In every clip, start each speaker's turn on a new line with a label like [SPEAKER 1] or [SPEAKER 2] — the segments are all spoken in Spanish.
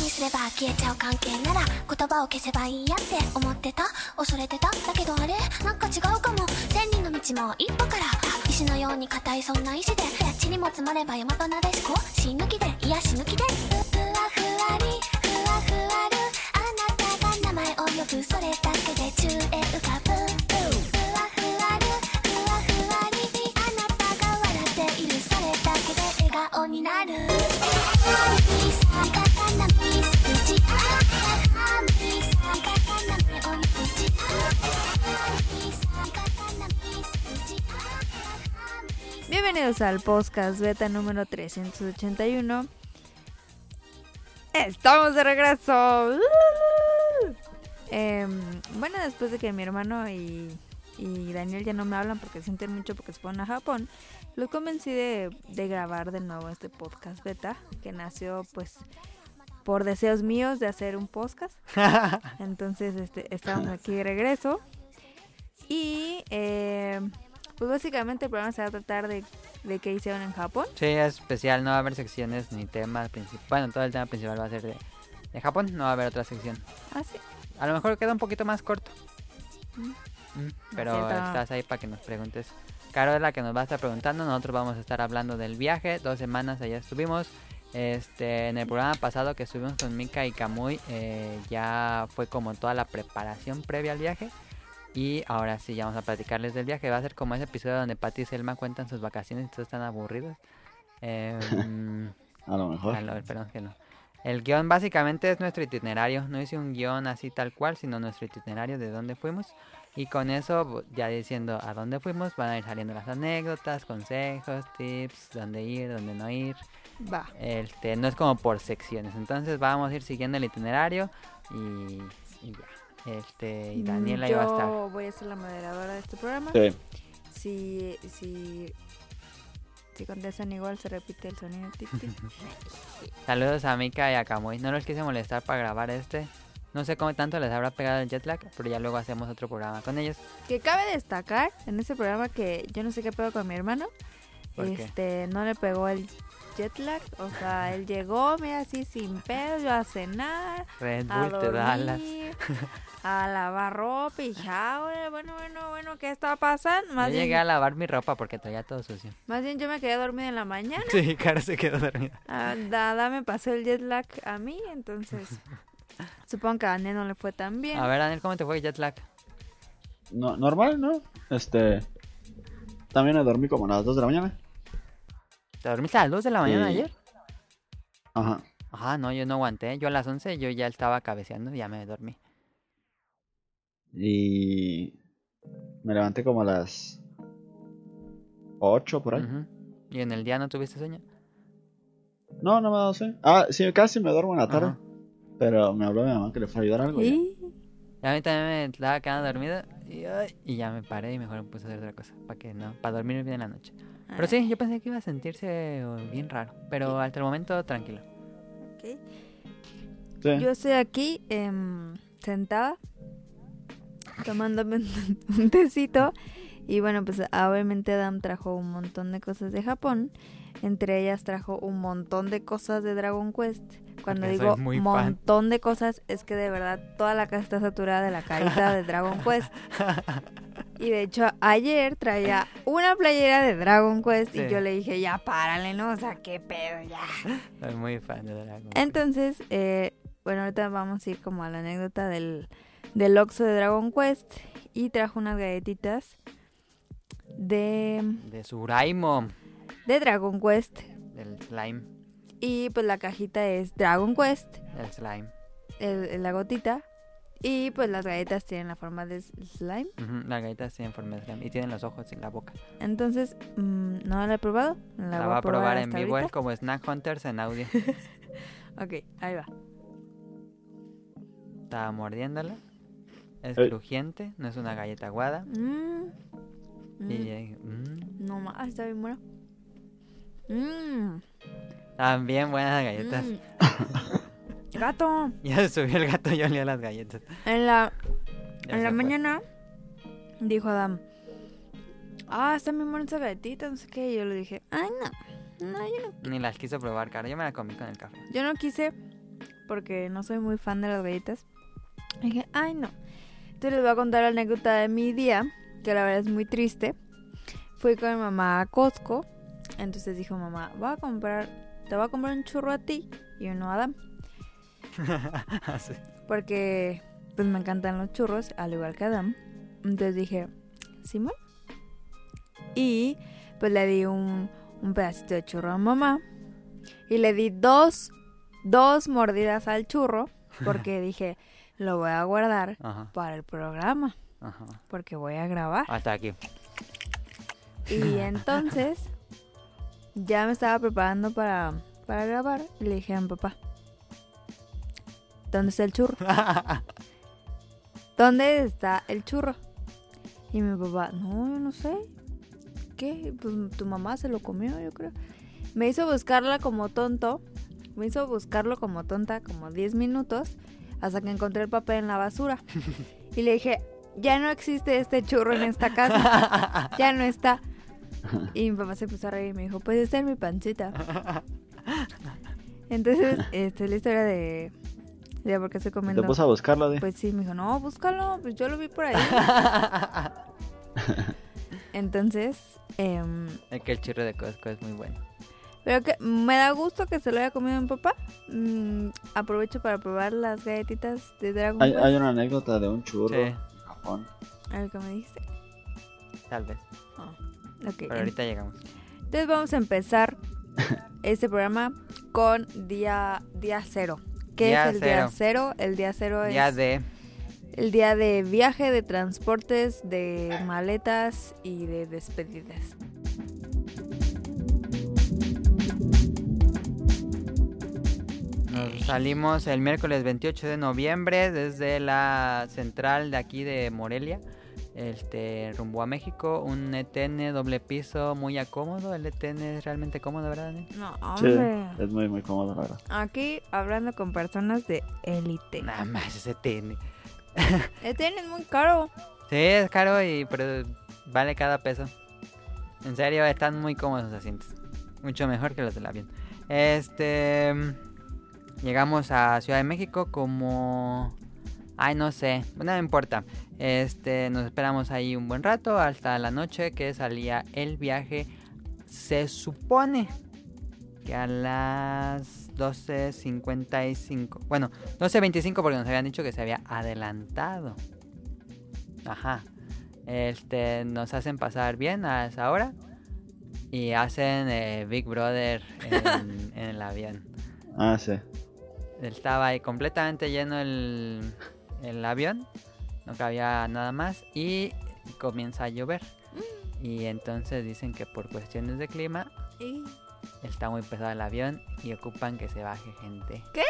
[SPEAKER 1] にすれば消えちゃう関係なら言葉を消せばいいやって思ってた恐れてただけどあれなんか違うかも千里の道も一歩から石のように硬いそんな石で地にも詰まれば山花で思考死ぬ気で癒し抜きでふわふわりふわふわるあなたが名前を呼ぶそれだけで宙へ浮かぶふわふわるふわふわりあなたが笑っているそれだけで笑顔になる
[SPEAKER 2] Bienvenidos al podcast beta número 381. Estamos de regreso. ¡Uh! Em, bueno, después de que mi hermano y, y Daniel ya no me hablan porque sienten mucho porque se fueron a Japón, los convencí de, de grabar de nuevo este podcast beta que nació pues por deseos míos de hacer un podcast. Entonces, este, estamos aquí de regreso. Y eh, pues básicamente el programa se va a tratar de, de qué hicieron en Japón.
[SPEAKER 3] Sí, es especial, no va a haber secciones ni temas principales. Bueno, todo el tema principal va a ser de, de Japón, no va a haber otra sección.
[SPEAKER 2] Ah, sí.
[SPEAKER 3] A lo mejor queda un poquito más corto. Mm, Pero
[SPEAKER 2] cierto.
[SPEAKER 3] estás ahí para que nos preguntes. Caro es la que nos va a estar preguntando. Nosotros vamos a estar hablando del viaje. Dos semanas allá estuvimos. Este, en el programa pasado que estuvimos con Mika y Kamui, eh, ya fue como toda la preparación previa al viaje. Y ahora sí, ya vamos a platicarles del viaje. Va a ser como ese episodio donde Patty y Selma cuentan sus vacaciones y todos están aburridos. Em,
[SPEAKER 4] A lo mejor.
[SPEAKER 3] Ah, no, perdón, que no. El guión básicamente es nuestro itinerario. No hice un guión así tal cual, sino nuestro itinerario de dónde fuimos. Y con eso, bu- ya diciendo a dónde fuimos, van a ir saliendo las anécdotas, consejos, tips, dónde ir, dónde no ir.
[SPEAKER 2] Va.
[SPEAKER 3] Este, no es como por secciones. Entonces vamos a ir siguiendo el itinerario y, y ya. Este, y Daniela
[SPEAKER 2] Mm, Yo
[SPEAKER 3] iba a estar.
[SPEAKER 2] voy a ser la moderadora de este programa.
[SPEAKER 4] Sí.
[SPEAKER 2] Si, si, si contestan igual, se repite el sonido. tic, tic.
[SPEAKER 3] Saludos a Mika y a Kamui. No los quise molestar para grabar este. No sé cómo tanto les habrá pegado el jet lag, pero ya luego hacemos otro programa con ellos.
[SPEAKER 2] que cabe destacar en este programa que yo no sé qué pedo con mi hermano.
[SPEAKER 3] ¿Por qué?
[SPEAKER 2] Este, no le pegó el jet lag. O sea, él llegó, mira, así sin pedo, yo a cenar.
[SPEAKER 3] Red
[SPEAKER 2] a
[SPEAKER 3] Bull te da alas.
[SPEAKER 2] dormir, a lavar ropa y ya, ahora, bueno, bueno, bueno, ¿qué está pasando?
[SPEAKER 3] Yo
[SPEAKER 2] Más,
[SPEAKER 3] llegué a
[SPEAKER 2] bien,
[SPEAKER 3] lavar mi ropa porque traía todo sucio.
[SPEAKER 2] más bien yo me quedé dormida en la mañana.
[SPEAKER 3] Sí, cara se quedó dormida.
[SPEAKER 2] Dada me pasó el jet lag a mí, entonces supongo que a Daniel no le fue tan bien.
[SPEAKER 3] A ver, Daniel, ¿cómo te fue el jet lag?
[SPEAKER 4] No, normal, ¿no? Este. También dormí como a las 2 de la mañana.
[SPEAKER 3] ¿Te dormiste a las 2 de la mañana
[SPEAKER 4] Sí.
[SPEAKER 3] ayer?
[SPEAKER 4] Ajá.
[SPEAKER 3] Ajá, no, yo no aguanté. Yo a las 11 yo ya estaba cabeceando y ya me dormí.
[SPEAKER 4] Y. Me levanté como a las. 8 por ahí.
[SPEAKER 3] Ujú. ¿Y en el día no tuviste sueño?
[SPEAKER 4] No, no me ha dado sueño. Ah, sí, casi me duermo en la tarde.
[SPEAKER 3] Ajá.
[SPEAKER 4] Pero me habló mi mamá que le fue a ayudar algo. y
[SPEAKER 2] Y-
[SPEAKER 3] Y A mí también me estaba quedando dormido y, ay, y ya me paré y mejor me puse a hacer otra cosa. ¿Para que no? Para dormir bien en la noche. Pero sí, yo pensé que iba a sentirse oh, bien raro. Pero hasta el momento, tranquilo.
[SPEAKER 2] Ah, Ok.
[SPEAKER 4] ya. Sí.
[SPEAKER 2] Yo estoy aquí em, sentada tomándome un, un tecito y bueno pues obviamente Adam trajo un montón de cosas de Japón entre ellas trajo un montón de cosas de Dragon Quest cuando
[SPEAKER 3] Porque soy
[SPEAKER 2] digo
[SPEAKER 3] muy fan.
[SPEAKER 2] montón de cosas es que de verdad toda la casa está saturada de la carita de Dragon Quest y de hecho ayer traía una playera de Dragon Quest
[SPEAKER 3] Sí.
[SPEAKER 2] y yo le dije ya párale no o sea qué pedo ya
[SPEAKER 3] Soy muy fan de Dragon. Ball.
[SPEAKER 2] entonces, eh, bueno, ahorita vamos a ir como a la anécdota del, del Oxxo de Dragon Quest. Y trajo unas galletitas de,
[SPEAKER 3] De Suraimo,
[SPEAKER 2] de Dragon Quest.
[SPEAKER 3] del slime.
[SPEAKER 2] Y pues la cajita es Dragon Quest,
[SPEAKER 3] Del slime.
[SPEAKER 2] el- el- la gotita. Y pues las galletas tienen la forma de s- slime.
[SPEAKER 3] Ujú, Las galletas tienen forma de slime y tienen los ojos y la boca.
[SPEAKER 2] Entonces, mm, no la he probado. La,
[SPEAKER 3] La,
[SPEAKER 2] voy
[SPEAKER 3] va a probar en
[SPEAKER 2] hasta
[SPEAKER 3] vivo, es
[SPEAKER 2] ahorita.
[SPEAKER 3] como Snack Hunters en audio.
[SPEAKER 2] Ok, ahí va.
[SPEAKER 3] Estaba mordiéndola. Es
[SPEAKER 4] Ey.
[SPEAKER 3] crujiente, no es una galleta aguada.
[SPEAKER 2] Mm, mm,
[SPEAKER 3] Y eh, mm,
[SPEAKER 2] No más, está bien bueno. Mmm.
[SPEAKER 3] estaban bien buenas las galletas.
[SPEAKER 2] Mm. Gato,
[SPEAKER 3] Ya se subió el gato y olía las galletas.
[SPEAKER 2] en la,
[SPEAKER 3] Ya
[SPEAKER 2] en la
[SPEAKER 3] se fue.
[SPEAKER 2] mañana dijo Adam, ah, están bien buenas esas galletitas, no sé qué. Y yo le dije, ay, no, no, yo no,
[SPEAKER 3] Ni las quiso probar, cara. Yo me la comí con el café.
[SPEAKER 2] yo no quise porque no soy muy fan de las galletas. Y dije, ay no. Entonces les voy a contar la anécdota de mi día, que la verdad es muy triste. Fui con mi mamá a Costco. Entonces dijo mamá, voy a comprar, te voy a comprar un churro a ti y uno a Adam.
[SPEAKER 3] Así.
[SPEAKER 2] Porque pues me encantan los churros, al igual que Adam. Entonces dije, Simón. Y pues le di un, un pedacito de churro a mamá. Y le di dos, dos mordidas al churro. Porque dije, lo voy a guardar
[SPEAKER 3] Ajá,
[SPEAKER 2] para el programa.
[SPEAKER 3] ajá.
[SPEAKER 2] Porque voy a grabar.
[SPEAKER 3] Hasta aquí.
[SPEAKER 2] Y entonces ya me estaba preparando para, para grabar y le dije a mi papá, ¿dónde está el churro? ¿Dónde está el churro? Y mi papá, no, yo no sé. ¿Qué? Pues tu mamá se lo comió, yo creo. Me hizo buscarla como tonto. Me hizo buscarlo como tonta como 10 minutos hasta que encontré el papel en la basura. Y le dije, ya no existe este churro en esta casa ya no está. Y mi papá se puso a reír y me dijo, pues está en mi pancita. Entonces, esta es la historia de, de por qué estoy
[SPEAKER 4] ¿Te
[SPEAKER 2] comiendo.
[SPEAKER 4] puso a buscarla de?
[SPEAKER 2] Pues sí, me dijo, no, búscalo, pues yo lo vi por ahí. Entonces, em,
[SPEAKER 3] es que el churro de Costco es muy bueno.
[SPEAKER 2] pero que me da gusto que se lo haya comido mi papá. Mm, aprovecho para probar las galletitas de Dragon
[SPEAKER 4] Hay,
[SPEAKER 2] Quest.
[SPEAKER 4] hay una anécdota de un churro
[SPEAKER 3] Sí,
[SPEAKER 4] en Japón.
[SPEAKER 2] A ver qué me dijiste.
[SPEAKER 3] tal vez.
[SPEAKER 2] Ok,
[SPEAKER 3] Pero ahorita llegamos.
[SPEAKER 2] Entonces vamos a empezar este programa con día día cero. ¿Qué
[SPEAKER 3] Día
[SPEAKER 2] es el día cero? El día cero es
[SPEAKER 3] Ya de.
[SPEAKER 2] el día de viaje, de transportes, de maletas y de despedidas.
[SPEAKER 3] Nos salimos el miércoles 28 de noviembre desde la central de aquí de Morelia, este, rumbo a México. Un ETN doble piso muy acómodo. El ETN es realmente cómodo, ¿verdad, Dani?
[SPEAKER 2] No,
[SPEAKER 4] Sí,
[SPEAKER 2] hombre.
[SPEAKER 4] es muy, muy cómodo, la verdad.
[SPEAKER 2] Aquí hablando con personas de élite.
[SPEAKER 3] Nada más ese E ETN.
[SPEAKER 2] El tren es muy caro.
[SPEAKER 3] Sí, es caro, y, pero vale cada peso. En serio, están muy cómodos los asientos. Mucho mejor que los del avión. Este. Llegamos a Ciudad de México como. Ay, no sé. Bueno, no importa. Este, nos esperamos ahí un buen rato hasta la noche que salía el viaje. Se supone que a las 12.55. Bueno, 12.25 porque nos habían dicho que se había adelantado. Ajá. Este, nos hacen pasar bien a esa hora. Y hacen eh, Big Brother en, en el avión.
[SPEAKER 4] Ah, sí.
[SPEAKER 3] Estaba ahí completamente lleno el, el avión. No cabía nada más. Y comienza a llover. Y entonces dicen que por cuestiones de clima
[SPEAKER 2] Y
[SPEAKER 3] está muy pesado el avión y ocupan que se baje gente.
[SPEAKER 2] ¿Qué?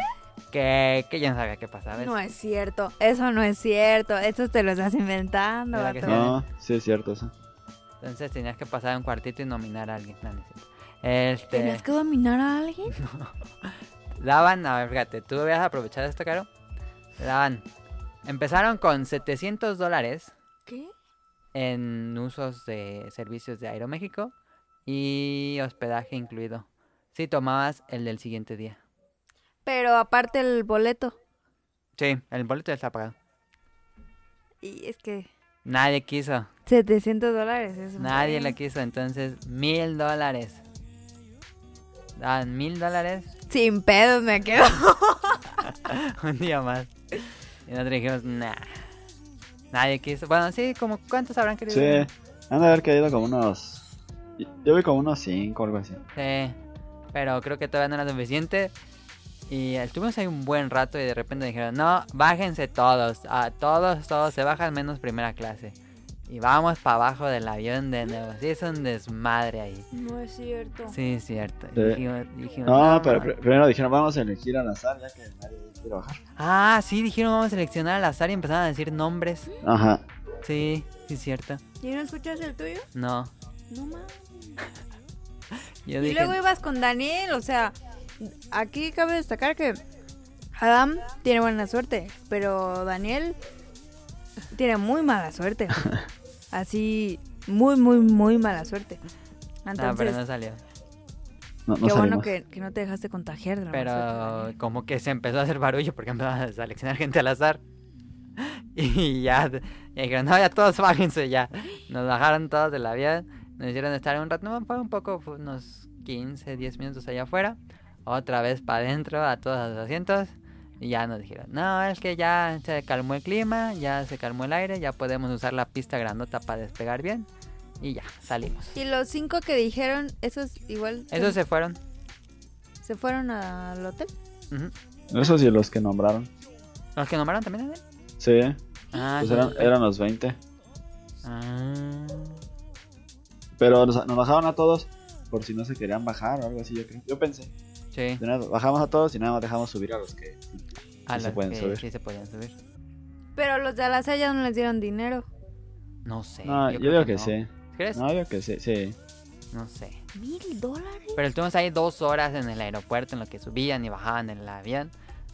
[SPEAKER 3] Que, que yo no sabía qué pasaba.
[SPEAKER 2] no es cierto. Pues Eso no es cierto. Eso te lo estás inventando,
[SPEAKER 3] ¿Verdad que
[SPEAKER 2] vato.
[SPEAKER 3] sí?
[SPEAKER 4] No, sí es cierto eso.
[SPEAKER 3] Entonces tenías que pasar un cuartito y nominar a alguien. No, no es cierto. Este...
[SPEAKER 2] ¿Tenías que dominar a alguien?
[SPEAKER 3] Daban, a ver, fíjate, tú habías aprovechado esto, Caro. Te Daban. Empezaron con 700 dólares
[SPEAKER 2] ¿Qué?
[SPEAKER 3] en usos de servicios de Aeroméxico y hospedaje incluido. Si tomabas el del siguiente día.
[SPEAKER 2] Pero aparte el boleto.
[SPEAKER 3] Sí, el boleto ya está pagado.
[SPEAKER 2] Y es que
[SPEAKER 3] Nadie quiso,
[SPEAKER 2] 700 dólares es un
[SPEAKER 3] nadie
[SPEAKER 2] buen.
[SPEAKER 3] lo quiso, entonces mil dólares. Daban mil dólares
[SPEAKER 2] Sin pedos me quedo.
[SPEAKER 3] un día más. Y nosotros dijimos, nah. Nadie quiso. Bueno, sí, como cuántos habrán querido.
[SPEAKER 4] Sí, han de haber caído como unos. Yo vi como unos 5 o algo así.
[SPEAKER 3] Sí, pero creo que todavía no era suficiente. Y estuvimos ahí un buen rato y de repente dijeron, no, bájense todos, a todos, todos se bajan menos primera clase. Y vamos para abajo del avión de nuevo. Sí, es un desmadre ahí.
[SPEAKER 2] No es cierto.
[SPEAKER 3] Sí, es cierto. Y
[SPEAKER 4] Sí.
[SPEAKER 3] Dijimos, dijimos,
[SPEAKER 4] No,
[SPEAKER 3] "No".
[SPEAKER 4] pero pr- primero dijeron, vamos a elegir al azar, ya que nadie quiere bajar.
[SPEAKER 3] Ah, sí, dijeron vamos a seleccionar al azar y empezaron a decir nombres.
[SPEAKER 4] Ajá.
[SPEAKER 3] Sí, sí es cierto.
[SPEAKER 2] ¿Y no escuchas el tuyo?
[SPEAKER 3] No.
[SPEAKER 2] No mames.
[SPEAKER 3] Yo
[SPEAKER 2] Y
[SPEAKER 3] dije,
[SPEAKER 2] luego ibas con Daniel, o sea, aquí cabe destacar que Adam tiene buena suerte, pero Daniel tiene muy mala suerte. Así, muy, muy, muy mala suerte.
[SPEAKER 3] no, Ah, pero
[SPEAKER 2] Entonces,
[SPEAKER 3] no salió.
[SPEAKER 4] No, no
[SPEAKER 2] Qué bueno
[SPEAKER 4] salimos.
[SPEAKER 2] que, que no te dejaste contagiar de la mala
[SPEAKER 3] Pero
[SPEAKER 2] suerte,
[SPEAKER 3] como que se empezó a hacer barullo porque empezó a seleccionar gente al azar. Y ya, y dijeron, no, ya todos bájense ya. Nos bajaron todos del avión, nos hicieron estar un rato, no, fue un poco, fue unos 15, 10 minutos allá afuera. Otra vez para adentro, a todos los asientos. Y ya nos dijeron, no, es que ya se calmó el clima, ya se calmó el aire, ya podemos usar la pista grandota para despegar bien. Y ya, salimos.
[SPEAKER 2] Daniel. Y los cinco que dijeron, esos igual se-
[SPEAKER 3] Esos se fueron.
[SPEAKER 2] se fueron al hotel.
[SPEAKER 3] Ujú.
[SPEAKER 4] Eso sí, los que nombraron.
[SPEAKER 3] ¿Los que nombraron también? Adel?
[SPEAKER 4] Sí,
[SPEAKER 3] Ah,
[SPEAKER 4] pues
[SPEAKER 3] sí.
[SPEAKER 4] eran, eran los 20.
[SPEAKER 3] Ah.
[SPEAKER 4] Pero nos, nos bajaron a todos por si no se querían bajar o algo así, yo creo. Yo pensé.
[SPEAKER 3] Sí,
[SPEAKER 4] De nada, bajamos a todos y nada más dejamos subir a los que...
[SPEAKER 3] a
[SPEAKER 4] se
[SPEAKER 3] las
[SPEAKER 4] pueden
[SPEAKER 3] que
[SPEAKER 4] subir.
[SPEAKER 3] sí se podían subir.
[SPEAKER 2] Pero los de Alaska ya no les dieron dinero.
[SPEAKER 3] No sé.
[SPEAKER 4] No, yo,
[SPEAKER 3] creo
[SPEAKER 4] digo que,
[SPEAKER 3] no.
[SPEAKER 4] sí.
[SPEAKER 3] ¿Crees?
[SPEAKER 4] No, yo digo que sí, sí.
[SPEAKER 3] No sé.
[SPEAKER 2] ¿Mil dólares?
[SPEAKER 3] Pero estuvimos ahí dos horas en el aeropuerto en lo que subían y bajaban en el avión.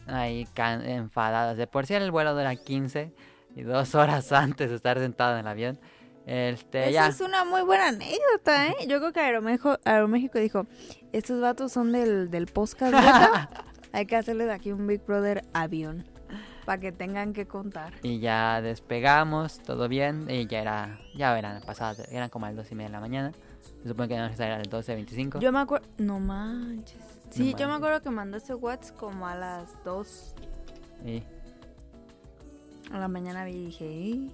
[SPEAKER 3] Ahí can- enfadados. De por sí el vuelo dura 15 y dos horas antes de estar sentado en el avión. Este,
[SPEAKER 2] Esa
[SPEAKER 3] ya.
[SPEAKER 2] es una muy buena anécdota, ¿eh? Yo creo que Aeroméxico, Aeroméxico dijo, estos vatos son del, del podcast, ¿verdad? Hay que hacerles aquí un Big Brother avión para que tengan que contar.
[SPEAKER 3] Y ya despegamos, todo bien. Y ya era, ya eran pasadas, eran como a las 2 y media de la mañana. Se supone que iban a estar a las 12.25.
[SPEAKER 2] Yo me acuerdo... No manches. Sí, yo me
[SPEAKER 3] manches.
[SPEAKER 2] acuerdo que mandaste WhatsApp como a las 2
[SPEAKER 3] Y-
[SPEAKER 2] a la mañana y dije... "Ey".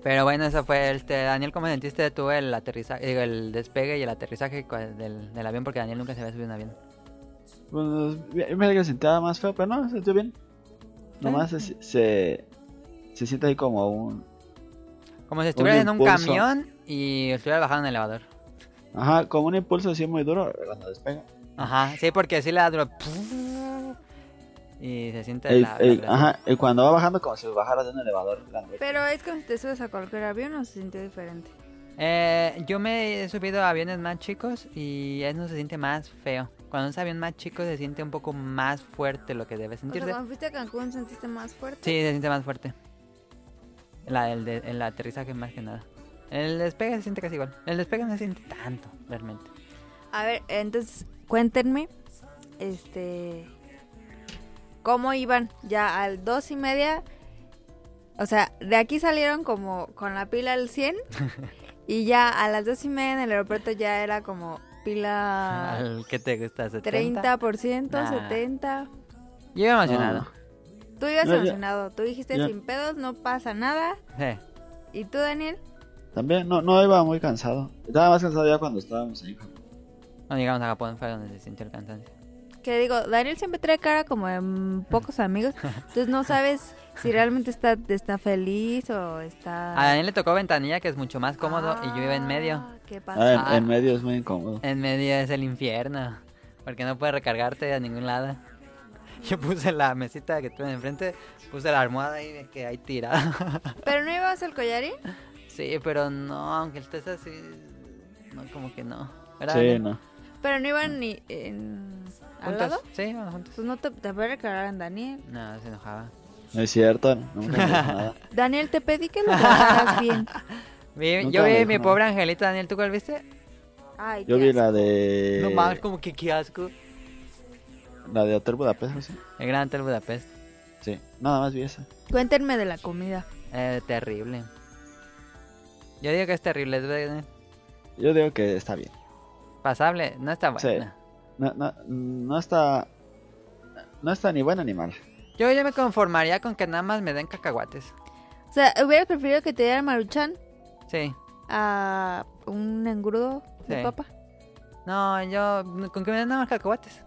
[SPEAKER 3] Pero bueno, eso fue este. Daniel, ¿cómo sentiste tú el aterrizaje, digo, el despegue y el aterrizaje cua- del, del avión? Porque Daniel nunca se había subido a un avión.
[SPEAKER 4] Pues, bien, yo me que sentía más feo, pero no, se sintió bien. Nomás se, se, se siente ahí como un...
[SPEAKER 3] Como si estuvieras en un
[SPEAKER 4] impulso.
[SPEAKER 3] camión y estuvieras bajando en el elevador.
[SPEAKER 4] Ajá, como un impulso así muy duro cuando despega. Ah.
[SPEAKER 3] Ajá, sí, porque sí le da duro. Y se siente
[SPEAKER 4] Ey,
[SPEAKER 3] la. la
[SPEAKER 4] ey,
[SPEAKER 3] presión.
[SPEAKER 4] ajá, y cuando va bajando como si bajaras de un elevador. grande.
[SPEAKER 2] Pero es como si te subes a cualquier avión o se siente diferente.
[SPEAKER 3] Eh, yo me he subido a aviones más chicos y eso se siente más feo. Cuando es avión más chico se siente un poco más fuerte lo que debe
[SPEAKER 2] O sea,
[SPEAKER 3] sentirse.
[SPEAKER 2] cuando fuiste a Cancún sentiste más fuerte.
[SPEAKER 3] Sí, se siente más fuerte. La, el, de- el aterrizaje más que nada. El despegue se siente casi igual. El despegue no se siente tanto, realmente.
[SPEAKER 2] A ver, entonces, cuéntenme, este, cómo iban ya al dos y media. O sea, de aquí salieron como con la pila al 100 y ya a las dos y media en el aeropuerto ya era como pila
[SPEAKER 3] Al que te gusta? 70?
[SPEAKER 2] 30%,
[SPEAKER 3] Nah.
[SPEAKER 2] 70.
[SPEAKER 3] Yo iba emocionado.
[SPEAKER 2] Tú ibas
[SPEAKER 4] No, yo-
[SPEAKER 2] emocionado, tú dijiste
[SPEAKER 4] yo-
[SPEAKER 2] sin pedos, no pasa nada.
[SPEAKER 3] Sí.
[SPEAKER 2] ¿Y tú, Daniel?
[SPEAKER 4] También, no, no iba muy cansado. Estaba más cansado ya cuando estábamos ahí. Ah,
[SPEAKER 3] Cuando llegamos a Japón fue donde se sintió el cansancio.
[SPEAKER 2] Que digo, Daniel siempre trae cara como de mm, pocos amigos, entonces no sabes si realmente está, está feliz o está...
[SPEAKER 3] A Ah, Daniel le tocó ventanilla, que es mucho más cómodo, y yo iba en medio.
[SPEAKER 2] Ah, ¿Qué
[SPEAKER 4] Ah,
[SPEAKER 2] pasa?
[SPEAKER 4] en, en medio es muy incómodo.
[SPEAKER 3] En medio es el infierno, porque no puedes recargarte a ningún lado. Yo puse la mesita que tuve enfrente, puse la almohada ahí de que hay tirada.
[SPEAKER 2] ¿Pero no ibas al collarín?
[SPEAKER 3] Sí, pero no, aunque estés así, no, como que no. ¿Verdad,
[SPEAKER 4] Sí,
[SPEAKER 3] Daniel?
[SPEAKER 4] no.
[SPEAKER 2] ¿Pero no iban ni en... al
[SPEAKER 3] Mm. ¿Juntos?
[SPEAKER 2] lado?
[SPEAKER 3] Sí, íbamos juntos.
[SPEAKER 2] Pues no te, te voy a recargar en Daniel.
[SPEAKER 3] No, se enojaba.
[SPEAKER 4] No es cierto, no me dijo nada.
[SPEAKER 2] Daniel, te pedí que lo recargaras bien.
[SPEAKER 3] Vi-
[SPEAKER 4] Nunca
[SPEAKER 3] yo
[SPEAKER 4] me
[SPEAKER 3] vi
[SPEAKER 4] dijo
[SPEAKER 3] mi
[SPEAKER 4] nada.
[SPEAKER 3] pobre angelito, Daniel, ¿tú cuál viste?
[SPEAKER 2] Ay,
[SPEAKER 4] Yo
[SPEAKER 2] qué
[SPEAKER 4] vi
[SPEAKER 2] asco.
[SPEAKER 4] la de.
[SPEAKER 3] No más, como que qué asco.
[SPEAKER 4] La de Hotel Budapest, ¿no? sí.
[SPEAKER 3] El Gran Hotel Budapest.
[SPEAKER 4] Sí, nada más vi esa.
[SPEAKER 2] Cuéntenme de la comida.
[SPEAKER 3] Eh, terrible. Yo digo que es terrible, es de-
[SPEAKER 4] Yo digo que está bien.
[SPEAKER 3] pasable, no está
[SPEAKER 4] Sí.
[SPEAKER 3] buena.
[SPEAKER 4] No, no, no está. No está ni buena ni mala.
[SPEAKER 3] Yo ya me conformaría con que nada más me den cacahuates.
[SPEAKER 2] O sea, hubieras preferido que te dieran maruchan
[SPEAKER 3] Sí.
[SPEAKER 2] a un engrudo de
[SPEAKER 3] Sí.
[SPEAKER 2] papa.
[SPEAKER 3] No, yo con que me den nada más cacahuates.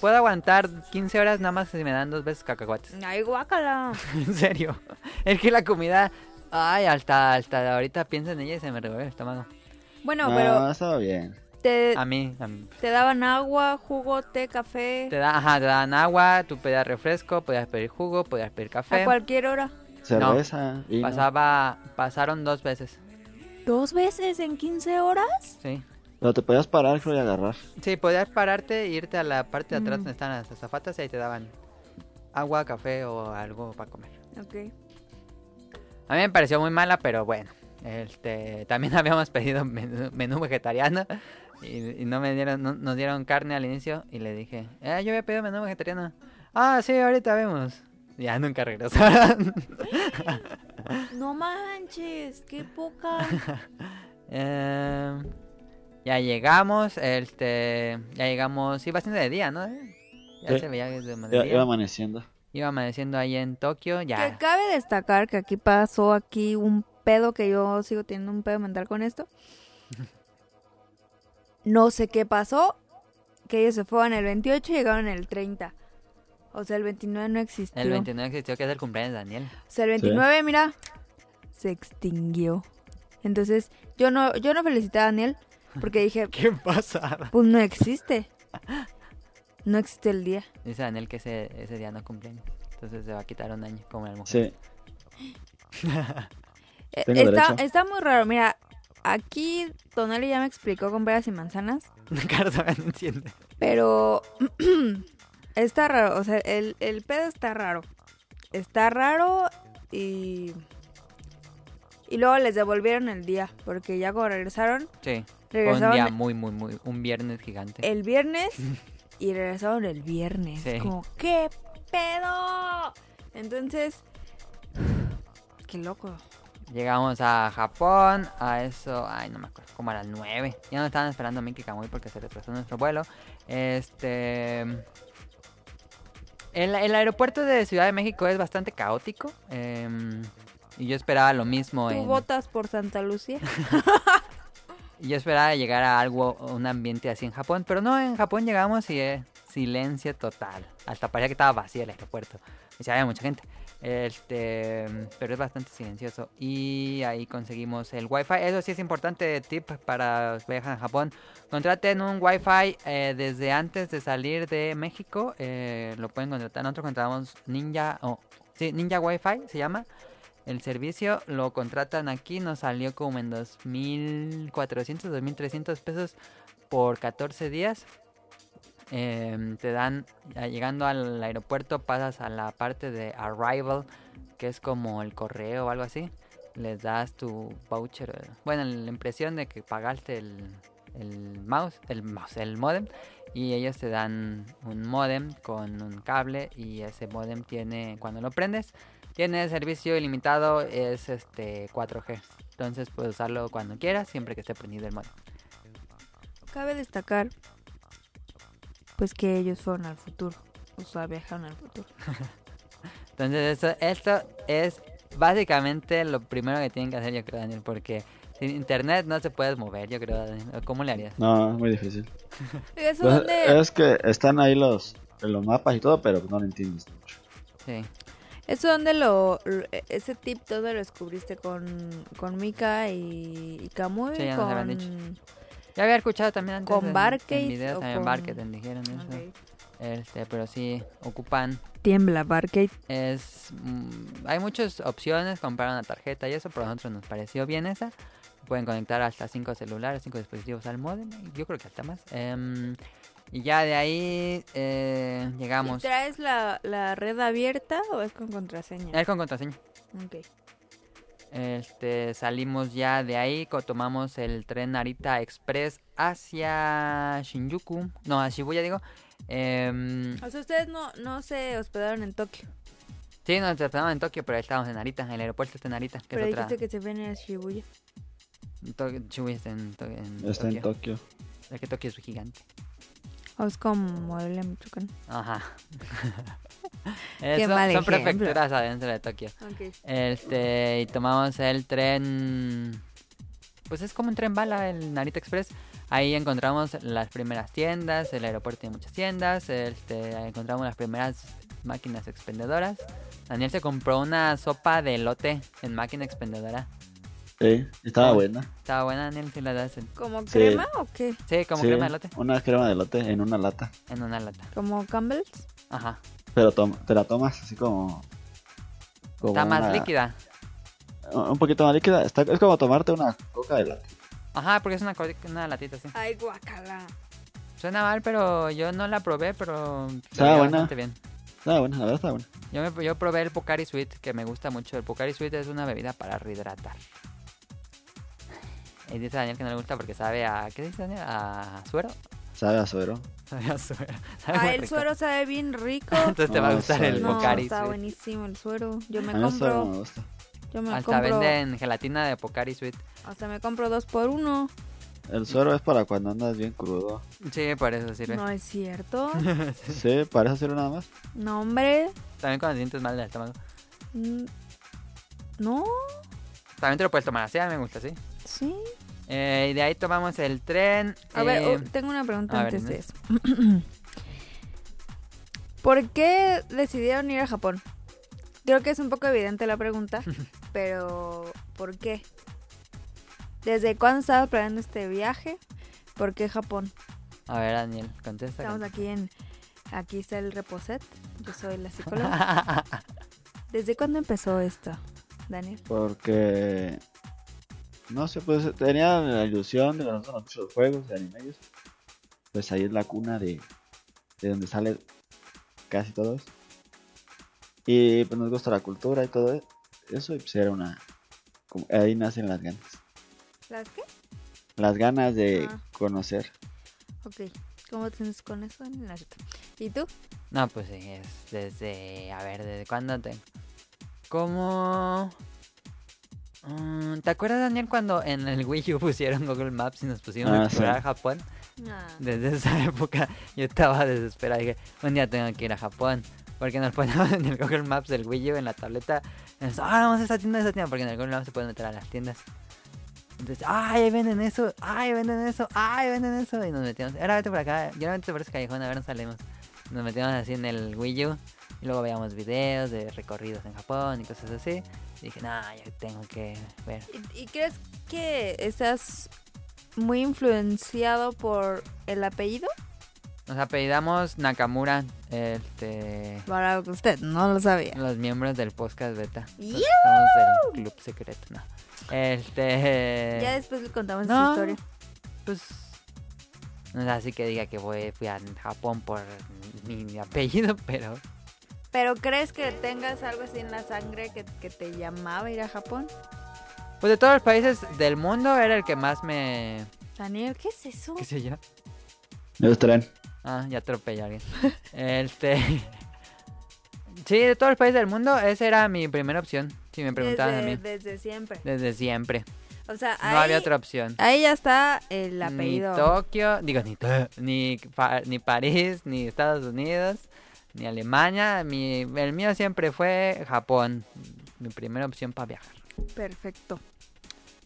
[SPEAKER 3] Puedo aguantar 15 horas nada más si me dan dos veces cacahuates.
[SPEAKER 2] Ay, guácala.
[SPEAKER 3] en serio. Es que la comida, ay, hasta hasta ahorita pienso en ella y se me revuelve el estómago.
[SPEAKER 2] Bueno,
[SPEAKER 4] no,
[SPEAKER 2] pero
[SPEAKER 4] estaba bien.
[SPEAKER 2] te,
[SPEAKER 3] A mí, a mí.
[SPEAKER 2] te daban agua, jugo, té, café.
[SPEAKER 3] Te, da, ajá, te dan agua, tú pedías refresco, podías pedir jugo, podías pedir
[SPEAKER 2] A
[SPEAKER 3] café.
[SPEAKER 2] cualquier hora.
[SPEAKER 4] Cerveza, vino.
[SPEAKER 3] Pasaba, pasaron dos veces.
[SPEAKER 2] ¿Dos veces en 15 horas?
[SPEAKER 3] Sí.
[SPEAKER 4] Pero te podías parar, creo, y agarrar.
[SPEAKER 3] Sí, podías pararte e irte a la parte de atrás
[SPEAKER 2] Mm.
[SPEAKER 3] donde están las azafatas y ahí te daban agua, café o algo para comer.
[SPEAKER 2] Ok.
[SPEAKER 3] A mí me pareció muy mala, pero bueno. Este, también habíamos pedido menú, menú vegetariano Y, y no me dieron, no- nos dieron carne al inicio y le dije, eh, yo había pedido menú vegetariano. Ah, sí, ahorita vemos. Ya nunca regresaron.
[SPEAKER 2] No manches, qué poca.
[SPEAKER 3] Em, ya llegamos, este, ya llegamos, sí, bastante de día, ¿no? Eh, Ya
[SPEAKER 4] Sí.
[SPEAKER 3] se veía que es de
[SPEAKER 4] Iba, iba
[SPEAKER 3] mediodía.
[SPEAKER 4] amaneciendo.
[SPEAKER 3] Iba amaneciendo ahí en Tokio,
[SPEAKER 2] Que
[SPEAKER 3] ya.
[SPEAKER 2] cabe destacar que aquí pasó aquí un pedo que yo sigo teniendo un pedo mental con esto. No sé qué pasó, que ellos se fueron el 28 y llegaron el 30. O sea, el 29 no existió.
[SPEAKER 3] El 29 existió, que es el cumpleaños de Daniel.
[SPEAKER 2] O sea, el 29, mira, se extinguió. Entonces, yo no yo no felicité a Daniel porque dije,
[SPEAKER 3] ¿Qué pasa?
[SPEAKER 2] pues no existe. No existe el día.
[SPEAKER 3] Dice Daniel que ese, ese día no cumpleaños. Entonces se va a quitar un año, como la mujer.
[SPEAKER 4] Sí.
[SPEAKER 2] Eh,
[SPEAKER 4] Tengo
[SPEAKER 2] Está,
[SPEAKER 4] derecho.
[SPEAKER 2] está muy raro, mira, aquí Tonali ya me explicó con peras y manzanas,
[SPEAKER 3] Caro todavía no entiende.
[SPEAKER 2] pero está raro, o sea, el, el pedo está raro. Está raro y... Y luego les devolvieron el día, porque ya cuando regresaron,
[SPEAKER 3] Sí. Fue un día
[SPEAKER 2] regresaron
[SPEAKER 3] muy, muy, muy. Un viernes gigante.
[SPEAKER 2] el viernes y regresaron el viernes.
[SPEAKER 3] Sí.
[SPEAKER 2] Como, ¿qué pedo? Entonces, qué loco.
[SPEAKER 3] Llegamos a Japón, a eso, ay, no me acuerdo, como a las 9. Ya no estaban esperando a Miki Kamui porque se retrasó nuestro vuelo. Este. El, el aeropuerto de Ciudad de México es bastante caótico. em, y yo esperaba lo mismo.
[SPEAKER 2] ¿Tú
[SPEAKER 3] en-
[SPEAKER 2] votas por Santa Lucía?
[SPEAKER 3] y yo esperaba llegar a algo, a un ambiente así en Japón. Pero no, en Japón llegamos y eh, silencio total. Hasta parecía que estaba vacío el aeropuerto. Y se había mucha gente. Este, pero es bastante silencioso. Y ahí conseguimos el Wi-Fi. Eso sí es importante tip para los que viajan a Japón. Contraten un Wi-Fi eh, desde antes de salir de México. Eh, lo pueden contratar. Nosotros contratamos Ninja. o sí, Ninja Wi-Fi se llama. El servicio lo contratan aquí. Nos salió como en 2.400, 2.300 pesos por 14 días. Em, te dan, ya llegando al aeropuerto, pasas a la parte de arrival, que es como el correo o algo así. Les das tu voucher, eh, bueno, la impresión de que pagaste el, el mouse, el mouse, el modem, y ellos te dan un modem con un cable y ese modem tiene, cuando lo prendes, tiene servicio ilimitado, es este 4G. Entonces puedes usarlo cuando quieras, siempre que esté prendido el modem.
[SPEAKER 2] Cabe destacar, pues que ellos fueron al futuro, o sea, viajaron al futuro.
[SPEAKER 3] Entonces esto, esto es básicamente lo primero que tienen que hacer yo creo, Daniel, porque sin internet no se puedes mover, yo creo, Daniel. ¿O ¿Cómo le harías?
[SPEAKER 4] No, es muy difícil.
[SPEAKER 2] ¿Eso
[SPEAKER 4] Pues,
[SPEAKER 2] dónde,
[SPEAKER 4] es que están ahí los, los mapas y todo, pero no lo entiendes mucho.
[SPEAKER 3] Sí.
[SPEAKER 2] eso dónde lo, lo- ese tip dónde lo descubriste con, con Mika y, y Kamui?
[SPEAKER 3] Sí, ya nos habían dicho.
[SPEAKER 2] con...
[SPEAKER 3] Yo había escuchado también antes
[SPEAKER 2] ¿Con
[SPEAKER 3] en-
[SPEAKER 2] Barcade
[SPEAKER 3] en videos
[SPEAKER 2] o
[SPEAKER 3] también
[SPEAKER 2] con-
[SPEAKER 3] Barcade, dijeron eso.
[SPEAKER 2] Ok.
[SPEAKER 3] Este, pero sí, ocupan
[SPEAKER 2] Tiembla Barcade.
[SPEAKER 3] es mm, hay muchas opciones comprar una tarjeta y eso pero a nosotros nos pareció bien esa pueden conectar hasta cinco celulares cinco dispositivos al modem y yo creo que hasta más Em, y ya de ahí eh,
[SPEAKER 2] ¿Y
[SPEAKER 3] llegamos
[SPEAKER 2] traes la, la red abierta o es con contraseña?
[SPEAKER 3] es con contraseña
[SPEAKER 2] Ok.
[SPEAKER 3] este salimos ya de ahí co- tomamos el tren Narita Express hacia Shinjuku no a Shibuya digo Em,
[SPEAKER 2] O sea, ustedes no, no se hospedaron en Tokio,
[SPEAKER 3] sí nos despertamos en Tokio pero estábamos en Narita en el aeropuerto de Narita que
[SPEAKER 2] pero
[SPEAKER 3] es otra
[SPEAKER 2] dijiste que se ven en Shibuya.
[SPEAKER 3] Tok- Shibuya está en, To- en
[SPEAKER 4] Está en
[SPEAKER 3] Tokio.
[SPEAKER 4] Tokio.
[SPEAKER 3] Es que Tokio es gigante.
[SPEAKER 2] O es como en Michoacán.
[SPEAKER 3] Ajá. Eh,
[SPEAKER 2] Qué
[SPEAKER 3] son,
[SPEAKER 2] mal
[SPEAKER 3] son
[SPEAKER 2] ejemplo.
[SPEAKER 3] prefecturas adentro de Tokio.
[SPEAKER 2] Ok.
[SPEAKER 3] Este, y tomamos el tren. Pues es como un tren bala, el Narita Express. Ahí encontramos las primeras tiendas, el aeropuerto tiene muchas tiendas, este, encontramos las primeras máquinas expendedoras. Daniel se compró una sopa de elote en máquina expendedora.
[SPEAKER 4] Sí, estaba
[SPEAKER 3] Ah.
[SPEAKER 4] buena.
[SPEAKER 3] Estaba buena, Daniel, si la das. en-
[SPEAKER 2] ¿Como
[SPEAKER 4] Sí.
[SPEAKER 2] crema o qué?
[SPEAKER 3] Sí, como
[SPEAKER 4] Sí,
[SPEAKER 3] crema de elote
[SPEAKER 4] Una crema de lote en una lata.
[SPEAKER 3] en una lata.
[SPEAKER 2] ¿Como Campbell's?
[SPEAKER 3] Ajá.
[SPEAKER 4] Pero tom- te la tomas así como. como
[SPEAKER 3] Está más
[SPEAKER 4] una-
[SPEAKER 3] líquida.
[SPEAKER 4] Un poquito más líquida. Está, es como tomarte una coca de lata.
[SPEAKER 3] Ajá, porque es una, co- una latita así.
[SPEAKER 2] Ay, guacala.
[SPEAKER 3] Suena mal, pero yo no la probé, pero se
[SPEAKER 4] Estaba
[SPEAKER 3] veía
[SPEAKER 4] buena.
[SPEAKER 3] bastante bien.
[SPEAKER 4] Estaba buena, la verdad estaba buena.
[SPEAKER 3] Yo, me- yo probé el Pocari Sweet, que me gusta mucho. El Pocari Sweet es una bebida para rehidratar. Y dice Daniel que no le gusta porque sabe a. ¿Qué dice Daniel? ¿A suero?
[SPEAKER 4] Sabe a suero.
[SPEAKER 3] Sabe a suero. Sabe muy
[SPEAKER 2] Ah, el
[SPEAKER 3] rico.
[SPEAKER 2] suero sabe bien rico.
[SPEAKER 3] Entonces te va a
[SPEAKER 4] No,
[SPEAKER 3] gustar
[SPEAKER 4] sabe
[SPEAKER 3] el
[SPEAKER 4] bien.
[SPEAKER 2] no,
[SPEAKER 3] Pocari.
[SPEAKER 2] está
[SPEAKER 3] Sweet.
[SPEAKER 2] buenísimo el suero. Yo me
[SPEAKER 4] a mí el suero Ah, no
[SPEAKER 2] compro,
[SPEAKER 4] me gusta.
[SPEAKER 2] yo me
[SPEAKER 3] Hasta
[SPEAKER 2] compro,
[SPEAKER 3] venden gelatina de Pocari Sweet.
[SPEAKER 2] hasta me compro dos por uno.
[SPEAKER 4] El suero es para cuando andas bien crudo.
[SPEAKER 3] Sí, por eso sirve.
[SPEAKER 2] No es cierto.
[SPEAKER 4] Sí, para eso sirve nada más.
[SPEAKER 2] No, hombre.
[SPEAKER 3] También cuando te sientes mal del estómago.
[SPEAKER 2] Mm. No,
[SPEAKER 3] También te lo puedes tomar así, a mí me gusta así.
[SPEAKER 2] sí.
[SPEAKER 3] Eh, y de ahí tomamos el tren.
[SPEAKER 2] A
[SPEAKER 3] eh,
[SPEAKER 2] ver, oh, tengo una pregunta
[SPEAKER 3] a ver,
[SPEAKER 2] antes de
[SPEAKER 3] Inés.
[SPEAKER 2] eso. ¿Por qué decidieron ir a Japón? Creo que es un poco evidente la pregunta, pero ¿por qué? ¿Desde cuándo estabas planeando este viaje? ¿Por qué Japón?
[SPEAKER 3] A ver, Daniel, contesta.
[SPEAKER 2] oh. Estamos
[SPEAKER 3] contesta.
[SPEAKER 2] aquí en... Aquí está el reposet. Yo soy la psicóloga. ¿Desde cuándo empezó esto, Daniel?
[SPEAKER 4] Porque. No sé, pues tenía la ilusión de conocer muchos juegos de animes. Pues ahí es la cuna de, de donde sale casi todos. Y pues nos gusta la cultura y todo eso. Y pues era una. como- ahí nacen las ganas.
[SPEAKER 2] ¿Las qué?
[SPEAKER 4] Las ganas de
[SPEAKER 2] Ah.
[SPEAKER 4] conocer.
[SPEAKER 2] Ok. ¿Cómo tienes con eso? No, es cierto. ¿Y tú?
[SPEAKER 3] No, pues sí, es desde. A ver, ¿desde cuándo te.? ¿Cómo.? Mm, ¿Te acuerdas, Daniel, cuando en el Wii U pusieron Google Maps y nos pusimos a
[SPEAKER 4] Ah, sí.
[SPEAKER 3] explorar Japón? Desde esa época yo estaba desesperada. Dije, un día tengo que ir a Japón. Porque nos poníamos en el Google Maps del Wii U, en la tableta. y nos, ah, vamos a esa tienda, a esa tienda. Porque en el Google Maps se pueden meter a las tiendas. Entonces, ay, ahí venden eso, ay, venden eso, ay, venden eso. Y nos metíamos, ahora vete por acá, yo vete por ese callejón, a ver, nos salimos. Nos metíamos así en el Wii U. Y luego veíamos videos de recorridos en Japón y cosas así. Y dije, no, yo tengo que ver.
[SPEAKER 2] ¿Y, y crees que estás muy influenciado por el apellido?
[SPEAKER 3] Nos apellidamos Nakamura, este.
[SPEAKER 2] Para que usted no lo sabía.
[SPEAKER 3] Los miembros del podcast beta.
[SPEAKER 2] ¡Yuhu!
[SPEAKER 3] Somos del club secreto, no. Este.
[SPEAKER 2] Ya después le contamos
[SPEAKER 3] no,
[SPEAKER 2] su historia.
[SPEAKER 3] Pues. No es así que diga que voy, fui a Japón por mi, mi apellido, pero.
[SPEAKER 2] Pero ¿crees que tengas algo así en la sangre que, que te llamaba a ir a Japón?
[SPEAKER 3] Pues de todos los países del mundo era el que más me.
[SPEAKER 2] Daniel, ¿qué es eso?
[SPEAKER 3] ¿Qué sé yo?
[SPEAKER 4] Me gustarán.
[SPEAKER 3] Ah, ya atropellé a alguien. Este. Sí, de todos los países del mundo, esa era mi primera opción. Si me preguntaban
[SPEAKER 2] desde,
[SPEAKER 3] a mí.
[SPEAKER 2] desde siempre.
[SPEAKER 3] Desde siempre.
[SPEAKER 2] O sea,
[SPEAKER 3] No
[SPEAKER 2] ahí,
[SPEAKER 3] había otra opción.
[SPEAKER 2] ahí ya está el
[SPEAKER 3] Ni
[SPEAKER 2] apellido.
[SPEAKER 3] Tokio, digo, ni, To- ni, Pa- ni París, ni Estados Unidos, ni Alemania. Mi, el mío siempre fue Japón, mi primera opción para viajar.
[SPEAKER 2] Perfecto.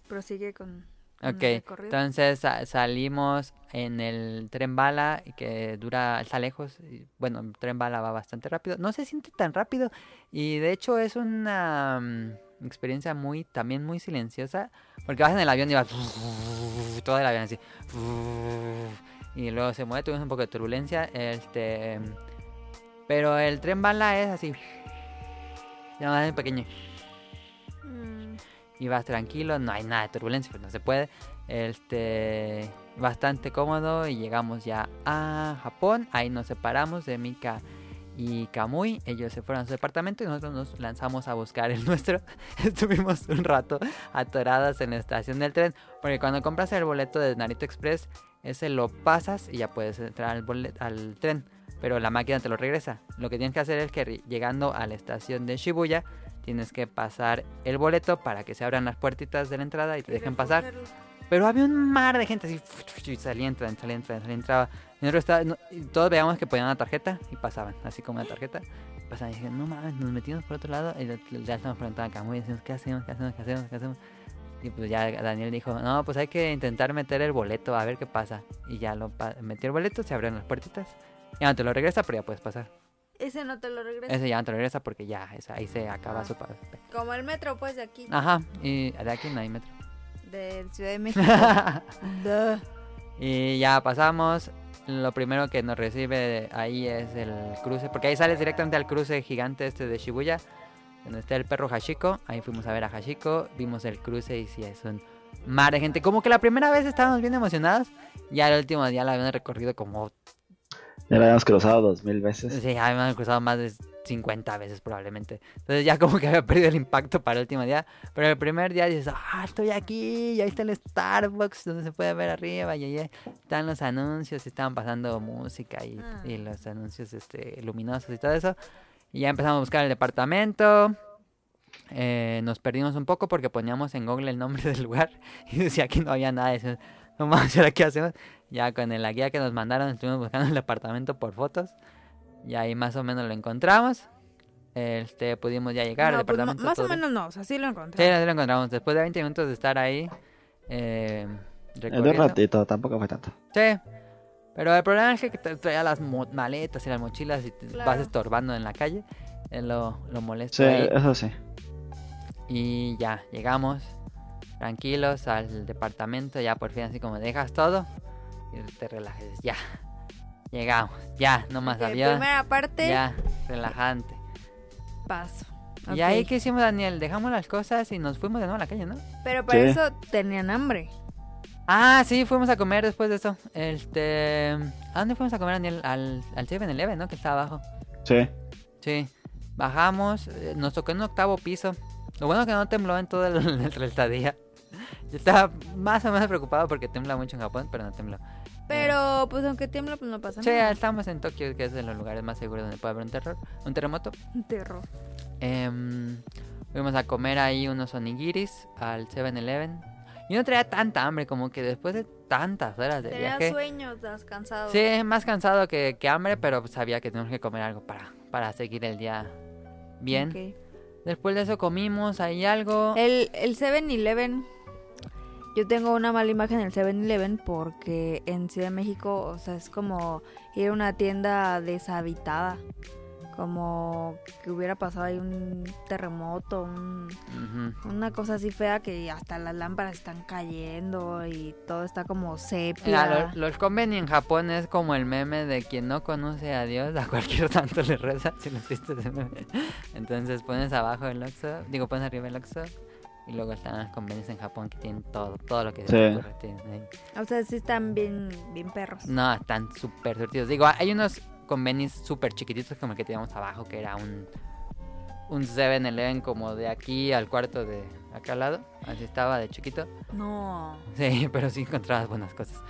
[SPEAKER 2] Prosigue con, con
[SPEAKER 3] Ok,
[SPEAKER 2] el recorrido.
[SPEAKER 3] entonces sa- salimos en el tren bala que dura, está lejos. y, bueno, el tren bala va bastante rápido. No se siente tan rápido y de hecho es una mm, experiencia muy, también muy silenciosa porque vas en el avión y vas todo el avión así y luego se mueve, tuvimos un poco de turbulencia. Este, pero el tren bala es así, nada más es pequeño
[SPEAKER 2] Mm,
[SPEAKER 3] y vas tranquilo, no hay nada de turbulencia, pues no se puede. Este, bastante cómodo y llegamos ya a Japón. Ahí nos separamos de Mika y Kamui. Ellos se fueron a su departamento y nosotros nos lanzamos a buscar el nuestro. Estuvimos un rato atoradas en la estación del tren, porque cuando compras el boleto de Narito Express, ese lo pasas y ya puedes entrar al, bolet- al tren. Pero la máquina te lo regresa. Lo que tienes que hacer es que ri- llegando a la estación de Shibuya, tienes que pasar el boleto para que se abran las puertitas de la entrada y te dejen pasar. Pero había un mar de gente así, y salía, entraba, salía, entraba, salía, entraba. Y nosotros estaba- no- y todos veíamos que ponían una tarjeta y pasaban, así como una tarjeta. Pasaban y dije, no mames, nos metimos por otro lado y le- le- ya estamos preguntando a Camuy, decimos, ¿qué hacemos? ¿Qué hacemos? ¿Qué hacemos? ¿Qué hacemos? Y pues ya Daniel dijo, no, pues hay que intentar meter el boleto, a ver qué pasa. Y ya lo pa- metió el boleto, se abrieron las puertitas. Ya no te lo regresa, pero ya puedes pasar.
[SPEAKER 2] Ese no te lo regreso.
[SPEAKER 3] Ese ya no te lo regresa porque ya, esa- ahí se acaba
[SPEAKER 2] Ah.
[SPEAKER 3] su... pa-
[SPEAKER 2] Como el metro, pues, de aquí,
[SPEAKER 3] Ajá, y de aquí no hay metro.
[SPEAKER 2] de Ciudad de México. Duh.
[SPEAKER 3] Y ya pasamos. Lo primero que nos recibe ahí es el cruce, porque ahí sales directamente al cruce gigante este de Shibuya, donde está el perro Hashiko. Ahí fuimos a ver a Hashiko, vimos el cruce y sí, es un mar de gente. Como que la primera vez estábamos bien emocionados, ya el último día la habían recorrido como
[SPEAKER 4] Ya la habíamos cruzado dos mil veces.
[SPEAKER 3] Sí, ya me han cruzado más de 50 veces probablemente. Entonces ya como que había perdido el impacto para el último día. Pero el primer día dices, ah, estoy aquí, y ahí está el Starbucks donde se puede ver arriba, y ahí están los anuncios, y estaban pasando música y,
[SPEAKER 2] Ah.
[SPEAKER 3] y los anuncios este, luminosos y todo eso. Y ya empezamos a buscar el departamento. Eh, nos perdimos un poco porque poníamos en Google el nombre del lugar y decía aquí no había nada. Decíamos, no mames, ¿y ahora qué hacemos? Ya con la guía que nos mandaron estuvimos buscando el departamento por fotos. Y ahí más o menos lo encontramos. Este, pudimos ya llegar al
[SPEAKER 2] No, pues, ma-
[SPEAKER 3] departamento.
[SPEAKER 2] más o
[SPEAKER 3] todo bien.
[SPEAKER 2] menos no, o sea, sí lo
[SPEAKER 3] Sí,
[SPEAKER 2] encontré.
[SPEAKER 3] así lo encontramos. Después de 20 minutos de estar ahí. Eh,
[SPEAKER 4] En un
[SPEAKER 3] recorriendo.
[SPEAKER 4] ratito, tampoco fue tanto.
[SPEAKER 3] Sí. Pero el problema es que tra- traía las mo- maletas y las mochilas y te vas
[SPEAKER 2] Claro.
[SPEAKER 3] estorbando en la calle. Es lo, lo molesto.
[SPEAKER 4] Sí,
[SPEAKER 3] ahí.
[SPEAKER 4] eso sí.
[SPEAKER 3] Y ya, llegamos tranquilos al departamento, ya por fin así como dejas todo y te relajes, ya. Llegamos, ya, no más
[SPEAKER 2] Ok,
[SPEAKER 3] avión,
[SPEAKER 2] primera parte,
[SPEAKER 3] ya, relajante.
[SPEAKER 2] paso.
[SPEAKER 3] Y ahí
[SPEAKER 2] Ok.
[SPEAKER 3] que hicimos Daniel, dejamos las cosas y nos fuimos de nuevo a la calle, ¿no?
[SPEAKER 2] Pero para
[SPEAKER 4] Sí.
[SPEAKER 2] eso tenían hambre.
[SPEAKER 3] Ah, sí, fuimos a comer después de eso. Este, ¿a dónde fuimos a comer Daniel? Al al 7-Eleven, ¿no? Que está abajo.
[SPEAKER 4] Sí.
[SPEAKER 3] Sí, bajamos, eh, nos tocó en un octavo piso. Lo bueno que no tembló en toda el- nuestra estadía. Yo estaba más o menos preocupado porque tembla mucho en Japón, pero no tembló. Eh,
[SPEAKER 2] Pero pues aunque tiembla, pues no pasa
[SPEAKER 3] Sí,
[SPEAKER 2] nada.
[SPEAKER 3] estamos en Tokio, que es de los lugares más seguros donde puede haber un terror, un terremoto.
[SPEAKER 2] Un terror.
[SPEAKER 3] Em, fuimos a comer ahí unos onigiris al 7-Eleven. Yo no traía tanta hambre, como que después de tantas horas de
[SPEAKER 2] Tenía
[SPEAKER 3] viaje.
[SPEAKER 2] sueños, estás cansado.
[SPEAKER 3] Sí, más cansado que, que hambre, pero sabía que tenemos que comer algo para, para seguir el día bien.
[SPEAKER 2] Ok.
[SPEAKER 3] Después de eso comimos ahí algo.
[SPEAKER 2] El, el 7-Eleven. Yo tengo una mala imagen del 7-Eleven porque en Ciudad de México, o sea, es como ir a una tienda deshabitada. Como que hubiera pasado ahí un terremoto, un-
[SPEAKER 3] Ujú.
[SPEAKER 2] una cosa así fea que hasta las lámparas están cayendo y todo está como
[SPEAKER 3] Mira, lo-
[SPEAKER 2] sepia.
[SPEAKER 3] los, conveni en Japón es como el meme de quien no conoce a Dios, a cualquier santo le reza, si lo has visto ese meme. Entonces pones abajo el Oxxo, digo, pones arriba el Oxxo y luego están los convenios en Japón que tienen todo, todo lo que se
[SPEAKER 4] Sí.
[SPEAKER 3] te ocurre, tienen ahí.
[SPEAKER 2] O sea, sí están bien, bien perros.
[SPEAKER 3] No, están súper surtidos. Digo, hay unos convenios súper chiquititos como el que teníamos abajo, que era un, un 7-Eleven como de aquí al cuarto de acá al lado. Así estaba de chiquito.
[SPEAKER 2] No.
[SPEAKER 3] Sí, pero sí encontrabas buenas cosas.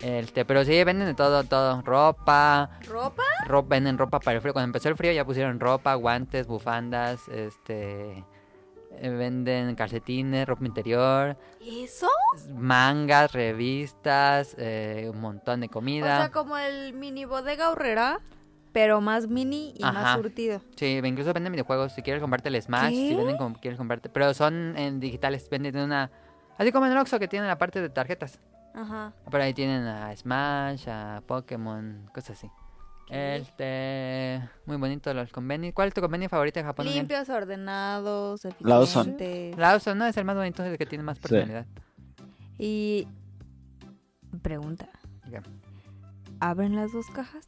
[SPEAKER 3] Este, pero sí, venden de todo, todo. Ropa,
[SPEAKER 2] ¿Ropa?
[SPEAKER 3] ropa, venden ropa para el frío. Cuando empezó el frío ya pusieron ropa, guantes, bufandas, este... eh, Venden calcetines, ropa interior,
[SPEAKER 2] ¿Eso?
[SPEAKER 3] mangas, revistas, eh, un montón de
[SPEAKER 2] O
[SPEAKER 3] comida.
[SPEAKER 2] sea, como el mini bodega horrera, pero más mini y más
[SPEAKER 3] Ajá.
[SPEAKER 2] surtido.
[SPEAKER 3] Sí, incluso venden videojuegos. Si quieres comprarte el Smash,
[SPEAKER 2] ¿Qué?
[SPEAKER 3] si venden como quieres comprarte. Pero son en digitales, venden una. Así como en el Oxxo que tienen la parte de tarjetas.
[SPEAKER 2] Ajá.
[SPEAKER 3] Por ahí tienen a Smash, a Pokémon, cosas así.
[SPEAKER 2] ¿Qué?
[SPEAKER 3] Este. Muy bonito los convenios. ¿Cuál es tu convenio favorito en Japón? Daniel?
[SPEAKER 2] Limpios, ordenados,
[SPEAKER 4] Lawson.
[SPEAKER 2] eficientes.
[SPEAKER 3] Lawson, ¿no? Es el más bonito, es el que tiene más personalidad.
[SPEAKER 2] Y pregunta.
[SPEAKER 3] Ya.
[SPEAKER 2] ¿Abren las dos cajas?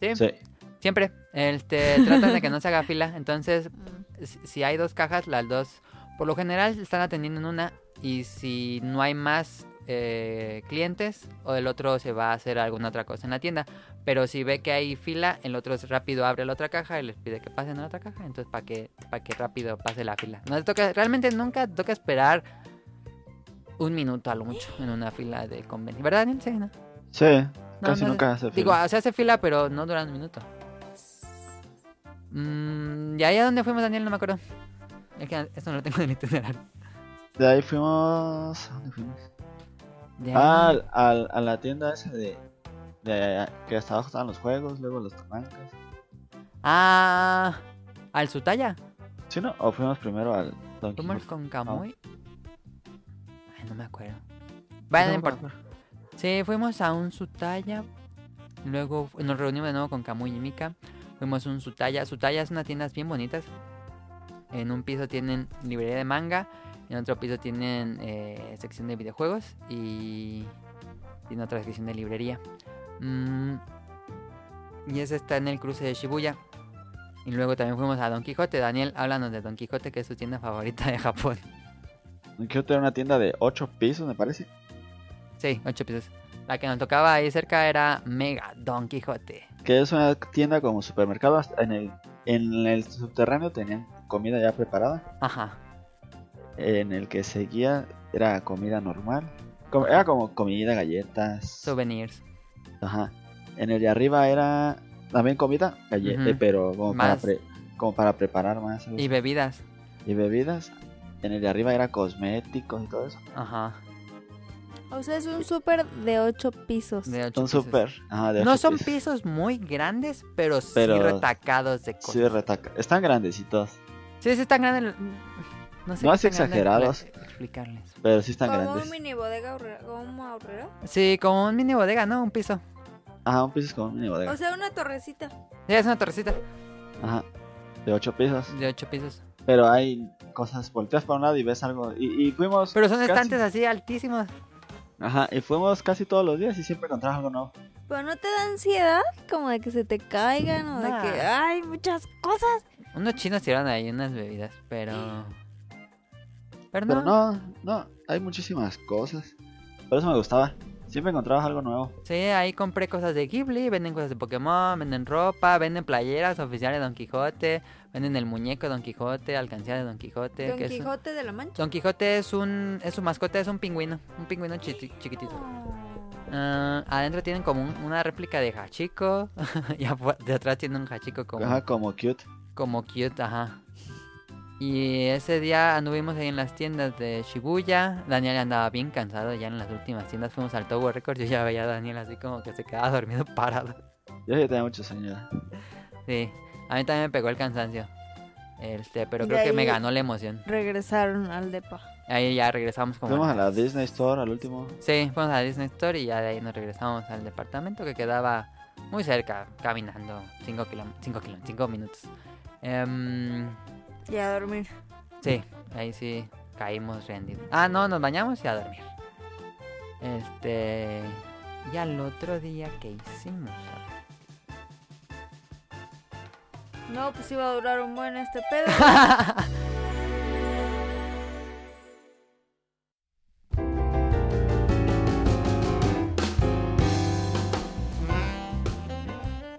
[SPEAKER 3] Sí,
[SPEAKER 4] Sí.
[SPEAKER 3] siempre. Este, tratan de que no se haga fila. Entonces,
[SPEAKER 2] Mm.
[SPEAKER 3] si si hay dos cajas, las dos, por lo general están atendiendo en una y si no hay más eh, clientes o el otro se va a hacer alguna otra cosa en la tienda. Pero si ve que hay fila, el otro es rápido abre la otra caja y les pide que pasen a la otra caja. Entonces, para que, para que rápido pase la fila. No te toca, realmente nunca toca esperar un minuto a lo mucho en una fila de convenio. ¿Verdad, Daniel? Sí, ¿no?
[SPEAKER 4] Sí.
[SPEAKER 3] No,
[SPEAKER 4] Casi
[SPEAKER 3] no,
[SPEAKER 4] nunca hace
[SPEAKER 3] Digo, ah.
[SPEAKER 4] fila.
[SPEAKER 3] se hace fila, pero no duran un minuto. Mm, ¿Y ahí a dónde fuimos, Daniel? No me acuerdo. Es que esto no lo tengo en el itinerario.
[SPEAKER 4] De ahí fuimos. ¿a ¿Dónde fuimos?
[SPEAKER 3] De ahí-
[SPEAKER 4] Ah, al, al- a la tienda esa de, de- que hasta abajo estaban los juegos, luego los tamancas.
[SPEAKER 3] Ah, al Sutaya.
[SPEAKER 4] ¿Sí no? ¿O fuimos primero al Don
[SPEAKER 3] Fuimos
[SPEAKER 4] Quijote?
[SPEAKER 3] con Kamui. Ay, no me acuerdo.
[SPEAKER 4] No
[SPEAKER 3] Vaya,
[SPEAKER 4] me
[SPEAKER 3] no importa.
[SPEAKER 4] acuerdo.
[SPEAKER 3] Sí, fuimos a un Sutaya. Luego fu- nos reunimos de nuevo con Kamui y Mika. Fuimos a un Sutaya. Sutaya es unas tiendas bien bonitas. En un piso tienen librería de manga. En otro piso tienen eh, sección de videojuegos. Y tiene otra sección de librería. Mm, y esa está en el cruce de Shibuya. Y luego también fuimos a Don Quijote. Daniel, háblanos de Don Quijote, que es su tienda favorita de Japón.
[SPEAKER 4] Don Quijote era una tienda de 8 pisos, me parece.
[SPEAKER 3] Sí, ocho pisos. La que nos tocaba ahí cerca era Mega Don Quijote.
[SPEAKER 4] Que es una tienda como supermercado hasta en el En el subterráneo tenían comida ya preparada.
[SPEAKER 3] Ajá.
[SPEAKER 4] En el que seguía era comida normal. Com- Era como comida, galletas.
[SPEAKER 3] Souvenirs.
[SPEAKER 4] Ajá. En el de arriba era también comida, galletas,
[SPEAKER 3] Ujú.
[SPEAKER 4] pero como para,
[SPEAKER 3] Más.
[SPEAKER 4] pre- como para preparar más. algo
[SPEAKER 3] Y
[SPEAKER 4] así.
[SPEAKER 3] bebidas.
[SPEAKER 4] y bebidas. En el de arriba era cosméticos y todo eso.
[SPEAKER 3] Ajá.
[SPEAKER 2] O sea, es un súper de ocho pisos.
[SPEAKER 3] De ocho
[SPEAKER 4] Son
[SPEAKER 3] pisos.
[SPEAKER 4] súper. Ajá, de
[SPEAKER 3] No
[SPEAKER 4] ocho
[SPEAKER 3] son
[SPEAKER 4] pisos.
[SPEAKER 3] pisos muy grandes, pero, sí
[SPEAKER 4] Pero-
[SPEAKER 3] retacados de cosas.
[SPEAKER 4] Sí, retaca. Están grandecitos,
[SPEAKER 3] Sí, sí están grandes. No sé
[SPEAKER 4] No
[SPEAKER 3] qué
[SPEAKER 4] así
[SPEAKER 3] tan grande
[SPEAKER 4] exagerados.
[SPEAKER 3] expli- Explicarles.
[SPEAKER 4] pero sí están
[SPEAKER 2] Como
[SPEAKER 4] grandes.
[SPEAKER 2] un mini bodega horrera- como ahorrera.
[SPEAKER 3] Sí, como un mini bodega, ¿no? Un piso.
[SPEAKER 4] Ajá, un piso es como un mini bodega.
[SPEAKER 2] O sea, una torrecita.
[SPEAKER 3] Sí, es una torrecita
[SPEAKER 4] Ajá. De ocho pisos.
[SPEAKER 3] de ocho pisos.
[SPEAKER 4] Pero hay cosas, volteas para un lado y ves algo. Y, y fuimos.
[SPEAKER 3] Pero son
[SPEAKER 4] casi-
[SPEAKER 3] estantes así altísimos.
[SPEAKER 4] Ajá, y fuimos casi todos los días y siempre encontramos algo nuevo.
[SPEAKER 2] Pero no te da ansiedad como de que se te caigan o de
[SPEAKER 3] Nah.
[SPEAKER 2] que hay muchas cosas.
[SPEAKER 3] Unos chinos tiraron ahí unas bebidas, pero. Pero no.
[SPEAKER 4] Pero no, no, hay muchísimas cosas. Por eso me gustaba. Siempre encontrabas algo nuevo.
[SPEAKER 3] Sí, ahí compré cosas de Ghibli, venden cosas de Pokémon, venden ropa, venden playeras oficiales de Don Quijote, venden el muñeco de Don Quijote, alcancía de Don Quijote.
[SPEAKER 2] Don
[SPEAKER 3] que es un-
[SPEAKER 2] Quijote de la Mancha.
[SPEAKER 3] Don Quijote es un. Es su mascota, es un pingüino. Un pingüino chiqui- chiquitito. Ah, adentro tienen como un- una réplica de Hachiko. y afu- de atrás tiene un Hachiko como,
[SPEAKER 4] Ajá, como cute.
[SPEAKER 3] como cute, ajá. Y ese día anduvimos ahí en las tiendas de Shibuya. Daniel andaba bien cansado ya en las últimas tiendas. Fuimos al Tower Records. Yo ya veía a Daniel así como que se quedaba dormido parado.
[SPEAKER 4] Yo ya tenía mucho sueño. ya.
[SPEAKER 3] Sí, a mí también me pegó el cansancio. Este, pero
[SPEAKER 2] Y
[SPEAKER 3] creo
[SPEAKER 2] de
[SPEAKER 3] que me
[SPEAKER 2] ahí-
[SPEAKER 3] ganó la emoción.
[SPEAKER 2] Regresaron al depa.
[SPEAKER 3] Ahí ya regresamos como.
[SPEAKER 4] Fuimos a la
[SPEAKER 3] las-
[SPEAKER 4] Disney Store al último.
[SPEAKER 3] Sí, fuimos a la Disney Store y ya de ahí nos regresamos al departamento que quedaba muy cerca, caminando 5 kilómetros, 5 minutos. Em,
[SPEAKER 2] Y a dormir.
[SPEAKER 3] sí, ahí sí caímos rendidos. Ah, no, nos bañamos y a dormir. Este... Y al otro día, ¿qué hicimos?
[SPEAKER 2] No, pues iba a durar un buen este pedo.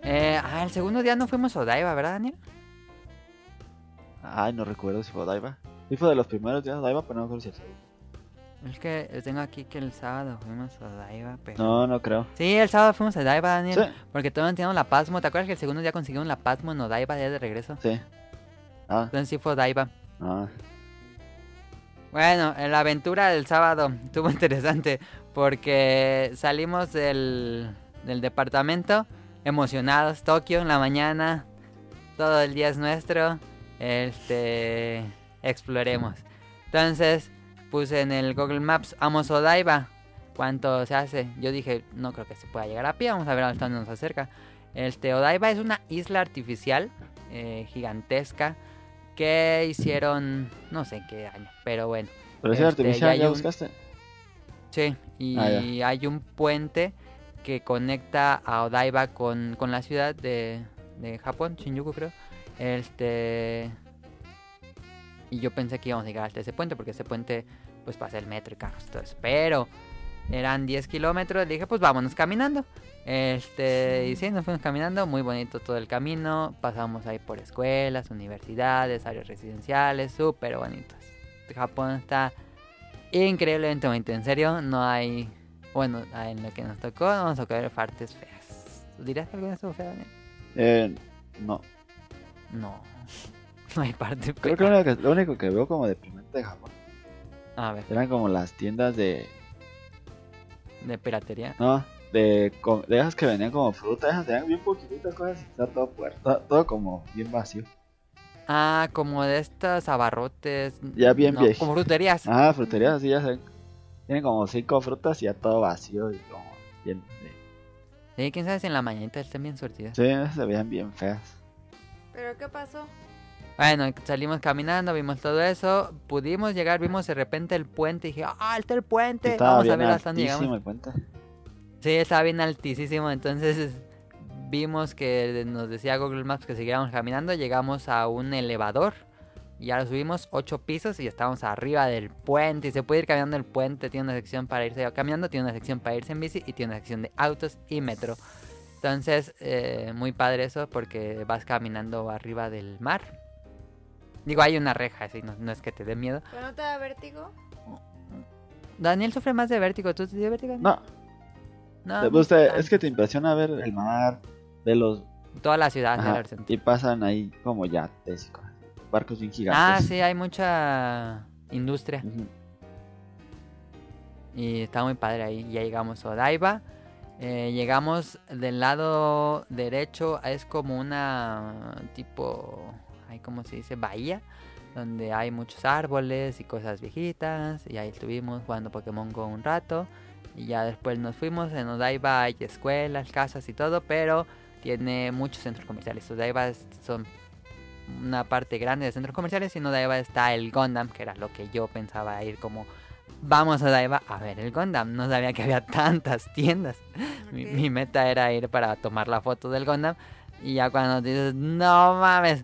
[SPEAKER 3] Eh, ah, el segundo día no fuimos a Odaiba, ¿verdad, Daniel?
[SPEAKER 4] Ay, no recuerdo si fue a Daiba. Sí fue de los primeros días a Daiba, pero no recuerdo si el segundo.
[SPEAKER 3] Es que tengo aquí que el sábado fuimos a Odaiba, pero...
[SPEAKER 4] No, no creo.
[SPEAKER 3] Sí, el sábado fuimos a Odaiba, Daniel.
[SPEAKER 4] Sí,
[SPEAKER 3] Porque todos teníamos la Pasmo. ¿Te acuerdas que el segundo día conseguimos la Pasmo en Odaiba ya de regreso?
[SPEAKER 4] sí. Ah,
[SPEAKER 3] Entonces sí fue Odaiba.
[SPEAKER 4] ah.
[SPEAKER 3] Bueno, eh, la aventura del sábado estuvo interesante porque salimos del, del departamento emocionados. Tokio en la mañana, todo el día es nuestro. Este, exploremos. Entonces puse en el Google Maps Amos Odaiba. ¿Cuánto se hace? Yo dije, no creo que se pueda llegar a pie. Vamos a ver hasta dónde nos acerca. Este, Odaiba es una isla artificial eh, gigantesca que hicieron no sé qué año, pero bueno.
[SPEAKER 4] Pero si es
[SPEAKER 3] Este, ya
[SPEAKER 4] artificial,
[SPEAKER 3] hay
[SPEAKER 4] ¿ya
[SPEAKER 3] un-
[SPEAKER 4] buscaste?
[SPEAKER 3] Sí, y
[SPEAKER 4] Ah,
[SPEAKER 3] hay un puente que conecta a Odaiba con, con la ciudad de, de Japón, Shinjuku creo. Este... Y yo pensé que íbamos a llegar hasta ese puente, porque ese puente pues pasa el metro y carros y todo eso. Pero eran 10 kilómetros, dije pues vámonos caminando. Este, y sí, nos fuimos caminando, muy bonito todo el camino. Pasamos ahí por escuelas, universidades, áreas residenciales, súper bonitas. Japón está increíblemente bonito, en serio, no hay... Bueno, en lo que nos tocó, vamos a ver partes feas. ¿Dirías que alguna estuvo fea, Daniel?
[SPEAKER 4] Eh, no.
[SPEAKER 3] No, no hay parte fea.
[SPEAKER 4] Creo que lo único que, lo único que veo como deprimente de Japón
[SPEAKER 3] A ver,
[SPEAKER 4] eran como las tiendas de.
[SPEAKER 3] de piratería.
[SPEAKER 4] No, de, co- de esas que venían como fruta, esas tenían bien poquititas cosas y está todo puer- todo, todo como bien vacío.
[SPEAKER 3] Ah, como de estos abarrotes.
[SPEAKER 4] Ya bien
[SPEAKER 3] no,
[SPEAKER 4] viejo.
[SPEAKER 3] Como fruterías.
[SPEAKER 4] Ah, fruterías así ya se ven. Tienen como cinco frutas y ya todo vacío y como bien. de-
[SPEAKER 3] Sí, quién sabe si en la mañanita estén bien surtidas.
[SPEAKER 4] Sí, esas se veían bien feas.
[SPEAKER 2] ¿Pero qué pasó?
[SPEAKER 3] Bueno, salimos caminando, vimos todo eso. Pudimos llegar, vimos de repente el puente. Y dije, ah, está el puente.
[SPEAKER 4] Estaba
[SPEAKER 3] Vamos a
[SPEAKER 4] bien
[SPEAKER 3] ver hasta dónde llegamos.
[SPEAKER 4] altísimo el puente.
[SPEAKER 3] Sí, estaba bien altísimo, entonces vimos que nos decía Google Maps que siguiéramos caminando, llegamos a un elevador y ahora subimos ocho pisos y estábamos arriba del puente y se puede ir caminando el puente, tiene una sección para irse caminando, tiene una sección para irse en bici y tiene una sección de autos y metro. Entonces, eh, muy padre eso porque vas caminando arriba del mar. Digo, hay una reja, así, no, no es que te dé miedo.
[SPEAKER 2] ¿Pero no te da vértigo?
[SPEAKER 3] Daniel sufre más de vértigo. ¿Tú te dio vértigo? Daniel?
[SPEAKER 4] No,
[SPEAKER 3] No,
[SPEAKER 4] te-
[SPEAKER 3] no
[SPEAKER 4] pues te-
[SPEAKER 3] tanto.
[SPEAKER 4] es que te impresiona ver el mar, de los...
[SPEAKER 3] Toda la ciudad
[SPEAKER 4] ajá,
[SPEAKER 3] del Argentino.
[SPEAKER 4] y pasan ahí como yates, y cosas, barcos bien
[SPEAKER 3] Ah,
[SPEAKER 4] gigantes.
[SPEAKER 3] sí, hay mucha industria.
[SPEAKER 4] Ujú.
[SPEAKER 3] Y está muy padre ahí. Ya llegamos a Odaiba. Eh, llegamos del lado derecho. Es como una tipo. Hay como se dice, bahía. Donde hay muchos árboles y cosas viejitas. Y ahí estuvimos jugando Pokémon Go un rato. Y ya después nos fuimos. En Odaiba hay escuelas, casas y todo. Pero tiene muchos centros comerciales. Odaiba es- son una parte grande de centros comerciales. Y en Odaiba está el Gundam. Que era lo que yo pensaba ir como Vamos a Daiba a ver el Gundam. No sabía que había tantas tiendas. Mi,
[SPEAKER 2] Ok.
[SPEAKER 3] mi meta era ir para tomar la foto del Gundam. Y ya cuando dices, no mames,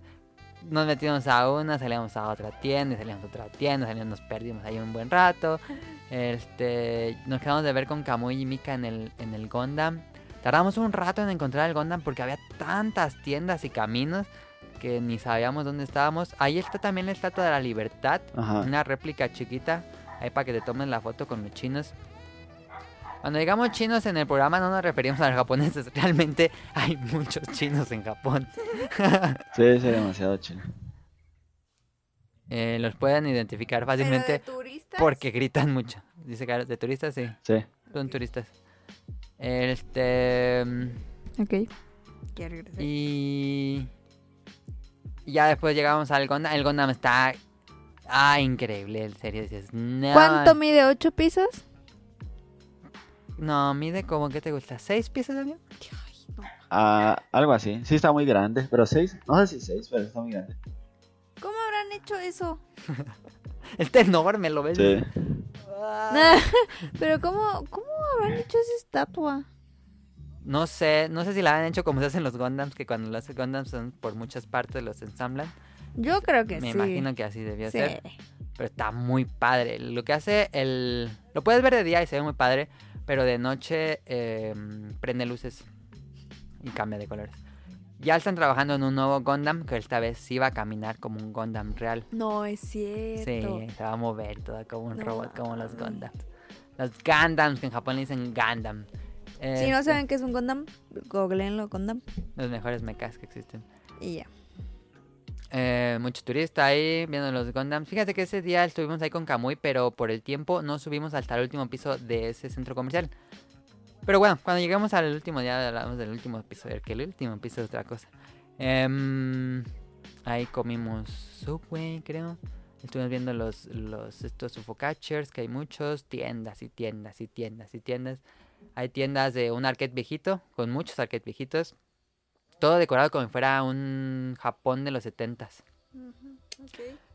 [SPEAKER 3] nos metimos a una, salíamos a otra tienda, y salíamos a otra tienda, salíamos, nos perdimos ahí un buen rato. Este, nos quedamos de ver con Kamui y Mika en el, en el Gundam. Tardamos un rato en encontrar el Gundam porque había tantas tiendas y caminos que ni sabíamos dónde estábamos. Ahí está también la Estatua de la Libertad
[SPEAKER 4] Ajá.
[SPEAKER 3] una réplica chiquita ahí para que te tomen la foto con los chinos. Cuando digamos chinos en el programa no nos referimos a los japoneses, realmente hay muchos chinos en Japón.
[SPEAKER 4] Sí, sí, demasiado chido.
[SPEAKER 3] Eh, los pueden identificar
[SPEAKER 2] ¿Pero de
[SPEAKER 3] fácilmente
[SPEAKER 2] turistas?
[SPEAKER 3] porque gritan mucho. Dice que de turistas, sí,
[SPEAKER 4] Sí.
[SPEAKER 3] son turistas. Este...
[SPEAKER 2] Ok. Quiero regresar.
[SPEAKER 3] Y... y Ya después llegamos al Gondam. El Gondam está... Ah, increíble, en serio. Dices, no,
[SPEAKER 2] ¿Cuánto mide? ¿Ocho pisos?
[SPEAKER 3] No, mide como que te gusta. ¿Seis piezas de avión?
[SPEAKER 4] Ah, algo así. Sí, está muy grande. Pero seis, no sé si seis, pero está muy grande.
[SPEAKER 2] ¿Cómo habrán hecho eso?
[SPEAKER 3] Está enorme, ¿lo ves?
[SPEAKER 4] Sí.
[SPEAKER 2] Ah. Pero ¿cómo, ¿cómo habrán hecho esa estatua?
[SPEAKER 3] No sé, no sé si la han hecho como se hacen los Gundams, que cuando los Gundams son por muchas partes los ensamblan.
[SPEAKER 2] Yo creo que
[SPEAKER 3] Me
[SPEAKER 2] sí.
[SPEAKER 3] imagino que así debió
[SPEAKER 2] Sí.
[SPEAKER 3] ser. Pero está muy padre. Lo que hace el... Lo puedes ver de día y se ve muy padre, pero de noche eh, prende luces y cambia de colores. Ya están trabajando en un nuevo Gundam, que esta vez sí va a caminar como un Gundam real.
[SPEAKER 2] No, es cierto.
[SPEAKER 3] Sí, se va a mover todo como un
[SPEAKER 2] No
[SPEAKER 3] robot, como los
[SPEAKER 2] mames.
[SPEAKER 3] Gundams. Los Gundams, que en Japón le dicen Gundam.
[SPEAKER 2] Si no
[SPEAKER 3] Este,
[SPEAKER 2] saben que es un Gundam, googleenlo Gundam
[SPEAKER 3] Los mejores mechas que existen.
[SPEAKER 2] y ya.
[SPEAKER 3] Eh, mucho turista ahí viendo los Gundams. Fíjate que ese día estuvimos ahí con Kamui, pero por el tiempo no subimos hasta el último piso de ese centro comercial. Pero bueno, cuando lleguemos al último día hablamos del último piso, que el último piso es otra cosa. Em, ahí comimos Subway, creo. Estuvimos viendo los, los estos Ufocatchers, que hay muchos, tiendas y tiendas y tiendas y tiendas. Hay tiendas de un arcade viejito, con muchos arcade viejitos. Todo decorado como si fuera un Japón de los 70s.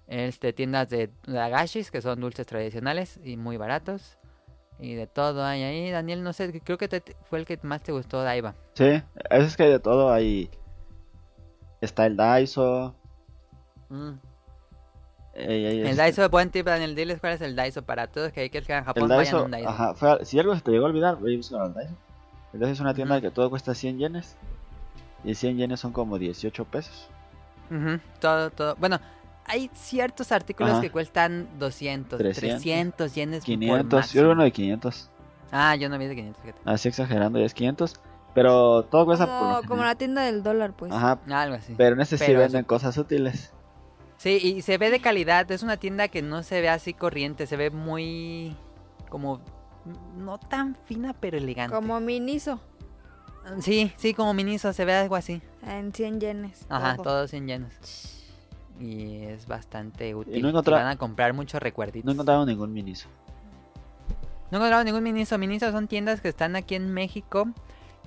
[SPEAKER 3] Este, tiendas de agashis, que son dulces tradicionales y muy baratos. Y de todo hay ahí. Daniel, no sé, creo que te- fue el que más te gustó Daiba.
[SPEAKER 4] Sí, es que hay de todo. Ahí está el Daiso. Mm. eh, ahí
[SPEAKER 3] El
[SPEAKER 4] está-
[SPEAKER 3] Daiso, buen tip, Daniel. Diles cuál es el Daiso para todos que hay que ir a Japón.
[SPEAKER 4] El
[SPEAKER 3] vayan a
[SPEAKER 4] Daiso,
[SPEAKER 3] un Daiso.
[SPEAKER 4] ajá, fue a- si algo se te llegó a olvidar, voy a buscar al Daiso. El Daiso es una tienda
[SPEAKER 3] Ujú.
[SPEAKER 4] que todo cuesta 100 yenes. Y 100 yenes son como 18 pesos.
[SPEAKER 3] Ujú, Todo, todo. Bueno, hay ciertos artículos
[SPEAKER 4] Ajá.
[SPEAKER 3] que cuestan 200, 300,
[SPEAKER 4] 300,
[SPEAKER 3] yenes por
[SPEAKER 4] 500, yo era
[SPEAKER 3] máximo.
[SPEAKER 4] uno de 500.
[SPEAKER 3] Ah, yo no vi de 500, fíjate.
[SPEAKER 4] Así exagerando, ya es 500. Pero todo cuesta por lo
[SPEAKER 2] Como, como
[SPEAKER 4] general.
[SPEAKER 2] la tienda del dólar, pues.
[SPEAKER 4] Ajá,
[SPEAKER 3] Algo así.
[SPEAKER 4] pero en este sí
[SPEAKER 3] Pero
[SPEAKER 4] venden cosas útiles.
[SPEAKER 3] Sí, y se ve de calidad. Es una tienda que no se ve así corriente. Se ve muy. como. no tan fina, pero elegante.
[SPEAKER 2] Como Miniso,
[SPEAKER 3] Sí, sí, como Miniso. Se ve algo así.
[SPEAKER 2] en 100 yenes.
[SPEAKER 3] Ajá,
[SPEAKER 2] todo.
[SPEAKER 3] todos en llenos. Y es bastante útil.
[SPEAKER 4] encontra-
[SPEAKER 3] Se van a comprar muchos recuerditos.
[SPEAKER 4] No encontraron ningún miniso.
[SPEAKER 3] No he encontrado ningún Miniso. Miniso son tiendas que están aquí en México.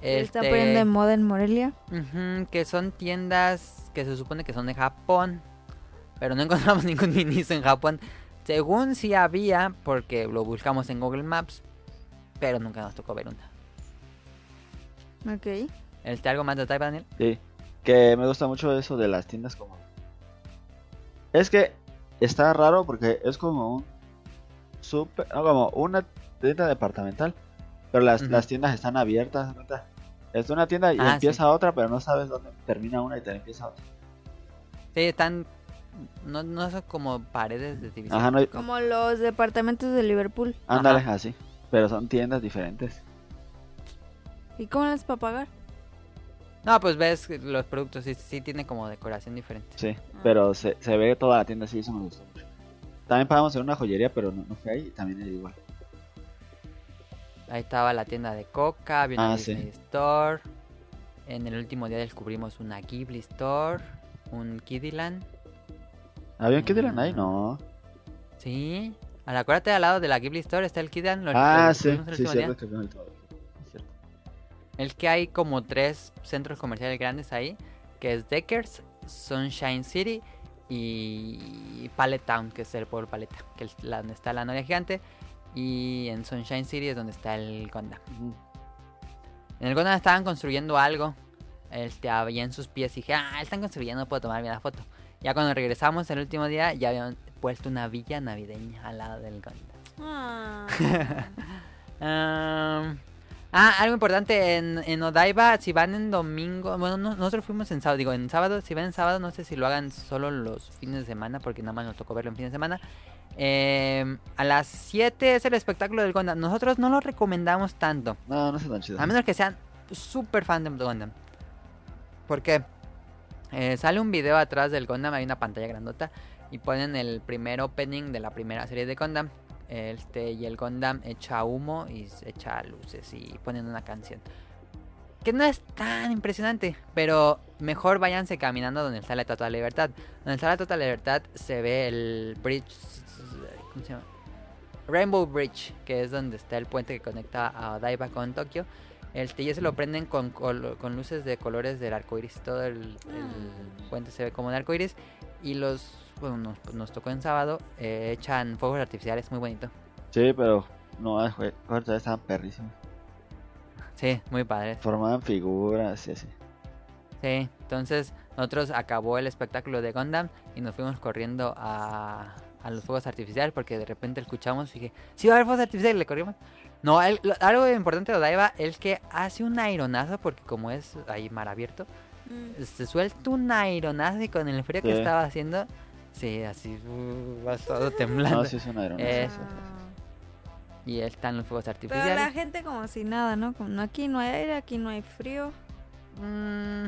[SPEAKER 2] Se Está
[SPEAKER 3] este,
[SPEAKER 2] poniendo de moda en Morelia.
[SPEAKER 3] ujú, que son tiendas que se supone que son de Japón. Pero no encontramos ningún Miniso en Japón. Según si había, porque lo buscamos en Google Maps. Pero nunca nos tocó ver una.
[SPEAKER 2] Ok.
[SPEAKER 3] Este, ¿Algo más de Taipa, Daniel?
[SPEAKER 4] Sí. Que me gusta mucho eso de las tiendas como... Es que está raro porque es como un... Super... no, como una tienda departamental. Pero las,
[SPEAKER 3] Ujú.
[SPEAKER 4] las tiendas están abiertas. neta. Es una tienda y
[SPEAKER 3] Ah,
[SPEAKER 4] empieza
[SPEAKER 3] sí.
[SPEAKER 4] otra, pero no sabes dónde termina una y te empieza otra.
[SPEAKER 3] Sí, están. No, no son como paredes de división.
[SPEAKER 4] Ajá, no hay-
[SPEAKER 2] Como los departamentos de Liverpool.
[SPEAKER 4] Ándale,
[SPEAKER 3] Ajá.
[SPEAKER 4] así. Pero son tiendas diferentes.
[SPEAKER 2] ¿Y cómo les para pagar?
[SPEAKER 3] No, pues ves que los productos, sí, sí tiene como decoración diferente.
[SPEAKER 4] Sí,
[SPEAKER 2] Ah.
[SPEAKER 4] pero se, se ve toda la tienda así, eso me gustó mucho. También pagamos en una joyería, pero no, no fue ahí, y también era igual.
[SPEAKER 3] Ahí estaba la tienda de Coca, había una
[SPEAKER 4] Ah,
[SPEAKER 3] Disney
[SPEAKER 4] sí.
[SPEAKER 3] Store. En el último día descubrimos una Ghibli Store, un Kiddyland.
[SPEAKER 4] ¿Había que tiran
[SPEAKER 3] Ah.
[SPEAKER 4] ahí? No.
[SPEAKER 3] Sí. A la cuarta al lado de la Ghibli Store está el Kiddyland. lo- lo
[SPEAKER 4] Ah,
[SPEAKER 3] que
[SPEAKER 4] sí,
[SPEAKER 3] tuvimos el
[SPEAKER 4] sí,
[SPEAKER 3] último
[SPEAKER 4] cierto
[SPEAKER 3] día.
[SPEAKER 4] que fue en el todo. Es cierto.
[SPEAKER 3] El que hay como tres centros comerciales grandes ahí, que es Deckers, Sunshine City y Pallet Town, que es el pueblo paleta, que es la- donde está la novia gigante. Y en Sunshine City es donde está el Gondam.
[SPEAKER 4] Ujú.
[SPEAKER 3] En el Gondam estaban construyendo algo. Este, había en sus pies y dije, ah, están construyendo, puedo tomar bien la foto. Ya cuando regresamos el último día, ya habían puesto una villa navideña al lado del Gondam.
[SPEAKER 2] Ah.
[SPEAKER 3] Am, ah, algo importante en, en Odaiba, si van en domingo, bueno, no- nosotros fuimos en sábado, digo, en sábado, si van en sábado, no sé si lo hagan solo los fines de semana, porque nada más nos tocó verlo en fin de semana. Em, a las 7 es el espectáculo del Gondam. Nosotros no lo recomendamos tanto.
[SPEAKER 4] No, no son tan chidas.
[SPEAKER 3] A menos que sean super fan del Gundam. Porque eh, sale un video atrás del Gundam, hay una pantalla grandota. Y ponen el primer opening de la primera serie de Gundam. Este, y el Gundam echa humo y s- echa luces y ponen una canción. Que no es tan impresionante, pero mejor váyanse caminando donde está la Estatua de la Libertad. Donde está la Estatua de la Libertad se ve el bridge... ¿Cómo se llama? Rainbow Bridge, que es donde está el puente que conecta a Odaiba con Tokio. Este, y se lo prenden con, col- con luces de colores del arco iris. Todo el, el puente se ve como un arco iris. Y los. Bueno, nos, pues, nos tocó en sábado. eh, echan fuegos artificiales, muy bonito.
[SPEAKER 4] Sí, pero no, ah, jue- ahorita estaban perrísimos.
[SPEAKER 3] Sí, muy padre.
[SPEAKER 4] Formaban figuras y así.
[SPEAKER 3] Sí, entonces nosotros acabó el espectáculo de Gundam y nos fuimos corriendo a, a los fuegos artificiales porque de repente escuchamos y dije, sí va a haber fuegos artificiales, le corrimos. No, él- lo- algo importante de Odaiba es que hace un aironazo porque como es ahí mar abierto,
[SPEAKER 2] Mm.
[SPEAKER 3] se suelta un aironazo y con el frío que
[SPEAKER 4] Sí.
[SPEAKER 3] estaba haciendo, sí, así uh, vas todo temblando.
[SPEAKER 4] No, sí es una aeronave.
[SPEAKER 3] Eh,
[SPEAKER 4] sí, sí,
[SPEAKER 2] Ah.
[SPEAKER 3] Y pues ahí están los fuegos
[SPEAKER 2] Pero
[SPEAKER 3] artificiales.
[SPEAKER 2] la gente como si nada, ¿no? Como, no, aquí no hay aire, aquí no hay frío.
[SPEAKER 3] Mm,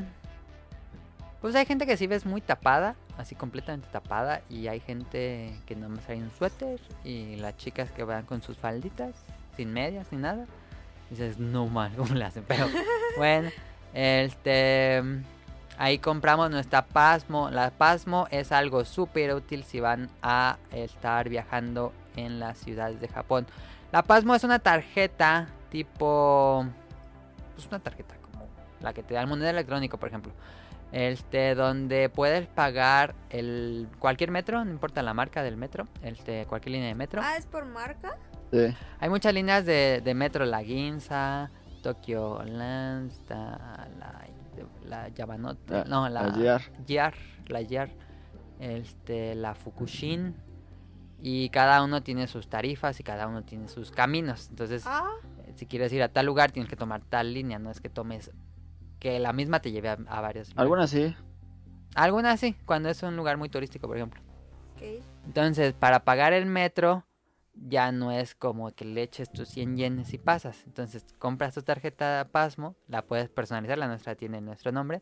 [SPEAKER 3] Pues hay gente que sí ves muy tapada, así completamente tapada, y hay gente que nomás trae un suéter, y las chicas que van con sus falditas, sin medias, ni nada. Y dices, no mal, ¿cómo le hacen? Pero bueno, este... Ahí compramos nuestra Pasmo. La Pasmo es algo súper útil si van a estar viajando en las ciudades de Japón. La Pasmo es una tarjeta tipo... Pues una tarjeta como la que te da el moneda electrónico, por ejemplo. Este, donde puedes pagar el cualquier metro, no importa la marca del metro, este, cualquier línea de metro.
[SPEAKER 2] Ah, ¿es por marca?
[SPEAKER 4] sí.
[SPEAKER 3] Hay muchas líneas de, de metro, la Ginza, Tokyo Land, está la, la Yamanote,
[SPEAKER 4] La-
[SPEAKER 3] no, la,
[SPEAKER 4] la GR.
[SPEAKER 3] GR, la GR, este, la Fukushin, y cada uno tiene sus tarifas y cada uno tiene sus caminos, entonces
[SPEAKER 2] Ah,
[SPEAKER 3] eh, si quieres ir a tal lugar tienes que tomar tal línea, no es que tomes, que la misma te lleve a, a varios. lugares.
[SPEAKER 4] Algunas sí.
[SPEAKER 3] Algunas sí, cuando es un lugar muy turístico, por ejemplo.
[SPEAKER 2] ok.
[SPEAKER 3] Entonces, para pagar el metro, ya no es como que le eches tus 100 yenes y pasas. Entonces, compras tu tarjeta Pasmo, la puedes personalizar, la nuestra tiene nuestro nombre.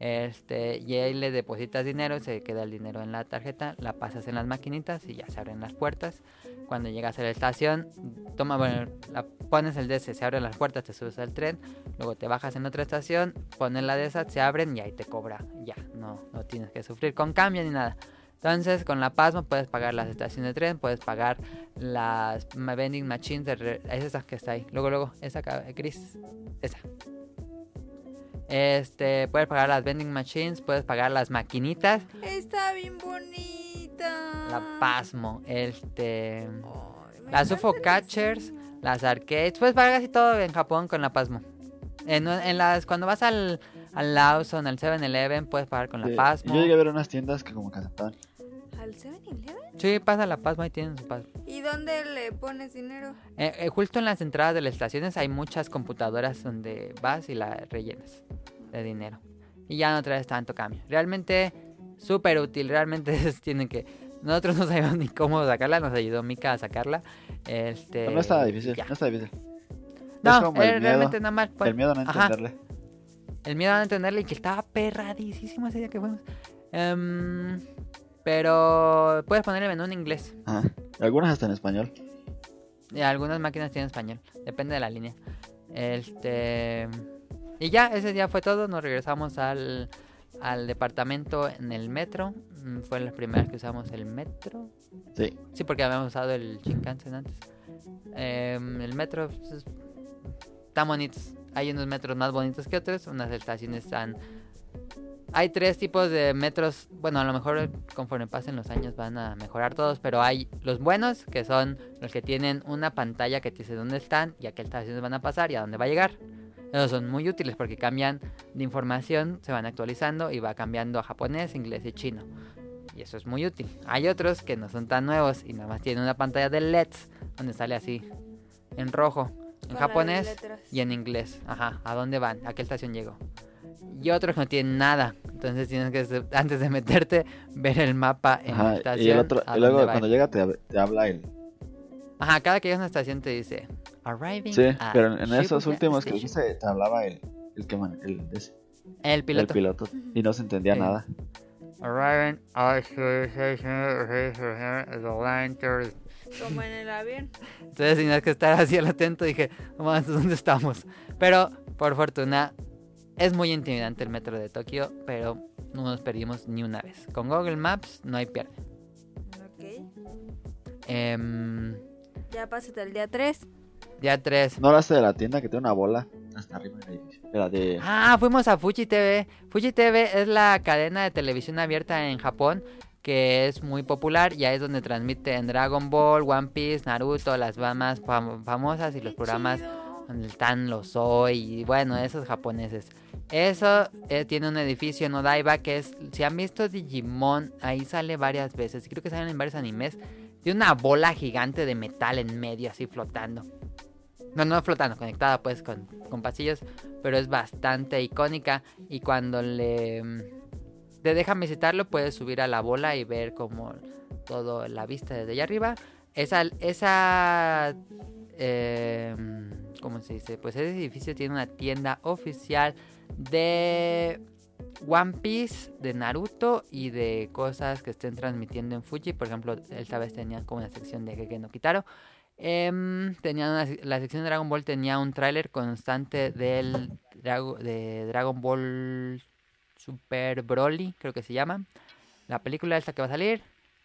[SPEAKER 3] Este, y ahí le depositas dinero, se queda el dinero en la tarjeta, la pasas en las maquinitas y ya se abren las puertas. Cuando llegas a la estación, toma, bueno, la, pones el de ese, se abren las puertas, te subes al tren, luego te bajas en otra estación, pones la de esa, se abren y ahí te cobra. Ya, no, no tienes que sufrir con cambio ni nada. Entonces, con la Pasmo puedes pagar las estaciones de tren, puedes pagar las ma- vending machines de... re- Es esa que está ahí. Luego, luego, esa acá, eh, gris. Esa. Este, puedes pagar las vending machines, puedes pagar las maquinitas.
[SPEAKER 2] Está bien bonita.
[SPEAKER 3] La Pasmo, este...
[SPEAKER 2] Oh, Ay, me
[SPEAKER 3] Las
[SPEAKER 2] encantan
[SPEAKER 3] UFO Catchers, las arcades, puedes pagar casi todo en Japón con la Pasmo. En, en las, cuando vas al, al Lawson, al 7-Eleven, puedes pagar con la Eh,
[SPEAKER 4] sí.
[SPEAKER 3] Pasmo.
[SPEAKER 4] Yo llegué a ver unas tiendas que como que aceptaban.
[SPEAKER 2] esas. Al al 7-Eleven?
[SPEAKER 3] Sí, pasa la Pasmo, ahí tienen su Pasmo.
[SPEAKER 2] ¿Y dónde le pones dinero?
[SPEAKER 3] Eh, eh, justo en las entradas de las estaciones hay muchas computadoras donde vas y las rellenas de dinero. Y ya no traes tanto cambio. Realmente súper útil, realmente es- tienen que... Nosotros no sabíamos ni cómo sacarla, nos ayudó Mika a sacarla. Este,
[SPEAKER 4] No estaba difícil,
[SPEAKER 3] ya.
[SPEAKER 4] no estaba difícil. es
[SPEAKER 3] No,
[SPEAKER 4] como el
[SPEAKER 3] eh,
[SPEAKER 4] miedo,
[SPEAKER 3] realmente nada más... pon-
[SPEAKER 4] El miedo a no
[SPEAKER 3] Ajá.
[SPEAKER 4] entenderle.
[SPEAKER 3] El miedo a no entenderle y que estaba perradísimo ese día que fuimos. Em, pero puedes poner el menú en inglés.
[SPEAKER 4] Ajá. Algunas hasta en español.
[SPEAKER 3] Y Eh, algunas máquinas tienen español. Depende de la línea. Este. Y ya, ese día fue todo. Nos regresamos al, al departamento en el metro. Mm, Fue las primeras que usamos el metro.
[SPEAKER 4] Sí.
[SPEAKER 3] Sí, porque habíamos usado el Shinkansen antes. Em, el metro pues, es- están bonitos. Hay unos metros más bonitos que otros. Unas estaciones están. Hay tres tipos de metros. Bueno, a lo mejor conforme pasen los años van a mejorar todos. Pero hay los buenos, que son los que tienen una pantalla que te dice dónde están y a qué estaciones van a pasar y a dónde va a llegar. Esos son muy útiles porque cambian de información, se van actualizando y va cambiando a japonés, inglés y chino. Y eso es muy útil. Hay otros que no son tan nuevos y nada más tienen una pantalla de LEDs donde sale así, en rojo, en
[SPEAKER 2] Para
[SPEAKER 3] japonés
[SPEAKER 2] las letras.
[SPEAKER 3] y en inglés. Ajá, ¿a dónde van? ¿A qué estación llego? Y otros que no tienen nada. Entonces tienes que, se- antes de meterte, ver el mapa en la
[SPEAKER 4] Ajá.
[SPEAKER 3] estación.
[SPEAKER 4] Y, el otro,
[SPEAKER 3] a
[SPEAKER 4] y luego
[SPEAKER 3] dónde va.
[SPEAKER 4] cuando llega te, te habla él.
[SPEAKER 3] Ajá, cada que llegas a una estación te dice Arriving.
[SPEAKER 4] Sí,
[SPEAKER 3] at
[SPEAKER 4] pero en, en esos
[SPEAKER 3] Shibuya
[SPEAKER 4] últimos que
[SPEAKER 3] Station".
[SPEAKER 4] dijiste te hablaba el, el que man- el, ese,
[SPEAKER 3] El
[SPEAKER 4] el
[SPEAKER 3] piloto.
[SPEAKER 4] piloto y no se entendía
[SPEAKER 3] Sí.
[SPEAKER 4] nada.
[SPEAKER 3] Arriving at Shibuya Station, the line turns".
[SPEAKER 2] Como en el avión.
[SPEAKER 3] Entonces tenías que estar así al atento. Dije, no mames, ¿dónde estamos? Pero, por fortuna, es muy intimidante el metro de Tokio, pero no nos perdimos ni una vez. Con Google Maps no hay pierde.
[SPEAKER 2] Ok.
[SPEAKER 3] Em,
[SPEAKER 2] Ya pásate el día 3.
[SPEAKER 3] día 3.
[SPEAKER 4] No hablaste de la tienda que tiene una bola hasta arriba del edificio. Era de.
[SPEAKER 3] Ah, fuimos a Fuji TV. Fuji TV es la cadena de televisión abierta en Japón que es muy popular y ahí es donde transmiten Dragon Ball, One Piece, Naruto, las más fam- famosas y los programas donde están los hoy y bueno, esos japoneses. Eso eh, tiene un edificio en Odaiba que es, si han visto Digimon, ahí sale varias veces, creo que salen en varios animes, tiene una bola gigante de metal en medio así flotando. No, no flotando, conectada pues con, con pasillos, pero es bastante icónica y cuando le mm, te dejan visitarlo puedes subir a la bola y ver como todo la vista desde allá arriba. Esa, esa eh, ¿cómo se dice? Pues ese edificio tiene una tienda oficial de One Piece, de Naruto y de cosas que estén transmitiendo en Fuji. Por ejemplo, esta vez tenían como una sección de Keke no Kitaro. Em, tenían una sec- la sección de Dragon Ball tenía un tráiler constante del Drago- de Dragon Ball Super Broly, creo que se llama. La película esta que va a salir.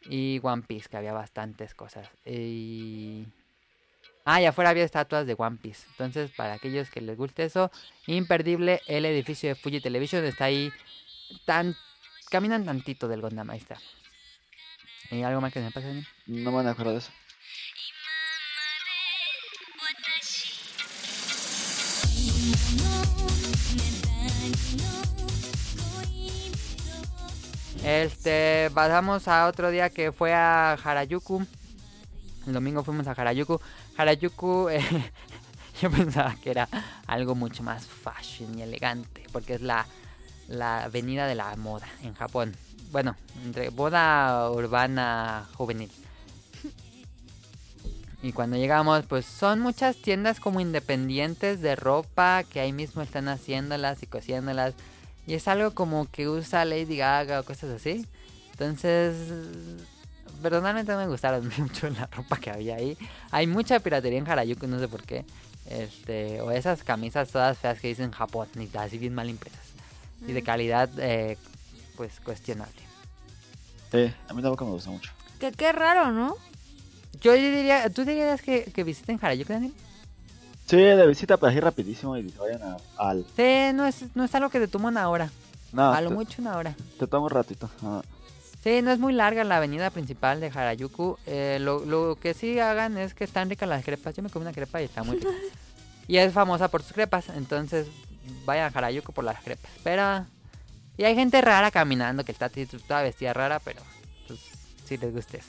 [SPEAKER 3] Y One Piece, que había bastantes cosas. Y... Ah, y afuera había estatuas de One Piece. Entonces, para aquellos que les guste eso, imperdible el edificio de Fuji Television. Está ahí tan... Caminan tantito del Gondam, ahí está. ¿Y algo más que se me pase? Dani?
[SPEAKER 4] No me acuerdo de eso.
[SPEAKER 3] Este, pasamos a otro día que fue a Harajuku. El domingo fuimos a Harajuku. Harajuku, eh, yo pensaba que era algo mucho más fashion y elegante, porque es la, la avenida de la moda en Japón. Bueno, entre moda urbana juvenil. Y cuando llegamos, pues son muchas tiendas como independientes de ropa que ahí mismo están haciéndolas y cosiéndolas. Y es algo como que usa Lady Gaga o cosas así. Entonces, personalmente no me gustaron mucho la ropa que había ahí. Hay mucha piratería en Harajuku, no sé por qué. Este, o esas camisas todas feas que dicen Japón, y así bien mal impresas. Y de calidad, eh, pues cuestionable.
[SPEAKER 4] Sí, Eh, a mí tampoco me gusta mucho.
[SPEAKER 2] Que qué raro, ¿no?
[SPEAKER 3] Yo diría, ¿tú dirías que, que visiten Harajuku, Daniel?
[SPEAKER 4] Sí, de visita para ir rapidísimo y vayan a- al.
[SPEAKER 3] Sí, no es, no es algo que te toma una hora.
[SPEAKER 4] No,
[SPEAKER 3] a lo
[SPEAKER 4] Ah, te,
[SPEAKER 3] mucho una hora.
[SPEAKER 4] te toma un ratito. Ah,
[SPEAKER 3] Sí, no es muy larga la avenida principal de Harajuku. Eh, lo, lo que sí hagan es que están ricas las crepas. Yo me comí una crepa y está muy rica. y es famosa por sus crepas, entonces vayan a Harajuku por las crepas. Pero... Y hay gente rara caminando que está, está vestida rara, pero... pues, si si les gustes.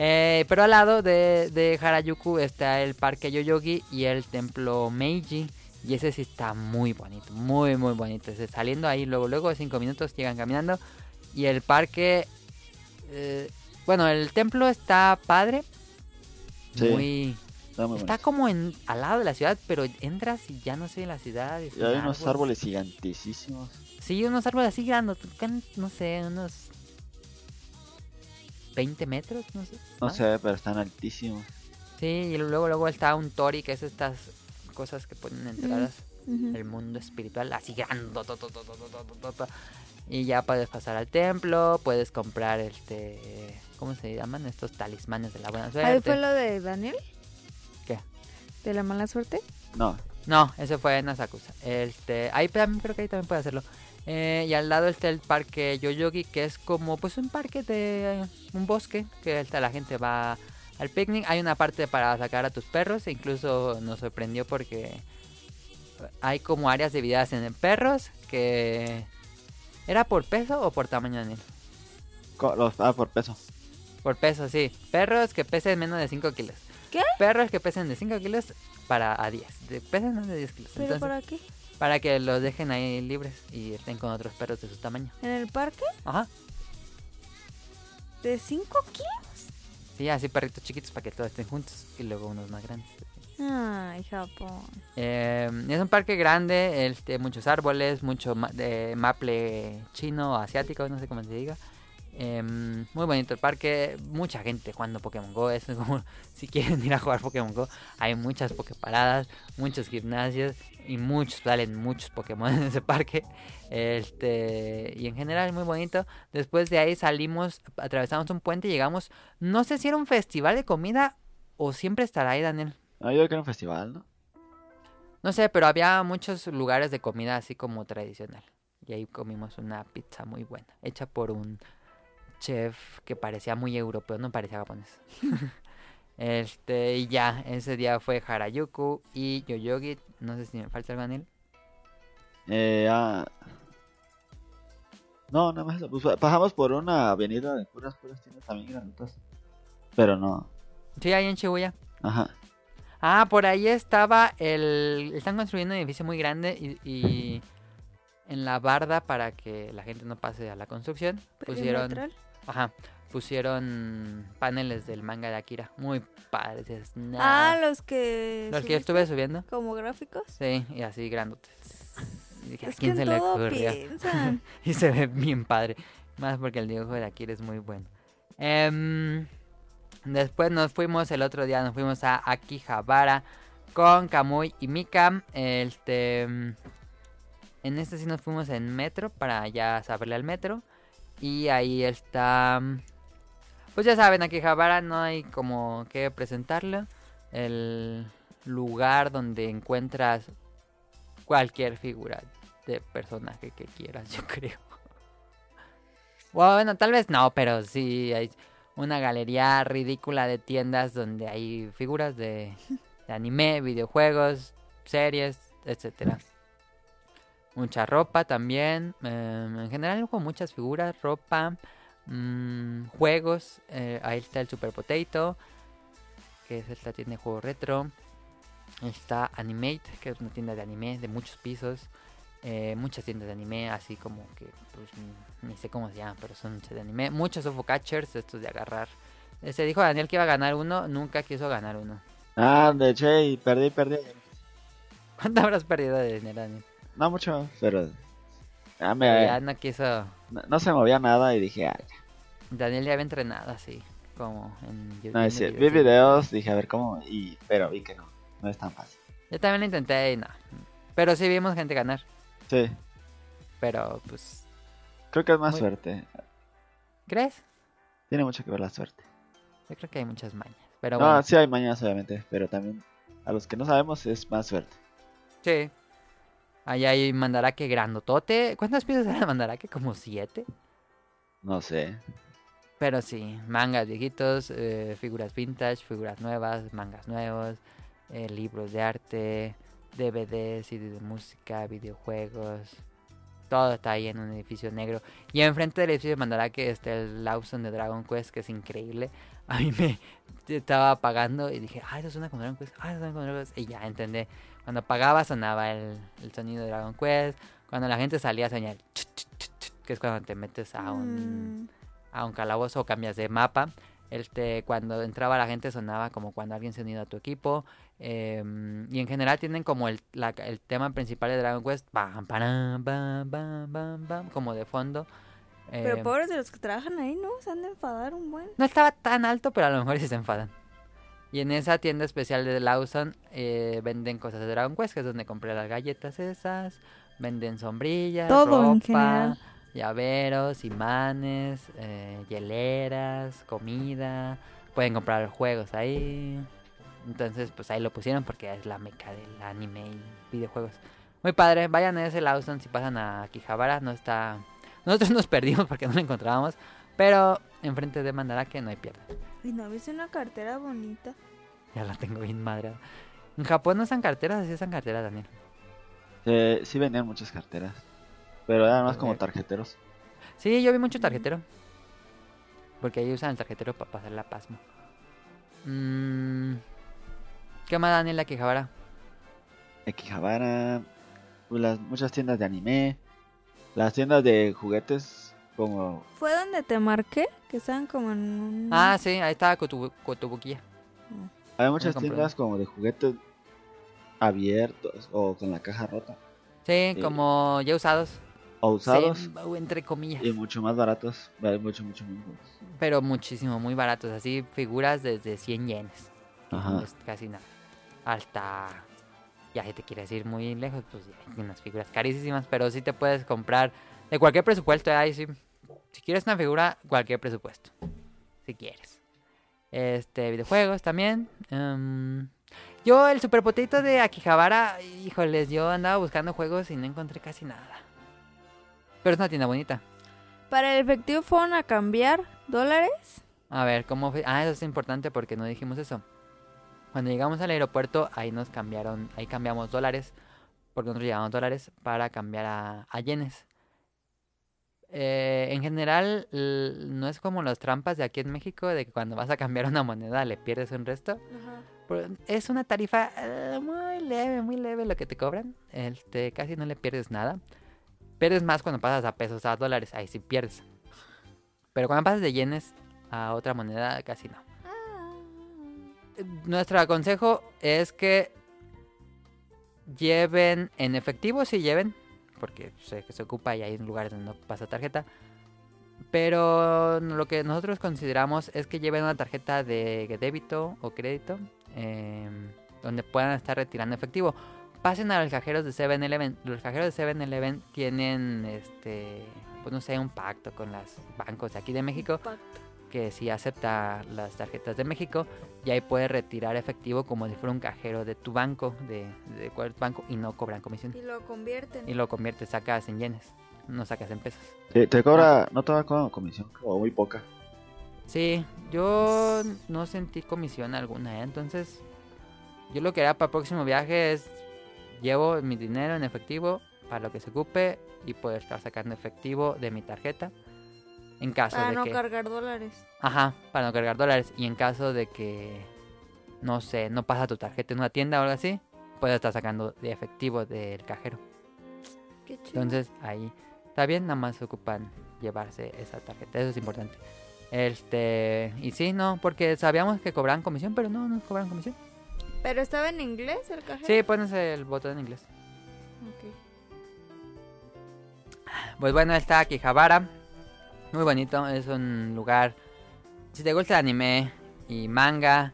[SPEAKER 3] Eh, pero al lado de, de Harajuku está el parque Yoyogi y el templo Meiji. Y ese sí está muy bonito, muy, muy bonito. Entonces, saliendo ahí, luego, luego, cinco minutos llegan caminando. Y el parque. eh, bueno, el templo está padre.
[SPEAKER 4] Sí.
[SPEAKER 3] Muy,
[SPEAKER 4] Está muy
[SPEAKER 3] está
[SPEAKER 4] bonito.
[SPEAKER 3] como en, al lado de la ciudad, pero entras y ya no sé en la ciudad. es
[SPEAKER 4] Y hay
[SPEAKER 3] un
[SPEAKER 4] unos
[SPEAKER 3] árbol.
[SPEAKER 4] árboles gigantísimos.
[SPEAKER 3] Sí, unos árboles así grandes, can- no sé, unos 20 metros, no sé.
[SPEAKER 4] No
[SPEAKER 3] más.
[SPEAKER 4] sé, pero están altísimos.
[SPEAKER 3] Sí, y luego luego está un tori, que es estas cosas que ponen entradas
[SPEAKER 2] Ujú.
[SPEAKER 3] del mundo espiritual, así grande. Y ya puedes pasar al templo, puedes comprar este... ¿Cómo se llaman? Estos talismanes de la buena
[SPEAKER 2] Ahí fue
[SPEAKER 3] suerte.
[SPEAKER 2] lo de Daniel.
[SPEAKER 3] ¿Qué?
[SPEAKER 2] ¿De la mala suerte?
[SPEAKER 4] No,
[SPEAKER 3] No, ese fue en Asakusa. Este, ahí también creo que ahí también puede hacerlo. Eh, y al lado está el parque Yoyogi, que es como pues un parque de un bosque, que hasta la gente va al picnic. Hay una parte para sacar a tus perros, e incluso nos sorprendió porque hay como áreas divididas en perros que era por peso o por tamaño Daniel?
[SPEAKER 4] co- los, ah, por peso.
[SPEAKER 3] Por peso, sí. Perros que pesen menos de 5 kilos.
[SPEAKER 2] ¿Qué?
[SPEAKER 3] Perros que pesen de 5 kilos para a 10. De- Pesan menos de 10 kilos.
[SPEAKER 2] ¿Pero
[SPEAKER 3] Entonces-
[SPEAKER 2] por aquí?
[SPEAKER 3] para que los dejen ahí libres y estén con otros perros de su tamaño.
[SPEAKER 2] ¿En el parque?
[SPEAKER 3] Ajá.
[SPEAKER 2] ¿De 5 kilos?
[SPEAKER 3] Sí, así perritos chiquitos para que todos estén juntos y luego unos más grandes.
[SPEAKER 2] Ay, Japón.
[SPEAKER 3] Eh, es un parque grande, este, muchos árboles, mucho ma- de maple chino, asiático, no sé cómo se diga. Em, muy bonito el parque, mucha gente jugando Pokémon Go. Es como si quieren ir a jugar Pokémon Go, hay muchas Poképaradas, muchos gimnasios y muchos, salen muchos Pokémon en ese parque. Este, y en general, muy bonito. Después de ahí salimos, atravesamos un puente y llegamos. No sé si era un festival de comida o siempre estará ahí, Daniel.
[SPEAKER 4] No, Ah, yo creo que era un festival, ¿no?
[SPEAKER 3] No sé, pero había muchos lugares de comida así como tradicional. Y ahí comimos una pizza muy buena, hecha por un chef que parecía muy europeo, no parecía japonés. este, y ya, ese día fue Harajuku y Yoyogi. No sé si me falta algo en él.
[SPEAKER 4] Eh, ah... No, nada más eso. Pues, pasamos por una avenida de puras, puras tiendas también grandotas. Pero no.
[SPEAKER 3] Sí, ahí en Shibuya.
[SPEAKER 4] Ajá.
[SPEAKER 3] Ah, por ahí estaba el... Están construyendo un edificio muy grande y... y En la barda para que la gente no pase a la construcción. Pusieron...
[SPEAKER 2] ¿Perimetral?
[SPEAKER 3] Ajá, pusieron paneles del manga de Akira. Muy padres. es nada.
[SPEAKER 2] Ah, los que.
[SPEAKER 3] los que yo
[SPEAKER 2] subiste
[SPEAKER 3] estuve subiendo.
[SPEAKER 2] Como gráficos.
[SPEAKER 3] Sí, y así grandotes. Y dije, ¿a
[SPEAKER 2] Es que
[SPEAKER 3] quién se
[SPEAKER 2] en
[SPEAKER 3] le
[SPEAKER 2] todo
[SPEAKER 3] ocurrió?
[SPEAKER 2] piensan.
[SPEAKER 3] Y se ve bien padre. Más porque el dibujo de Akira es muy bueno. Em, después nos fuimos, el otro día nos fuimos a Akihabara con Kamui y Mika. Este, em, en este sí nos fuimos en metro para ya saberle al metro. Y ahí está... mm, Pues ya saben, Akihabara no hay como que presentarlo. El lugar donde encuentras cualquier figura de personaje que quieras, yo creo. Bueno, tal vez no, pero sí hay una galería ridícula de tiendas donde hay figuras de, de anime, videojuegos, series, etcétera. Mucha ropa también. eh, en general con muchas figuras, ropa, mm, juegos. eh, ahí está el Super Potato, que es esta tienda de juego retro. Está Animate, que es una tienda de anime de muchos pisos eh, muchas tiendas de anime, así como que, pues, ni- ni sé cómo se llaman, pero son muchas de anime. Muchos sofocatchers, estos de agarrar. Eh, Se dijo Daniel que iba a ganar uno, nunca quiso ganar uno.
[SPEAKER 4] Ah, de hecho, y perdí, perdí.
[SPEAKER 3] ¿Cuánto habrás perdido de dinero, Daniel?
[SPEAKER 4] No mucho, pero... Ah, me-
[SPEAKER 3] Ya no quiso.
[SPEAKER 4] no, no se movía nada y dije, ah, ya.
[SPEAKER 3] Daniel ya había entrenado así, como en yo-
[SPEAKER 4] No,
[SPEAKER 3] viendo
[SPEAKER 4] es decir, vi
[SPEAKER 3] videos.
[SPEAKER 4] videos, dije, a ver cómo... Y... Pero vi que no, no es tan fácil.
[SPEAKER 3] Yo también lo intenté y no. Pero sí vimos gente ganar.
[SPEAKER 4] Sí,
[SPEAKER 3] Pero, pues,
[SPEAKER 4] creo que es más
[SPEAKER 3] Muy-
[SPEAKER 4] suerte.
[SPEAKER 3] ¿crees?
[SPEAKER 4] Tiene mucho que ver la suerte.
[SPEAKER 3] Yo creo que hay muchas mañas. Pero
[SPEAKER 4] no,
[SPEAKER 3] bueno.
[SPEAKER 4] sí hay mañanas obviamente, pero también a los que no sabemos es más suerte.
[SPEAKER 3] Sí. Ahí hay mandaraque grandotote. ¿Cuántas piezas era el mandaraque? Como siete.
[SPEAKER 4] No sé.
[SPEAKER 3] Pero sí, mangas viejitos, eh, figuras vintage, figuras nuevas, mangas nuevos, eh, libros de arte, DVDs, CD de música, videojuegos. Todo está ahí en un edificio negro. Y enfrente del edificio de Mandarake está el Lawson de Dragon Quest, que es increíble. A mí me estaba apagando y dije, ah, eso suena como Dragon Quest, ah, eso suena como Dragon Quest. Y ya entendí. Cuando apagaba sonaba el, el sonido de Dragon Quest. Cuando la gente salía señal, que es cuando te metes a un eh,
[SPEAKER 2] Mm,
[SPEAKER 3] a un calabozo o cambias de mapa. Este, cuando entraba la gente sonaba como cuando alguien se unió a tu equipo. eh, y en general tienen como el, la- el tema principal de Dragon Quest. Pam, param, pam, pam, pam, pam, como de fondo.
[SPEAKER 2] Pero
[SPEAKER 3] Eh,
[SPEAKER 2] pobres de los que trabajan ahí, ¿no? Se han de enfadar un buen.
[SPEAKER 3] no estaba tan alto, pero a lo mejor sí se enfadan. Y en esa tienda especial de Lawson eh, venden cosas de Dragon Quest, que es donde compré las galletas esas. Venden sombrillas,
[SPEAKER 2] Todo en
[SPEAKER 3] ropa,
[SPEAKER 2] general.
[SPEAKER 3] llaveros, imanes, eh, hieleras, comida. Pueden comprar juegos ahí. Entonces, pues ahí lo pusieron porque es la meca del anime y videojuegos. Muy padre, vayan a ese Lawson si pasan a Kijabara, no está... Nosotros nos perdimos porque no lo encontrábamos, pero enfrente de Mandarake no hay piedra.
[SPEAKER 2] Y no viste una cartera bonita.
[SPEAKER 3] Ya la tengo bien madreada. En Japón no están carteras, así están carteras, Daniel.
[SPEAKER 4] Eh, sí vendían muchas carteras. Pero eran más como
[SPEAKER 3] Ok.
[SPEAKER 4] tarjeteros.
[SPEAKER 3] Sí, yo vi mucho tarjetero. Porque ahí usan el tarjetero para pasar la pasmo. Mm, ¿Qué más, Daniel, la Kijabara?
[SPEAKER 4] Ekijabara, pues las muchas tiendas de anime, las tiendas de juguetes como
[SPEAKER 2] ¿Fue donde te marqué? Que estaban como en un...
[SPEAKER 3] Ah, sí, ahí estaba Kotobu- Kotobukiya.
[SPEAKER 4] había muchas
[SPEAKER 3] comprendo.
[SPEAKER 4] tiendas como de juguetes abiertos o con la caja rota
[SPEAKER 3] Sí,
[SPEAKER 4] Sí.
[SPEAKER 3] como ya usados.
[SPEAKER 4] o usados
[SPEAKER 3] Sí, entre comillas.
[SPEAKER 4] y mucho más baratos, vale mucho mucho más baratos.
[SPEAKER 3] Pero muchísimo, muy baratos. Así figuras desde 100 yenes. que
[SPEAKER 4] Ajá.
[SPEAKER 3] no es casi nada. Hasta. Ya si te quieres ir muy lejos, pues ya hay unas figuras carísimas. Pero sí te puedes comprar de cualquier presupuesto. ¿eh? Ahí sí. Si quieres una figura, cualquier presupuesto. Si quieres. Este, videojuegos también. em, yo, el superpotito de Akihabara, híjoles, yo andaba buscando juegos y no encontré casi nada. Pero es una tienda bonita.
[SPEAKER 2] Para el efectivo fueron a cambiar dólares.
[SPEAKER 3] A ver, ¿cómo fue? Ah, eso es importante porque no dijimos eso. Cuando llegamos al aeropuerto, ahí nos cambiaron, ahí cambiamos dólares, porque nosotros llevábamos dólares para cambiar a, a yenes. Eh, en general, l- no es como las trampas de aquí en México, de que cuando vas a cambiar una moneda le pierdes un resto. Pero Es una tarifa eh, muy leve, muy leve lo que te cobran. Este, casi no le pierdes nada. Pierdes más cuando pasas a pesos a dólares, ahí sí pierdes. Pero cuando pasas de yenes a otra moneda, casi no.
[SPEAKER 2] Ah.
[SPEAKER 3] Eh, Nuestro consejo es que lleven en efectivo, si lleven, porque sé que se ocupa y hay lugares donde no pasa tarjeta. Pero lo que nosotros consideramos es que lleven una tarjeta de débito o crédito eh, donde puedan estar retirando efectivo. Pasen a los cajeros de 7-Eleven. Los cajeros de 7-Eleven tienen, este, pues no sé, un pacto con los bancos de aquí de México que sí acepta las tarjetas de México y ahí puedes retirar efectivo como si fuera un cajero de tu banco, de, de cualquier banco y no cobran comisión.
[SPEAKER 2] Y lo convierten.
[SPEAKER 3] Y lo conviertes, sacas en yenes, no sacas en pesos.
[SPEAKER 4] Te, te cobra,
[SPEAKER 3] Ah.
[SPEAKER 4] no te va como comisión, o muy poca.
[SPEAKER 3] Sí, yo no sentí comisión alguna, ¿eh? entonces yo lo que haré para el próximo viaje es llevo mi dinero en efectivo para lo que se ocupe y poder estar sacando efectivo de mi tarjeta en caso
[SPEAKER 2] Para
[SPEAKER 3] de
[SPEAKER 2] Ah, no
[SPEAKER 3] que
[SPEAKER 2] cargar dólares.
[SPEAKER 3] ajá, para no cargar dólares y en caso de que no sé, no pasa tu tarjeta en una tienda o algo así, puedes estar sacando de efectivo del cajero.
[SPEAKER 2] Qué chido.
[SPEAKER 3] Entonces ahí está bien, nada más ocupan llevarse esa tarjeta, eso es importante. Este, y sí, no, porque sabíamos que cobraban comisión, pero no, no cobran comisión.
[SPEAKER 2] ¿Pero estaba en inglés el cajero?
[SPEAKER 3] Sí, pones el botón en inglés.
[SPEAKER 2] Ok.
[SPEAKER 3] Pues bueno, está Akihabara. Muy bonito, es un lugar. Si te gusta el anime y manga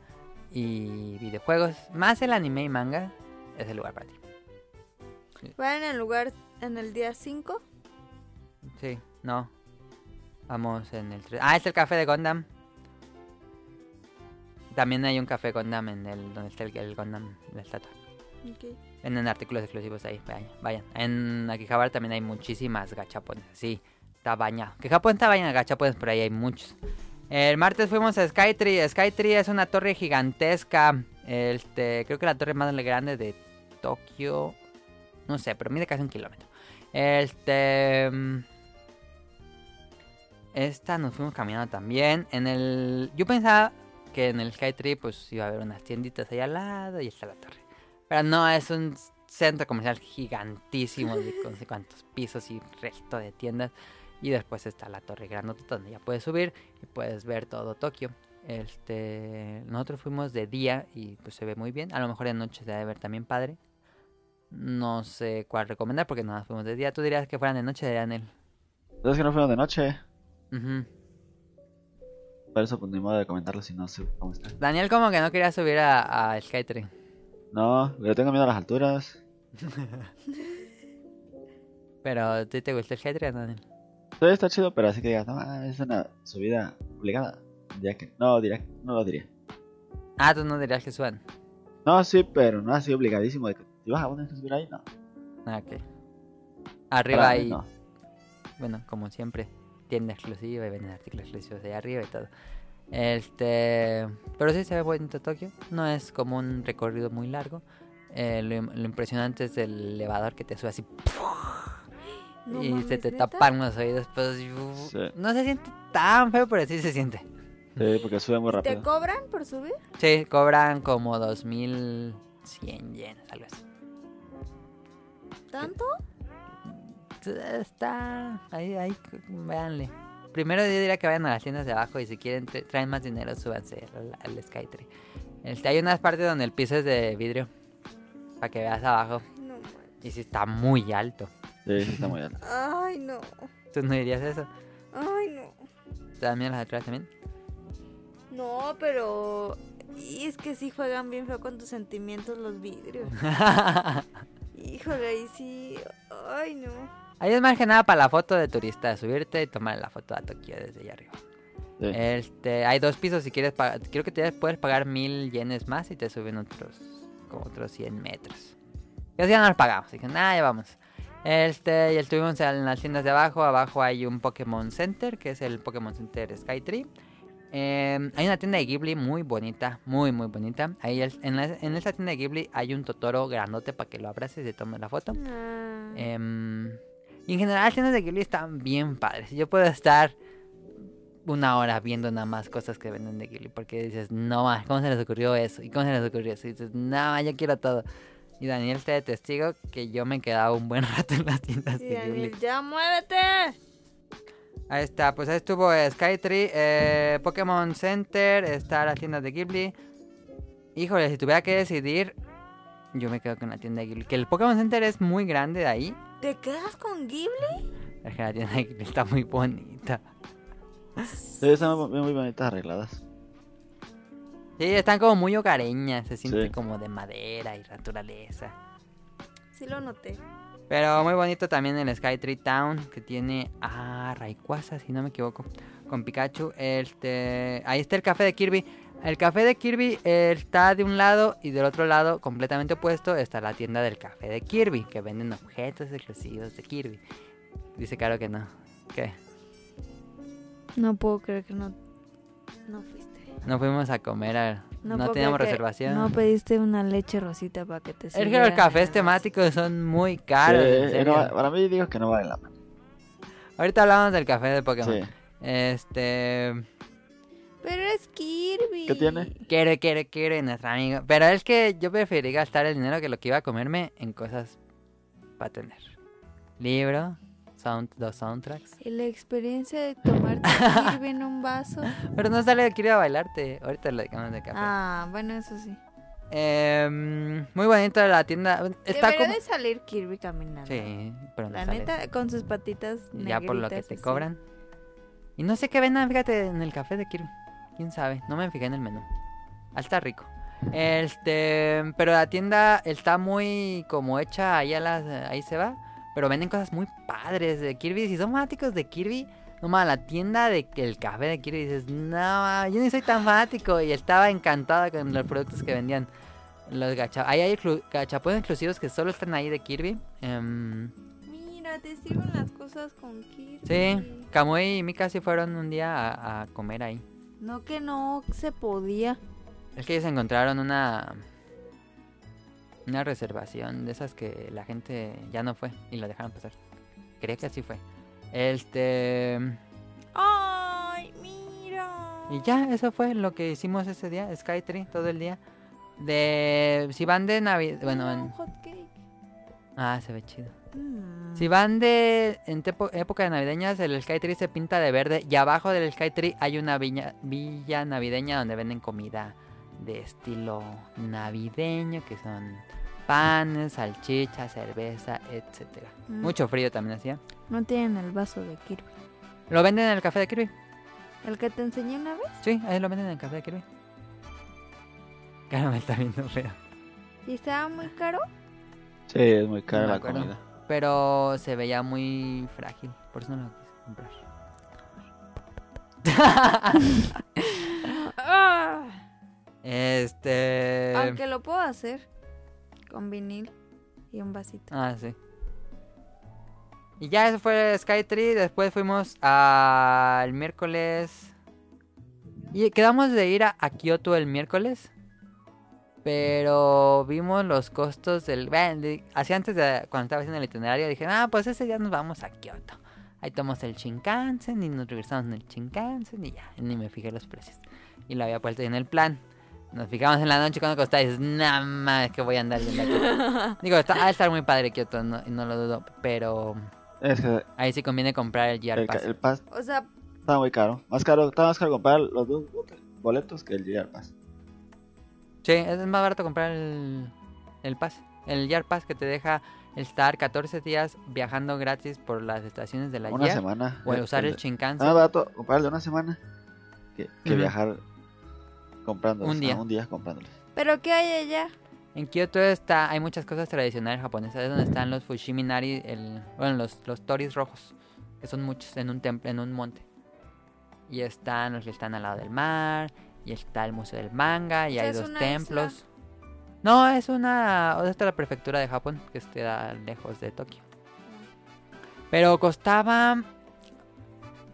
[SPEAKER 3] y videojuegos, más el anime y manga, es el lugar para ti.
[SPEAKER 2] Va en el lugar en el día 5.
[SPEAKER 3] Sí, no. Vamos en el. tre- Ah, es el café de Gundam. También hay un café Gundam en el. donde está el, el Gundam, la estatua. Venden artículos exclusivos ahí, vayan, vayan. En Akihabara también hay muchísimas gachapones, sí, está bañado. Que Japón está bañado de gachapones, pero ahí hay muchos. El martes fuimos a Skytree. Skytree es una torre gigantesca. Este, creo que la torre más grande de Tokio. No sé, pero mide casi un kilómetro. Este. mm, Esta nos fuimos caminando también. En el. Yo pensaba que en el Skytree pues iba a haber unas tienditas ahí al lado y está la torre. Pero no, es un centro comercial gigantísimo de con no sé cuántos pisos y resto de tiendas. Y después está la torre grandota donde ya puedes subir y puedes ver todo Tokio. Este, nosotros fuimos de día y pues se ve muy bien. A lo mejor de noche se debe ver también padre. No sé cuál recomendar porque nada más fuimos de día. Tú dirías que fueran de noche, Daniel.
[SPEAKER 4] Es que no fueron de noche.
[SPEAKER 3] Ujú.
[SPEAKER 4] Por eso pues ni modo de comentarlo si no sé cómo está.
[SPEAKER 3] Daniel como que no quería subir a, a Skytree.
[SPEAKER 4] No, yo tengo miedo a las alturas.
[SPEAKER 3] Pero ¿tú te gusta el Skytree, Daniel?
[SPEAKER 4] Todo está chido, pero así que digas, no, ah, es una subida obligada. Ya que, no, dirá, no lo diría.
[SPEAKER 3] Ah, tú no dirías que suban.
[SPEAKER 4] No, sí, pero no así obligadísimo de que si vas a poner que subir ahí, no.
[SPEAKER 3] Ah, ok.
[SPEAKER 4] Para
[SPEAKER 3] Arriba
[SPEAKER 4] mí,
[SPEAKER 3] hay,
[SPEAKER 4] no.
[SPEAKER 3] bueno, como siempre, tienda exclusiva y venden artículos exclusivos de arriba y todo. Este, pero sí se ve bonito Tokio. No es como un recorrido muy largo. Eh, lo, im- lo impresionante es el elevador que te sube así
[SPEAKER 2] No
[SPEAKER 3] y se
[SPEAKER 2] mames,
[SPEAKER 3] te
[SPEAKER 2] ¿neta?
[SPEAKER 3] tapan los oídos. Pues, yu-
[SPEAKER 4] Sí.
[SPEAKER 3] No se siente tan feo, pero sí se siente.
[SPEAKER 4] Sí, porque sube muy
[SPEAKER 2] ¿Te
[SPEAKER 4] rápido.
[SPEAKER 2] cobran por subir?
[SPEAKER 3] Sí, cobran como 2100 yenes, algo así.
[SPEAKER 2] ¿Tanto?
[SPEAKER 3] Está ahí, ahí, véanle. Primero yo diría que vayan a las tiendas de abajo y si quieren tra- traen más dinero, súbanse al, al Skytree. Este, hay unas partes donde el piso es de vidrio para que veas abajo
[SPEAKER 2] No manches.
[SPEAKER 3] y si está muy alto.
[SPEAKER 4] Sí, sí está muy alto.
[SPEAKER 2] Ay, no.
[SPEAKER 3] ¿Tú no dirías eso?
[SPEAKER 2] Ay, no.
[SPEAKER 3] ¿También las atrás también?
[SPEAKER 2] No, pero. Y es que sí juegan bien feo con tus sentimientos los vidrios. Híjole, ahí sí. Ay, no.
[SPEAKER 3] Ahí es más que nada para la foto de turista, subirte y tomar la foto a Tokio desde allá arriba.
[SPEAKER 4] Sí.
[SPEAKER 3] Este, hay dos pisos si quieres pagar. Creo que te puedes pagar mil yenes más y te suben otros como otros 100 metros. Yo ya no los pagamos, dije, nada, ya vamos. Este, y estuvimos en las tiendas de abajo. Abajo hay un Pokémon Center, que es el Pokémon Center Skytree. Eh, hay una tienda de Ghibli muy bonita, muy, muy bonita. Ahí es- en, la- en esta tienda de Ghibli hay un Totoro grandote para que lo abraces y te tomes la foto.
[SPEAKER 2] Ah.
[SPEAKER 3] Em, y en general, las tiendas de Ghibli están bien padres. Yo puedo estar una hora viendo nada más cosas que venden de Ghibli. Porque dices, no más, ¿cómo se les ocurrió eso? ¿Y cómo se les ocurrió eso? Y dices, no más, yo quiero todo. Y Daniel está de testigo que yo me quedaba un buen rato en las tiendas
[SPEAKER 2] Sí,
[SPEAKER 3] de Ghibli.
[SPEAKER 2] Daniel, ya muévete.
[SPEAKER 3] Ahí está, pues ahí estuvo eh, Skytree, eh, Pokémon Center, está las tiendas de Ghibli. Híjole, si tuviera que decidir, yo me quedo con la tienda de Ghibli. Que el Pokémon Center es muy grande de ahí.
[SPEAKER 2] ¿Te quedas con Ghibli?
[SPEAKER 3] Es que la tienda de Ghibli está muy bonita.
[SPEAKER 4] Sí, están muy, muy bonitas arregladas.
[SPEAKER 3] Sí, están como muy hogareñas, se siente
[SPEAKER 4] Sí.
[SPEAKER 3] como de madera y naturaleza.
[SPEAKER 2] Sí, lo noté.
[SPEAKER 3] Pero muy bonito también el Skytree Town, que tiene a Rayquaza, si no me equivoco, con Pikachu. Este, ahí está el café de Kirby. El café de Kirby eh, está de un lado y del otro lado, completamente opuesto, está la tienda del café de Kirby, que venden objetos exclusivos de Kirby. Dice claro que no. ¿Qué?
[SPEAKER 2] No puedo creer que no. No fuiste.
[SPEAKER 3] No fuimos a comer, a- no, teníamos reservación.
[SPEAKER 2] No pediste una leche rosita para que te
[SPEAKER 3] Es que
[SPEAKER 2] sirvieran
[SPEAKER 3] los cafés
[SPEAKER 2] nada
[SPEAKER 3] temáticos son muy caros.
[SPEAKER 4] Sí,
[SPEAKER 3] en
[SPEAKER 4] eh,
[SPEAKER 3] serio.
[SPEAKER 4] no, para mí digo que no vale la pena.
[SPEAKER 3] Ahorita hablamos del café de Pokémon.
[SPEAKER 4] Sí.
[SPEAKER 3] Este.
[SPEAKER 2] más. Pero es Kirby.
[SPEAKER 4] ¿Qué tiene?
[SPEAKER 3] Quiere, quiere, quiere, nuestro amigo. Pero es que yo preferí gastar el dinero que lo que iba a comerme en cosas para tener: libro, sound, dos soundtracks.
[SPEAKER 2] Y la experiencia de tomarte a Kirby en un vaso.
[SPEAKER 3] Pero no sale de quiero ir a bailarte. Ahorita lo dejamos de café.
[SPEAKER 2] Ah, bueno, eso sí.
[SPEAKER 3] Em, muy bonito la tienda. Está
[SPEAKER 2] Debería
[SPEAKER 3] como.
[SPEAKER 2] de salir Kirby caminando.
[SPEAKER 3] Sí, pero no
[SPEAKER 2] La
[SPEAKER 3] sale.
[SPEAKER 2] neta, con sus patitas
[SPEAKER 3] Ya por lo que
[SPEAKER 2] negritas,
[SPEAKER 3] te
[SPEAKER 2] así.
[SPEAKER 3] cobran. Y no sé qué vendan, fíjate, en el café de Kirby. Quién sabe, no me fijé en el menú. Ah, está rico. Este, pero la tienda está muy como hecha ahí a las, ahí se va. Pero venden cosas muy padres de Kirby. Si son fanáticos de Kirby, nomás la tienda de que el café de Kirby dices, no, yo ni soy tan fanático. Y estaba encantada con los productos que vendían. Los gacha, ahí hay exclu- gachapón exclusivos que solo están ahí de Kirby. Em,
[SPEAKER 2] Mira, te sirven las cosas con Kirby.
[SPEAKER 3] Sí, Kamui y Mika sí fueron un día a, a comer ahí.
[SPEAKER 2] No que no se podía.
[SPEAKER 3] Es que ellos encontraron una una reservación de esas que la gente ya no fue y la dejaron pasar. creía que así fue. Este.
[SPEAKER 2] ¡Ay, mira!
[SPEAKER 3] Y ya, eso fue lo que hicimos ese día, Skytree, todo el día. De. Si van de Navidad. Bueno,
[SPEAKER 2] Mira,
[SPEAKER 3] en-
[SPEAKER 2] un hot cake.
[SPEAKER 3] Ah, se ve chido.
[SPEAKER 2] Mm.
[SPEAKER 3] Si van de en tepo- época de navideñas, el Skytree se pinta de verde y abajo del Skytree hay una viña- villa navideña donde venden comida de estilo navideño, que son panes, salchichas, cerveza, etcétera.
[SPEAKER 2] Mm.
[SPEAKER 3] Mucho frío también hacía.
[SPEAKER 2] No tienen el vaso de Kirby.
[SPEAKER 3] Lo venden en el café de Kirby.
[SPEAKER 2] ¿El que te enseñé una vez?
[SPEAKER 3] Sí, ahí lo venden en el café de Kirby. Claro, me está viendo feo.
[SPEAKER 2] ¿Y estaba muy caro?
[SPEAKER 4] Sí, es muy cara
[SPEAKER 3] No me
[SPEAKER 4] la
[SPEAKER 3] acuerdo.
[SPEAKER 4] comida.
[SPEAKER 3] Pero se veía muy frágil, por eso no lo quise comprar.
[SPEAKER 2] ¡Ah!
[SPEAKER 3] Este.
[SPEAKER 2] Aunque lo puedo hacer con vinil y un vasito.
[SPEAKER 3] Ah, sí. Y ya eso fue Skytree. Después fuimos al miércoles. Y quedamos de ir a, a Kioto el miércoles. Pero vimos los costos del. Bueno, di- así antes de cuando estaba haciendo el itinerario, dije, ah, pues ese día nos vamos a Kioto. Ahí tomamos el Shinkansen y nos regresamos en el Shinkansen y ya, ni me fijé los precios. Y lo había puesto ahí en el plan. Nos fijamos en la noche cuando costaba y dices, nada más que voy a andar viendo aquí. Digo, está, ha de estar muy padre Kioto, no, no lo dudo, pero
[SPEAKER 4] Es que
[SPEAKER 3] ahí sí conviene comprar el
[SPEAKER 4] el,
[SPEAKER 3] GR
[SPEAKER 4] ca-
[SPEAKER 3] Pass.
[SPEAKER 4] el Pass
[SPEAKER 2] O sea,
[SPEAKER 4] está muy caro. Más caro, está más caro comprar los dos boletos que el llegar Pass.
[SPEAKER 3] Sí, es más barato comprar el, el Pass. El GR Pass que te deja estar 14 días viajando gratis por las estaciones de la
[SPEAKER 4] Una
[SPEAKER 3] GR
[SPEAKER 4] semana. eh,
[SPEAKER 3] o el usar el
[SPEAKER 4] Está
[SPEAKER 3] Shinkansen.
[SPEAKER 4] más barato comprar el de una semana que, que
[SPEAKER 3] Ujú.
[SPEAKER 4] viajar comprándolos.
[SPEAKER 3] Un día.
[SPEAKER 4] ah, un día comprándolos.
[SPEAKER 2] ¿pero qué hay allá?
[SPEAKER 3] En Kioto está, hay muchas cosas tradicionales japonesas. Es donde están los Fushiminari, el, bueno, los, los toris rojos, que son muchos en un templo, en un monte. Y están los que están al lado del mar, y está el Museo del Manga, y
[SPEAKER 2] O sea,
[SPEAKER 3] hay
[SPEAKER 2] es
[SPEAKER 3] dos
[SPEAKER 2] una
[SPEAKER 3] templos. No, es una, esta es la prefectura de Japón, que está lejos de Tokio. Pero costaba,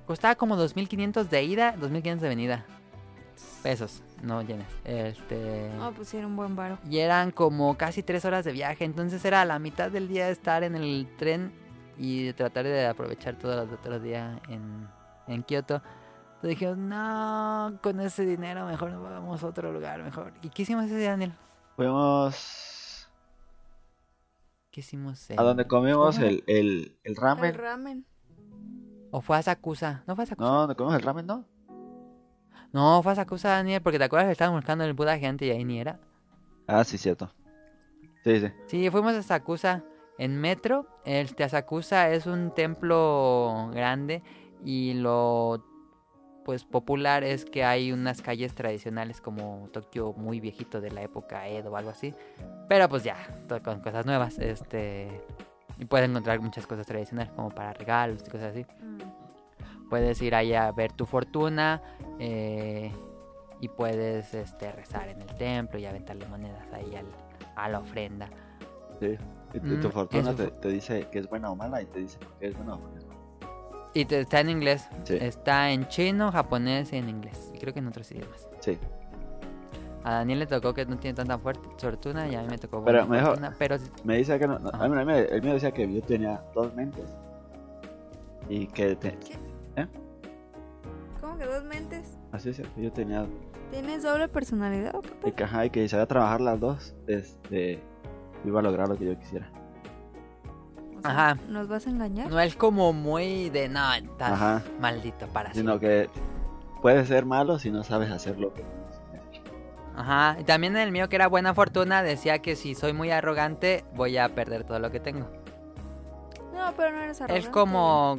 [SPEAKER 3] costaba como 2.500 de ida, 2.500 de venida. Pesos, no llenes. Este...
[SPEAKER 2] No, pues pusieron buen varo.
[SPEAKER 3] Y eran como casi tres horas de viaje. Entonces era la mitad del día estar en el tren y tratar de aprovechar todo el otro día en, en Kioto. Entonces dije, no, con ese dinero mejor nos vamos a otro lugar, mejor. ¿Y qué hicimos ese día, Daniel?
[SPEAKER 4] Fuimos
[SPEAKER 3] ¿Qué hicimos? eh?
[SPEAKER 4] a donde comimos
[SPEAKER 3] Ujú.
[SPEAKER 4] el, el, el ramen.
[SPEAKER 2] El ramen.
[SPEAKER 3] ¿O fue a Sakusa? ¿No fue a Sakusa?
[SPEAKER 4] No, donde comimos el ramen, no.
[SPEAKER 3] No, fue a Sakusa, Daniel, porque te acuerdas que estábamos buscando el Buda gigante y ahí ni era.
[SPEAKER 4] Ah, sí, cierto. Sí, sí.
[SPEAKER 3] Sí, fuimos a Sakusa en metro. El Sakusa es un templo grande y lo pues popular es que hay unas calles tradicionales como Tokio muy viejito de la época Edo o algo así. Pero pues ya, to- con cosas nuevas, este y puedes encontrar muchas cosas tradicionales como para regalos y cosas así.
[SPEAKER 2] Mm.
[SPEAKER 3] Puedes ir allá a ver tu fortuna eh, y puedes este, rezar en el templo y aventarle monedas ahí al- a la ofrenda.
[SPEAKER 4] sí. Y, tu-
[SPEAKER 3] Mm,
[SPEAKER 4] tu fortuna
[SPEAKER 3] eso
[SPEAKER 4] te,
[SPEAKER 3] fu-
[SPEAKER 4] te dice que es buena o mala y te dice que es buena o mala.
[SPEAKER 3] Y te- está en inglés.
[SPEAKER 4] Sí.
[SPEAKER 3] Está en chino, japonés y en inglés. Y creo que en otros idiomas.
[SPEAKER 4] Sí.
[SPEAKER 3] A Daniel le tocó que no tiene tanta fuerte fortuna y a mí me tocó
[SPEAKER 4] Pero
[SPEAKER 3] buena
[SPEAKER 4] mejor-
[SPEAKER 3] fortuna, pero sí-
[SPEAKER 4] Me dice que no. no,
[SPEAKER 3] Ajá.
[SPEAKER 4] a mí- a mí- el mío decía que yo tenía dos mentes. Y que. te-
[SPEAKER 2] ¿Cómo que dos mentes?
[SPEAKER 4] así es, que yo tenía.
[SPEAKER 2] ¿Tienes doble personalidad o qué
[SPEAKER 4] Y que, ajá, y que si sabía trabajar las dos, este. Iba a lograr lo que yo quisiera.
[SPEAKER 2] pedo? O
[SPEAKER 3] Ajá.
[SPEAKER 2] ¿Nos vas a engañar?
[SPEAKER 3] no es como muy de no, estás
[SPEAKER 4] Ajá.
[SPEAKER 3] maldito para
[SPEAKER 4] Sino
[SPEAKER 3] siempre".
[SPEAKER 4] que puedes ser malo si no sabes hacer lo que tienes que hacer.
[SPEAKER 3] Ajá. Y también el mío que era buena fortuna decía que si soy muy arrogante voy a perder todo lo que tengo.
[SPEAKER 2] No, pero no eres arrogante.
[SPEAKER 3] Es como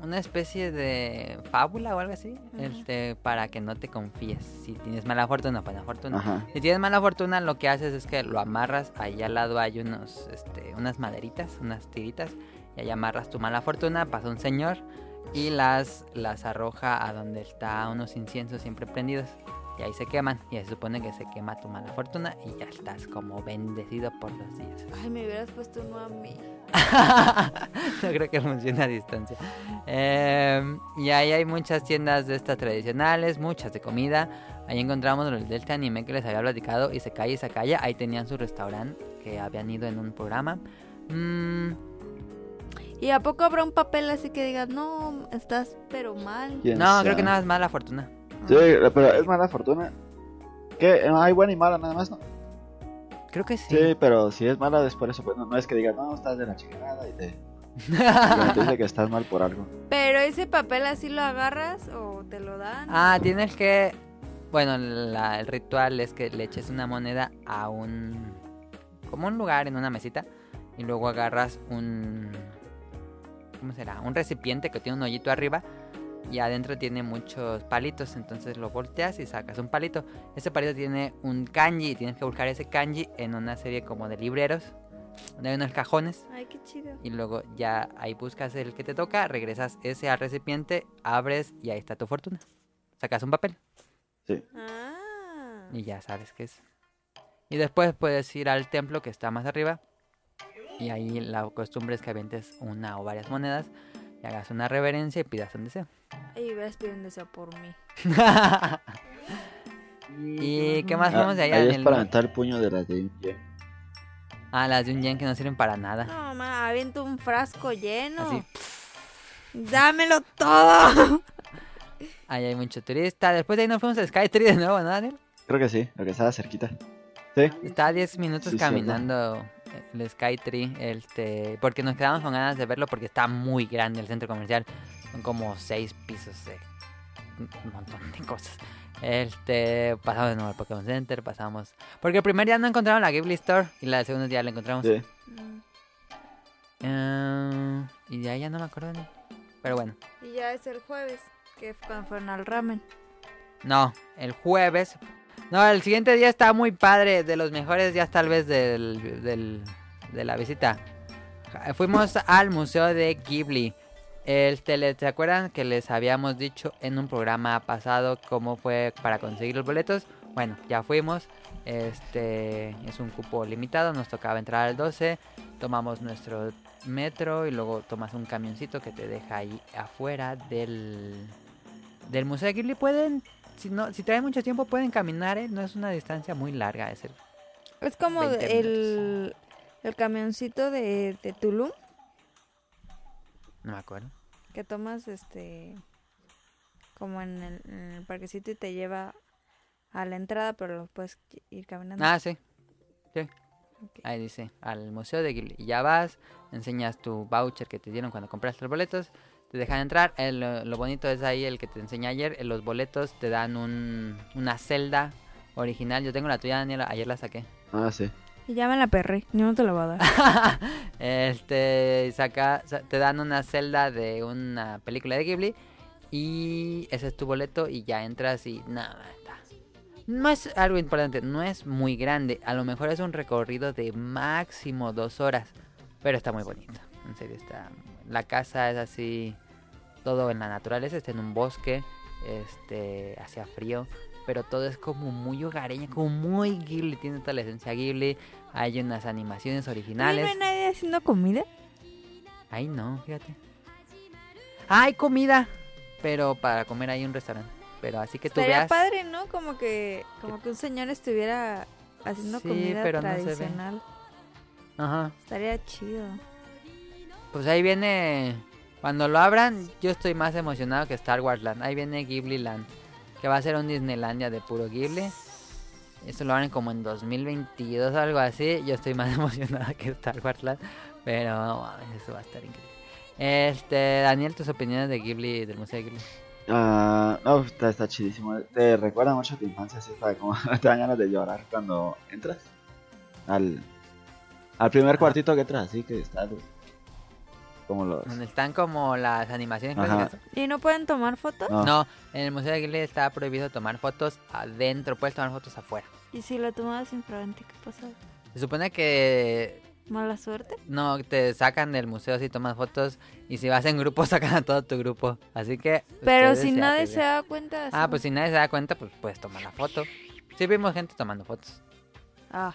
[SPEAKER 3] una especie de fábula o algo así.
[SPEAKER 2] Ajá.
[SPEAKER 3] Este, para que no te confíes. Si tienes mala fortuna, buena fortuna.
[SPEAKER 4] Ajá.
[SPEAKER 3] Si tienes mala fortuna, lo que haces es que lo amarras. Ahí al lado hay unos, este, unas maderitas, unas tiritas. Y ahí amarras tu mala fortuna. Pasa un señor y las, las arroja a donde está unos inciensos siempre prendidos. Y ahí se queman. Y se supone que se quema tu mala fortuna. Y ya estás como bendecido por los días.
[SPEAKER 2] Ay, me hubieras puesto uno a mí.
[SPEAKER 3] no creo que funcione a distancia. Em, y ahí hay muchas tiendas de estas tradicionales, muchas de comida. Ahí encontramos los de este anime que les había platicado, y se y Sakaya. Ahí tenían su restaurante que habían ido en un programa. Mm,
[SPEAKER 2] ¿Y a poco habrá un papel así que digas, no, estás pero mal?
[SPEAKER 4] ¿Quién
[SPEAKER 3] No, creo
[SPEAKER 4] sabe?
[SPEAKER 3] que nada es mala fortuna.
[SPEAKER 4] Sí, pero es mala fortuna. Que hay buena y mala nada más, ¿no?
[SPEAKER 3] Creo que
[SPEAKER 4] Sí,
[SPEAKER 3] sí.
[SPEAKER 4] pero si es mala es por eso, pues no, no es que digas, no, estás de la chingada y te... y te dice que estás mal por algo.
[SPEAKER 2] Pero ese papel así lo agarras o te lo dan.
[SPEAKER 3] ah, tienes que. Bueno, la- el ritual es que le eches una moneda a un. como un lugar en una mesita. Y luego agarras un. ¿Cómo será? Un recipiente que tiene un hoyito arriba. Y adentro tiene muchos palitos. Entonces lo volteas y sacas un palito. Ese palito tiene un kanji. Y tienes que buscar ese kanji en una serie como de libreros. Donde hay unos cajones.
[SPEAKER 2] Ay, qué chido.
[SPEAKER 3] Y luego ya ahí buscas el que te toca, regresas ese al recipiente, abres y ahí está tu fortuna. Sacas un papel
[SPEAKER 2] Ah.
[SPEAKER 3] y ya sabes qué es. Y después puedes ir al templo que está más arriba. Y ahí la costumbre es que avientes una o varias monedas y hagas una reverencia y pidas un deseo.
[SPEAKER 2] Y hubieras pedido un deseo por mí.
[SPEAKER 3] ¿Y qué más
[SPEAKER 4] Ah,
[SPEAKER 3] vemos de allá?
[SPEAKER 4] ahí
[SPEAKER 3] en
[SPEAKER 4] es
[SPEAKER 3] el-
[SPEAKER 4] para aventar el puño de la de
[SPEAKER 3] Ah, las de un yen que no sirven para nada.
[SPEAKER 2] No, mamá, aviento un frasco lleno.
[SPEAKER 3] Ah. Así,
[SPEAKER 2] Dámelo todo.
[SPEAKER 3] ahí hay mucho turista. Después de ahí nos fuimos a Skytree de nuevo, ¿no, Daniel?
[SPEAKER 4] Creo que sí, lo que estaba cerquita. Sí,
[SPEAKER 3] Está a 10 minutos
[SPEAKER 4] Sí, cierto.
[SPEAKER 3] caminando eh, el Skytree, este, porque nos quedamos con ganas de verlo porque está muy grande el centro comercial. Son como 6 pisos de un un montón de cosas. Este, pasamos de nuevo al Pokémon Center, pasamos... Porque el primer día no encontramos la Ghibli Store y la del segundo día la encontramos.
[SPEAKER 4] sí.
[SPEAKER 2] Mm.
[SPEAKER 3] Eh, y de ahí ya no me acuerdo. ni- Pero bueno.
[SPEAKER 2] y ya es el jueves, que fue cuando fueron al ramen.
[SPEAKER 3] No, el jueves. No, el siguiente día está muy padre, de los mejores días tal vez del, del- de la visita. Ja- Fuimos al Museo de Ghibli. El tele, ¿Se acuerdan que les habíamos dicho en un programa pasado cómo fue para conseguir los boletos? Bueno, ya fuimos. Este es un cupo limitado, nos tocaba entrar al 12. Tomamos nuestro metro y luego tomas un camioncito que te deja ahí afuera del, del Museo de Ghibli. Pueden si, no, si traen mucho tiempo pueden caminar, ¿eh? No es una distancia muy larga. Es el...
[SPEAKER 2] Es como
[SPEAKER 3] 20
[SPEAKER 2] el, el camioncito de, de Tulum
[SPEAKER 3] No me acuerdo.
[SPEAKER 2] que tomas este como en el, en el parquecito y te lleva a la entrada, pero lo puedes ir caminando.
[SPEAKER 3] Ah, sí. Sí.
[SPEAKER 2] Ok.
[SPEAKER 3] Ahí dice, al Museo de Ghibli. Y ya vas, enseñas tu voucher que te dieron cuando compraste los boletos. Te dejan entrar. Eh, lo, lo bonito es ahí el que te enseñé ayer. eh, Los boletos te dan un, una celda original. Yo tengo la tuya, Daniela. Ayer la saqué.
[SPEAKER 4] Ah, sí.
[SPEAKER 2] Y ya me la perré, yo no te la voy a dar.
[SPEAKER 3] este saca, sa- te dan una celda de una película de Ghibli y ese es tu boleto y ya entras y nada. está. No es algo importante, no es muy grande, a lo mejor es un recorrido de máximo dos horas, pero está muy bonito. En serio está, la casa es así, todo en la naturaleza, está en un bosque, este, hacía frío. Pero todo es como muy hogareño, como muy Ghibli, tiene toda la esencia Ghibli. Hay unas animaciones
[SPEAKER 2] Ay,
[SPEAKER 3] originales.
[SPEAKER 2] ¿No hay nadie haciendo comida?
[SPEAKER 3] Ay, no, fíjate. Ah, hay comida. Pero para comer hay un restaurante. Pero así que tú
[SPEAKER 2] Estaría
[SPEAKER 3] veas.
[SPEAKER 2] padre, ¿no? Como que como que un señor estuviera haciendo
[SPEAKER 3] Sí,
[SPEAKER 2] comida
[SPEAKER 3] pero no se ve.
[SPEAKER 2] tradicional.
[SPEAKER 3] Ajá.
[SPEAKER 2] Estaría chido.
[SPEAKER 3] Pues ahí viene. Cuando lo abran, yo estoy más emocionado que Star Wars Land. Ahí viene Ghibli Land. Que va a ser un Disneylandia de puro Ghibli. Esto lo abren como en 2022 o algo así. Yo estoy más emocionado que Star Wars Land. Pero no mames, eso va a estar increíble. Este, Daniel, tus opiniones de Ghibli, del Museo de Ghibli.
[SPEAKER 4] Ah, no, está, está chidísimo. Te recuerda mucho a tu infancia, así está como te dan ganas de llorar cuando entras. Al, al primer cuartito que entras, así que está de- como los.
[SPEAKER 3] Donde están como las animaciones
[SPEAKER 4] Ajá.
[SPEAKER 3] clásicas.
[SPEAKER 2] ¿Y no pueden tomar fotos?
[SPEAKER 4] No,
[SPEAKER 3] No, en el Museo de Ghibli está prohibido tomar fotos adentro, puedes tomar fotos afuera.
[SPEAKER 2] ¿Y si lo tomabas infravente, qué pasó?
[SPEAKER 3] Se supone que
[SPEAKER 2] ¿Mala suerte?
[SPEAKER 3] no te sacan del museo si tomas fotos y si vas en grupo sacan a todo tu grupo. Así que...
[SPEAKER 2] Pero
[SPEAKER 3] ustedes
[SPEAKER 2] si
[SPEAKER 3] ya
[SPEAKER 2] nadie
[SPEAKER 3] te-
[SPEAKER 2] se da cuenta. así
[SPEAKER 3] Ah,
[SPEAKER 2] no-
[SPEAKER 3] pues si nadie se da cuenta, pues puedes tomar la foto. Sí vimos gente tomando fotos.
[SPEAKER 2] Ah,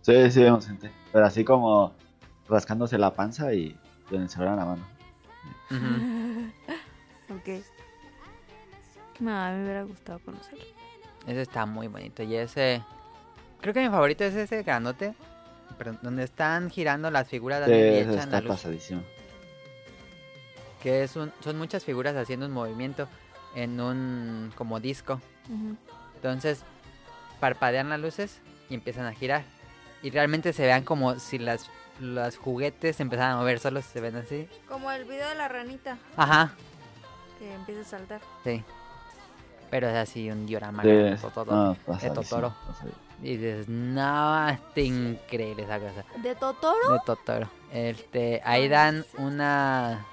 [SPEAKER 4] sí, sí, vemos gente. Pero así como rascándose la panza y con el celular en la mano.
[SPEAKER 3] Ujú.
[SPEAKER 2] ok. No, a mí me hubiera gustado conocerlo.
[SPEAKER 3] Ese está muy bonito. Y ese... Creo que mi favorito es ese grandote. pero donde están girando las figuras
[SPEAKER 4] Sí,
[SPEAKER 3] Daniel, y
[SPEAKER 4] eso
[SPEAKER 3] echan la
[SPEAKER 4] está
[SPEAKER 3] luz.
[SPEAKER 4] pasadísimo.
[SPEAKER 3] que es un- son muchas figuras haciendo un movimiento en un como disco.
[SPEAKER 2] Ujú.
[SPEAKER 3] Entonces parpadean las luces y empiezan a girar. Y realmente se vean como si las los juguetes se empezaran a mover, solo se ven así.
[SPEAKER 2] Como el video de la ranita
[SPEAKER 3] Ajá,
[SPEAKER 2] que empieza a saltar.
[SPEAKER 3] sí. Pero es así un diorama.
[SPEAKER 4] De,
[SPEAKER 3] todo, todo.
[SPEAKER 4] no, pasadísimo,
[SPEAKER 3] Totoro.
[SPEAKER 4] pasadísimo.
[SPEAKER 3] Y dices, no, está increíble esa cosa.
[SPEAKER 2] ¿De Totoro?
[SPEAKER 3] De Totoro. Este, ahí dan una...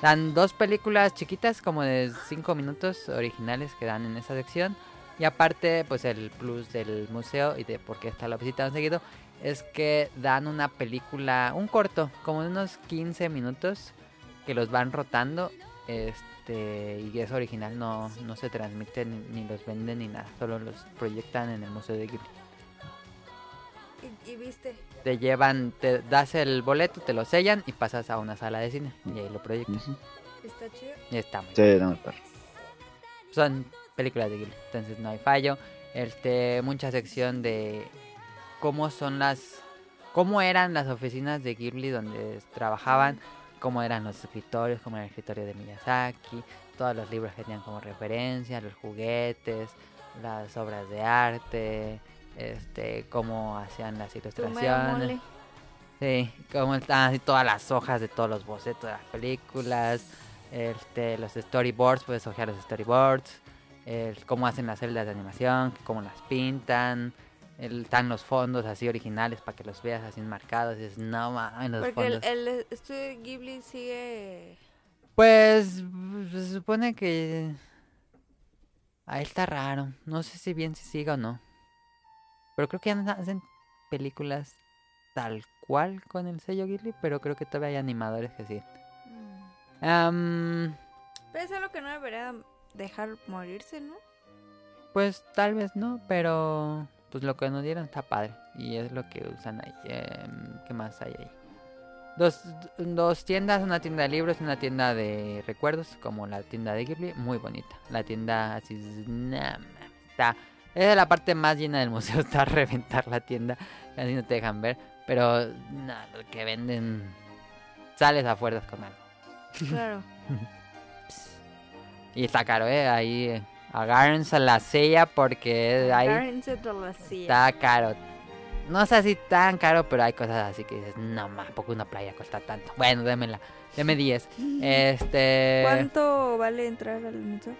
[SPEAKER 3] Dan dos películas chiquitas como de cinco minutos originales que dan en esa sección. Y aparte, pues el plus del museo y de por qué está la visita tan seguido es que dan una película, un corto, como de unos 15 minutos que los van rotando. Este, y es original, no, no se transmite ni, ni los venden ni nada, solo los proyectan en el Museo de Ghibli
[SPEAKER 2] Y, y viste.
[SPEAKER 3] te llevan, te das el boleto, te lo sellan y pasas a una sala de cine. Y ahí lo proyectan.
[SPEAKER 4] Ujú.
[SPEAKER 2] Está chido.
[SPEAKER 3] Y está muy bien.
[SPEAKER 4] Sí, no, perro.
[SPEAKER 3] Son películas de Ghibli, entonces no hay fallo. Este, mucha sección de cómo son las, cómo eran las oficinas de Ghibli donde trabajaban, cómo eran los escritorios, cómo era el escritorio de Miyazaki, todos los libros que tenían como referencia, los juguetes, las obras de arte, este, cómo hacían las
[SPEAKER 2] Tu mero
[SPEAKER 3] ilustraciones.
[SPEAKER 2] mole.
[SPEAKER 3] Sí, como están así todas las hojas de todos los bocetos de las películas, este, los storyboards, puedes hojear los storyboards, el, cómo hacen las celdas de animación, cómo las pintan, el, están los fondos así originales para que los veas así enmarcados, y dices, no mames, los
[SPEAKER 2] Porque
[SPEAKER 3] fondos.
[SPEAKER 2] el, el estudio de Ghibli sigue.
[SPEAKER 3] Pues se supone que ahí está raro, no sé si bien se siga o no, pero creo que ya no hacen películas tal cual con el sello Ghibli, pero creo que todavía hay animadores que sí.
[SPEAKER 2] Mm.
[SPEAKER 3] Am,
[SPEAKER 2] Pero es algo que no debería dejar morirse, ¿no?
[SPEAKER 3] pues tal vez no, pero pues lo que nos dieron está padre. Y es lo que usan ahí. Em, ¿Qué más hay ahí? Dos, dos tiendas, una tienda de libros, una tienda de recuerdos, como la tienda de Ghibli, muy bonita. La tienda así es- nah, mames, está. Esa es la parte más llena del museo, está a reventar la tienda, así no te dejan ver. Pero nada, lo que venden, sales a fuerzas con algo.
[SPEAKER 2] Claro.
[SPEAKER 3] Y está caro, ¿eh? Ahí eh, agárrense la silla porque Eh, ahí
[SPEAKER 2] Agárrense de la silla.
[SPEAKER 3] está caro. No sé si tan caro, pero hay cosas así que dices, no más, poco una playa cuesta tanto. Bueno, démela, deme 10. Este.
[SPEAKER 2] ¿Cuánto vale entrar al museo?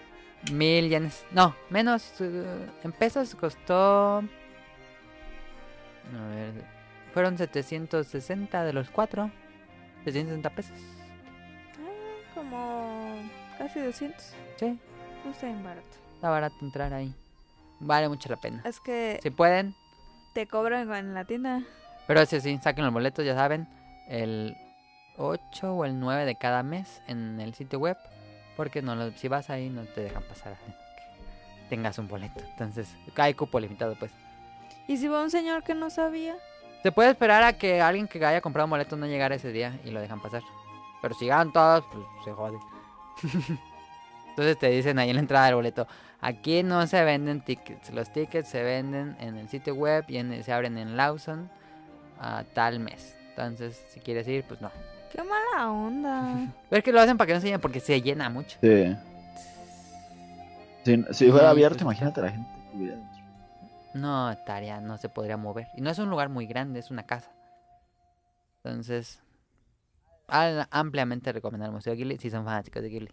[SPEAKER 3] Mil yenes. No, menos. eh, en pesos costó. A ver. Fueron 760 de los cuatro. 760 pesos.
[SPEAKER 2] Ah, como casi 200.
[SPEAKER 3] Sí,
[SPEAKER 2] No está bien barato.
[SPEAKER 3] está barato entrar ahí. Vale mucho la pena.
[SPEAKER 2] Es que
[SPEAKER 3] Si pueden,
[SPEAKER 2] te cobran en la tienda.
[SPEAKER 3] Pero sí, sí, saquen los boletos, ya saben, el 8 o el 9 de cada mes en el sitio web, porque no lo- si vas ahí no te dejan pasar a que tengas un boleto. Entonces, hay cupo limitado, pues.
[SPEAKER 2] ¿Y si va un señor que no sabía?
[SPEAKER 3] Se puede esperar a que alguien que haya comprado un boleto no llegara ese día y lo dejan pasar. Pero si ganan todos, pues se jode. Entonces te dicen ahí en la entrada del boleto, aquí no se venden tickets, los tickets se venden en el sitio web y en- se abren en Lawson a tal mes. Entonces, si quieres ir, pues no.
[SPEAKER 2] ¡Qué mala onda!
[SPEAKER 3] Pero es que lo hacen para que no se llene porque se llena mucho.
[SPEAKER 4] Sí. Si, si
[SPEAKER 3] Y
[SPEAKER 4] fuera
[SPEAKER 3] ahí,
[SPEAKER 4] abierto,
[SPEAKER 3] pues,
[SPEAKER 4] imagínate la gente que hubiera dentro.
[SPEAKER 3] No, estaría, no se podría mover. Y no es un lugar muy grande, es una casa. Entonces, al- ampliamente recomendar el Museo de Ghibli si son fanáticos de Ghibli.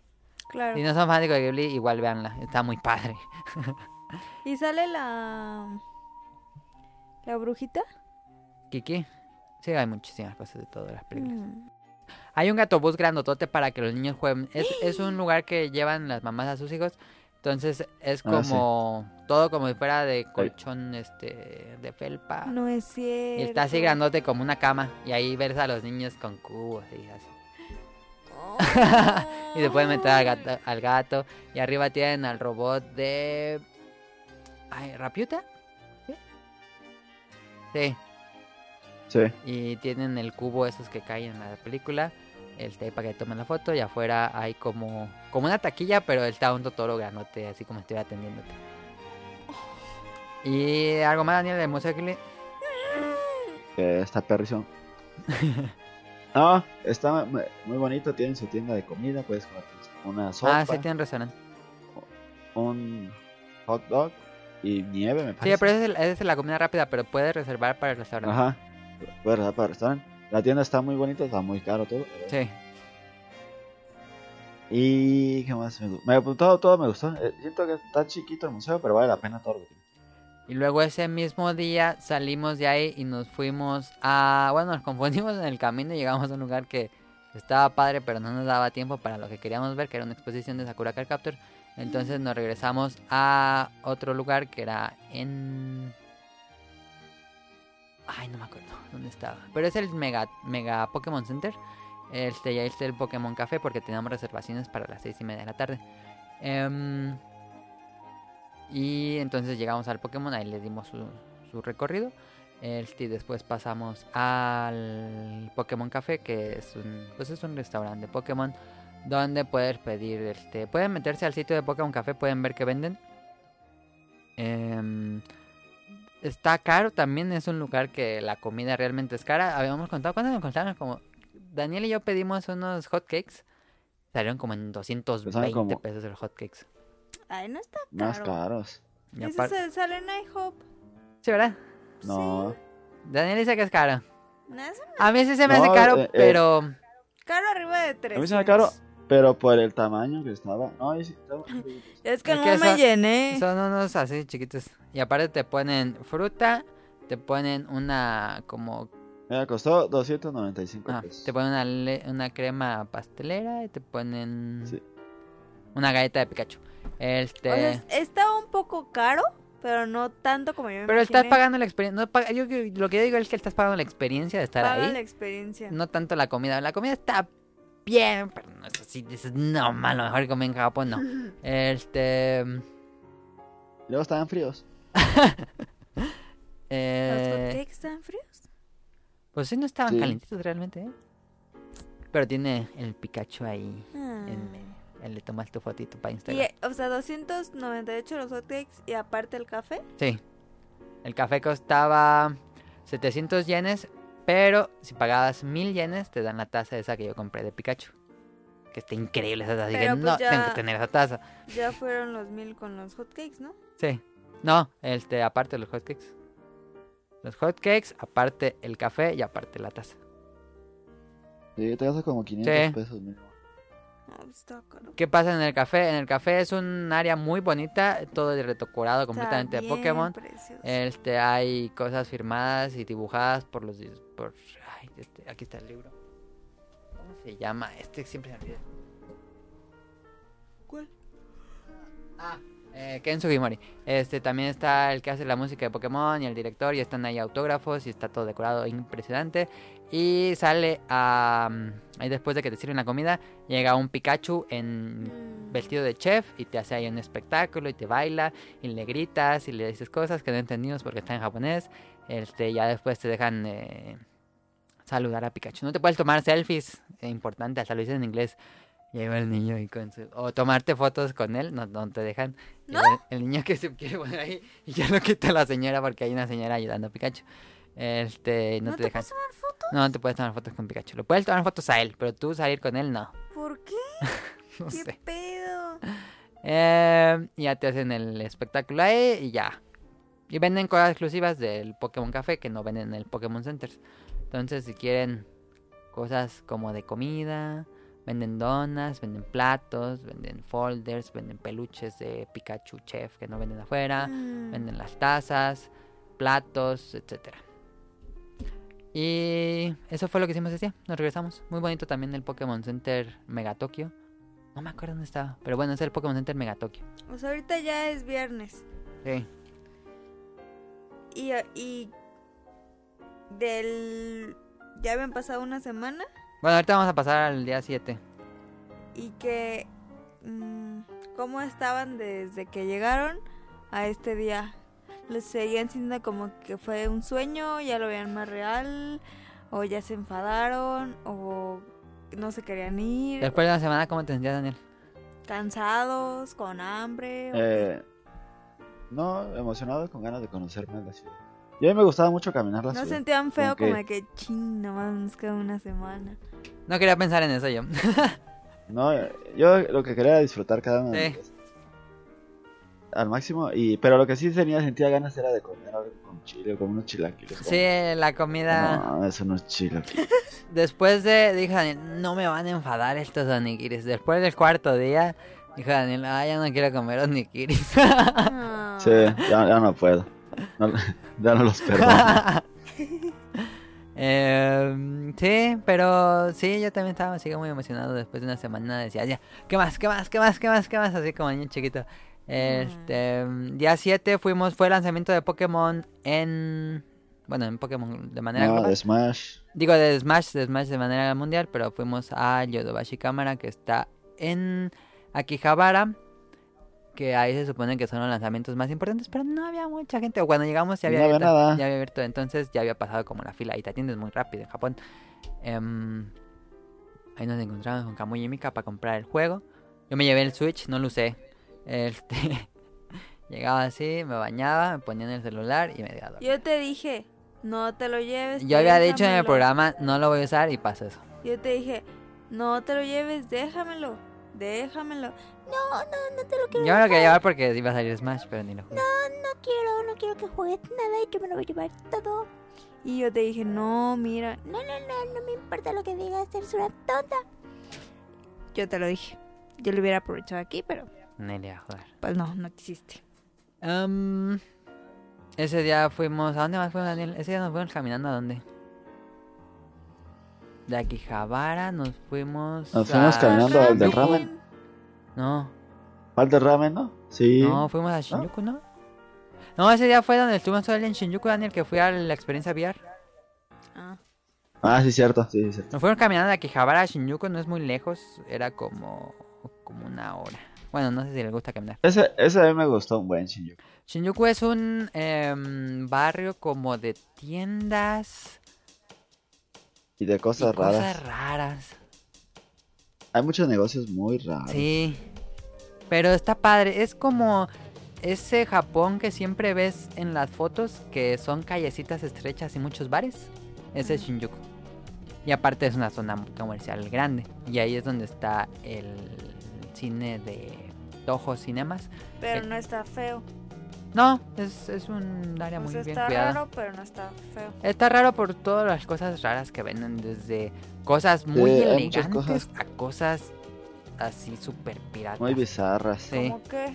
[SPEAKER 2] Claro.
[SPEAKER 3] Si no son fanáticos de Ghibli, igual véanla. Está muy padre.
[SPEAKER 2] ¿Y sale la. la brujita?
[SPEAKER 3] Kiki. Sí, hay muchísimas cosas de todas las películas.
[SPEAKER 2] Mm.
[SPEAKER 3] Hay un gatobús grandotote para que los niños jueguen. Es, es un lugar que llevan las mamás a sus hijos. Entonces es
[SPEAKER 4] Ah, sí.
[SPEAKER 3] como todo como si fuera de colchón este de felpa.
[SPEAKER 2] No es
[SPEAKER 3] y
[SPEAKER 2] cierto.
[SPEAKER 3] está así grandote como una cama. Y ahí ves a los niños con cubos y así. Y se pueden meter al gato, al gato. Y arriba tienen al robot de. Ay, ¿Rapiuta? ¿Sí? Sí.
[SPEAKER 4] Sí.
[SPEAKER 3] Y tienen el cubo esos que caen en la película. El tape para que tomen la foto. Y afuera hay como. como una taquilla, pero está un Totoro grandote, así como estoy atendiéndote. Y algo más, Daniel, de Museo Ghibli?
[SPEAKER 4] Que está perrísimo. No, está mu- muy bonito, tienen su tienda de comida, puedes comer una sopa,
[SPEAKER 3] Ah, sí, tienen restaurante.
[SPEAKER 4] un hot dog y nieve, me
[SPEAKER 3] Sí,
[SPEAKER 4] parece.
[SPEAKER 3] pero esa es, el- esa es la comida rápida, pero puedes reservar para el restaurante.
[SPEAKER 4] Ah, Ajá, puedes reservar para el restaurante. La tienda está muy bonita, está muy caro todo.
[SPEAKER 3] Sí.
[SPEAKER 4] Y qué más me gustó. Me todo, todo me gustó. Eh, siento que está chiquito el museo, pero vale la pena todo lo que tiene.
[SPEAKER 3] Y luego ese mismo día salimos de ahí y nos fuimos a... Bueno, nos confundimos en el camino y llegamos a un lugar que estaba padre, pero no nos daba tiempo para lo que queríamos ver, que era una exposición de Sakura Card Captor. Entonces nos regresamos a otro lugar que era en... Ay, no me acuerdo dónde estaba. Pero es el Mega, Mega Pokémon Center. Este, y ahí está el Pokémon Café porque teníamos reservaciones para las seis y media de la tarde. Em, y entonces llegamos al Pokémon, ahí le dimos su, su recorrido. Este, y después pasamos al Pokémon Café, que es un, pues es un restaurante de Pokémon donde puedes pedir, este, pueden meterse al sitio de Pokémon Café, pueden ver que venden. Em, está caro también, es un lugar que la comida realmente es cara. Habíamos contado, ¿cuánto nos contaron? Como Daniel y yo pedimos unos hotcakes, salieron como en 220
[SPEAKER 4] como-
[SPEAKER 3] pesos el hotcakes.
[SPEAKER 2] Ay, no está
[SPEAKER 4] Más
[SPEAKER 2] caro.
[SPEAKER 4] caros.
[SPEAKER 3] Y
[SPEAKER 2] Eso
[SPEAKER 3] apar-
[SPEAKER 2] se sale en IHOP.
[SPEAKER 3] Sí, ¿verdad?
[SPEAKER 4] No.
[SPEAKER 3] Daniel dice que es caro.
[SPEAKER 2] No, es
[SPEAKER 3] A mí sí se me
[SPEAKER 4] No,
[SPEAKER 3] hace caro,
[SPEAKER 4] eh, eh.
[SPEAKER 3] pero
[SPEAKER 2] caro arriba de tres.
[SPEAKER 4] A mí se me caro, pero por el tamaño que estaba. No, y sí, estaba-
[SPEAKER 2] Es que
[SPEAKER 3] Es
[SPEAKER 2] no
[SPEAKER 3] que
[SPEAKER 2] me
[SPEAKER 3] eso-
[SPEAKER 2] llené.
[SPEAKER 3] son unos así chiquitos. Y aparte te ponen fruta, te ponen una como...
[SPEAKER 4] Mira, costó 295
[SPEAKER 3] ah,
[SPEAKER 4] pesos.
[SPEAKER 3] te ponen una, le- una crema pastelera y te ponen
[SPEAKER 4] Sí.
[SPEAKER 3] una galleta de Pikachu. Este...
[SPEAKER 2] O sea, es- estaba un poco caro, pero no tanto como yo me
[SPEAKER 3] pero estás
[SPEAKER 2] imaginé.
[SPEAKER 3] pagando la experiencia. yo, creo- lo que yo digo es que estás pagando la experiencia de estar
[SPEAKER 2] Paga
[SPEAKER 3] ahí.
[SPEAKER 2] la experiencia.
[SPEAKER 3] No tanto la comida. La comida está bien, pero no es así. Dices, no, man, lo mejor que comí en Japón, no. Este.
[SPEAKER 4] Luego estaban fríos.
[SPEAKER 2] ¿Los
[SPEAKER 3] eh,
[SPEAKER 2] hotcakes están fríos?
[SPEAKER 3] pues sí, no estaban
[SPEAKER 4] Sí.
[SPEAKER 3] calentitos realmente, ¿eh? Pero tiene el Pikachu ahí
[SPEAKER 2] Ah.
[SPEAKER 3] en medio. Él Le tomas tu fotito para
[SPEAKER 2] Y,
[SPEAKER 3] Instagram.
[SPEAKER 2] eh, o sea, 298 los hotcakes y aparte el café.
[SPEAKER 3] Sí. El café costaba 700 yenes, pero si pagabas 1000 yenes, te dan la taza esa que yo compré de Pikachu. Que está increíble esa taza. Así
[SPEAKER 2] Pero
[SPEAKER 3] que
[SPEAKER 2] pues
[SPEAKER 3] no,
[SPEAKER 2] ya-
[SPEAKER 3] tengo que tener esa taza.
[SPEAKER 2] Ya fueron los mil con los hotcakes, ¿no?
[SPEAKER 3] Sí. No, este, aparte los hotcakes. Los hotcakes, aparte el café y aparte la taza.
[SPEAKER 4] Sí, te gastas como 500
[SPEAKER 3] Sí.
[SPEAKER 4] pesos mínimo.
[SPEAKER 2] No, pues estaba caro.
[SPEAKER 3] ¿Qué pasa en el café? En el café es un área muy bonita, todo retocorado completamente de
[SPEAKER 2] Está bien
[SPEAKER 3] Pokémon.
[SPEAKER 2] precioso.
[SPEAKER 3] Este, hay cosas firmadas y dibujadas por los... dis- Por, ay, este, aquí está el libro. ¿Cómo se llama? Este siempre se me olvida.
[SPEAKER 2] ¿Cuál?
[SPEAKER 3] Ah, eh, Ken Sugimori. Este también está el que hace la música de Pokémon y el director. Y están ahí autógrafos y está todo decorado impresionante. Y sale a. Ahí después de que te sirven la comida, llega un Pikachu en
[SPEAKER 2] Mm.
[SPEAKER 3] vestido de chef y te hace ahí un espectáculo y te baila y le gritas y le dices cosas que no entendimos porque está en japonés. Este, ya después te dejan eh, saludar a Pikachu. No te puedes tomar selfies, eh, importante, hasta lo dicen en inglés. Y ahí va el niño y con su... O tomarte fotos con él, no, no te dejan. Y
[SPEAKER 2] ¿No?
[SPEAKER 3] va El, niño que se quiere poner ahí y ya lo quita la señora porque hay una señora ayudando a Pikachu. Este, no,
[SPEAKER 2] ¿No
[SPEAKER 3] te,
[SPEAKER 2] te
[SPEAKER 3] dejan.
[SPEAKER 2] puedes tomar foto?
[SPEAKER 3] No, no te puedes tomar fotos con Pikachu. Lo puedes tomar fotos a él, pero tú salir con él no.
[SPEAKER 2] ¿Por qué?
[SPEAKER 3] No
[SPEAKER 2] ¿Qué
[SPEAKER 3] sé.
[SPEAKER 2] pedo?
[SPEAKER 3] Eh, y ya te hacen el espectáculo ahí y ya. Y venden cosas exclusivas del Pokémon Café que no venden en el Pokémon Center. Entonces, si quieren cosas como de comida, venden donas, venden platos, venden folders, venden peluches de Pikachu Chef que no venden afuera,
[SPEAKER 2] Mm.
[SPEAKER 3] venden las tazas, platos, etcétera. Y eso fue lo que hicimos ese día. Nos regresamos. Muy bonito también el Pokémon Center Mega Tokio. No me acuerdo dónde estaba, pero bueno, es el Pokémon Center Mega Tokio.
[SPEAKER 2] O sea, ahorita ya es viernes.
[SPEAKER 3] Sí.
[SPEAKER 2] Y, y del... Ya habían pasado una semana
[SPEAKER 3] Bueno, ahorita vamos a pasar al día 7.
[SPEAKER 2] y que... mm, ¿Cómo estaban desde que llegaron a este día? ¿Los seguían siendo como que fue un sueño? ¿Ya lo veían más real? ¿O ya se enfadaron? ¿O no se querían ir?
[SPEAKER 3] Después de una semana, ¿cómo te sentías, Daniel?
[SPEAKER 2] ¿Cansados? ¿Con hambre? ¿O qué?
[SPEAKER 4] Eh, no, emocionado con ganas de conocer más la ciudad. Yo a mí me gustaba mucho caminar la
[SPEAKER 2] No
[SPEAKER 4] ciudad.
[SPEAKER 2] sentían feo
[SPEAKER 4] Como
[SPEAKER 2] como
[SPEAKER 4] que-
[SPEAKER 2] de que ching, nomás nos queda una semana.
[SPEAKER 3] No quería pensar en eso yo.
[SPEAKER 4] No, yo lo que quería era disfrutar cada una de
[SPEAKER 3] Sí.
[SPEAKER 4] ellas. Al máximo, y pero lo que sí tenía, sentía ganas era de comer algo con chile, como unos chilaquiles. como-
[SPEAKER 3] sí, la comida.
[SPEAKER 4] No, eso no es chilaquiles.
[SPEAKER 3] Después de, dijo Daniel, no me van a enfadar estos onigiris. Después del cuarto día, dijo Daniel, ah, ya no quiero comer onigiris.
[SPEAKER 2] Ah.
[SPEAKER 4] Sí, ya, ya no puedo. No- ya no los perdono.
[SPEAKER 3] Em, sí, pero sí, yo también estaba así muy emocionado después de una semana. Decía, ya, ¿qué más? ¿Qué más? ¿Qué más? ¿Qué más? ¿Qué más? Así como niño chiquito. Este, em, día 7 fuimos, fue el lanzamiento de Pokémon en... Bueno, en Pokémon de manera
[SPEAKER 4] No,
[SPEAKER 3] global.
[SPEAKER 4] de Smash.
[SPEAKER 3] Digo, de Smash, de Smash de manera mundial, pero fuimos a Yodobashi Cámara, que está en Akihabara, que ahí se supone que son los lanzamientos más importantes, pero no había mucha gente, o cuando llegamos ya había,
[SPEAKER 4] No había
[SPEAKER 3] abierto,
[SPEAKER 4] nada.
[SPEAKER 3] ya había abierto, entonces ya había pasado como la fila, y te atiendes muy rápido en Japón. Em, ahí nos encontramos con Kamui y Mika para comprar el juego. Yo me llevé el Switch, no lo usé. Este, llegaba así, me bañaba, me ponía en el celular y me iba a dormir.
[SPEAKER 2] Yo te dije, no te lo lleves.
[SPEAKER 3] Yo había dicho en el
[SPEAKER 2] déjamelo.
[SPEAKER 3] programa, no lo voy a usar y pasa eso.
[SPEAKER 2] Yo te dije, no te lo lleves, déjamelo. Déjamelo.
[SPEAKER 1] No, no, no te lo quiero
[SPEAKER 3] Yo me lo quería llevar porque iba a salir Smash, pero ni lo jugué.
[SPEAKER 1] No quiero, no quiero que juegues nada y yo me lo voy a llevar todo.
[SPEAKER 2] Y yo te dije, no, mira.
[SPEAKER 1] No, no, no, no me importa lo que digas, eres una tonta.
[SPEAKER 2] Yo te lo dije. Yo lo hubiera aprovechado aquí, pero
[SPEAKER 3] Ni le iba a jugar.
[SPEAKER 2] pues no, no quisiste.
[SPEAKER 3] Em, ese día fuimos. ¿A dónde más fuimos, Daniel? Ese día nos fuimos caminando a dónde? De Akihabara nos fuimos.
[SPEAKER 4] Nos fuimos
[SPEAKER 3] a-
[SPEAKER 4] caminando al del ramen.
[SPEAKER 3] No,
[SPEAKER 4] ¿Al de ramen, no? Sí.
[SPEAKER 3] no, fuimos a Shinjuku, ¿no? No, ese día fue donde estuvimos todo el día en Shinjuku, Daniel, que fui a la experiencia VR.
[SPEAKER 2] Ah.
[SPEAKER 4] Ah, sí, cierto, sí, sí, cierto.
[SPEAKER 3] Nos fuimos caminando de Akihabara a Shinjuku, no es muy lejos, era como, como una hora. Bueno, no sé si les gusta caminar.
[SPEAKER 4] Ese, ese a mí me gustó un buen Shinjuku.
[SPEAKER 3] Shinjuku es un em, barrio como de tiendas
[SPEAKER 4] Y de
[SPEAKER 3] y
[SPEAKER 4] cosas raras.
[SPEAKER 3] cosas raras.
[SPEAKER 4] Hay muchos negocios muy raros.
[SPEAKER 3] Sí. Pero está padre. Es como ese Japón que siempre ves en las fotos, que son callecitas estrechas y muchos bares. Ese es Shinjuku. Y aparte es una zona comercial grande. Y ahí es donde está el cine de Toho Cinemas.
[SPEAKER 2] Pero no está feo.
[SPEAKER 3] No, es, es un área
[SPEAKER 2] O
[SPEAKER 3] muy
[SPEAKER 2] sea,
[SPEAKER 3] bien
[SPEAKER 2] Pues está
[SPEAKER 3] cuidada.
[SPEAKER 2] raro, pero no está feo.
[SPEAKER 3] Está raro por todas las cosas raras que venden, desde cosas muy
[SPEAKER 4] hay muchas
[SPEAKER 3] elegantes
[SPEAKER 4] cosas.
[SPEAKER 3] a cosas así súper piratas.
[SPEAKER 4] Muy bizarras.
[SPEAKER 3] Sí.
[SPEAKER 2] ¿Cómo qué?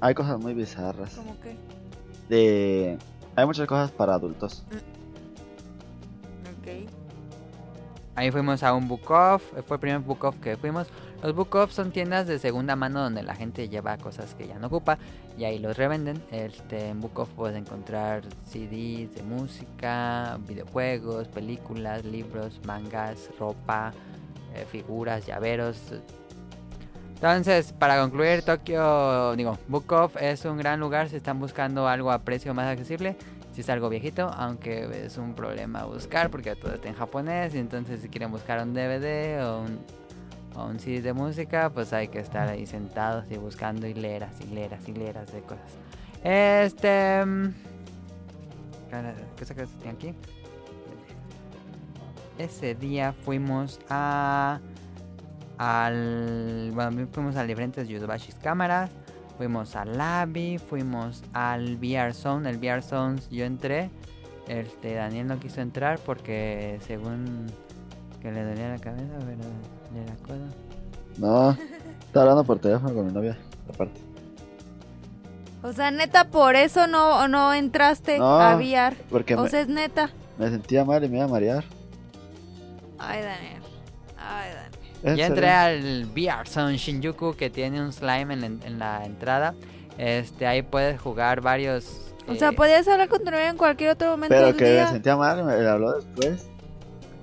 [SPEAKER 4] Hay cosas muy bizarras.
[SPEAKER 2] ¿Cómo qué?
[SPEAKER 4] De... Hay muchas cosas para adultos.
[SPEAKER 2] Ok.
[SPEAKER 3] Ahí fuimos a un book off, eh, fue el primer book off que fuimos. Los book off son tiendas de segunda mano donde la gente lleva cosas que ya no ocupa y ahí los revenden. Este, en book off puedes encontrar CDs de música, videojuegos, películas, libros, mangas, ropa, eh, figuras, llaveros. Entonces, para concluir, Tokio, digo, Book Off es un gran lugar si están buscando algo a precio más accesible. Si es algo viejito, aunque es un problema buscar porque todo está en japonés. Y entonces, si quieren buscar un DVD o un, o un CD de música, pues hay que estar ahí sentados y buscando hileras, hileras, hileras de cosas. Este. mm, ¿Qué cosa que tenía aquí? Ese día fuimos a al bueno, fuimos al diferentes Yudobashis cámaras, fuimos al Labi, fuimos al VR Zone, el VR Zone yo entré, este Daniel no quiso entrar porque según que le dolía la cabeza, pero le la coda.
[SPEAKER 4] No. Estaba hablando por teléfono con mi novia. Aparte.
[SPEAKER 2] O sea, neta, por eso no, no entraste
[SPEAKER 4] No.
[SPEAKER 2] a VR.
[SPEAKER 4] Porque
[SPEAKER 2] O
[SPEAKER 4] me,
[SPEAKER 2] sea, es neta.
[SPEAKER 4] me sentía mal y me iba a marear.
[SPEAKER 2] Ay, Daniel. Ay, Daniel.
[SPEAKER 4] En
[SPEAKER 3] Yo entré
[SPEAKER 4] serio.
[SPEAKER 3] al VR Zone Shinjuku que tiene un slime en, la- en la entrada. Este, ahí puedes jugar varios.
[SPEAKER 2] O
[SPEAKER 3] eh,
[SPEAKER 2] sea, podías hablar con tu novia en cualquier otro momento
[SPEAKER 4] Pero
[SPEAKER 2] del
[SPEAKER 4] que me
[SPEAKER 2] día.
[SPEAKER 4] sentía mal y me me habló después.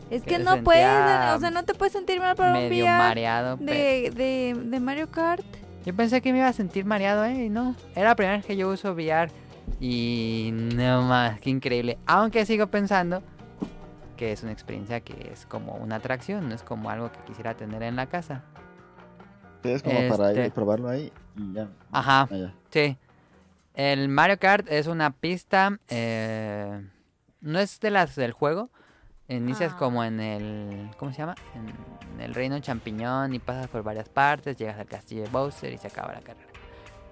[SPEAKER 2] Es
[SPEAKER 3] que
[SPEAKER 2] que
[SPEAKER 3] te
[SPEAKER 2] no puedes,
[SPEAKER 3] sentía
[SPEAKER 2] Daniel. O sea, no te puedes sentir mal por un
[SPEAKER 3] medio
[SPEAKER 2] VR
[SPEAKER 3] mareado. pero-
[SPEAKER 2] de, de, de Mario Kart.
[SPEAKER 3] Yo pensé que me iba a sentir mareado, ¿eh? Y no. Era la primera vez que yo uso VR. Y no más, qué increíble. Aunque sigo pensando que es una experiencia que es como una atracción, no es como algo que quisiera tener en la casa.
[SPEAKER 4] Sí, Es como para ir
[SPEAKER 3] Este.
[SPEAKER 4] y probarlo ahí y ya.
[SPEAKER 3] Ajá,
[SPEAKER 4] allá.
[SPEAKER 3] sí. El Mario Kart es una pista. eh, no es de las del juego. Inicias
[SPEAKER 2] Ah.
[SPEAKER 3] como en el. ¿Cómo se llama? En el Reino Champiñón y pasas por varias partes. Llegas al castillo de Bowser y se acaba la carrera.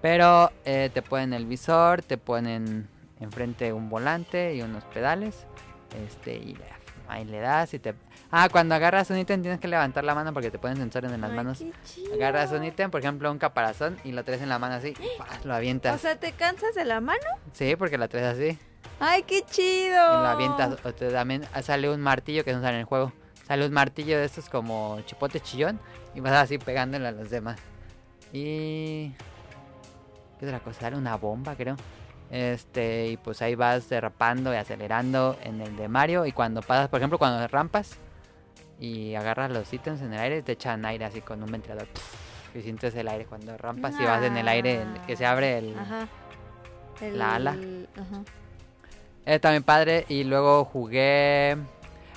[SPEAKER 3] Pero eh, te ponen el visor, te ponen enfrente un volante y unos pedales. Este, y ya, ahí le das y te. Ah, cuando agarras un ítem tienes que levantar la mano porque te ponen sensores en las
[SPEAKER 2] Ay,
[SPEAKER 3] manos.
[SPEAKER 2] qué chido.
[SPEAKER 3] Agarras un ítem, por ejemplo, un caparazón y lo traes en la mano así, ¡fua! lo avientas.
[SPEAKER 2] O sea, ¿te cansas de la mano?
[SPEAKER 3] Sí, porque la traes así.
[SPEAKER 2] ¡Ay, qué chido!
[SPEAKER 3] Y lo avientas. O te- también sale un martillo que no sale en el juego. Sale un martillo de estos como chipote chillón. Y vas así pegándole a los demás. Y. ¿Qué otra cosa? Sale una bomba, creo. Este, y pues ahí vas derrapando y acelerando en el de Mario. Y cuando pasas, por ejemplo, cuando rampas y agarras los ítems en el aire, te echan aire así con un ventilador. Y sientes el aire cuando rampas y vas en el aire, en- que se abre el,
[SPEAKER 2] Ajá. El-
[SPEAKER 3] La ala.
[SPEAKER 2] Ajá.
[SPEAKER 3] Está mi padre y luego jugué...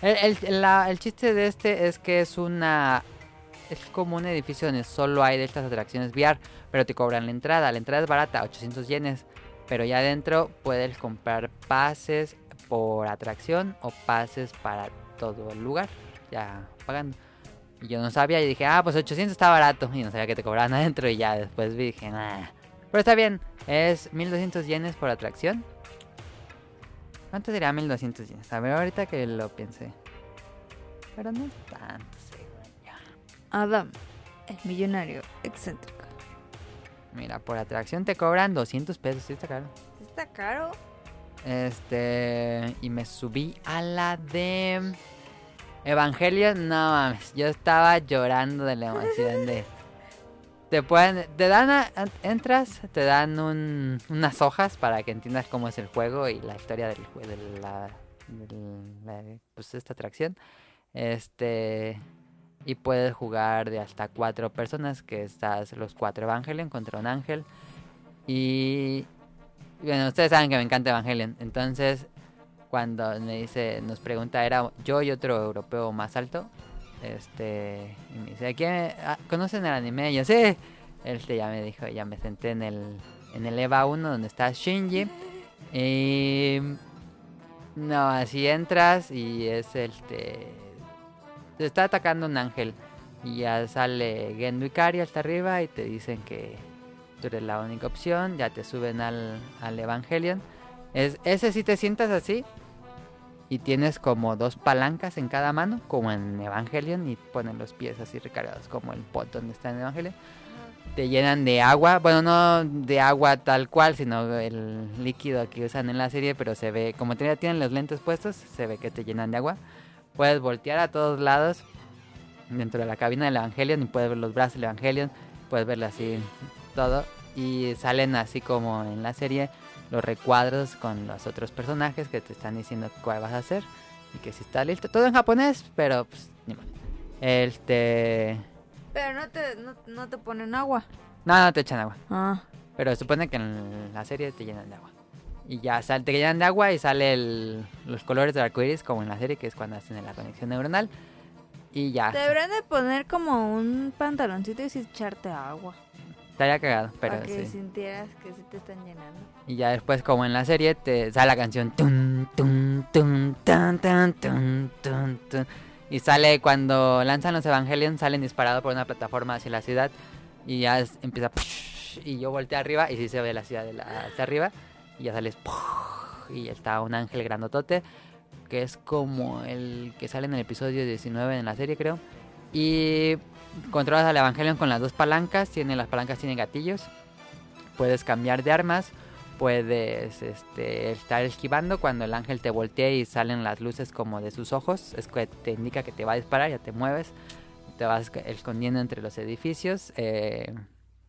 [SPEAKER 3] El, el- la- el chiste de este es que es una... Es como un edificio donde solo hay de estas atracciones VR, pero te cobran la entrada. La entrada es barata, 800 yenes, pero ya adentro puedes comprar pases por atracción o pases para todo el lugar, ya pagando. Y yo no sabía, y dije, ah, pues 800 está barato, y no sabía que te cobraban adentro, y ya después vi, dije, nah. Pero está bien, es 1200 yenes por atracción, ¿Cuánto sería 1200 yenes? A ver, ahorita que lo pensé. Pero no es tanto, según yo.
[SPEAKER 2] Adam, el millonario excéntrico.
[SPEAKER 3] Mira, por atracción te cobran 200 pesos, sí está caro.
[SPEAKER 2] ¿Está caro?
[SPEAKER 3] Este. Y me subí a la de. Evangelion, no mames. Yo estaba llorando de la emoción de. Te pueden. Te dan. a- a- entras, te dan un- unas hojas para que entiendas cómo es el juego y la historia del jue- de la. del- la- pues esta atracción. Este. Y puedes jugar de hasta cuatro personas, que estás los cuatro Evangelion contra un ángel. Y bueno, ustedes saben que me encanta Evangelion. Entonces, cuando me dice, nos pregunta, era yo y otro europeo más alto. Este, y me dice, ¿quién, ah, ¿conocen el anime? Y yo, sí. Este ya me dijo, ya me senté en el, en el EVA 1 donde está Shinji. Y. No, así entras y es este. Te está atacando un ángel. Y ya sale Gendo Ikari hasta arriba y te dicen que tú eres la única opción, ya te suben al, al Evangelion. Es, ese sí te sientas así y tienes como dos palancas en cada mano, como en Evangelion, y ponen los pies así recargados, como el pot donde está en Evangelion. Te llenan de agua, bueno, no de agua tal cual, sino el líquido que usan en la serie, pero se ve, como te- tienen los lentes puestos, se ve que te llenan de agua. Puedes voltear a todos lados dentro de la cabina del Evangelion y puedes ver los brazos del Evangelion, puedes verlo así todo y salen así como en la serie los recuadros con los otros personajes que te están diciendo cuál vas a hacer y que si está listo. Todo en japonés, pero pues ni modo. Este...
[SPEAKER 2] Pero no te, no, no te ponen agua.
[SPEAKER 3] No, no te echan agua.
[SPEAKER 2] Ah.
[SPEAKER 3] Pero se supone que en la serie te llenan de agua. Y ya sal, te llenan de agua y sale el- los colores del arcoiris como en la serie, que es cuando hacen la conexión neuronal. Y ya.
[SPEAKER 2] Deberían de poner como un pantaloncito y sí echarte agua.
[SPEAKER 3] Estaría cagado, pero
[SPEAKER 2] para que
[SPEAKER 3] sí.
[SPEAKER 2] sintieras que sí te están llenando.
[SPEAKER 3] Y ya después, como en la serie, te sale la canción. tun, tun, tun, tan, tan, tun, tun, tun. Y sale cuando lanzan los Evangelion, salen disparados por una plataforma hacia la ciudad. Y ya es- empieza. Y yo volteé arriba y sí se ve la ciudad de la- hacia arriba. Y ya sales. Y está un ángel grandotote. Que es como el que sale en el episodio 19 en la serie, creo. Y controlas al Evangelion con las dos palancas. Tiene, las palancas tienen gatillos. Puedes cambiar de armas puedes este, estar esquivando cuando el ángel te voltea y salen las luces como de sus ojos. Es que te indica que te va a disparar, ya te mueves, te vas esc- escondiendo entre los edificios. eh,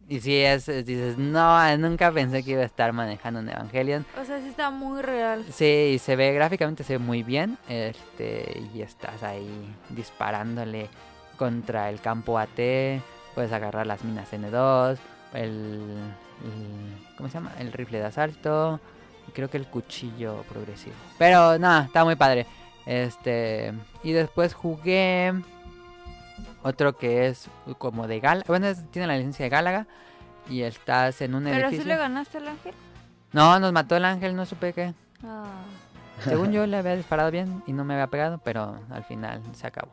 [SPEAKER 3] y si es, es- dices, no, nunca pensé que iba a estar manejando un Evangelion.
[SPEAKER 2] O sea, sí está muy real.
[SPEAKER 3] Sí, y se ve gráficamente, se ve muy bien. Este, y estás ahí disparándole contra el campo AT. Puedes agarrar las minas N2, el, el- ¿Cómo se llama? El rifle de asalto. Y creo que el cuchillo progresivo. Pero nada, está muy padre. Este. Y después jugué. Otro que es como de Gal. Bueno, es- tiene la licencia de Gálaga. Y estás en un
[SPEAKER 2] Pero
[SPEAKER 3] edificio.
[SPEAKER 2] sí le ganaste al ángel.
[SPEAKER 3] No, nos mató el ángel, no supe qué.
[SPEAKER 2] Ah,
[SPEAKER 3] Según yo le había disparado bien y no me había pegado, pero al final se acabó.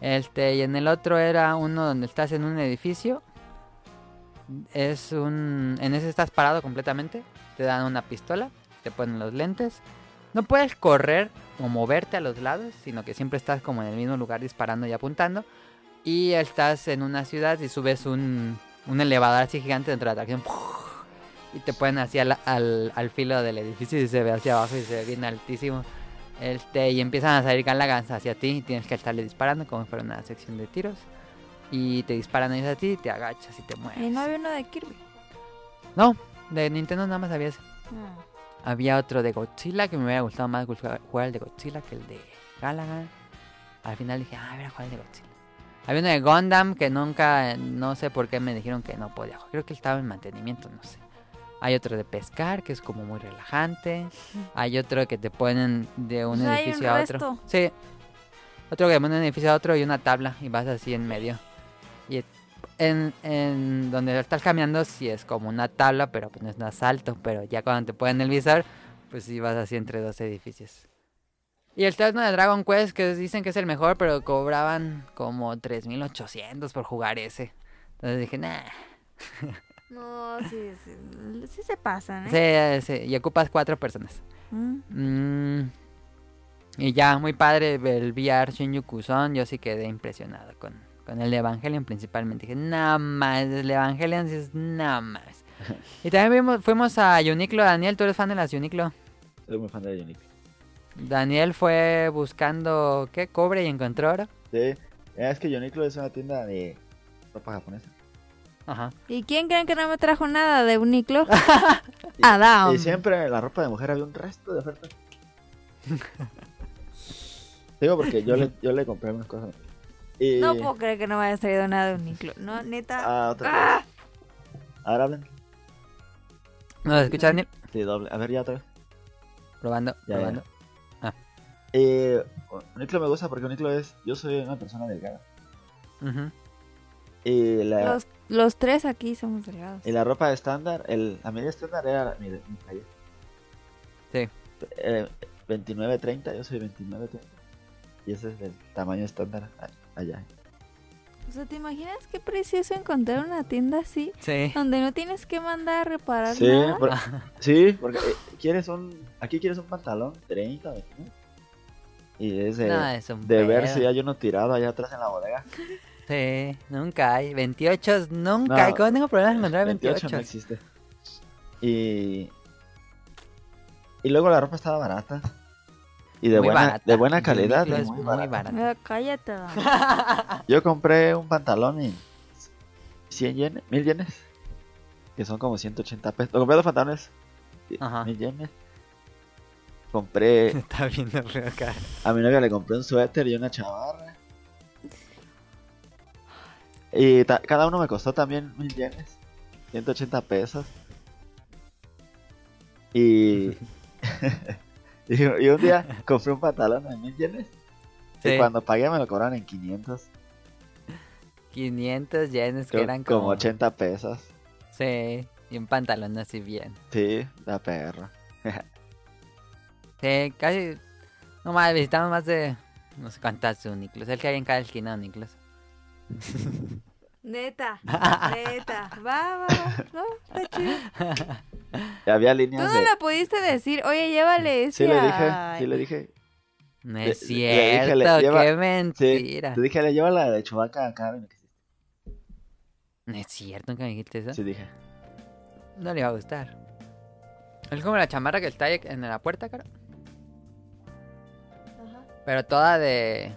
[SPEAKER 3] Este, y en el otro era uno donde estás en un edificio. Es un. En ese estás parado completamente. Te dan una pistola, te ponen los lentes. No puedes correr o moverte a los lados, sino que siempre estás como en el mismo lugar disparando y apuntando. Y estás en una ciudad y subes un, un elevador así gigante dentro de la atracción. Y te ponen así al, al, al filo del edificio y se ve hacia abajo y se ve bien altísimo. Este, y empiezan a salir galagas hacia ti y tienes que estarle disparando como si fuera una sección de tiros. Y te disparan ellos a ti y te agachas y te mueves.
[SPEAKER 2] y no había uno de Kirby.
[SPEAKER 3] No, de Nintendo nada más había ese.
[SPEAKER 2] Ah,
[SPEAKER 3] Había otro de Godzilla que me hubiera gustado más jugar jugar el de Godzilla que el de Galaga. Al final dije, ah, voy a jugar el de Godzilla. Había uno de Gundam que nunca, eh, no sé por qué me dijeron que no podía jugar. Creo que estaba en mantenimiento, no sé. Hay otro de pescar que es como muy relajante. Hay otro que te ponen de un
[SPEAKER 2] O sea, Pues hay un
[SPEAKER 3] edificio a otro.
[SPEAKER 2] resto.
[SPEAKER 3] Sí. Otro que te ponen de un edificio a otro y una tabla y vas así en medio. Y en, en donde estás caminando sí es como una tabla, pero pues no es un asalto. Pero ya cuando te ponen el visor, pues sí vas así entre dos edificios. Y el terno de Dragon Quest, que dicen que es el mejor, pero cobraban como 3.800 por jugar ese. Entonces dije, nah.
[SPEAKER 2] No, sí, sí, sí se pasan, ¿eh?
[SPEAKER 3] Sí, sí, y ocupas cuatro personas.
[SPEAKER 2] Mm.
[SPEAKER 3] Mm. Y ya, muy padre el VR Shinju Kuson. Yo sí quedé impresionado con, con el de Evangelion principalmente. Dije, nada más, el de Evangelion sí es nada más. y también vimos- fuimos a Uniclo. Daniel, tú eres fan de las Uniclo.
[SPEAKER 4] Soy muy fan de Unique.
[SPEAKER 3] Daniel fue buscando, ¿qué? Cobre y encontró oro.
[SPEAKER 4] Sí. Mira, Es que Uniqlo es una tienda de ropa japonesa.
[SPEAKER 3] Ajá.
[SPEAKER 2] ¿Y quién creen que no me trajo nada de Uniclo? Adam.
[SPEAKER 4] Y siempre en la ropa de mujer había un resto de ofertas. Digo porque yo le, yo le compré unas cosas. Y...
[SPEAKER 2] No puedo creer que no me haya salido nada de Uniclo. No, neta.
[SPEAKER 4] Ah, otra vez.
[SPEAKER 2] Ah.
[SPEAKER 4] Ahora hablen.
[SPEAKER 3] ¿Nos escucha Daniel?
[SPEAKER 4] Sí, doble. A ver, ya otra vez.
[SPEAKER 3] Probando,
[SPEAKER 4] Ya, ya.
[SPEAKER 3] probando.
[SPEAKER 4] Eh, Uniqlo me gusta porque Uniqlo es... Yo soy una persona delgada.
[SPEAKER 3] Ujú.
[SPEAKER 4] Y la,
[SPEAKER 2] Los, los tres aquí somos delgados.
[SPEAKER 4] y la ropa estándar, el, la media estándar era mi, mi talla.
[SPEAKER 3] Sí.
[SPEAKER 4] Eh, 29-30, yo soy 29-30. Y ese es el tamaño estándar a- allá.
[SPEAKER 2] O sea, ¿te imaginas qué precioso encontrar una tienda así?
[SPEAKER 3] Sí.
[SPEAKER 2] Donde no tienes que mandar a reparar
[SPEAKER 4] Sí, pues.
[SPEAKER 2] nada.
[SPEAKER 4] por- sí, porque eh, quieres un. Aquí quieres un pantalón 30, 29. Y es de,
[SPEAKER 3] No, es un
[SPEAKER 4] de ver
[SPEAKER 3] pedo.
[SPEAKER 4] si hay uno tirado allá atrás en la bodega.
[SPEAKER 3] Sí, nunca hay. 28 nunca
[SPEAKER 4] No.
[SPEAKER 3] hay. ¿Cómo tengo problemas en encontrar 28?
[SPEAKER 4] no existe. Y. Y luego la ropa estaba barata. Y de,
[SPEAKER 3] Muy
[SPEAKER 4] buena,
[SPEAKER 3] barata.
[SPEAKER 4] de buena calidad.
[SPEAKER 3] Uniqlo
[SPEAKER 4] y
[SPEAKER 3] es
[SPEAKER 4] muy
[SPEAKER 3] muy
[SPEAKER 4] barata.
[SPEAKER 3] barata.
[SPEAKER 2] Ah, cállate, Adam.
[SPEAKER 4] Yo compré un pantalón en 100 yenes, 1000 yenes. Que son como 180 pesos. Lo compré dos pantalones.
[SPEAKER 3] Ajá.
[SPEAKER 4] 1000 yenes. Compré
[SPEAKER 3] Está viendo feo acá.
[SPEAKER 4] A mi novia le compré un suéter y una chamarra. Y ta- cada uno me costó también mil yenes. 180 pesos. Y... y, y un día compré un pantalón de mil yenes.
[SPEAKER 3] Sí.
[SPEAKER 4] Y cuando pagué me lo cobraron en 500.
[SPEAKER 3] 500 yenes que
[SPEAKER 4] creo
[SPEAKER 3] eran
[SPEAKER 4] como...
[SPEAKER 3] como...
[SPEAKER 4] 80 pesos.
[SPEAKER 3] Sí, y un pantalón así bien.
[SPEAKER 4] Sí, la perra.
[SPEAKER 3] Sí, casi... No más, visitamos más de... No sé cuántas uniclos. El que hay en cada esquina uniclos.
[SPEAKER 2] Neta, neta. Va, va, va. No, está chido.
[SPEAKER 4] Y había
[SPEAKER 2] Tú
[SPEAKER 4] líneas
[SPEAKER 2] no
[SPEAKER 4] de...
[SPEAKER 2] le pudiste decir, oye, llévale ese.
[SPEAKER 4] Sí le dije,
[SPEAKER 2] a-
[SPEAKER 4] sí le dije.
[SPEAKER 3] No
[SPEAKER 4] Le-
[SPEAKER 3] es
[SPEAKER 4] le dije,
[SPEAKER 3] cierto,
[SPEAKER 4] le- lleva-
[SPEAKER 3] qué
[SPEAKER 4] Sí,
[SPEAKER 3] mentira.
[SPEAKER 4] te dije, le lleva la de Chubaca acá.
[SPEAKER 3] No es cierto que me dijiste eso.
[SPEAKER 4] Sí, dije.
[SPEAKER 3] No le iba a gustar. Es como la chamarra que está ahí en la puerta, cara. Pero toda de.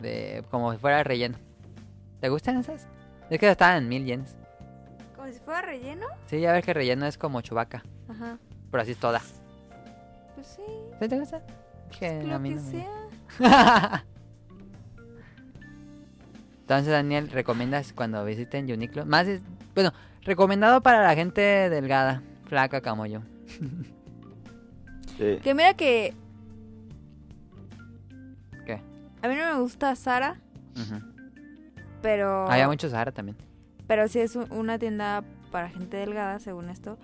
[SPEAKER 3] de. como si fuera relleno. ¿Te gustan esas? Es que estaban en mil yenes.
[SPEAKER 2] Como si fuera relleno.
[SPEAKER 3] Sí, ya ves que relleno es como chubaca.
[SPEAKER 2] Ajá.
[SPEAKER 3] Pero así es toda.
[SPEAKER 2] Pues sí,
[SPEAKER 3] ¿Sí te gusta?
[SPEAKER 5] Pues
[SPEAKER 3] Que a
[SPEAKER 2] lo
[SPEAKER 3] mí
[SPEAKER 2] que
[SPEAKER 3] no me-
[SPEAKER 2] sea.
[SPEAKER 3] Entonces, Daniel, ¿recomiendas cuando visiten Uniqlo? Más es- bueno, recomendado para la gente delgada, flaca como yo.
[SPEAKER 4] Sí.
[SPEAKER 2] Que mira que.
[SPEAKER 3] ¿Qué?
[SPEAKER 2] A mí no me gusta Sara,
[SPEAKER 3] Ujú.
[SPEAKER 2] pero.
[SPEAKER 5] Oh.
[SPEAKER 3] Ah, Había muchos Sara también.
[SPEAKER 2] Pero sí es un- una tienda para gente delgada, según esto.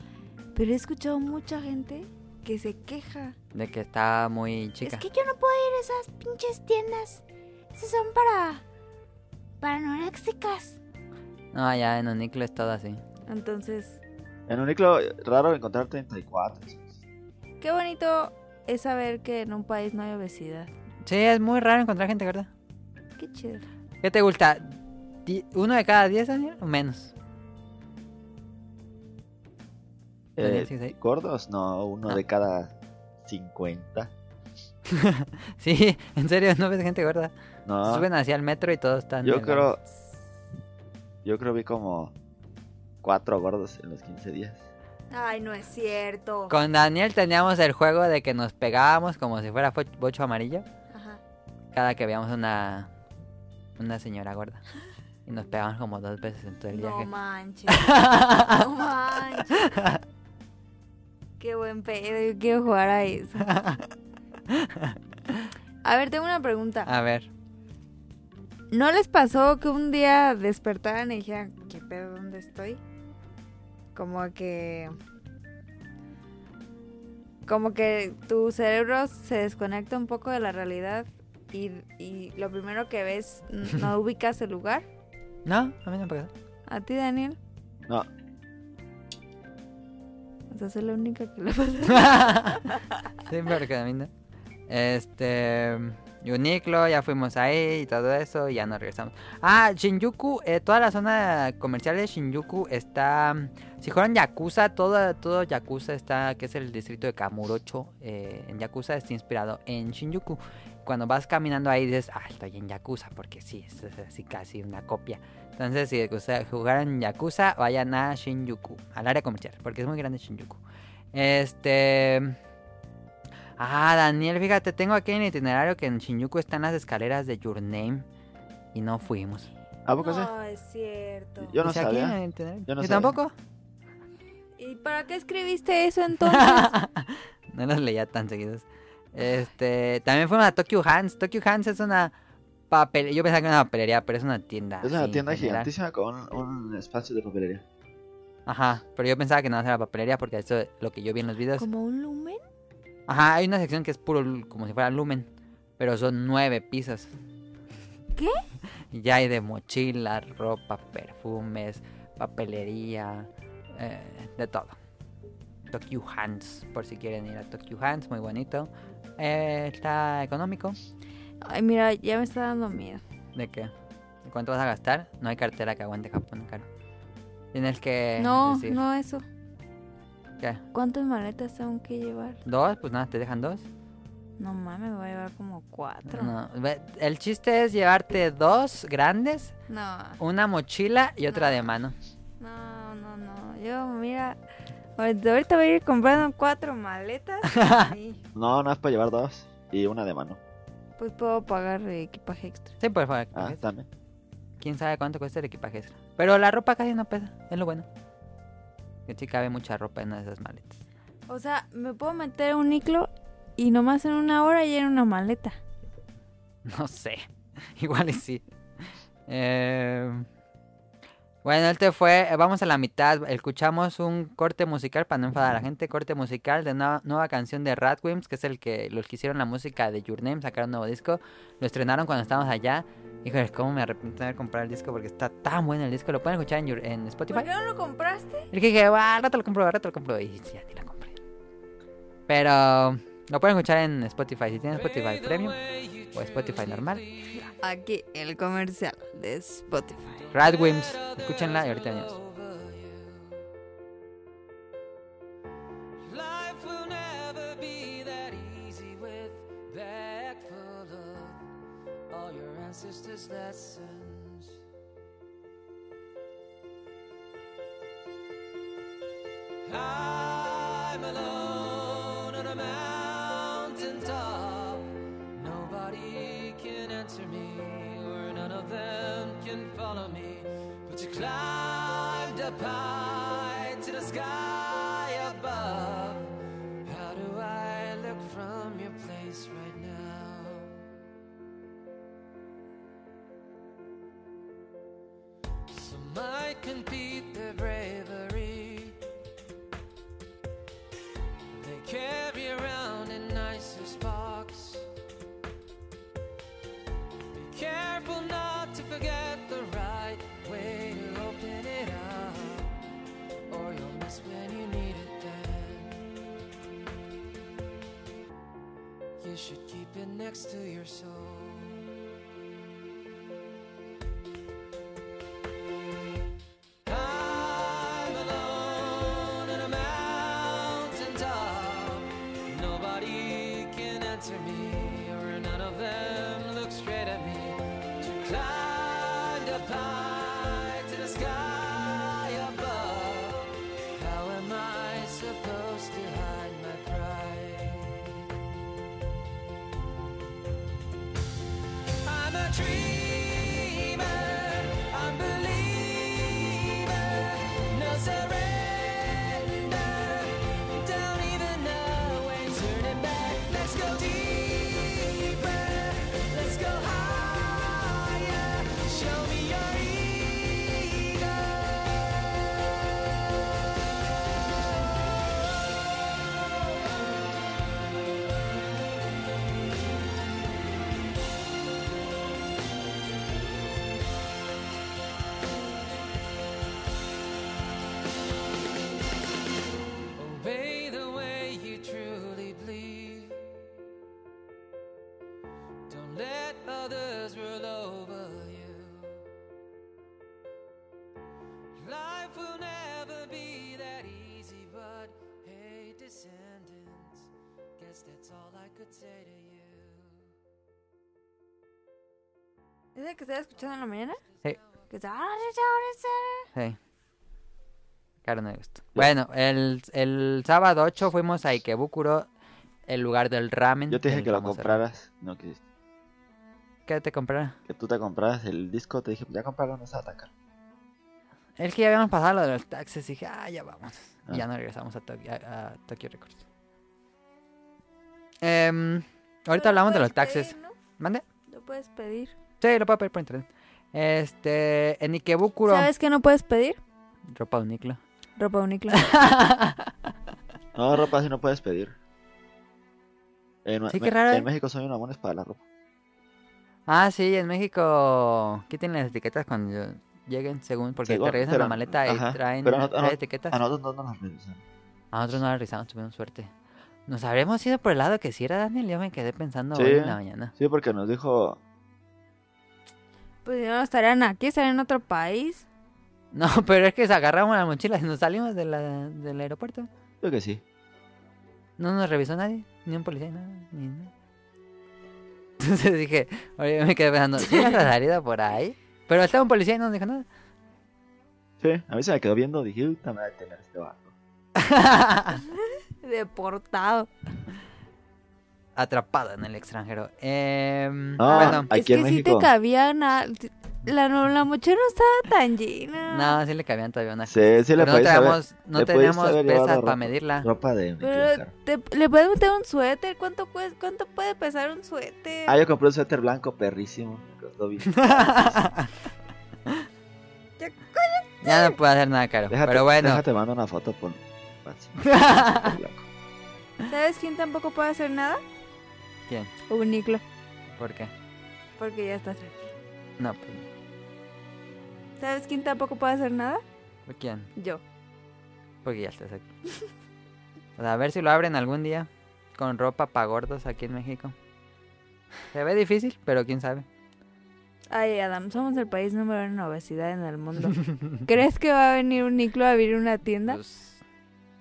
[SPEAKER 2] Pero he escuchado mucha gente que se queja.
[SPEAKER 3] De que está muy chica.
[SPEAKER 5] Es que yo no puedo ir a esas pinches tiendas. Esas son para. para anoréxicas.
[SPEAKER 3] No, ya en Uniclo es todo así.
[SPEAKER 2] Entonces,
[SPEAKER 4] En Uniqlo, raro encontrar 34.
[SPEAKER 2] qué bonito es saber que en un país no hay obesidad.
[SPEAKER 3] Sí, es muy raro encontrar gente, ¿verdad?
[SPEAKER 2] Qué chido.
[SPEAKER 3] ¿Qué te gusta? Di- ¿Uno de cada diez, Daniel? ¿O menos? Daniel,
[SPEAKER 4] Eh,
[SPEAKER 3] ¿sí, sí?
[SPEAKER 4] ¿Gordos? No, uno
[SPEAKER 3] Ah.
[SPEAKER 4] de cada 50.
[SPEAKER 3] Sí, en serio, no ves gente gorda.
[SPEAKER 4] No,
[SPEAKER 3] Suben hacia el metro y todos están.
[SPEAKER 4] Ah. yo
[SPEAKER 3] delgados.
[SPEAKER 4] creo. Yo creo vi como cuatro gordos en los 15 días.
[SPEAKER 5] Ay, no es cierto.
[SPEAKER 3] Con Daniel teníamos el juego de que nos pegábamos como si fuera fo- bocho amarillo
[SPEAKER 5] Ajá.
[SPEAKER 3] cada que veíamos una una señora gorda. Y nos pegábamos como dos veces en todo el
[SPEAKER 5] No
[SPEAKER 3] viaje.
[SPEAKER 5] manches. No manches.
[SPEAKER 2] Qué buen pedo, yo quiero jugar a eso. A ver, tengo una pregunta.
[SPEAKER 3] A ver,
[SPEAKER 2] ¿No les pasó que un día despertaran y dijeran, ¿qué pedo, dónde estoy? Como que... Como que tu cerebro se desconecta un poco de la realidad y, y lo primero que ves n- no ubicas el lugar.
[SPEAKER 3] no, a mí no me pasó.
[SPEAKER 2] ¿A ti, Daniel?
[SPEAKER 4] No,
[SPEAKER 2] O sea, soy la única que le pasa.
[SPEAKER 3] sí, porque a mí no. Este. Uniclo, ya fuimos ahí y todo eso, y ya nos regresamos. Ah, Shinjuku, eh, toda la zona comercial de Shinjuku está. Si fueron Yakuza, todo, todo Yakuza está, que es el distrito de Kamurocho, eh, en Yakuza, está inspirado en Shinjuku. Cuando vas caminando ahí dices, ah, estoy en Yakuza, porque sí, es es así casi una copia. Entonces, si ustedes jugaran Yakuza, vayan a Shinjuku, al área comercial, porque es muy grande Shinjuku. Este. Ah, Daniel, fíjate, tengo aquí en el itinerario que en Shinjuku están las escaleras de Your Name y no fuimos.
[SPEAKER 4] ¿a poco sí?
[SPEAKER 3] Ah,
[SPEAKER 2] es cierto.
[SPEAKER 4] Yo no
[SPEAKER 3] Dice aquí en
[SPEAKER 4] sabía.
[SPEAKER 3] el itinerario.
[SPEAKER 4] Yo no
[SPEAKER 3] ¿Y
[SPEAKER 4] sabía.
[SPEAKER 3] tampoco?
[SPEAKER 2] ¿Y para qué escribiste eso entonces?
[SPEAKER 3] no los leía tan seguidos. Este, también fuimos a Tokyo Hands. Tokyo Hands es una papel, yo pensaba que era una papelería, pero es una tienda.
[SPEAKER 4] Es una
[SPEAKER 3] así,
[SPEAKER 4] tienda
[SPEAKER 3] general.
[SPEAKER 4] gigantísima con un espacio de papelería.
[SPEAKER 3] Ajá, pero yo pensaba que no era papelería porque eso es lo que yo vi en los videos.
[SPEAKER 2] ¿Como un lumen?
[SPEAKER 3] Ajá, hay una sección que es puro, lu- como si fuera lumen, pero son nueve pisos.
[SPEAKER 2] ¿Qué?
[SPEAKER 3] Y ya hay de mochila, ropa, perfumes, papelería, eh, de todo. Tokyo Hands, por si quieren ir a Tokyo Hands, muy bonito. Eh, está económico.
[SPEAKER 2] Ay, mira, ya me está dando miedo.
[SPEAKER 3] ¿De qué? ¿De cuánto vas a gastar? No hay cartera que aguante Japón, caro. Tienes que
[SPEAKER 2] No,
[SPEAKER 3] Eh, decir,
[SPEAKER 2] no eso.
[SPEAKER 3] ¿qué?
[SPEAKER 2] ¿Cuántas maletas tengo que llevar?
[SPEAKER 3] ¿Dos? Pues nada, te dejan dos.
[SPEAKER 2] No mames, voy a llevar como cuatro. No.
[SPEAKER 3] No, ve- El chiste es llevarte dos grandes
[SPEAKER 2] No,
[SPEAKER 3] Una mochila y otra
[SPEAKER 2] No.
[SPEAKER 3] de mano.
[SPEAKER 2] no, no. Yo, mira, ahorita ahorita voy a ir comprando cuatro maletas. y,
[SPEAKER 4] No, no es para llevar dos y una de mano.
[SPEAKER 2] pues puedo pagar eh, equipaje extra.
[SPEAKER 3] Sí, pues, por favor.
[SPEAKER 4] Ah,
[SPEAKER 3] equipaje.
[SPEAKER 4] también.
[SPEAKER 3] Quién sabe cuánto cuesta el equipaje extra. Pero la ropa casi no pesa, es lo bueno. Que sí cabe mucha ropa en una de esas maletas.
[SPEAKER 2] O sea, me puedo meter a un iclo y nomás en una hora ya en una maleta.
[SPEAKER 3] No sé. Igual y sí. Eh, Bueno, él te fue. eh, Vamos a la mitad. Escuchamos un corte musical para no enfadar a la gente. Corte musical de una nueva canción de Radwimps, que es el que los que hicieron la música de Your Name. Sacaron un nuevo disco. Lo estrenaron cuando estábamos allá. Híjole, cómo me arrepiento de haber comprado el disco porque está tan bueno el disco. Lo pueden escuchar en, Your- en Spotify.
[SPEAKER 2] ¿Por qué no lo compraste?
[SPEAKER 3] Y dije, "Va, al rato lo compro, al rato lo compro. Y sí, ya ni la compré. Pero lo pueden escuchar en Spotify. Si tienen Spotify Premium o Spotify normal.
[SPEAKER 2] Aquí el comercial de Spotify.
[SPEAKER 3] Radwimps, escúchenla y ahorita venimos.
[SPEAKER 6] Life will never be that easy with that full of all your ancestors' lessons. I'm alone on a mountain top. Nobody can answer me, or none of them can follow me. But you climbed up high to the sky above. How do I look from your place right now? Some might compete their bravery.
[SPEAKER 7] you should keep it next to your soul. I'm alone on a mountain top. Nobody can answer me, or none of them look straight at me. But you climbed up high to the sky above. How am I supposed to hide my pride? I'm a dreamer, unbeliever, no surrender. Don't even know when turning back. Let's go deeper, let's go higher. Show me your ego. Obey the way you truly believe. Don't let others rule over you. Life will never be that easy, but hey, descendants, guess that's all I could say to you.
[SPEAKER 2] ¿Es el que estaba escuchando en la mañana?
[SPEAKER 3] Sí.
[SPEAKER 2] Que está- "Ah,
[SPEAKER 3] Sí. Claro, no he visto. Bueno, el, el sábado 8 fuimos a Ikebukuro, el lugar del ramen.
[SPEAKER 4] Yo te dije
[SPEAKER 3] Mm, el
[SPEAKER 4] que lo
[SPEAKER 3] famoso-
[SPEAKER 4] compraras. No quisiste.
[SPEAKER 3] ¿Qué te comprara?
[SPEAKER 4] Que tú te compraras el disco. Te dije, "Pues ya compraron esa atacar.
[SPEAKER 3] Es que ya habíamos pasado lo de los taxis y dije, ah, ya vamos. Y
[SPEAKER 4] Ah.
[SPEAKER 3] ya no regresamos a, Tokio a, a Tokyo Records. Em, ahorita hablamos de los
[SPEAKER 2] Lo puedes
[SPEAKER 3] taxis.
[SPEAKER 2] pedir, ¿no?
[SPEAKER 3] ¿Mande?
[SPEAKER 2] Lo puedes pedir.
[SPEAKER 3] Sí, lo puedo pedir por internet. Este, en Ikebukuro.
[SPEAKER 2] ¿Sabes qué no puedes pedir?
[SPEAKER 3] Ropa Uniqlo.
[SPEAKER 2] Ropa Uniqlo.
[SPEAKER 4] No, ropa si no puedes pedir. En,
[SPEAKER 3] Sí,
[SPEAKER 4] Me-
[SPEAKER 3] qué raro, ¿eh?
[SPEAKER 4] en México son unos mamones para la ropa.
[SPEAKER 3] Ah, sí, en México quiten las etiquetas cuando lleguen, según, porque
[SPEAKER 4] Según,
[SPEAKER 3] te revisan
[SPEAKER 4] pero-
[SPEAKER 3] la maleta y
[SPEAKER 4] ajá,
[SPEAKER 3] traen
[SPEAKER 4] pero a no- a
[SPEAKER 3] trae
[SPEAKER 4] no-
[SPEAKER 3] etiquetas.
[SPEAKER 4] A nosotros Ah, no nos revisan.
[SPEAKER 3] A nosotros no la revisaron, tuvimos suerte. Nos habremos ido por el lado que si era Daniel, yo me quedé pensando
[SPEAKER 4] Sí.
[SPEAKER 3] hoy en la mañana.
[SPEAKER 4] Sí, porque nos dijo.
[SPEAKER 2] pues si no estarían aquí, estarían en otro país.
[SPEAKER 3] No, pero es que se agarramos las mochilas y nos salimos de la- del aeropuerto.
[SPEAKER 4] Yo que sí.
[SPEAKER 3] No nos revisó nadie, ni un policía, nada, ni nada. Entonces dije, oye, me quedé pensando, ¿sí era la salida por ahí? Pero estaba un policía y no nos dijo nada.
[SPEAKER 4] Sí, a mí se me quedó viendo. Dije, "Uy, me va a detener este barco.
[SPEAKER 2] Deportado.
[SPEAKER 3] Atrapado en el extranjero. Em,
[SPEAKER 4] No,
[SPEAKER 3] bueno.
[SPEAKER 2] es
[SPEAKER 4] aquí en
[SPEAKER 2] que sí
[SPEAKER 4] México.
[SPEAKER 2] te cabía nada. La, no- la mochila no estaba tan llena.
[SPEAKER 3] No, Ah, sí le cabían todavía una.
[SPEAKER 4] Sí, sí
[SPEAKER 3] Pero
[SPEAKER 4] le
[SPEAKER 3] no
[SPEAKER 4] podías haber-
[SPEAKER 3] teníamos, no
[SPEAKER 4] le podías
[SPEAKER 3] teníamos
[SPEAKER 4] haber llevado
[SPEAKER 3] pesas para
[SPEAKER 4] ropa.
[SPEAKER 3] medirla.
[SPEAKER 4] Ropa de.
[SPEAKER 2] Pero te- le puedes meter un suéter. ¿Cuánto, cues- cuánto puede pesar un suéter?
[SPEAKER 4] Ah, yo compré un suéter blanco perrísimo. me costó bien.
[SPEAKER 3] Ya no puedo hacer nada caro.
[SPEAKER 4] Déjate,
[SPEAKER 3] pero bueno,
[SPEAKER 4] déjate mando una foto por WhatsApp. Blanco.
[SPEAKER 2] ¿Sabes quién tampoco puede hacer nada?
[SPEAKER 3] ¿Quién?
[SPEAKER 2] Uniclo.
[SPEAKER 3] ¿por qué?
[SPEAKER 2] Porque ya está tranquilo.
[SPEAKER 3] No, pues,
[SPEAKER 2] ¿Sabes quién tampoco puede hacer nada?
[SPEAKER 3] ¿por ¿quién?
[SPEAKER 2] Yo.
[SPEAKER 3] Porque ya estás aquí. O sea, a ver si lo abren algún día con ropa para gordos aquí en México. Se ve difícil, pero quién sabe.
[SPEAKER 2] Ay, Adam, somos el país número uno en obesidad en el mundo. ¿Crees que va a venir Uniclo a abrir una tienda?
[SPEAKER 3] Pues,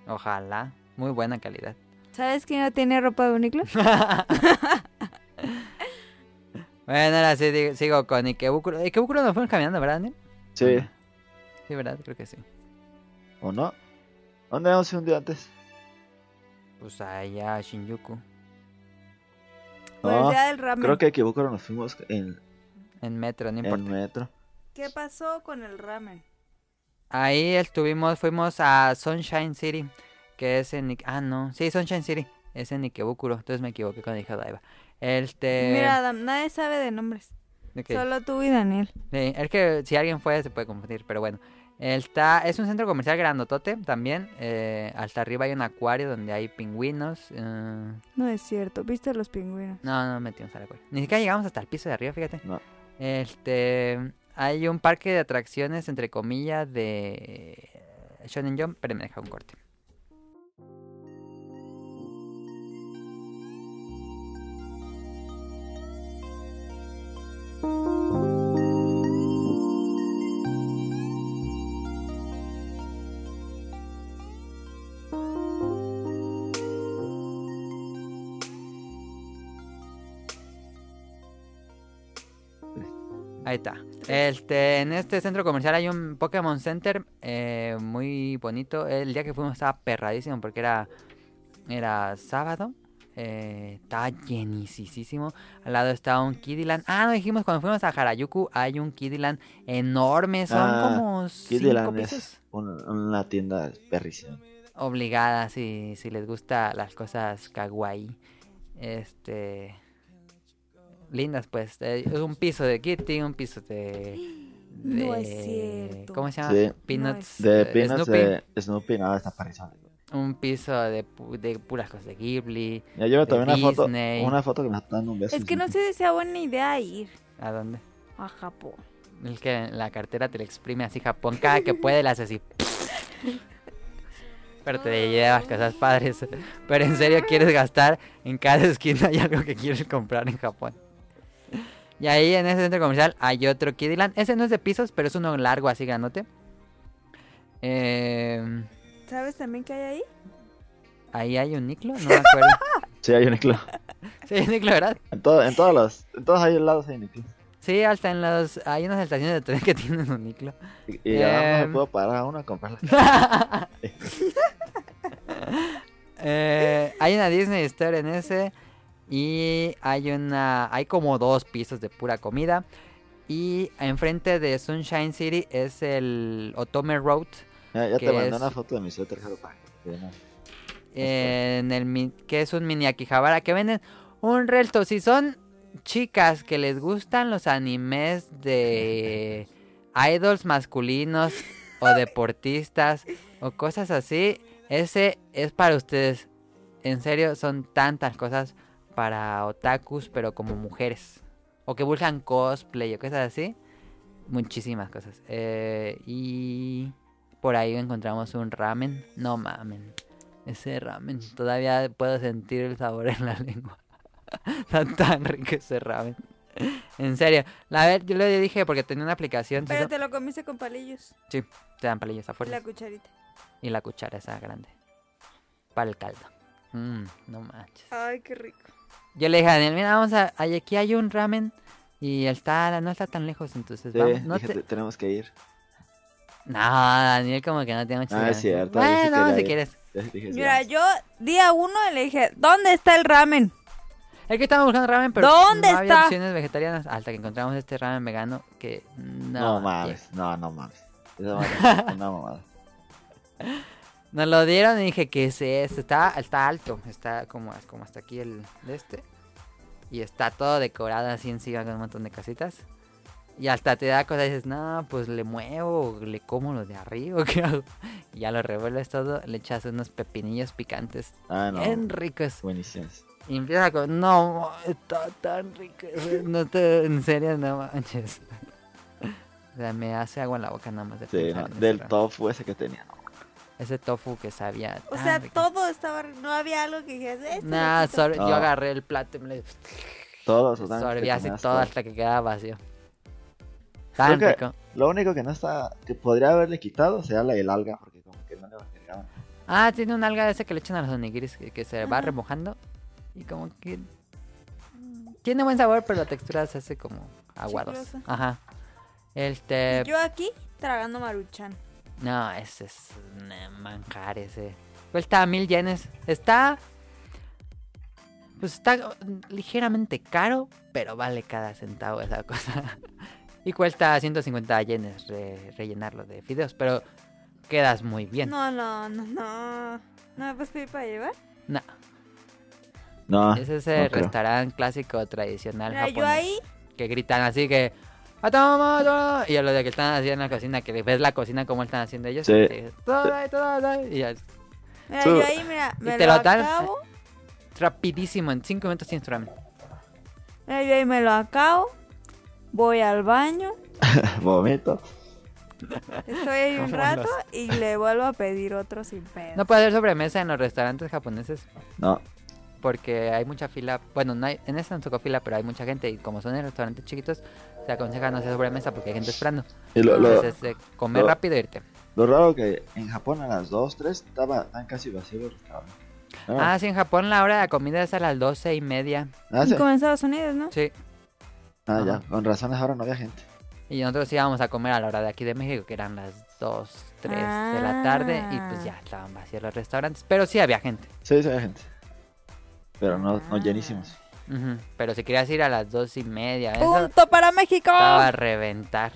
[SPEAKER 3] ojalá. Muy buena calidad.
[SPEAKER 2] ¿Sabes quién no tiene ropa de Uniclo?
[SPEAKER 3] Bueno, ahora sí digo- sigo con Ikebukuro. Ikebukuro nos fuimos caminando, ¿verdad, Daniel?
[SPEAKER 4] Sí,
[SPEAKER 3] Sí, ¿verdad? Creo que sí.
[SPEAKER 4] ¿o no? ¿Dónde vamos un día antes?
[SPEAKER 3] Pues allá, a Shinjuku.
[SPEAKER 2] Por el
[SPEAKER 4] No,
[SPEAKER 2] día Pues del ramen.
[SPEAKER 4] creo que equivoco, nos fuimos en,
[SPEAKER 3] Mm. En metro, no
[SPEAKER 4] en
[SPEAKER 3] importa.
[SPEAKER 4] metro.
[SPEAKER 2] ¿Qué pasó con el ramen?
[SPEAKER 3] Ahí estuvimos, fuimos a Sunshine City, que es en... Ike- Ah, no, sí, Sunshine City, es en Ikebukuro, entonces me equivoqué cuando dije Daiba.
[SPEAKER 4] Eh,
[SPEAKER 3] Este...
[SPEAKER 2] Mira, Adam, nadie sabe de nombres.
[SPEAKER 3] ok,
[SPEAKER 2] Solo tú y Daniel.
[SPEAKER 3] sí, es que si alguien fue se puede confundir, pero bueno. Está, es un centro comercial grandotote también, eh, hasta arriba hay un acuario donde hay pingüinos. eh,
[SPEAKER 2] No es cierto, viste a los pingüinos.
[SPEAKER 3] No, no metimos al acuario. Ni siquiera llegamos hasta el piso de arriba, fíjate.
[SPEAKER 4] No.
[SPEAKER 3] Este... Hay un parque de atracciones, entre comillas, de... Shonen Jump, pero me deja un corte. Ahí está. Este, en este centro comercial hay un Pokémon Center eh, muy bonito. El día que fuimos estaba perradísimo porque era, era sábado. Eh, estaba llenísimo. Al lado estaba un Kidiland. Ah, no dijimos, cuando fuimos a Harajuku hay un Kidiland enorme. Son
[SPEAKER 4] Ah,
[SPEAKER 3] como cinco
[SPEAKER 4] Kidland
[SPEAKER 3] pisos.
[SPEAKER 4] es una, una tienda perrísima.
[SPEAKER 3] Obligada si, si les gusta las cosas kawaii. Este. Lindas, pues. Eh, Es un piso de Kitty, un piso de.
[SPEAKER 2] No es
[SPEAKER 3] de-
[SPEAKER 2] cierto.
[SPEAKER 3] ¿Cómo se llama?
[SPEAKER 4] Sí.
[SPEAKER 3] Peanuts.
[SPEAKER 4] De
[SPEAKER 3] eh,
[SPEAKER 4] Peanuts,
[SPEAKER 3] Snoopy.
[SPEAKER 4] de Snoopy, nada, está perrísima.
[SPEAKER 3] Un piso de, pu- de puras cosas de Ghibli.
[SPEAKER 4] Ya llevo
[SPEAKER 3] De
[SPEAKER 4] también una foto,
[SPEAKER 3] Disney.
[SPEAKER 4] una foto que me está dando un beso.
[SPEAKER 2] Es que no sé si sea buena idea ir
[SPEAKER 3] ¿A dónde?
[SPEAKER 2] a Japón.
[SPEAKER 3] El que en la cartera te la exprime así Japón. Cada que puede la hace así. Pero te llevas cosas padres. Pero en serio quieres gastar. En cada esquina hay algo que quieres comprar en Japón. Y ahí en ese centro comercial hay otro Kidiland. Ese no es de pisos, pero es uno largo así ganote. Eh,
[SPEAKER 2] ¿Sabes también qué hay ahí?
[SPEAKER 3] ahí hay un Niclo, no me acuerdo.
[SPEAKER 4] Sí, hay un club.
[SPEAKER 3] Sí, hay un Niclo, ¿verdad?
[SPEAKER 4] En, todo, en todos los, en todos hay lados hay un club.
[SPEAKER 3] Sí, hasta en los. Hay unas estaciones de tren que tienen un Niclo.
[SPEAKER 4] Y, y ahora no
[SPEAKER 3] Em.
[SPEAKER 4] me puedo parar a uno a comprarla.
[SPEAKER 3] Eh, hay una Disney Store en ese y hay una hay como dos pisos de pura comida y enfrente de Sunshine City es el Otome Road
[SPEAKER 4] Ya, ya
[SPEAKER 3] ¿Qué
[SPEAKER 4] te mandé
[SPEAKER 3] es?
[SPEAKER 4] una foto de mi suéter Harupa.
[SPEAKER 3] eh, en el mi- que es un mini Akihabara que venden un resto si son chicas que les gustan los animes de idols masculinos o deportistas o cosas así ese es para ustedes en serio son tantas cosas para otakus pero como mujeres o que buscan cosplay o cosas así muchísimas cosas Eh, y por ahí encontramos un ramen no mamen ese ramen. Todavía puedo sentir el sabor en la lengua. Está tan rico ese ramen. En serio. La ver, yo le dije porque tenía una aplicación. si
[SPEAKER 2] Pero
[SPEAKER 3] son-
[SPEAKER 2] te lo comiste con palillos.
[SPEAKER 3] Te dan palillos a
[SPEAKER 2] y
[SPEAKER 3] fuerza.
[SPEAKER 2] La cucharita.
[SPEAKER 3] Y la cuchara esa grande. Para el caldo. Mm, no manches.
[SPEAKER 2] Ay, qué rico.
[SPEAKER 3] Yo le dije a Daniel, mira, vamos a... ay, Aquí hay un ramen. Y está, no está tan lejos, entonces
[SPEAKER 4] Sí,
[SPEAKER 3] vamos. No,
[SPEAKER 4] dije,
[SPEAKER 3] te-
[SPEAKER 4] "Te- tenemos que ir.
[SPEAKER 3] no, Daniel como que no tiene mucho
[SPEAKER 4] Ah, es cierto, yo sí
[SPEAKER 3] Bueno, vamos
[SPEAKER 4] quería
[SPEAKER 3] si
[SPEAKER 4] ir.
[SPEAKER 3] quieres.
[SPEAKER 4] Ya dije, sí,
[SPEAKER 2] Mira,
[SPEAKER 4] vamos.
[SPEAKER 2] yo día uno le dije, ¿dónde está el ramen?
[SPEAKER 3] Es que estábamos buscando ramen, pero
[SPEAKER 2] ¿Dónde
[SPEAKER 3] no había
[SPEAKER 2] está?
[SPEAKER 3] opciones vegetarianas hasta que encontramos este ramen vegano que no,
[SPEAKER 4] No,
[SPEAKER 3] tío.
[SPEAKER 4] mames, no, no mames. Esa madre es una mamada.
[SPEAKER 3] Nos lo dieron y dije, ¿qué es esto? Está, está alto, está como, como hasta aquí el de este. Y está todo decorado así encima con un montón de casitas. Y hasta te da cosas y dices, no, pues le muevo, le como lo de arriba, ¿qué hago?". Y ya lo revuelves todo, le echas unos pepinillos picantes
[SPEAKER 4] Ah, no.
[SPEAKER 3] bien ricos.
[SPEAKER 4] Buenísimas.
[SPEAKER 3] Y empieza con, no, está tan rico. eso, No te, en serio, no manches. O sea, me hace agua en la boca nada más de
[SPEAKER 4] Sí,
[SPEAKER 3] pensar
[SPEAKER 4] no,
[SPEAKER 3] en ese
[SPEAKER 4] del
[SPEAKER 3] ramen.
[SPEAKER 4] tofu ese que tenía.
[SPEAKER 3] Ese tofu que sabía
[SPEAKER 2] O
[SPEAKER 3] tan
[SPEAKER 2] sea,
[SPEAKER 3] Ah, rico.
[SPEAKER 2] todo estaba... No había algo que "Este dijeras, esto
[SPEAKER 3] Nah,
[SPEAKER 2] lo quito".
[SPEAKER 3] sor- yo
[SPEAKER 4] No.
[SPEAKER 3] agarré el plato y me lo
[SPEAKER 4] Pues, Todo, totalmente.
[SPEAKER 3] sorbí así
[SPEAKER 4] tenías
[SPEAKER 3] todo hasta que quedaba vacío. Tan
[SPEAKER 4] Creo que-
[SPEAKER 3] rico.
[SPEAKER 4] Lo único que no está, que podría haberle quitado sería la del alga, porque como que no le agregaban.
[SPEAKER 3] Ah, tiene un alga ese que le echan a los onigiris que, que se va remojando. Y como que. Tiene buen sabor, pero la textura se hace como aguados.
[SPEAKER 2] Chiclosa.
[SPEAKER 3] Ajá. Este.
[SPEAKER 2] Yo aquí tragando maruchan.
[SPEAKER 3] No, ese es un eh, manjar ese. Cuesta a mil yenes. Está. Pues está eh, ligeramente caro, pero vale cada centavo esa cosa. Y cuesta 150 yenes re- rellenarlo de fideos, pero quedas muy bien.
[SPEAKER 2] No, no, no, no. ¿No me puedes pedir para llevar?
[SPEAKER 3] No,
[SPEAKER 4] No,
[SPEAKER 3] es ese
[SPEAKER 4] no creo.
[SPEAKER 3] restaurante clásico tradicional
[SPEAKER 2] Mira,
[SPEAKER 3] japonés.
[SPEAKER 2] yo ahí...
[SPEAKER 3] Que gritan así que... "Atamato". Y a lo de que están haciendo en la cocina, que ves la cocina como están haciendo ellos.
[SPEAKER 4] Sí.
[SPEAKER 3] y te- "Todai, todai", y ya,
[SPEAKER 2] Mira,
[SPEAKER 4] Tú-
[SPEAKER 2] yo ahí, mira, me
[SPEAKER 3] te
[SPEAKER 2] lo
[SPEAKER 3] lo dan.
[SPEAKER 2] acabo.
[SPEAKER 3] rapidísimo, en 5 minutos tienes tu ramen.
[SPEAKER 2] Mira, yo ahí me lo acabo. Voy al baño.
[SPEAKER 4] Vomito.
[SPEAKER 2] Estoy ahí un rato
[SPEAKER 3] Vámonos.
[SPEAKER 2] y le vuelvo a pedir otro sin pedo.
[SPEAKER 3] No puede haber sobremesa en los restaurantes japoneses
[SPEAKER 4] No,
[SPEAKER 3] porque hay mucha fila. Bueno, no hay, en esta no tocó fila, pero hay mucha gente y como son en restaurantes chiquitos, se aconseja no hacer sobremesa porque hay gente esperando.
[SPEAKER 4] y lo, lo-
[SPEAKER 3] Entonces, este, comer
[SPEAKER 4] lo-
[SPEAKER 3] rápido e irte.
[SPEAKER 4] lo raro que en Japón a las 2, 3 estaba, estaban casi vacíos los restaurantes. No,
[SPEAKER 3] Ah, sí, en Japón la hora de la comida es a las doce y media.
[SPEAKER 4] ah, sí.
[SPEAKER 2] Como en Estados Unidos, ¿no?
[SPEAKER 3] Sí,
[SPEAKER 4] Ah,
[SPEAKER 3] Ajá.
[SPEAKER 4] ya, con razones ahora no había gente.
[SPEAKER 3] Y nosotros íbamos a comer a la hora de aquí de México, que eran las 2, 3 de la tarde. Y pues ya estaban vacíos los restaurantes. Pero sí había gente.
[SPEAKER 4] Sí, sí, hay gente. Pero no,
[SPEAKER 3] Ah,
[SPEAKER 4] no llenísimos.
[SPEAKER 3] Ujú. Pero si querías ir a las 2 y media, eso
[SPEAKER 2] ¡Punto para México! Oh.
[SPEAKER 3] estaba a reventar.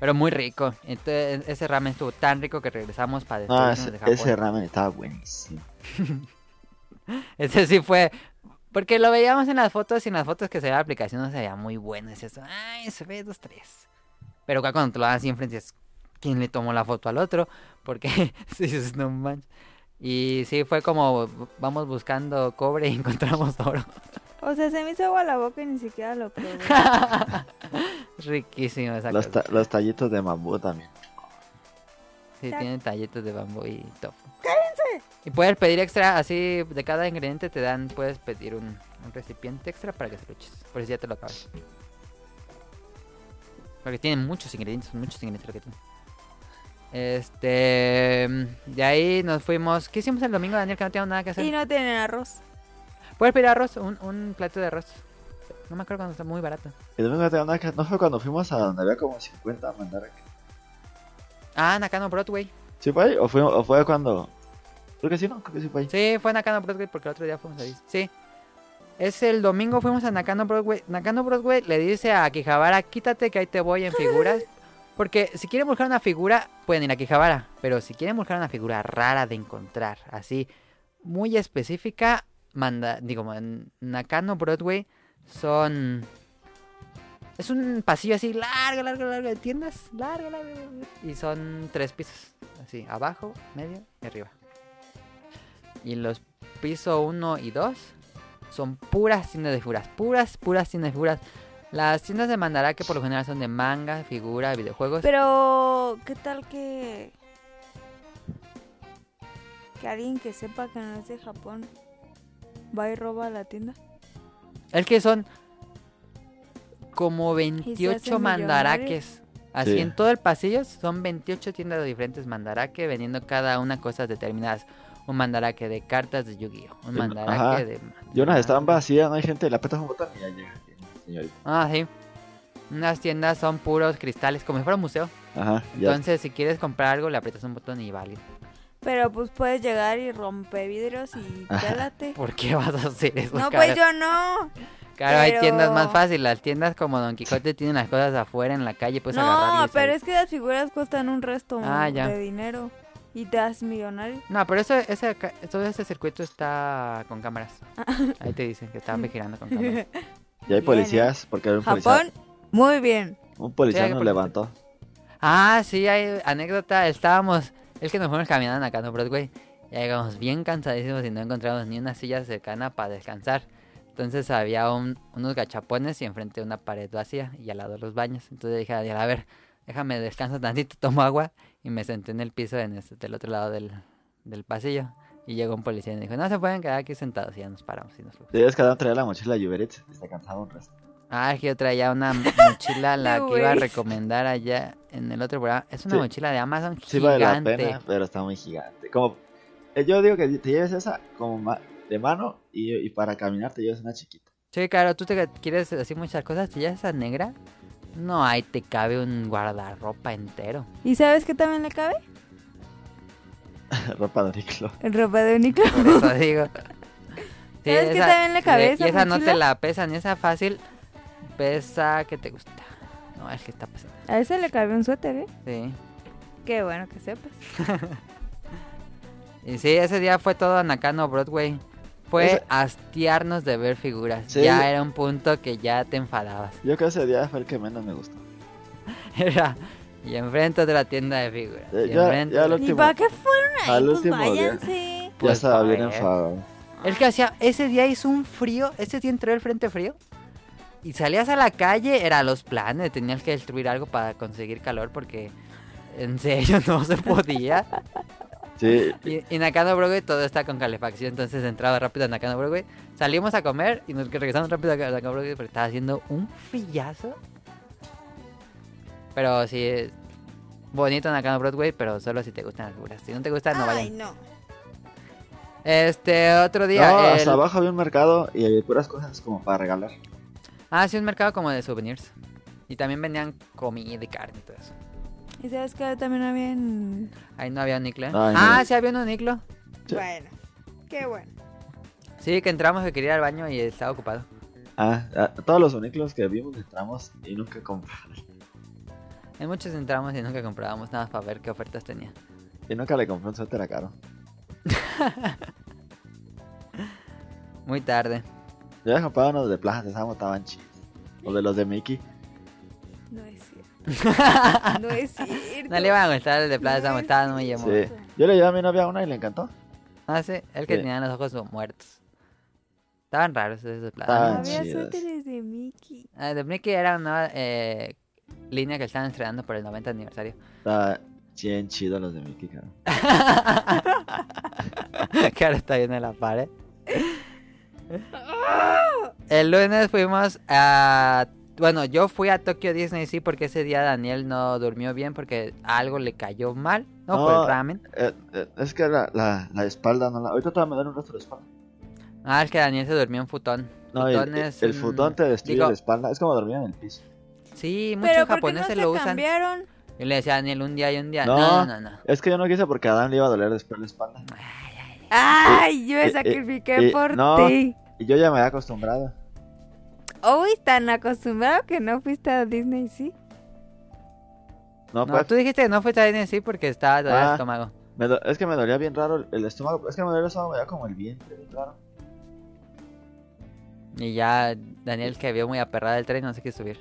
[SPEAKER 3] Pero muy rico. Entonces, ese ramen estuvo tan rico que regresamos para después
[SPEAKER 4] Ah,
[SPEAKER 3] irnos
[SPEAKER 4] ese,
[SPEAKER 3] de Japón.
[SPEAKER 4] ese ramen estaba buenísimo.
[SPEAKER 3] Ese sí fue. Porque lo veíamos en las fotos y en las fotos que se ve la aplicación no se veía muy bueno. Es eso. Ay, se ve dos, tres. Pero acá cuando te lo dan así enfrente es quién le tomó la foto al otro. Porque sí, dices, no manches. Y sí, fue como vamos buscando cobre y encontramos oro.
[SPEAKER 2] O sea, se me hizo agua la boca y ni siquiera lo probé.
[SPEAKER 3] Riquísimo esa
[SPEAKER 4] Los,
[SPEAKER 3] cosa.
[SPEAKER 4] ta- los tallitos de bambú también.
[SPEAKER 3] Sí, tienen talletes de bambú y tofu. Y puedes pedir extra, así de cada ingrediente te dan, puedes pedir un, un recipiente extra para que se lo eches. Por si ya te lo acabas. Porque tienen muchos ingredientes, son muchos ingredientes lo que tienen. Este. De ahí nos fuimos. ¿Qué hicimos el domingo, Daniel? Que no teníamos nada que hacer.
[SPEAKER 2] Y no tienen arroz.
[SPEAKER 3] Puedes pedir arroz, un, un plato de arroz. No me acuerdo cuando está muy barato.
[SPEAKER 4] El domingo no tengo nada que- no fue cuando fuimos a donde había como 50 mandaracas.
[SPEAKER 3] Ah, Nakano Broadway.
[SPEAKER 4] ¿Sí fue ahí? ¿O fue, o fue cuando.? Creo que sí, no, creo que sí fue ahí.
[SPEAKER 3] Sí, fue a Nakano Broadway porque el otro día fuimos ahí. Sí. Es el domingo fuimos a Nakano Broadway. Nakano Broadway le dice a Akihabara, quítate que ahí te voy en figuras. Porque si quieren buscar una figura, pueden ir a Akihabara. Pero si quieren buscar una figura rara de encontrar, así, muy específica, manda, digo, en Nakano Broadway son... Es un pasillo así largo, largo, largo de tiendas. Largo, largo, largo. Y son tres pisos. Así, abajo, medio y arriba. Y los piso 1 y 2 son puras tiendas de figuras. Puras, puras tiendas de figuras. Las tiendas de Mandará que por lo general son de manga, figura, videojuegos.
[SPEAKER 2] Pero, ¿qué tal que. que alguien que sepa que no es de Japón va y roba la tienda?
[SPEAKER 3] Es que son como
[SPEAKER 2] hacen
[SPEAKER 3] 28
[SPEAKER 2] millonarios.
[SPEAKER 3] mandaraques. Así
[SPEAKER 4] Sí.
[SPEAKER 3] en todo el pasillo son 28 tiendas de diferentes mandarake vendiendo cada una cosas determinadas. Un mandarake de cartas de Yu-Gi-Oh! Un
[SPEAKER 4] Sí, no,
[SPEAKER 3] mandarake
[SPEAKER 4] ajá.
[SPEAKER 3] de...
[SPEAKER 4] Y unas están
[SPEAKER 3] manga.
[SPEAKER 4] vacías, no hay gente, le apretas un botón y ya llega. Señorita.
[SPEAKER 3] Ah, sí. Unas tiendas son puros cristales, como si fuera un museo.
[SPEAKER 4] Ajá, ya.
[SPEAKER 3] Entonces, si quieres comprar algo, le aprietas un botón y válido.
[SPEAKER 2] Pero pues puedes llegar y romper vidrios y
[SPEAKER 4] Ajá.
[SPEAKER 2] cálate.
[SPEAKER 3] ¿Por qué vas a hacer eso?
[SPEAKER 2] No,
[SPEAKER 3] cara?
[SPEAKER 2] pues yo no.
[SPEAKER 3] Claro, hay
[SPEAKER 2] pero-
[SPEAKER 3] tiendas más fáciles. Las tiendas como Don Quijote tienen las cosas afuera en la calle, puedes agarrar y
[SPEAKER 2] no,
[SPEAKER 3] le
[SPEAKER 2] pero
[SPEAKER 3] sale.
[SPEAKER 2] es que las figuras costan un resto
[SPEAKER 3] Ah, ya.
[SPEAKER 2] de dinero. Y te das millonario.
[SPEAKER 3] No, pero eso, ese, ca- todo ese circuito está con cámaras. Ahí te dicen que están vigilando con cámaras.
[SPEAKER 4] Y hay
[SPEAKER 2] Bien,
[SPEAKER 4] policías, porque había un policía.
[SPEAKER 2] Japón, muy bien.
[SPEAKER 4] Un policía
[SPEAKER 3] Sí, hay
[SPEAKER 4] nos
[SPEAKER 3] policía.
[SPEAKER 4] levantó.
[SPEAKER 3] Ah, sí, hay anécdota. Estábamos, es que nos fuimos caminando acá, ¿no? Broadway. Ya llegamos bien cansadísimos y no encontramos ni una silla cercana para descansar. Entonces había un- unos gachapones y enfrente una pared vacía y al lado los baños. Entonces dije a Daniel, a ver, déjame descanso tantito, tomo agua. Y me senté en el piso en este- del otro lado del, del pasillo. Y llegó un policía y me dijo, no se pueden quedar aquí sentados. Y ya nos paramos y nos fuimos.
[SPEAKER 4] Debías que Adam traía la mochila de Uberitz, está cansado un resto.
[SPEAKER 3] Ah, es que yo traía una mochila, la
[SPEAKER 2] De
[SPEAKER 3] que iba a
[SPEAKER 2] Waze.
[SPEAKER 3] recomendar allá en el otro programa. Es una
[SPEAKER 4] Sí.
[SPEAKER 3] mochila de Amazon gigante.
[SPEAKER 4] Sí vale la pena, pero está muy gigante. Como, eh, yo digo que te lleves esa como ma- de mano y, y para caminar te lleves una chiquita.
[SPEAKER 3] Sí, claro, tú te quieres decir muchas cosas, si ya esa negra, no ahí te cabe un guardarropa entero.
[SPEAKER 2] ¿Y sabes qué también le cabe?
[SPEAKER 4] Ropa de Uniqlo.
[SPEAKER 2] Ropa de Uniqlo.
[SPEAKER 3] Por eso digo. Sí,
[SPEAKER 2] ¿Sabes qué también le cabe
[SPEAKER 3] y-
[SPEAKER 2] esa
[SPEAKER 3] Y esa no
[SPEAKER 2] mochila?
[SPEAKER 3] te la pesan, y esa fácil pesa que te gusta. No, es que está pesada.
[SPEAKER 2] A ese le cabe un suéter, ¿eh?
[SPEAKER 3] Sí.
[SPEAKER 2] Qué bueno que sepas.
[SPEAKER 3] Y sí, ese día fue todo Nakano Broadway. Fue
[SPEAKER 4] Ese-
[SPEAKER 3] hastiarnos de ver figuras.
[SPEAKER 4] Sí.
[SPEAKER 3] Ya era un punto que ya te enfadabas.
[SPEAKER 4] Yo creo que ese día fue el que menos me gustó.
[SPEAKER 3] Era, y enfrente otra tienda de figuras.
[SPEAKER 4] Eh,
[SPEAKER 3] y
[SPEAKER 4] ya-
[SPEAKER 3] enfrente
[SPEAKER 4] ya
[SPEAKER 3] otra-
[SPEAKER 4] lo
[SPEAKER 2] ¿Y
[SPEAKER 4] último-
[SPEAKER 2] para qué fueron ahí?
[SPEAKER 4] al
[SPEAKER 2] pues
[SPEAKER 4] último día.
[SPEAKER 2] váyanse.
[SPEAKER 4] Ya
[SPEAKER 3] Pues,
[SPEAKER 4] estaba bien
[SPEAKER 3] joder.
[SPEAKER 4] enfadado.
[SPEAKER 3] Es que hacía, ese día hizo un frío, ese día entró el frente frío. Y salías a la calle, era los planes, tenías que destruir algo para conseguir calor porque en serio no se podía.
[SPEAKER 4] Sí,
[SPEAKER 3] Y, y Nakano Broadway todo está con calefacción, entonces entraba rápido a Nakano Broadway. Salimos a comer y nos regresamos rápido a Nakano Broadway porque estaba haciendo un frillazo. Pero sí, bonito Nakano Broadway, pero solo si te gustan las figuras. Si no te gustan, Ah, no
[SPEAKER 2] Ay,
[SPEAKER 3] vayan.
[SPEAKER 2] no.
[SPEAKER 3] Este, otro día...
[SPEAKER 4] no,
[SPEAKER 3] el-
[SPEAKER 4] hasta abajo había un mercado y había puras cosas como para regalar.
[SPEAKER 3] Ah, sí, un mercado como de souvenirs. Y también vendían comida y carne y todo eso.
[SPEAKER 2] Y sabes que también había en...
[SPEAKER 3] Ahí no había uniclo. ¿eh?
[SPEAKER 4] Ay, no.
[SPEAKER 3] ah, sí había un uniclo.
[SPEAKER 4] Sí.
[SPEAKER 2] Bueno, qué bueno.
[SPEAKER 3] Sí, que entramos que quería ir al baño y estaba ocupado.
[SPEAKER 4] Ah, ah, todos los uniclos que vimos entramos y nunca compramos.
[SPEAKER 3] En muchos entramos y nunca comprábamos nada más para ver qué ofertas tenía.
[SPEAKER 4] Y nunca le compré un suéter a Caro.
[SPEAKER 3] Muy tarde.
[SPEAKER 4] Yo había comprado unos de Plaza Sésamo, estaban chidos. O de los de Mickey.
[SPEAKER 2] No es cierto. no es cierto.
[SPEAKER 3] No le iban a gustar el de Plaza,
[SPEAKER 2] No,
[SPEAKER 3] estaban muy
[SPEAKER 4] Sí.
[SPEAKER 3] emocionados.
[SPEAKER 4] Yo le llevé a mi novia una y le encantó.
[SPEAKER 3] Ah, sí, el que
[SPEAKER 4] Sí.
[SPEAKER 3] tenía los ojos muertos. Estaban raros esos de
[SPEAKER 4] Estaban
[SPEAKER 3] Plaza.
[SPEAKER 2] Había
[SPEAKER 4] Ah, chidas.
[SPEAKER 2] suéteres de Mickey.
[SPEAKER 3] Ah, de Mickey era una eh, línea que estaban estrenando por el 90 aniversario.
[SPEAKER 4] Estaban bien chidos los de Mickey, Caro.
[SPEAKER 3] que ahora está viendo la pared. El lunes fuimos a... Bueno, yo fui a Tokyo Disney, sí, porque ese día Daniel no durmió bien porque algo le cayó mal. No, fue
[SPEAKER 4] No.
[SPEAKER 3] el ramen.
[SPEAKER 4] Eh, eh, es que la, la, la espalda no la. Ahorita te voy a mandar un rastro de espalda.
[SPEAKER 3] Ah, es que Daniel se durmió en futón.
[SPEAKER 4] No, el,
[SPEAKER 3] Futón
[SPEAKER 4] el,
[SPEAKER 3] es
[SPEAKER 4] el
[SPEAKER 3] un-
[SPEAKER 4] futón te destruye
[SPEAKER 3] digo-
[SPEAKER 4] la espalda. Es como dormir en el piso.
[SPEAKER 3] Sí, muchos
[SPEAKER 2] Pero ¿por qué no
[SPEAKER 3] japoneses
[SPEAKER 2] se
[SPEAKER 3] lo usan.
[SPEAKER 2] cambiaron?
[SPEAKER 3] Yo le decía a Daniel un día y un día.
[SPEAKER 4] No.
[SPEAKER 3] No, no, no. no.
[SPEAKER 4] Es que yo no quise porque a Adam le iba a doler después la espalda.
[SPEAKER 2] Ay, yo me
[SPEAKER 4] eh,
[SPEAKER 2] sacrifiqué
[SPEAKER 4] eh,
[SPEAKER 2] por
[SPEAKER 4] no.
[SPEAKER 2] ti.
[SPEAKER 4] Y yo ya me había acostumbrado.
[SPEAKER 2] Uy, tan acostumbrado que no fuiste a Disney, sí.
[SPEAKER 4] No,
[SPEAKER 3] No,
[SPEAKER 4] pues.
[SPEAKER 3] tú dijiste que no fuiste a Disney, sí, porque estaba todavía el
[SPEAKER 4] Ah.
[SPEAKER 3] estómago.
[SPEAKER 4] me do- es que me dolía bien raro el, el estómago. Es que me dolía el estómago, me dolía como el vientre, bien raro.
[SPEAKER 3] Y ya Daniel que vio muy aperrada el tren, no sé qué subir.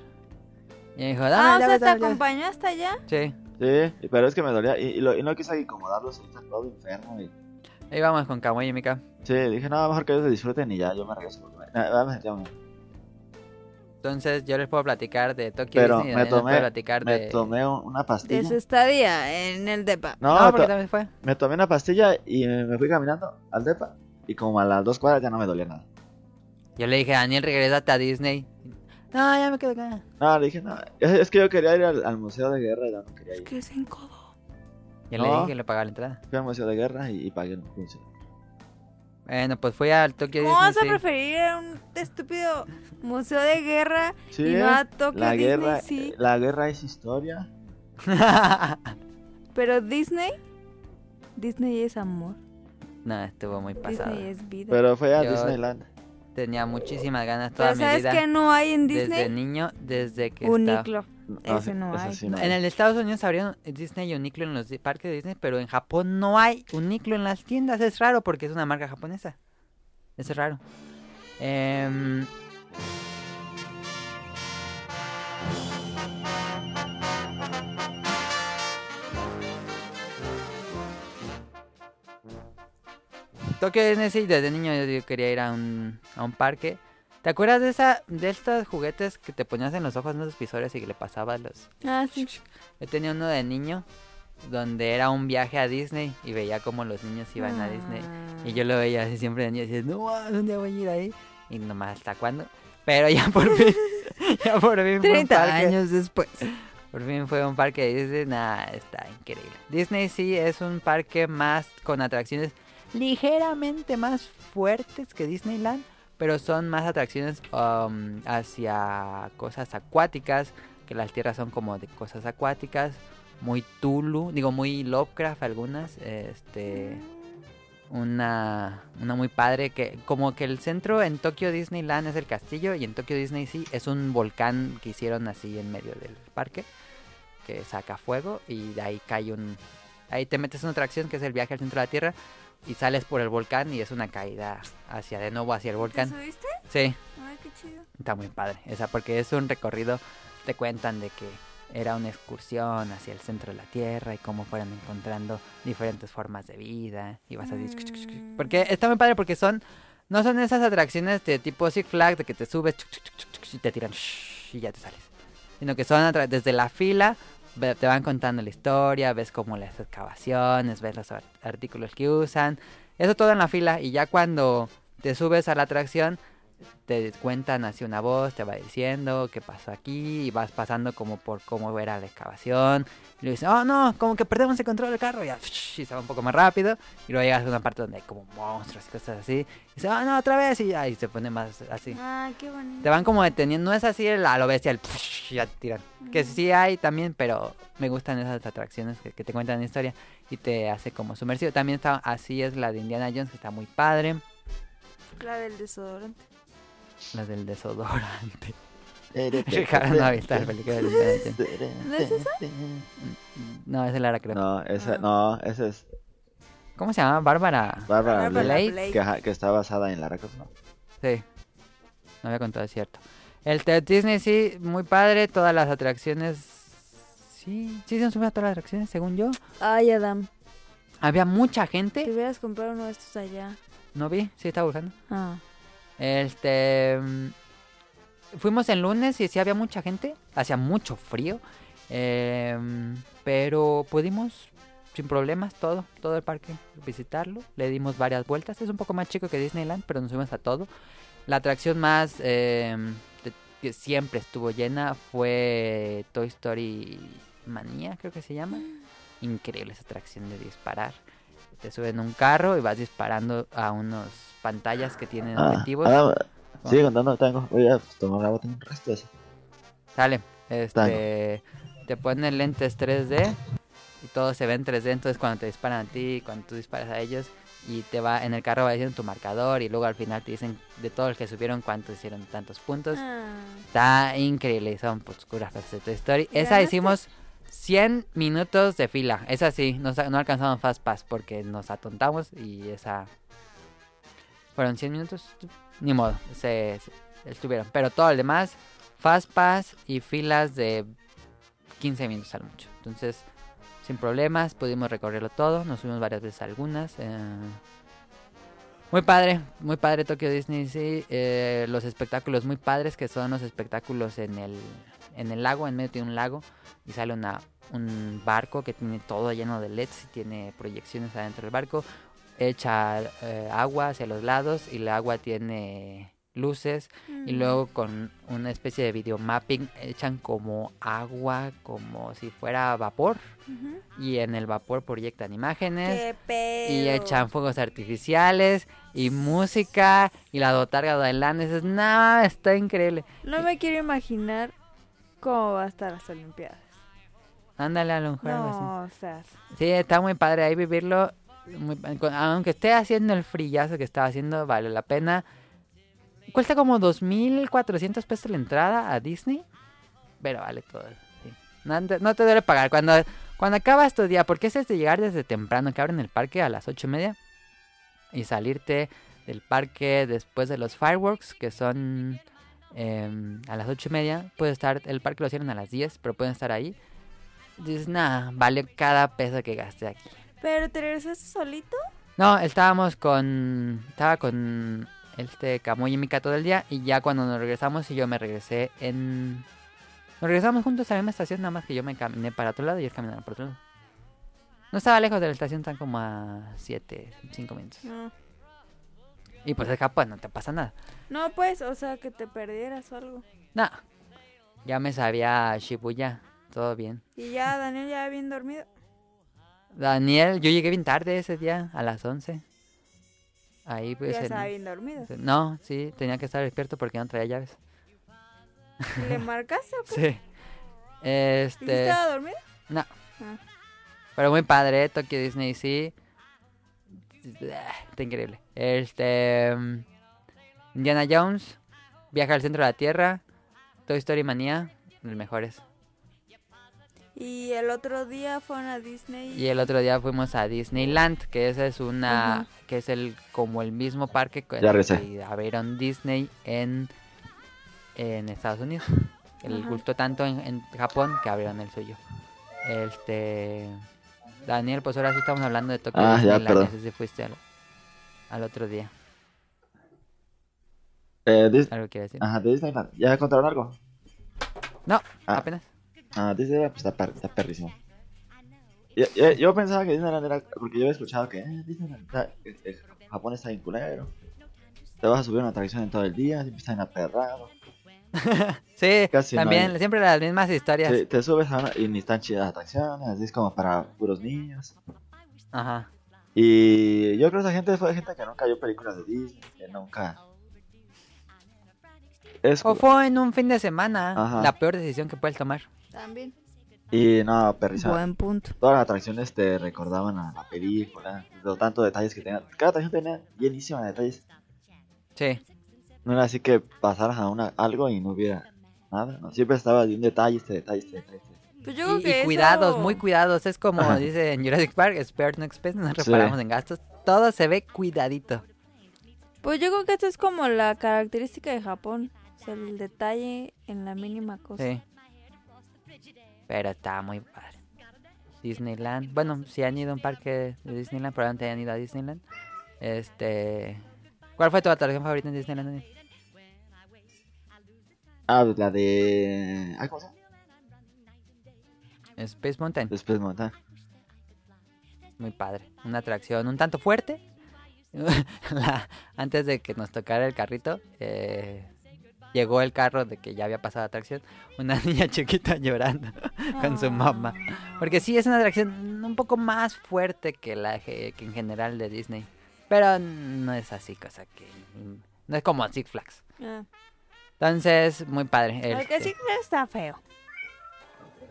[SPEAKER 3] Y me dijo, dame,
[SPEAKER 2] Ah, o sea,
[SPEAKER 3] dame,
[SPEAKER 2] te
[SPEAKER 3] dame, dame".
[SPEAKER 2] acompañó hasta allá.
[SPEAKER 3] Sí,
[SPEAKER 4] Sí, y- pero es que me dolía. Y, y lo- y no quise incomodarlos. y estar todo enfermo. Y,
[SPEAKER 3] ahí vamos con Kamui y Mika.
[SPEAKER 4] sí, dije, no, mejor que ellos se disfruten y ya, yo me regreso. porque me- nada, me sentía muy mal.
[SPEAKER 3] Entonces yo les puedo platicar de Tokio
[SPEAKER 4] Pero
[SPEAKER 3] Disney y
[SPEAKER 4] me
[SPEAKER 3] Daniel les
[SPEAKER 4] tomé-
[SPEAKER 3] puede platicar
[SPEAKER 4] Me
[SPEAKER 3] de...
[SPEAKER 4] tomé un- una
[SPEAKER 2] De
[SPEAKER 4] pastilla.
[SPEAKER 2] su estadía en el depa.
[SPEAKER 4] No,
[SPEAKER 3] No,
[SPEAKER 4] to-
[SPEAKER 3] porque también fue.
[SPEAKER 4] me tomé una pastilla y me, me fui caminando al depa. Y como a las dos cuadras ya no me dolía nada.
[SPEAKER 3] Yo le dije, Daniel, regrésate a Disney. No, ya me quedo acá.
[SPEAKER 4] No, le dije, no, es, es que yo quería ir al, al Museo de Guerra y no, no quería ir.
[SPEAKER 2] Que es incómodo.
[SPEAKER 3] Yo le
[SPEAKER 4] No.
[SPEAKER 3] dije que le pagaba la entrada.
[SPEAKER 4] Fui al Museo de Guerra y, y pagué el museo.
[SPEAKER 3] Bueno, pues fui al Tokio
[SPEAKER 2] ¿Cómo vas a
[SPEAKER 3] Disney. sí.
[SPEAKER 2] preferir a un estúpido museo de guerra
[SPEAKER 4] Sí,
[SPEAKER 2] y no a Tokio
[SPEAKER 4] la,
[SPEAKER 2] Disney?
[SPEAKER 4] guerra,
[SPEAKER 2] Sí,
[SPEAKER 4] la guerra es historia.
[SPEAKER 3] eh.
[SPEAKER 2] pero Disney, Disney es amor,
[SPEAKER 3] no, estuvo muy pasado.
[SPEAKER 2] Disney es vida.
[SPEAKER 4] Pero fue a
[SPEAKER 3] Yo-
[SPEAKER 4] Disneyland.
[SPEAKER 3] Tenía muchísimas ganas toda
[SPEAKER 2] Pero
[SPEAKER 3] mi
[SPEAKER 2] ¿sabes
[SPEAKER 3] vida.
[SPEAKER 2] qué no hay en
[SPEAKER 3] Desde
[SPEAKER 2] Disney?
[SPEAKER 3] niño, desde que
[SPEAKER 2] Un
[SPEAKER 3] estaba...
[SPEAKER 2] niclo.
[SPEAKER 4] No,
[SPEAKER 2] Ese no
[SPEAKER 4] ese
[SPEAKER 2] hay.
[SPEAKER 4] sí no
[SPEAKER 3] En el Estados Unidos abrieron Disney y Uniqlo en los di- parques de Disney, pero en Japón no hay Uniqlo en las tiendas. Es raro porque es una marca japonesa. Es raro. Em, Tokio Disney sí, desde niño yo- yo quería ir a un, a un parque. ¿Te acuerdas de esa de estos juguetes que te ponías en los ojos en los visores y que le pasabas los
[SPEAKER 2] Ah, sí.
[SPEAKER 3] yo tenía uno de niño donde era un viaje a Disney y veía como los niños iban a Disney.
[SPEAKER 2] Ah.
[SPEAKER 3] Y yo lo veía así siempre de niño y decía, no, mames, un día voy a ir ahí. Y nomás, ¿hasta cuándo? Pero ya por fin, ya por fin fue un
[SPEAKER 2] 30
[SPEAKER 3] parque.
[SPEAKER 2] años después.
[SPEAKER 3] Por fin fue un parque de Disney. Nah, está increíble. Disney sí es un parque más con atracciones ligeramente más fuertes que Disneyland, pero son más atracciones um, hacia cosas acuáticas, que las tierras son como de cosas acuáticas, muy Tulu, digo muy Lovecraft algunas, este una una muy padre que como que el centro en Tokio Disneyland es el castillo y en Tokio Disney sí es un volcán que hicieron así en medio del parque que saca fuego y de ahí cae un ahí te metes en una atracción que es el viaje al centro de la tierra y sales por el volcán y es una caída hacia de nuevo hacia el
[SPEAKER 2] ¿Te
[SPEAKER 3] volcán
[SPEAKER 2] subiste?
[SPEAKER 3] sí
[SPEAKER 2] Ay, qué chido.
[SPEAKER 3] Está muy padre, esa porque es un recorrido, te cuentan de que era una excursión hacia el centro de la Tierra y cómo fueron encontrando diferentes formas de vida y vas a porque está muy padre porque son no son esas atracciones de tipo Six Flags de que te subes y te tiran y ya te sales, sino que son atra- desde la fila ve- te van contando la historia, ves como las excavaciones, ves los ar- artículos que usan, eso todo en la fila y ya cuando te subes a la atracción te cuentan así una voz, te va diciendo qué pasó aquí, y vas pasando como por cómo era la excavación, y le dicen, oh no, como que perdemos el control del carro, y, ya, y se va un poco más rápido, y luego llegas a una parte donde hay como monstruos y cosas así, y dice, oh no, otra vez, y ahí se pone más así.
[SPEAKER 5] Ah, qué bonito.
[SPEAKER 3] Te van como deteniendo, no es así el, a lo bestia, el ya te tiran. Que sí hay también, pero me gustan esas atracciones que, que te cuentan la historia y te hace como sumergido. También está, así es la de Indiana Jones, que está muy padre.
[SPEAKER 2] La del desodorante.
[SPEAKER 3] La del desodorante. Ricardo no ha visto la película de Indiana Jones.
[SPEAKER 2] ¿No es esa? Ah.
[SPEAKER 3] No, esa es Lara Croft.
[SPEAKER 4] No, esa, no, esa es
[SPEAKER 3] ¿Cómo se llama? Bárbara.
[SPEAKER 4] Bárbara
[SPEAKER 2] Bárbara
[SPEAKER 4] Blake,
[SPEAKER 3] Blake.
[SPEAKER 4] que, ajá, que está basada en Lara Croft, ¿no?
[SPEAKER 3] Sí. No había contado, es cierto. El Te- Disney sí, muy padre. Todas las atracciones. Sí, sí, son subidas todas las atracciones, según yo.
[SPEAKER 2] Ay, Adam,
[SPEAKER 3] Había mucha
[SPEAKER 2] te
[SPEAKER 3] gente.
[SPEAKER 2] hubieras comprado uno de estos allá.
[SPEAKER 3] No vi, sí, estaba buscando.
[SPEAKER 2] Ah.
[SPEAKER 3] Este. mm, Fuimos el lunes y sí había mucha gente. Hacía mucho frío. em, pero pudimos sin problemas todo, todo el parque visitarlo. Le dimos varias vueltas. Es un poco más chico que Disneyland, pero nos fuimos a todo. La atracción más em, de- que siempre estuvo llena fue Toy Story Manía, creo que se llama. Increíble esa atracción de disparar. Te suben a un carro y vas disparando a unos pantallas que tienen
[SPEAKER 4] Ah,
[SPEAKER 3] objetivos.
[SPEAKER 4] ahora, sigue contando, tengo. Voy a tomar agua, tengo un resto de eso.
[SPEAKER 3] Sale. Este, te ponen lentes 3D y todo se ve en 3D. Entonces, cuando te disparan a ti, cuando tú disparas a ellos, y te va en el carro va diciendo tu marcador. Y luego al final te dicen de todos los que subieron cuántos hicieron tantos puntos.
[SPEAKER 2] Ah,
[SPEAKER 3] Está increíble. y Son pues, puras cosas de Toy Story. Esa
[SPEAKER 2] ¿Ganaste?
[SPEAKER 3] hicimos 100 minutos de fila. Esa sí, nos, no alcanzaron Fast Pass porque nos atontamos. Y esa. Fueron 100 minutos. Ni modo. Se, se- estuvieron. Pero todo el demás. Fast Pass y filas de 15 minutos al mucho. Entonces, sin problemas, pudimos recorrerlo todo. Nos subimos varias veces a algunas. eh, Muy padre, muy padre Tokyo Disney, sí. eh, los espectáculos muy padres que son los espectáculos en el, en el lago, en medio de un lago. Y sale una, un barco que tiene todo lleno de LEDs y tiene proyecciones adentro del barco. Echa eh, agua hacia los lados y el agua tiene luces y
[SPEAKER 2] Mm.
[SPEAKER 3] luego con una especie de video mapping echan como agua, como si fuera vapor.
[SPEAKER 2] mm,
[SPEAKER 3] Y en el vapor proyectan imágenes.
[SPEAKER 2] ¡Qué pedo!
[SPEAKER 3] Y echan fuegos artificiales y música y la dotarga de Atlantis. Es nada, está increíble.
[SPEAKER 2] No me quiero imaginar cómo va a estar las Olimpiadas.
[SPEAKER 3] Ándale, a lo mejor algo así.
[SPEAKER 2] No, o sea,
[SPEAKER 3] Sí, está muy padre ahí vivirlo. Muy pa- con- aunque esté haciendo el frillazo que estaba haciendo, vale la pena. Cuesta como 2.400 pesos la entrada a Disney, pero vale todo. sí. No, te- no te duele pagar. Cuando, cuando acabas tu día, porque ese es de llegar desde temprano, que abren el parque a las 8 y media, y salirte del parque después de los fireworks, que son em, a las 8 y media. Puede estar, el parque lo cierran a las 10, pero pueden estar ahí. Dices, nada, vale cada peso que gasté aquí.
[SPEAKER 2] ¿pero te regresaste solito?
[SPEAKER 3] No, estábamos con. Estaba con este Camuy y Mika todo el día. Y ya cuando nos regresamos, y yo me regresé en. Nos regresamos juntos a la misma estación, nada más que yo me caminé para otro lado y ellos caminaron para otro lado. No estaba lejos de la estación, tan como a 7, 5 minutos.
[SPEAKER 2] No.
[SPEAKER 3] Y pues acá, pues no te pasa nada.
[SPEAKER 2] No, pues, o sea, que te perdieras o algo.
[SPEAKER 3] Nada. Ya me sabía Shibuya. Todo bien.
[SPEAKER 2] Y ya, Daniel ya bien dormido.
[SPEAKER 3] Daniel, yo llegué bien tarde ese día, a las 11. Ahí pues.
[SPEAKER 2] ya
[SPEAKER 3] en-
[SPEAKER 2] estaba bien dormido.
[SPEAKER 3] No, sí, tenía que estar despierto porque no traía llaves.
[SPEAKER 2] ¿Le marcaste o qué?
[SPEAKER 3] Sí.
[SPEAKER 2] ¿Y sí
[SPEAKER 3] Este,
[SPEAKER 2] estaba dormido?
[SPEAKER 3] pero muy padre, ¿eh? Tokyo Disney sí. Ah, Está increíble. Este, mm, Indiana Jones, Viaja al centro de la Tierra, Toy Story Manía, los mejores.
[SPEAKER 2] Y el otro día fueron a Disney.
[SPEAKER 3] Y el otro día fuimos a Disneyland, que esa es una, que es el como el mismo parque que,
[SPEAKER 4] Ya regresé.
[SPEAKER 3] que abrieron Disney en en Estados Unidos. El
[SPEAKER 2] Ajá.
[SPEAKER 3] gustó tanto en, en Japón que abrieron el suyo. Este Daniel, pues ahora sí estamos hablando de Tokio
[SPEAKER 4] Ah, ya,
[SPEAKER 3] Disneyland,
[SPEAKER 4] perdón.
[SPEAKER 3] no sé si fuiste al, al otro día.
[SPEAKER 4] Eh, Dis-
[SPEAKER 3] ¿Algo quieres decir?
[SPEAKER 4] Ajá, de Disneyland. ¿Ya contaron algo?
[SPEAKER 3] No,
[SPEAKER 4] Ah.
[SPEAKER 3] apenas.
[SPEAKER 4] Ah, Disneyland pues, está, per- está perrísimo. Yo, yo- yo pensaba eh, que Disneyland era. Porque yo había escuchado que. eh, Disneyland. está- el- el Japón está bien culero. te vas a subir a una atracción en todo el día, siempre están aperrados.
[SPEAKER 3] Sí,
[SPEAKER 4] Casi no
[SPEAKER 3] también,
[SPEAKER 4] hay.
[SPEAKER 3] siempre las mismas historias.
[SPEAKER 4] Te, te subes a una y ni están chidas las atracciones, así es como para puros niños.
[SPEAKER 3] Ajá.
[SPEAKER 4] Y yo creo que esa gente fue gente que nunca vio películas de Disney, que nunca. Es
[SPEAKER 3] O fue en un fin de semana
[SPEAKER 4] Ajá.
[SPEAKER 3] la peor decisión que puedes tomar.
[SPEAKER 2] También.
[SPEAKER 4] Y no, perrizada.
[SPEAKER 2] Buen punto.
[SPEAKER 4] Todas las atracciones te recordaban a la película, los tantos detalles que tenía. Cada atracción tenía llenísima de detalles.
[SPEAKER 3] Sí.
[SPEAKER 4] No era así que pasaras a una, algo y no hubiera nada. ¿no? Siempre estaba de un detalle, este detalle, este detalle. este detalle.
[SPEAKER 2] Pues
[SPEAKER 3] Y,
[SPEAKER 2] yo creo
[SPEAKER 3] y
[SPEAKER 2] que eso-
[SPEAKER 3] cuidados, muy cuidados. Es como
[SPEAKER 4] Ajá.
[SPEAKER 3] dice en Jurassic Park, spare no expense, no
[SPEAKER 4] Sí.
[SPEAKER 3] reparamos en gastos. Todo se ve cuidadito.
[SPEAKER 2] Pues yo creo que esto es como la característica de Japón. O sea, el detalle en la mínima cosa.
[SPEAKER 3] Sí. Pero está muy padre. Disneyland. Bueno, si han ido a un parque de Disneyland, probablemente hayan ido a Disneyland. Este. ¿Cuál fue tu atracción favorita en Disneyland? Daniel?
[SPEAKER 4] Ah, pues la de. Ah, ¿cómo se llama?
[SPEAKER 3] Space Mountain.
[SPEAKER 4] Después montar.
[SPEAKER 3] Muy padre. Una atracción un tanto fuerte. La- antes de que nos tocara el carrito, eh, llegó el carro de que ya había pasado la atracción. Una niña chiquita llorando
[SPEAKER 2] Ah.
[SPEAKER 3] con su mamá. Porque sí, es una atracción un poco más fuerte que la ge- que en general de Disney. Pero no es así, cosa que... mm, No es como Six Flags.
[SPEAKER 2] Ah.
[SPEAKER 3] Entonces, muy padre.
[SPEAKER 2] El que
[SPEAKER 3] este.
[SPEAKER 2] sí creo está feo.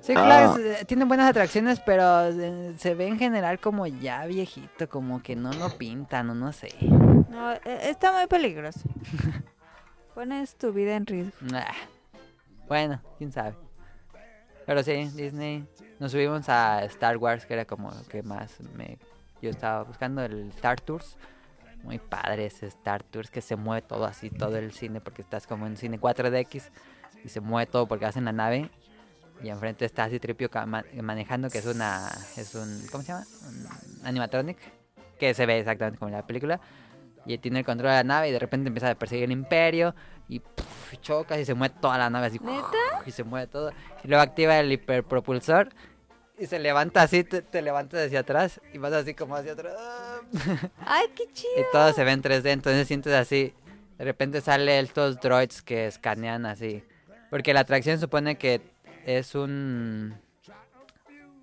[SPEAKER 3] Six
[SPEAKER 4] Ah.
[SPEAKER 3] Flags eh, tiene buenas atracciones, pero eh, se ve en general como ya viejito, como que no lo pintan o no sé.
[SPEAKER 2] No, eh, está muy peligroso. Pones tu vida en riesgo.
[SPEAKER 3] Ah, Bueno, quién sabe. Pero sí, Disney. Nos subimos a Star Wars, que era como lo que más me... Yo estaba buscando el Star Tours. Muy padre ese Star Tours, que se mueve todo así, todo el cine, porque estás como en cine 4DX. Y se mueve todo porque vas en la nave. Y enfrente está así Tripio manejando, que es una... Es un... ¿Cómo se llama? Un animatronic. Que se ve exactamente como en la película. Y tiene el control de la nave y de repente empieza a perseguir el imperio. Y puf, choca y se mueve toda la nave así. Y se mueve todo. Y luego activa el hiperpropulsor. Y se levanta así, te, te levantas hacia atrás y vas así como hacia atrás.
[SPEAKER 2] ¡Ay, qué chido!
[SPEAKER 3] Y todo se ve en 3D, entonces sientes así. De repente sale estos droids que escanean así. Porque la atracción supone que es un.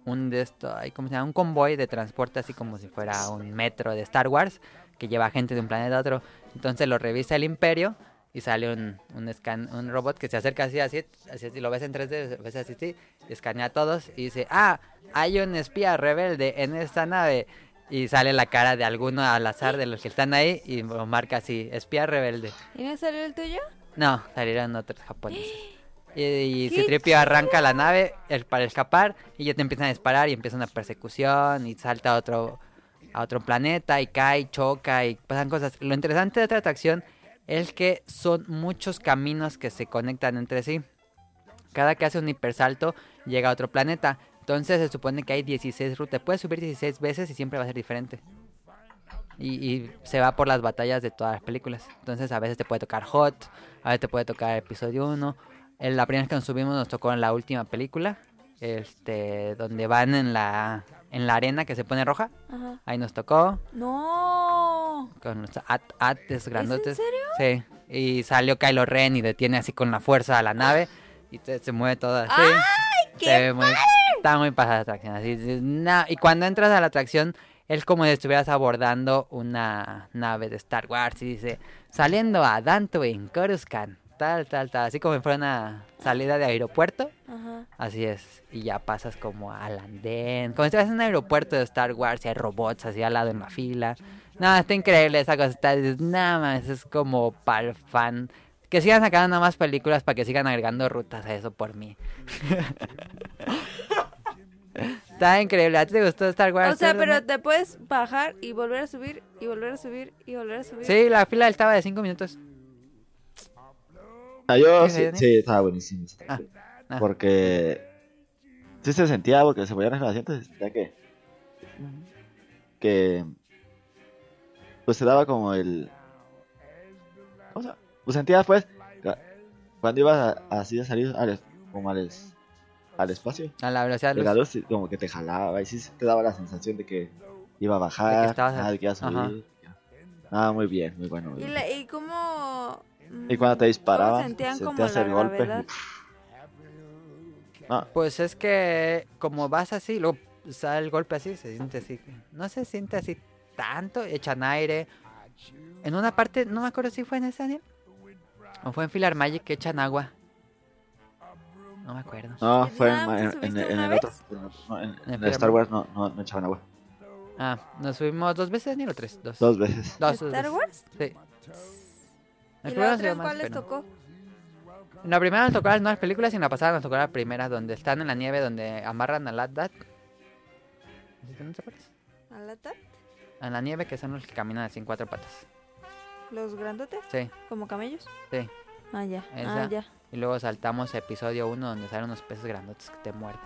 [SPEAKER 3] Un de esto, ay, ¿cómo se llama? Un convoy de transporte, así como si fuera un metro de Star Wars, que lleva gente de un planeta a otro. Entonces lo revisa el Imperio y sale un, un, escan- un robot que se acerca así, así, así, así, lo ves en 3D, lo ves así, así, escanea a todos y dice: Ah, hay un espía rebelde en esta nave. Y sale la cara de alguno al azar de los que están ahí y lo marca así, espía rebelde.
[SPEAKER 2] ¿Y no salió el tuyo?
[SPEAKER 3] No, salieron otros japoneses. Y, y
[SPEAKER 2] ¡Qué
[SPEAKER 3] Citripio arranca la nave el- para escapar y ya te empiezan a disparar y empieza una persecución y salta a otro, a otro planeta y cae, y choca y pasan cosas. Lo interesante de esta atracción es que son muchos caminos que se conectan entre sí. Cada que hace un hipersalto llega a otro planeta. Entonces se supone que hay 16 rutas. Puedes subir 16 veces y siempre va a ser diferente. Y, y se va por las batallas de todas las películas. Entonces a veces te puede tocar Hot, a veces te puede tocar episodio 1. En la primera vez que nos subimos nos tocó en la última película. Este, donde van en la, en la arena que se pone roja.
[SPEAKER 2] Ajá.
[SPEAKER 3] Ahí nos tocó.
[SPEAKER 2] ¡No!
[SPEAKER 3] Con los at ates grandotes.
[SPEAKER 2] serio?
[SPEAKER 3] Sí. Y salió Kylo Ren y detiene así con la fuerza a la nave. Y te- se mueve todo así.
[SPEAKER 2] qué
[SPEAKER 3] Se ve muy- Está muy pasada la atracción. así, dices, "No". Y cuando entras a la atracción, es como si estuvieras abordando una nave de Star Wars. Y dice, saliendo a Dantooine, Coruscant, tal, tal, tal. Así como si fuera una salida de aeropuerto.
[SPEAKER 2] Ajá.
[SPEAKER 3] Así es, y ya pasas como al andén. Como si estás en un aeropuerto de Star Wars y hay robots así al lado en la fila. No, está increíble esa cosa. Está, dices, nada más, es como para el fan. Que sigan sacando nada más películas para que sigan agregando rutas a eso por mí. está increíble. ¿A ti te gustó Star Wars?
[SPEAKER 2] O sea,
[SPEAKER 3] Jordan?
[SPEAKER 2] pero te puedes bajar y volver a subir y volver a subir y volver a subir.
[SPEAKER 3] Sí, la fila estaba de 5 minutos.
[SPEAKER 4] Ah, yo
[SPEAKER 3] ¿Qué,
[SPEAKER 4] sí,
[SPEAKER 3] Dani?
[SPEAKER 4] sí, estaba buenísimo. esa
[SPEAKER 3] Ah,
[SPEAKER 4] película.
[SPEAKER 3] ah.
[SPEAKER 4] Porque sí se sentía porque se ponían los asientos, ya que que pues se daba como el o sea, pues sentías pues la- cuando ibas a- así a salir al, es- como al, es- al espacio,
[SPEAKER 3] A la velocidad de
[SPEAKER 4] la
[SPEAKER 3] luz.
[SPEAKER 4] luz sí, como que te jalaba y sí se- te daba la sensación de que iba a
[SPEAKER 3] De
[SPEAKER 4] bajar,
[SPEAKER 3] que estabas-
[SPEAKER 4] ah, de que iba a
[SPEAKER 3] ajá.
[SPEAKER 4] subir. Ah, muy bien, muy bueno. muy
[SPEAKER 2] ¿Y,
[SPEAKER 4] bien.
[SPEAKER 2] la- y cómo cómo.
[SPEAKER 4] Y cuando te
[SPEAKER 2] mm,
[SPEAKER 4] disparaban,
[SPEAKER 2] cómo sentían
[SPEAKER 4] sentías
[SPEAKER 2] como la
[SPEAKER 4] el golpe.
[SPEAKER 2] gravedad.
[SPEAKER 4] No,
[SPEAKER 3] Pues es que como vas así, luego sale el golpe así, se siente así. No se siente así tanto, echan aire. En una parte, no me acuerdo si fue en ese anime o fue en Filar Magic que echan agua. No me acuerdo.
[SPEAKER 4] no
[SPEAKER 2] ¿Y
[SPEAKER 4] fue en,
[SPEAKER 2] nada más te
[SPEAKER 4] en- en-
[SPEAKER 2] subiste
[SPEAKER 4] en
[SPEAKER 2] una
[SPEAKER 4] el
[SPEAKER 2] vez?
[SPEAKER 4] otro. No, en, en
[SPEAKER 3] Enfermo.
[SPEAKER 4] Star Wars no, no, no echaban agua.
[SPEAKER 3] Ah, nos subimos dos veces, ni o tres, dos.
[SPEAKER 4] Dos veces.
[SPEAKER 3] Dos, dos
[SPEAKER 2] ¿Star
[SPEAKER 3] veces.
[SPEAKER 2] Wars?
[SPEAKER 3] Sí.
[SPEAKER 2] ¿Y la
[SPEAKER 3] El primero se
[SPEAKER 2] otra
[SPEAKER 3] dio
[SPEAKER 2] en
[SPEAKER 3] más,
[SPEAKER 2] cuál les
[SPEAKER 3] pero-
[SPEAKER 2] tocó?
[SPEAKER 3] En la primera nos tocó las nuevas películas y en la pasada nos tocó la primera donde están en la nieve, donde amarran a la Dad. ¿No te acuerdas?
[SPEAKER 2] ¿A la tar?
[SPEAKER 3] En la nieve que son los que caminan así en cuatro patas.
[SPEAKER 2] ¿Los grandotes?
[SPEAKER 3] Sí.
[SPEAKER 2] ¿Como camellos?
[SPEAKER 3] Sí.
[SPEAKER 2] Ah, ya.
[SPEAKER 3] Esa.
[SPEAKER 2] Ah, ya.
[SPEAKER 3] Y luego saltamos a episodio 1 donde salen unos peces grandotes que te muerden.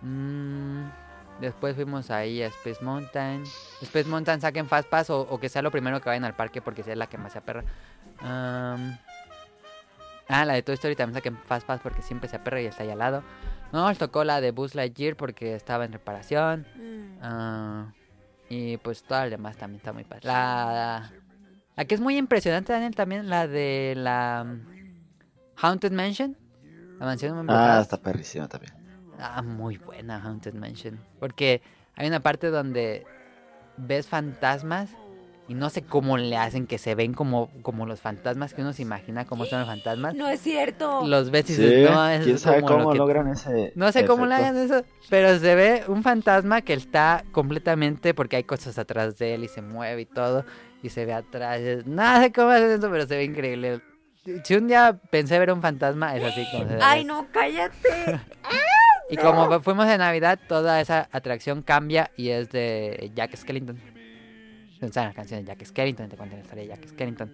[SPEAKER 3] Mm, después fuimos ahí a Space Mountain. Space Mountain saquen Fast Pass o, o que sea lo primero que vayan al parque porque sea la que más se aperra. Am, ah, la de Toy Story también saquen Fast Pass porque siempre se aperra y está ahí al lado. No, nos tocó la de Buzz Lightyear porque estaba en reparación.
[SPEAKER 2] Mm.
[SPEAKER 3] Ah, y pues todo el demás también está muy padre. La, la que es muy impresionante, Daniel, también la de la mm, Haunted Mansion. La mansión
[SPEAKER 4] Ah,
[SPEAKER 3] embrujada.
[SPEAKER 4] está perrísima también.
[SPEAKER 3] Ah, muy buena Haunted Mansion. Porque hay una parte donde ves fantasmas y no sé cómo le hacen que se ven como, como los fantasmas que uno se imagina cómo son los fantasmas.
[SPEAKER 2] No es cierto.
[SPEAKER 3] Los ves y
[SPEAKER 4] Sí,
[SPEAKER 3] dices, no, eso
[SPEAKER 4] quién
[SPEAKER 3] es
[SPEAKER 4] sabe
[SPEAKER 3] como lo
[SPEAKER 4] cómo
[SPEAKER 3] que
[SPEAKER 4] logran ese.
[SPEAKER 3] no sé cómo le
[SPEAKER 4] efecto.
[SPEAKER 3] hagan eso, pero se ve un fantasma que está completamente porque hay cosas atrás de él y se mueve y todo y se ve atrás. Es- No sé cómo hacen eso, pero se ve increíble. Si un día pensé ver un fantasma, es así como se ve.
[SPEAKER 2] Ay, no, cállate.
[SPEAKER 3] Y como fu- fuimos de Navidad, toda esa atracción cambia y es de Jack Skellington. Pensaban en la canción de Jack Skellington, te cuentan la historia de Jack Skellington.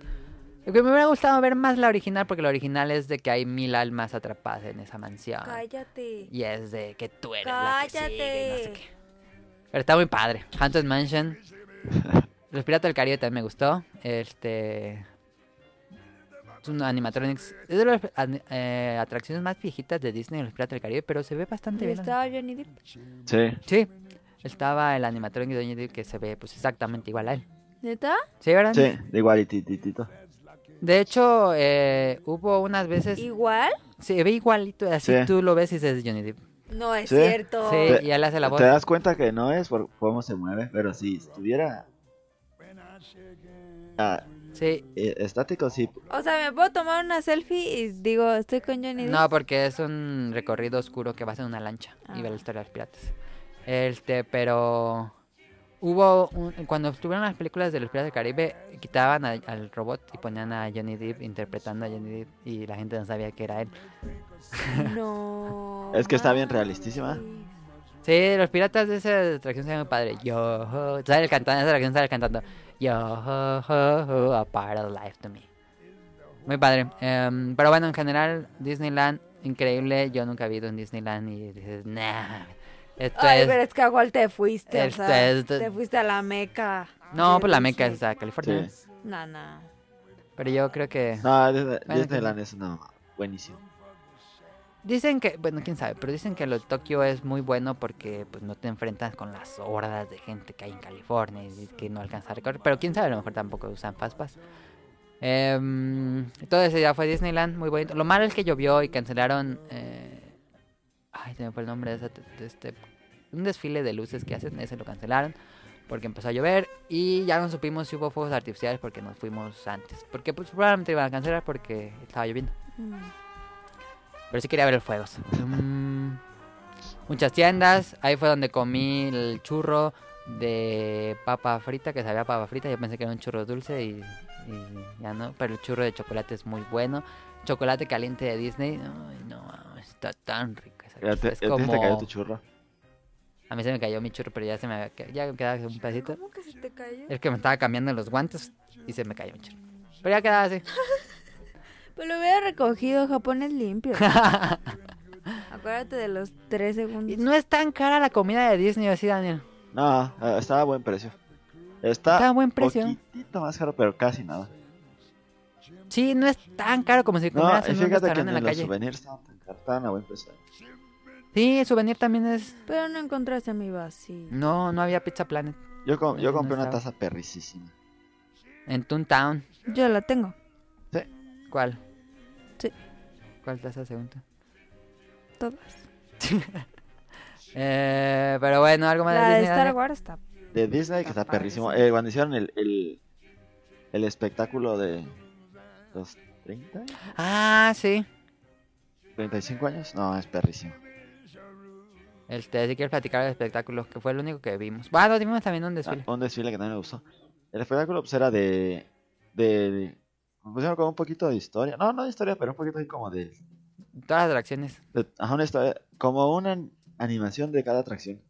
[SPEAKER 3] Lo que me hubiera gustado ver más la original, porque la original es de que hay mil almas atrapadas en esa mansión.
[SPEAKER 2] cállate.
[SPEAKER 3] Y es de que tú eres la que sigue, y no sé
[SPEAKER 2] ¡Cállate!
[SPEAKER 3] qué. Pero está muy padre. Haunted Mansion. Los Piratas del Caribe también me gustó. Este. Es un animatronics. Es de las an- eh, atracciones más viejitas de Disney, los Piratas del Caribe, pero se ve bastante
[SPEAKER 2] ¿Y
[SPEAKER 3] bien.
[SPEAKER 2] estaba Johnny Depp?
[SPEAKER 4] Sí,
[SPEAKER 3] Sí. Estaba el animatronic de Johnny Depp que se ve pues exactamente igual a él.
[SPEAKER 2] ¿Neta?
[SPEAKER 3] ¿Sí, verdad?
[SPEAKER 4] sí, de igual y tititito.
[SPEAKER 3] De hecho, eh, hubo unas veces.
[SPEAKER 2] ¿Igual?
[SPEAKER 3] Se ve igualito, así
[SPEAKER 4] Sí.
[SPEAKER 3] tú lo ves y dices Johnny Depp.
[SPEAKER 2] No es
[SPEAKER 4] Sí.
[SPEAKER 2] cierto.
[SPEAKER 3] Sí, y él hace la voz.
[SPEAKER 4] Te das cuenta que no es por cómo se mueve, pero si estuviera ah,
[SPEAKER 3] Sí,
[SPEAKER 4] eh, estático, sí.
[SPEAKER 2] O sea, me puedo tomar una selfie y digo, estoy con Johnny Depp.
[SPEAKER 3] No, porque es un recorrido oscuro que vas en una lancha y ve
[SPEAKER 2] Ah.
[SPEAKER 3] la historia de los piratas. Este, pero hubo un- cuando estuvieron las películas de los piratas del Caribe quitaban a- al robot y ponían a Johnny Depp interpretando a Johnny Depp y la gente no sabía que era él.
[SPEAKER 2] No.
[SPEAKER 4] Es que está bien
[SPEAKER 2] manches.
[SPEAKER 4] realistísima.
[SPEAKER 3] Sí, los piratas de esa atracción se ven muy padre. Yo, ho, sale el cantante, esa atracción sale el cantando. Yo, ho, ho, ho, a part of life to me. Muy padre. Em, pero bueno, en general, Disneyland, increíble. Yo nunca he ido en Disneyland y dices, nah. Esto
[SPEAKER 2] Ay,
[SPEAKER 3] es.
[SPEAKER 2] pero es que a cuál te fuiste. o
[SPEAKER 3] Esto
[SPEAKER 2] sea,
[SPEAKER 3] es-
[SPEAKER 2] Te fuiste a la Meca.
[SPEAKER 3] No,
[SPEAKER 2] de
[SPEAKER 3] pues la meca
[SPEAKER 2] Disney.
[SPEAKER 3] es a California.
[SPEAKER 4] Sí.
[SPEAKER 2] No, no.
[SPEAKER 3] Pero yo creo que.
[SPEAKER 4] No, Disney-
[SPEAKER 3] que-
[SPEAKER 4] Disneyland es una mamá. Buenísimo.
[SPEAKER 3] Dicen que, bueno, quién sabe, pero dicen que lo de Tokio es muy bueno porque pues no te enfrentas con las hordas de gente que hay en California y que no alcanza a recorrer. Pero quién sabe, a lo mejor tampoco usan Fastpass. Em, todo ese día fue Disneyland, muy bonito. Lo malo es que llovió y cancelaron. eh, Ay, se me fue el nombre de, esa t- de este. Un desfile de luces que hacen, ese lo cancelaron porque empezó a llover y ya no supimos si hubo fuegos artificiales porque nos fuimos antes. Porque pues, probablemente iban a cancelar porque estaba lloviendo.
[SPEAKER 2] Mm.
[SPEAKER 3] Pero sí quería ver el fuegos. Mm, muchas tiendas. Ahí fue donde comí el churro de papa frita, que sabía a papa frita. Yo pensé que era un churro dulce y, y ya no. Pero el churro de chocolate es muy bueno. Chocolate caliente de Disney. Ay, no, está tan rico. esa
[SPEAKER 4] Ya
[SPEAKER 3] cosa.
[SPEAKER 4] te, ya te-
[SPEAKER 3] es
[SPEAKER 4] te cayó tu
[SPEAKER 3] como...
[SPEAKER 4] churro.
[SPEAKER 3] A mí se me cayó mi churro, pero ya se me había ca- ya quedaba un pedacito.
[SPEAKER 2] ¿Cómo que se te cayó?
[SPEAKER 3] Es que me estaba cambiando los guantes y se me cayó mi churro. Pero ya quedaba así.
[SPEAKER 2] Pues lo hubiera recogido, Japón es limpio. Acuérdate de los tres
[SPEAKER 3] Y
[SPEAKER 2] segundos.
[SPEAKER 3] no es tan cara la comida de Disney, así Daniel.
[SPEAKER 4] No, eh, estaba a buen precio. Está,
[SPEAKER 3] Está a buen precio.
[SPEAKER 4] poquitito más caro, pero casi nada.
[SPEAKER 3] Sí, no es tan caro como si
[SPEAKER 4] No,
[SPEAKER 3] comieras
[SPEAKER 4] y
[SPEAKER 3] en un
[SPEAKER 4] fíjate que
[SPEAKER 3] restaurante
[SPEAKER 4] ni
[SPEAKER 3] en la
[SPEAKER 4] los
[SPEAKER 3] calle.
[SPEAKER 4] souvenirs estaban tan caros, estaban a buen precio.
[SPEAKER 3] Sí, el souvenir también es.
[SPEAKER 2] Pero no encontraste mi vacío.
[SPEAKER 3] No, no había Pizza Planet.
[SPEAKER 4] Yo, com-
[SPEAKER 3] No,
[SPEAKER 4] yo
[SPEAKER 3] no
[SPEAKER 4] compré una
[SPEAKER 3] estaba.
[SPEAKER 4] taza perricísima.
[SPEAKER 3] En Toontown.
[SPEAKER 2] Yo la tengo.
[SPEAKER 4] Sí.
[SPEAKER 3] ¿Cuál?
[SPEAKER 2] Sí.
[SPEAKER 3] ¿Cuál te hace segunda?
[SPEAKER 2] Todas.
[SPEAKER 3] Eh, pero bueno, algo más
[SPEAKER 2] La
[SPEAKER 3] de
[SPEAKER 2] de
[SPEAKER 3] Disney.
[SPEAKER 2] Star
[SPEAKER 3] Dani?
[SPEAKER 2] Wars está.
[SPEAKER 4] De Disney, que
[SPEAKER 2] Está
[SPEAKER 4] está perrísimo.
[SPEAKER 2] padrísimo.
[SPEAKER 4] Eh, cuando hicieron el, el, el espectáculo de los 30,
[SPEAKER 3] Ah, sí.
[SPEAKER 4] 35 años, no, es perrísimo.
[SPEAKER 3] Este, si quieres platicar de espectáculos, que fue el único que vimos. Bueno, vimos también un
[SPEAKER 4] Ah,
[SPEAKER 3] desfile.
[SPEAKER 4] un desfile que también me gustó. El espectáculo pues era de... de me pusieron como un poquito de historia. No, no de historia, pero un poquito así como de...
[SPEAKER 3] Todas las atracciones.
[SPEAKER 4] de- ajá, una historia, como una an- animación de cada atracción.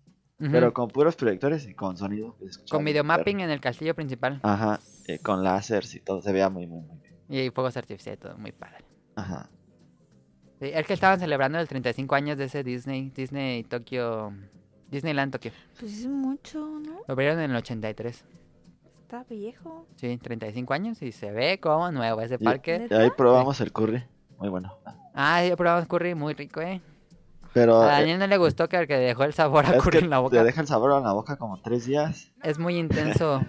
[SPEAKER 3] Ujú.
[SPEAKER 4] Pero con puros proyectores y con sonido. que se escuchaba
[SPEAKER 3] Con
[SPEAKER 4] muy
[SPEAKER 3] videomapping en el castillo principal.
[SPEAKER 4] perro. Ajá, eh, con lásers y todo. Se veía muy, muy, muy bien.
[SPEAKER 3] Y fuegos artificiales, todo muy padre.
[SPEAKER 4] Ajá.
[SPEAKER 3] Sí, es que estaban celebrando el 35 años de ese Disney, Disney Tokio, Disneyland Tokio.
[SPEAKER 2] Pues es mucho, ¿no?
[SPEAKER 3] Lo abrieron en el 83.
[SPEAKER 2] Está viejo.
[SPEAKER 3] Sí, 35 años y se ve como nuevo ese
[SPEAKER 4] Sí.
[SPEAKER 3] parque.
[SPEAKER 2] ¿Neta?
[SPEAKER 4] Y ahí probamos el curry. Muy bueno.
[SPEAKER 3] Ah, yo probamos curry, muy rico, eh.
[SPEAKER 4] Pero...
[SPEAKER 3] A
[SPEAKER 4] eh,
[SPEAKER 3] Daniel no le gustó que, que dejó el sabor a
[SPEAKER 4] Es
[SPEAKER 3] curry
[SPEAKER 4] que
[SPEAKER 3] en la
[SPEAKER 4] Te
[SPEAKER 3] boca.
[SPEAKER 4] deja el sabor en la boca como tres días.
[SPEAKER 3] Es muy intenso.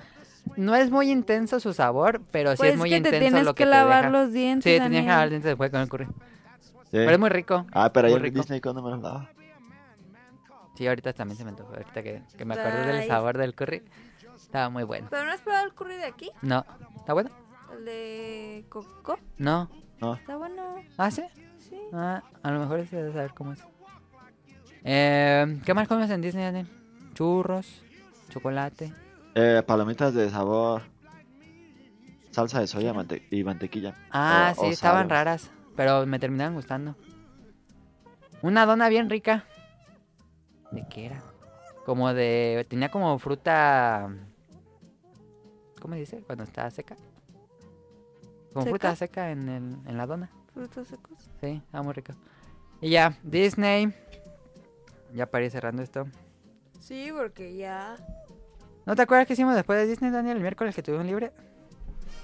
[SPEAKER 3] No es muy intenso su sabor, pero sí
[SPEAKER 2] pues
[SPEAKER 3] es muy
[SPEAKER 2] que te
[SPEAKER 3] intenso
[SPEAKER 2] tienes
[SPEAKER 3] lo
[SPEAKER 2] que
[SPEAKER 3] que
[SPEAKER 2] lavar
[SPEAKER 3] te deja.
[SPEAKER 2] los dientes.
[SPEAKER 3] Sí, tenías que
[SPEAKER 2] Daniel.
[SPEAKER 3] lavar los dientes después con el curry.
[SPEAKER 4] Sí.
[SPEAKER 3] Pero es muy rico.
[SPEAKER 4] Ah, pero ahí
[SPEAKER 3] muy
[SPEAKER 4] en
[SPEAKER 3] rico.
[SPEAKER 4] Disney cuando me los daba.
[SPEAKER 3] Sí, ahorita también se me antojó. Ahorita que, que me acuerdo del
[SPEAKER 2] Ay.
[SPEAKER 3] sabor del curry. Estaba muy bueno.
[SPEAKER 2] ¿Pero no has probado el curry de aquí?
[SPEAKER 3] No. ¿Está bueno?
[SPEAKER 2] ¿El de Coco?
[SPEAKER 3] No.
[SPEAKER 2] Está bueno.
[SPEAKER 3] ¿Ah, sí?
[SPEAKER 2] Sí.
[SPEAKER 3] Ah, a lo mejor es de saber cómo es. Eh, ¿Qué más comes en Disney, Daniel? Churros, chocolate.
[SPEAKER 4] Eh, palomitas de sabor. Salsa de soya mante- y mantequilla.
[SPEAKER 3] Ah,
[SPEAKER 4] O-
[SPEAKER 3] sí,
[SPEAKER 4] o
[SPEAKER 3] estaban
[SPEAKER 4] sabor.
[SPEAKER 3] raras, pero me terminaban gustando. Una dona bien rica. ¿De qué era? Como de... Tenía como fruta... ¿Cómo se dice? Cuando está seca. Como
[SPEAKER 2] ¿Seca?
[SPEAKER 3] fruta seca en, el- en la dona.
[SPEAKER 2] Frutos secos.
[SPEAKER 3] Sí, estaba muy rico. Y ya, Disney. Ya para ir cerrando esto.
[SPEAKER 2] Sí, porque ya.
[SPEAKER 3] ¿No te acuerdas que hicimos después de Disney, Daniel, el miércoles que tuvimos libre?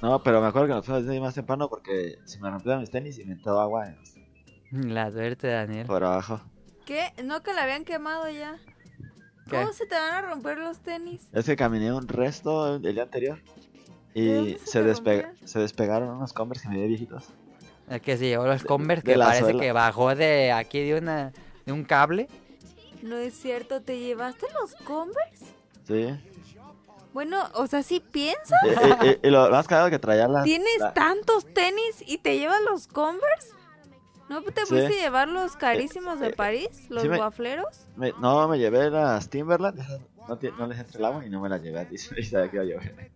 [SPEAKER 4] No, pero me acuerdo que nos fuimos a Disney más temprano porque se me rompieron mis tenis y me entró agua en-
[SPEAKER 3] La suerte, Daniel.
[SPEAKER 4] por abajo.
[SPEAKER 2] ¿Qué? No que la habían quemado ya.
[SPEAKER 3] ¿Qué?
[SPEAKER 2] ¿Cómo se te van a romper los tenis?
[SPEAKER 4] Es que caminé un resto el día anterior
[SPEAKER 2] ¿De
[SPEAKER 4] y
[SPEAKER 2] dónde se
[SPEAKER 4] se,
[SPEAKER 2] te
[SPEAKER 4] despe-
[SPEAKER 2] rompieron?
[SPEAKER 4] se despegaron unos Converse que me dio viejitos.
[SPEAKER 3] El que se llevó los Converse,
[SPEAKER 4] de
[SPEAKER 3] que
[SPEAKER 4] la
[SPEAKER 3] parece
[SPEAKER 4] suela.
[SPEAKER 3] que bajó de aquí de una de un cable.
[SPEAKER 2] No es cierto, ¿te llevaste los Converse?
[SPEAKER 4] Sí.
[SPEAKER 2] Bueno, o sea, si piensas,
[SPEAKER 4] Y, eh, y- y- y lo más cagado que traía las.
[SPEAKER 2] tienes
[SPEAKER 4] la-
[SPEAKER 2] tantos tenis y te llevas los Converse. ¿No te
[SPEAKER 4] Sí.
[SPEAKER 2] pudiste llevar los carísimos de
[SPEAKER 4] eh,
[SPEAKER 2] París? ¿Los
[SPEAKER 4] sí me-
[SPEAKER 2] guafleros?
[SPEAKER 4] me- no, me llevé las Timberland. esas No, ti- no les entró el agua y no me las llevé a Disney. Sabía que iba a llover.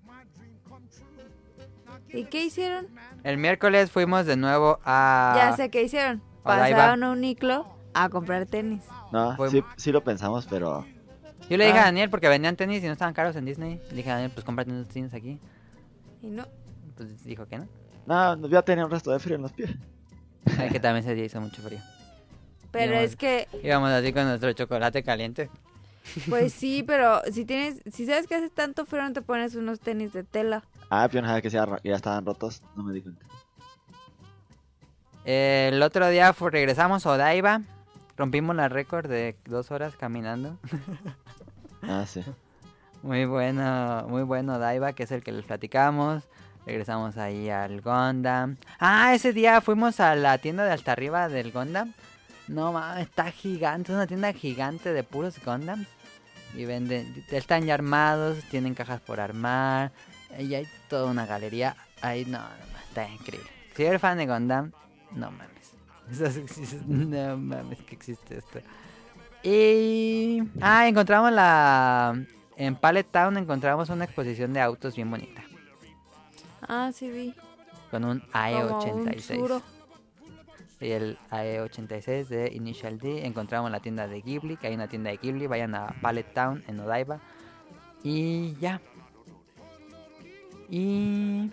[SPEAKER 2] ¿Y qué hicieron?
[SPEAKER 3] El miércoles fuimos de nuevo
[SPEAKER 4] Ah.
[SPEAKER 3] a.
[SPEAKER 2] Ya sé qué hicieron.
[SPEAKER 3] Odaiba.
[SPEAKER 2] Pasaron a un Niclo a comprar tenis.
[SPEAKER 4] No,
[SPEAKER 3] Fue-
[SPEAKER 4] sí, sí lo pensamos, pero.
[SPEAKER 3] Yo le dije a
[SPEAKER 2] Ah.
[SPEAKER 3] Daniel porque vendían tenis y no estaban caros en Disney. Le dije a Daniel, pues cómprate unos tenis aquí.
[SPEAKER 2] Y no.
[SPEAKER 3] Pues dijo que no.
[SPEAKER 4] No, ya tenía un resto de frío en los pies.
[SPEAKER 3] Ay, que también se hizo mucho frío.
[SPEAKER 2] Pero
[SPEAKER 3] Ni
[SPEAKER 2] es
[SPEAKER 3] modo.
[SPEAKER 2] que,
[SPEAKER 3] Íbamos así con nuestro chocolate caliente.
[SPEAKER 2] pues sí, pero si tienes, si sabes que hace tanto frío, no te pones unos tenis de tela.
[SPEAKER 4] Ah, pero no sabía que se arra- ya estaban rotos, no me di cuenta.
[SPEAKER 3] El otro día fu- regresamos a Odaiba. Rompimos la récord de dos horas caminando.
[SPEAKER 4] Ah, sí.
[SPEAKER 3] Muy bueno, muy bueno Daiba, que es el que les platicamos. Regresamos ahí al Gondam. Ah, ese día fuimos a la tienda de hasta arriba del Gondam. No mames, está gigante, es una tienda gigante de puros Gondams. Y venden, están ya armados, tienen cajas por armar. Y hay toda una galería. Ahí no, no, no, está increíble. Si eres fan de Gondam, no mames. Eso sí es- No mames que existe esto. Y... Ah, encontramos la... En Pallet Town encontramos una exposición de autos bien bonita.
[SPEAKER 2] Ah, sí vi.
[SPEAKER 3] Con un E
[SPEAKER 2] Como un
[SPEAKER 3] AE86.
[SPEAKER 2] Tsuro.
[SPEAKER 3] Y el E AE86 de Initial D. Encontramos la tienda de Ghibli, que hay una tienda de Ghibli. Vayan a Pallet Town en Odaiba. Y ya. Y...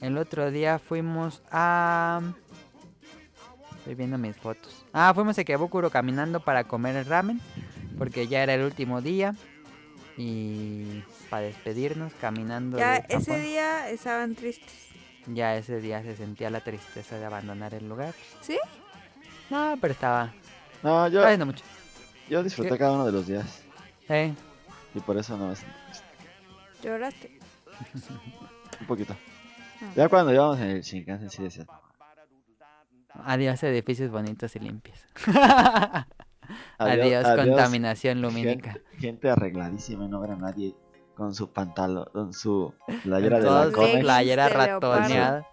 [SPEAKER 3] El otro día fuimos a... Estoy viendo mis fotos. Ah, fuimos a Ikebukuro caminando para comer el ramen. Porque ya era el último día. Y para despedirnos caminando.
[SPEAKER 2] Ya
[SPEAKER 3] de Japón.
[SPEAKER 2] ese día estaban tristes.
[SPEAKER 3] Ya ese día se sentía la tristeza de abandonar el lugar.
[SPEAKER 2] ¿Sí?
[SPEAKER 3] No, pero estaba.
[SPEAKER 4] No, yo,
[SPEAKER 3] Estaba haciendo mucho.
[SPEAKER 4] yo disfruté cada uno de los días.
[SPEAKER 3] Eh,
[SPEAKER 4] Y por eso no es
[SPEAKER 2] Lloraste.
[SPEAKER 4] un poquito.
[SPEAKER 2] Ah.
[SPEAKER 4] Ya cuando íbamos en el Shinkansen sí decías, "No,
[SPEAKER 3] Adiós edificios bonitos y limpios.
[SPEAKER 4] adiós,
[SPEAKER 3] adiós,
[SPEAKER 4] adiós,
[SPEAKER 3] contaminación lumínica.
[SPEAKER 4] gente, gente arregladísima y no ver a nadie con su pantalón, con su playera de
[SPEAKER 3] Todos
[SPEAKER 2] balcones.
[SPEAKER 3] con
[SPEAKER 4] balcón.
[SPEAKER 3] playera
[SPEAKER 2] Este leopardo.
[SPEAKER 3] ratoneada.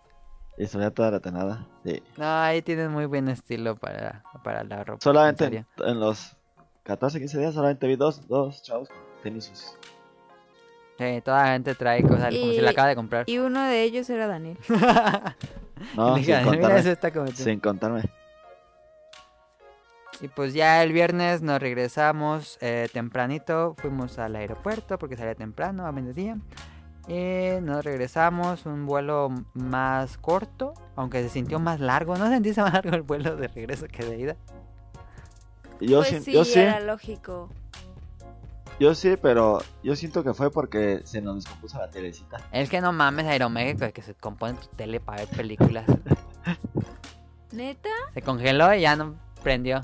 [SPEAKER 4] Y se veía toda ratonada. Sí.
[SPEAKER 3] No, ahí tienen muy buen estilo para, para la ropa. en
[SPEAKER 4] Solamente
[SPEAKER 3] serio.
[SPEAKER 4] en, en los 14, 15 días solamente vi dos, dos chavos con tenis sucios.
[SPEAKER 3] Sí, toda la gente trae cosas como si
[SPEAKER 2] Y-
[SPEAKER 3] la acaba de comprar.
[SPEAKER 2] Y uno de ellos era Daniel.
[SPEAKER 4] No,
[SPEAKER 3] Diga,
[SPEAKER 4] sin
[SPEAKER 3] mira,
[SPEAKER 4] contarme.
[SPEAKER 3] eso está cometido".
[SPEAKER 4] Sin contarme.
[SPEAKER 3] Y pues ya el viernes nos regresamos eh, tempranito, fuimos al aeropuerto porque salía temprano a mediodía. Y nos regresamos un vuelo más corto, aunque se sintió más largo. ¿No sentiste más largo el vuelo de regreso que de ida?
[SPEAKER 4] Y Yo,
[SPEAKER 2] pues
[SPEAKER 4] sin-
[SPEAKER 2] sí,
[SPEAKER 4] yo sí,
[SPEAKER 2] era lógico.
[SPEAKER 4] yo sí, pero yo siento que fue porque se nos descompuso la telecita.
[SPEAKER 3] Es que no mames Aeroméxico, que se compone tu tele para ver películas.
[SPEAKER 2] ¿Neta?
[SPEAKER 3] Se congeló y ya no prendió.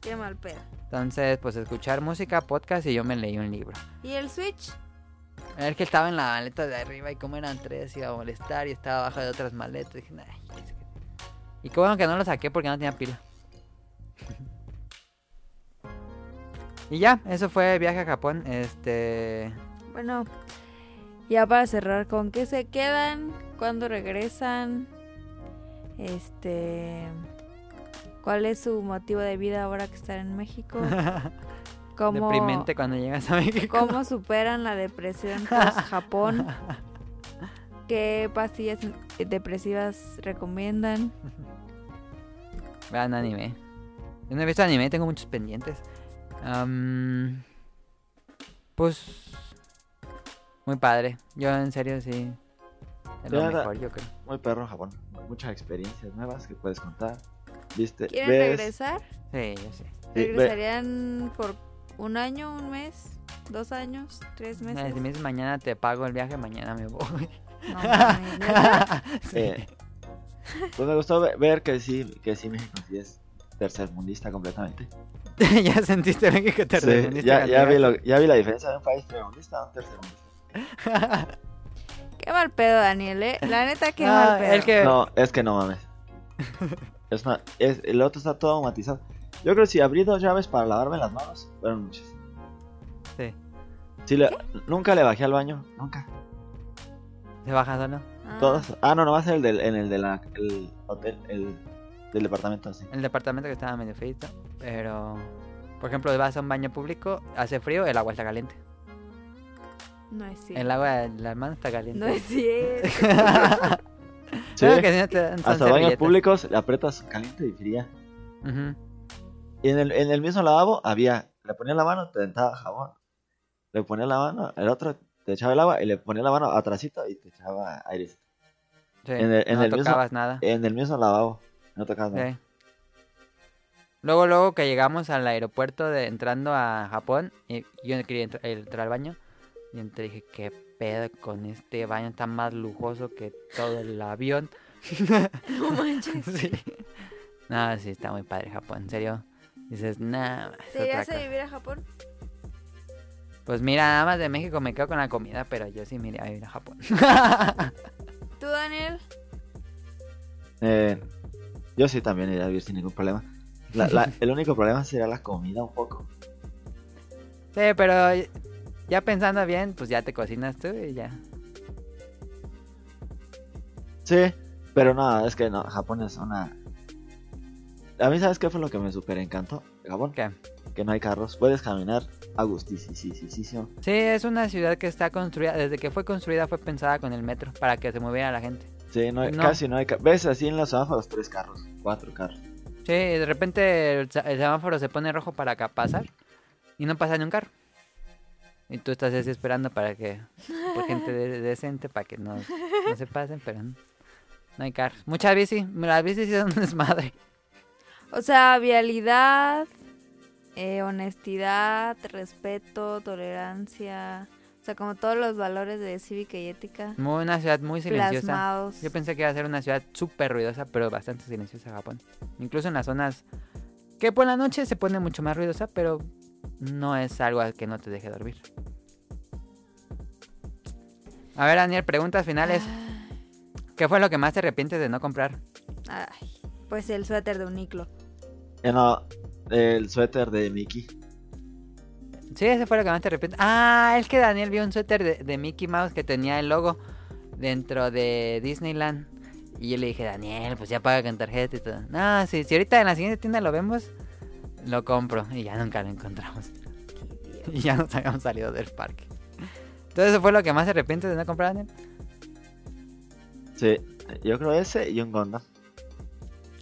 [SPEAKER 2] Qué mal pedo.
[SPEAKER 3] Entonces, pues escuchar música, podcast y yo me leí un libro.
[SPEAKER 2] ¿Y el Switch?
[SPEAKER 3] Es que estaba en la maleta de arriba y como eran tres iba a molestar y estaba abajo de otras maletas. Dije, "Ay, qué se- Y qué bueno que no lo saqué porque no tenía pila. y ya, eso fue viaje a Japón. Este.
[SPEAKER 2] Bueno, ya para cerrar, ¿con qué se quedan? ¿Cuándo regresan? Este. ¿Cuál es su motivo de vida ahora que están en México? ¿Cómo,
[SPEAKER 3] Deprimente cuando llegas a México.
[SPEAKER 2] ¿Cómo superan la depresión post-Japón? ¿Qué pastillas depresivas recomiendan?
[SPEAKER 3] Vean anime. Yo no he visto anime, tengo muchos pendientes. Am, pues. Muy padre. Yo, en serio, sí. Es lo
[SPEAKER 4] Ya, la-
[SPEAKER 3] mejor, yo creo.
[SPEAKER 4] Muy perro Japón. Muchas experiencias nuevas que puedes contar. ¿Viste?
[SPEAKER 2] ¿Quieren
[SPEAKER 4] ves-
[SPEAKER 2] regresar?
[SPEAKER 3] Sí, yo sé.
[SPEAKER 4] sí, ve-
[SPEAKER 2] ¿Regresarían por un año, un mes, dos años, tres
[SPEAKER 3] No,
[SPEAKER 2] meses?
[SPEAKER 3] si me dices mañana te pago el viaje, mañana me voy.
[SPEAKER 2] No mames, ¿neta?
[SPEAKER 3] Sí.
[SPEAKER 4] Eh, pues me gustó ve- ver que sí, que sí México sí es tercermundista completamente.
[SPEAKER 3] ya sentiste bien que te
[SPEAKER 4] Sí,
[SPEAKER 3] reuniste
[SPEAKER 4] ya,
[SPEAKER 3] con
[SPEAKER 4] ya,
[SPEAKER 3] ella.
[SPEAKER 4] vi lo- ya vi la diferencia de un país tercermundista a un tercermundista.
[SPEAKER 2] Qué mal pedo, Daniel, ¿eh? La neta, qué
[SPEAKER 3] No,
[SPEAKER 2] mal pedo.
[SPEAKER 3] Ah, el que-
[SPEAKER 4] No, es que no mames. Es una- es- el otro está todo matizado. Yo creo que si abrí dos llaves para lavarme las manos, fueron muchas.
[SPEAKER 3] Sí.
[SPEAKER 4] Sí, le- nunca le bajé al baño, nunca.
[SPEAKER 3] ¿Se baja solo?
[SPEAKER 2] Ah,
[SPEAKER 4] Todas. Ah, no, nomás en el del, en el de la- el hotel, el del departamento así.
[SPEAKER 3] El departamento que estaba medio feito. Pero, por ejemplo, vas a un baño público, hace frío, el agua está caliente.
[SPEAKER 2] No es cierto.
[SPEAKER 3] El agua de la mano está caliente.
[SPEAKER 2] No es cierto.
[SPEAKER 4] Sí.
[SPEAKER 3] Claro que sí, no te dan- son
[SPEAKER 4] Hasta baños
[SPEAKER 3] servilletas.
[SPEAKER 4] públicos le aprietas caliente y fría.
[SPEAKER 3] Ujú.
[SPEAKER 4] Y en el, en el mismo lavabo había, le ponía la mano, te dentaba jabón. Le ponía la mano, el otro te echaba el agua y le ponía la mano atrásito y te echaba aire.
[SPEAKER 3] Sí,
[SPEAKER 4] En el- en
[SPEAKER 3] no
[SPEAKER 4] el mismo-
[SPEAKER 3] tocabas nada.
[SPEAKER 4] En el mismo lavabo, no tocaba nada.
[SPEAKER 3] Sí. Luego, luego que llegamos al aeropuerto de entrando a Japón, y yo no quería entra- entrar al baño. Y entré y dije, qué pedo con este baño tan más lujoso que todo el avión.
[SPEAKER 2] No manches.
[SPEAKER 3] sí. No, sí, está muy padre Japón, en serio. Dices, nada más.
[SPEAKER 2] ¿Te irías a vivir a Japón?
[SPEAKER 3] Pues mira, nada más de México me quedo con la comida, pero yo sí me iría a vivir a Japón.
[SPEAKER 2] ¿Tú, Daniel?
[SPEAKER 4] Eh, yo sí también iría a vivir sin ningún problema. La- la- el único problema sería la comida un poco.
[SPEAKER 3] sí, pero ya pensando bien, pues ya te cocinas tú y ya.
[SPEAKER 4] Sí, pero no, es que no, Japón es una... A mí, ¿sabes qué fue lo que me super encantó de Japón?
[SPEAKER 3] ¿Qué?
[SPEAKER 4] Que no hay carros, puedes caminar a gusto, sí, sí, sí, sí, sí.
[SPEAKER 3] Sí, es una ciudad que está construida, desde que fue construida fue pensada con el metro, para que se moviera la gente.
[SPEAKER 4] Sí, no hay-
[SPEAKER 3] No.
[SPEAKER 4] casi no hay carros. ¿Ves así en los semáforos? Tres carros, cuatro carros.
[SPEAKER 3] Sí, de repente el, se- el semáforo se pone rojo para acá pasar y no pasa ni un carro. Y tú estás así esperando para que por gente de- decente para que no, no se pasen, pero no, no hay carros. Muchas bici, las bicis sí son un desmadre.
[SPEAKER 2] O sea, vialidad, eh, honestidad, respeto, tolerancia. O sea, como todos los valores de cívica y ética
[SPEAKER 3] Muy- Una ciudad muy silenciosa.
[SPEAKER 2] plasmados.
[SPEAKER 3] Yo pensé que iba a ser una ciudad súper ruidosa, pero bastante silenciosa Japón. Incluso en las zonas que por la noche se pone mucho más ruidosa, pero no es algo al que no te deje dormir. A ver, Daniel, preguntas finales.
[SPEAKER 2] Ah,
[SPEAKER 3] ¿Qué fue lo que más te arrepientes de no comprar?
[SPEAKER 2] ay, pues el suéter de Uniqlo.
[SPEAKER 4] Eh, no, el suéter de Mickey.
[SPEAKER 3] Sí, ese fue lo que más te arrepientes. Ah, es que Daniel vio un suéter de, de Mickey Mouse que tenía el logo dentro de Disneyland. Y yo le dije, Daniel, pues ya paga con tarjeta y todo. No, si, si ahorita en la siguiente tienda lo vemos, lo compro. Y ya nunca lo encontramos. Y ya nos habíamos salido del parque. Entonces, ¿eso fue lo que más te arrepientes de no comprar, Daniel?
[SPEAKER 4] Sí, yo creo ese y un Gundam.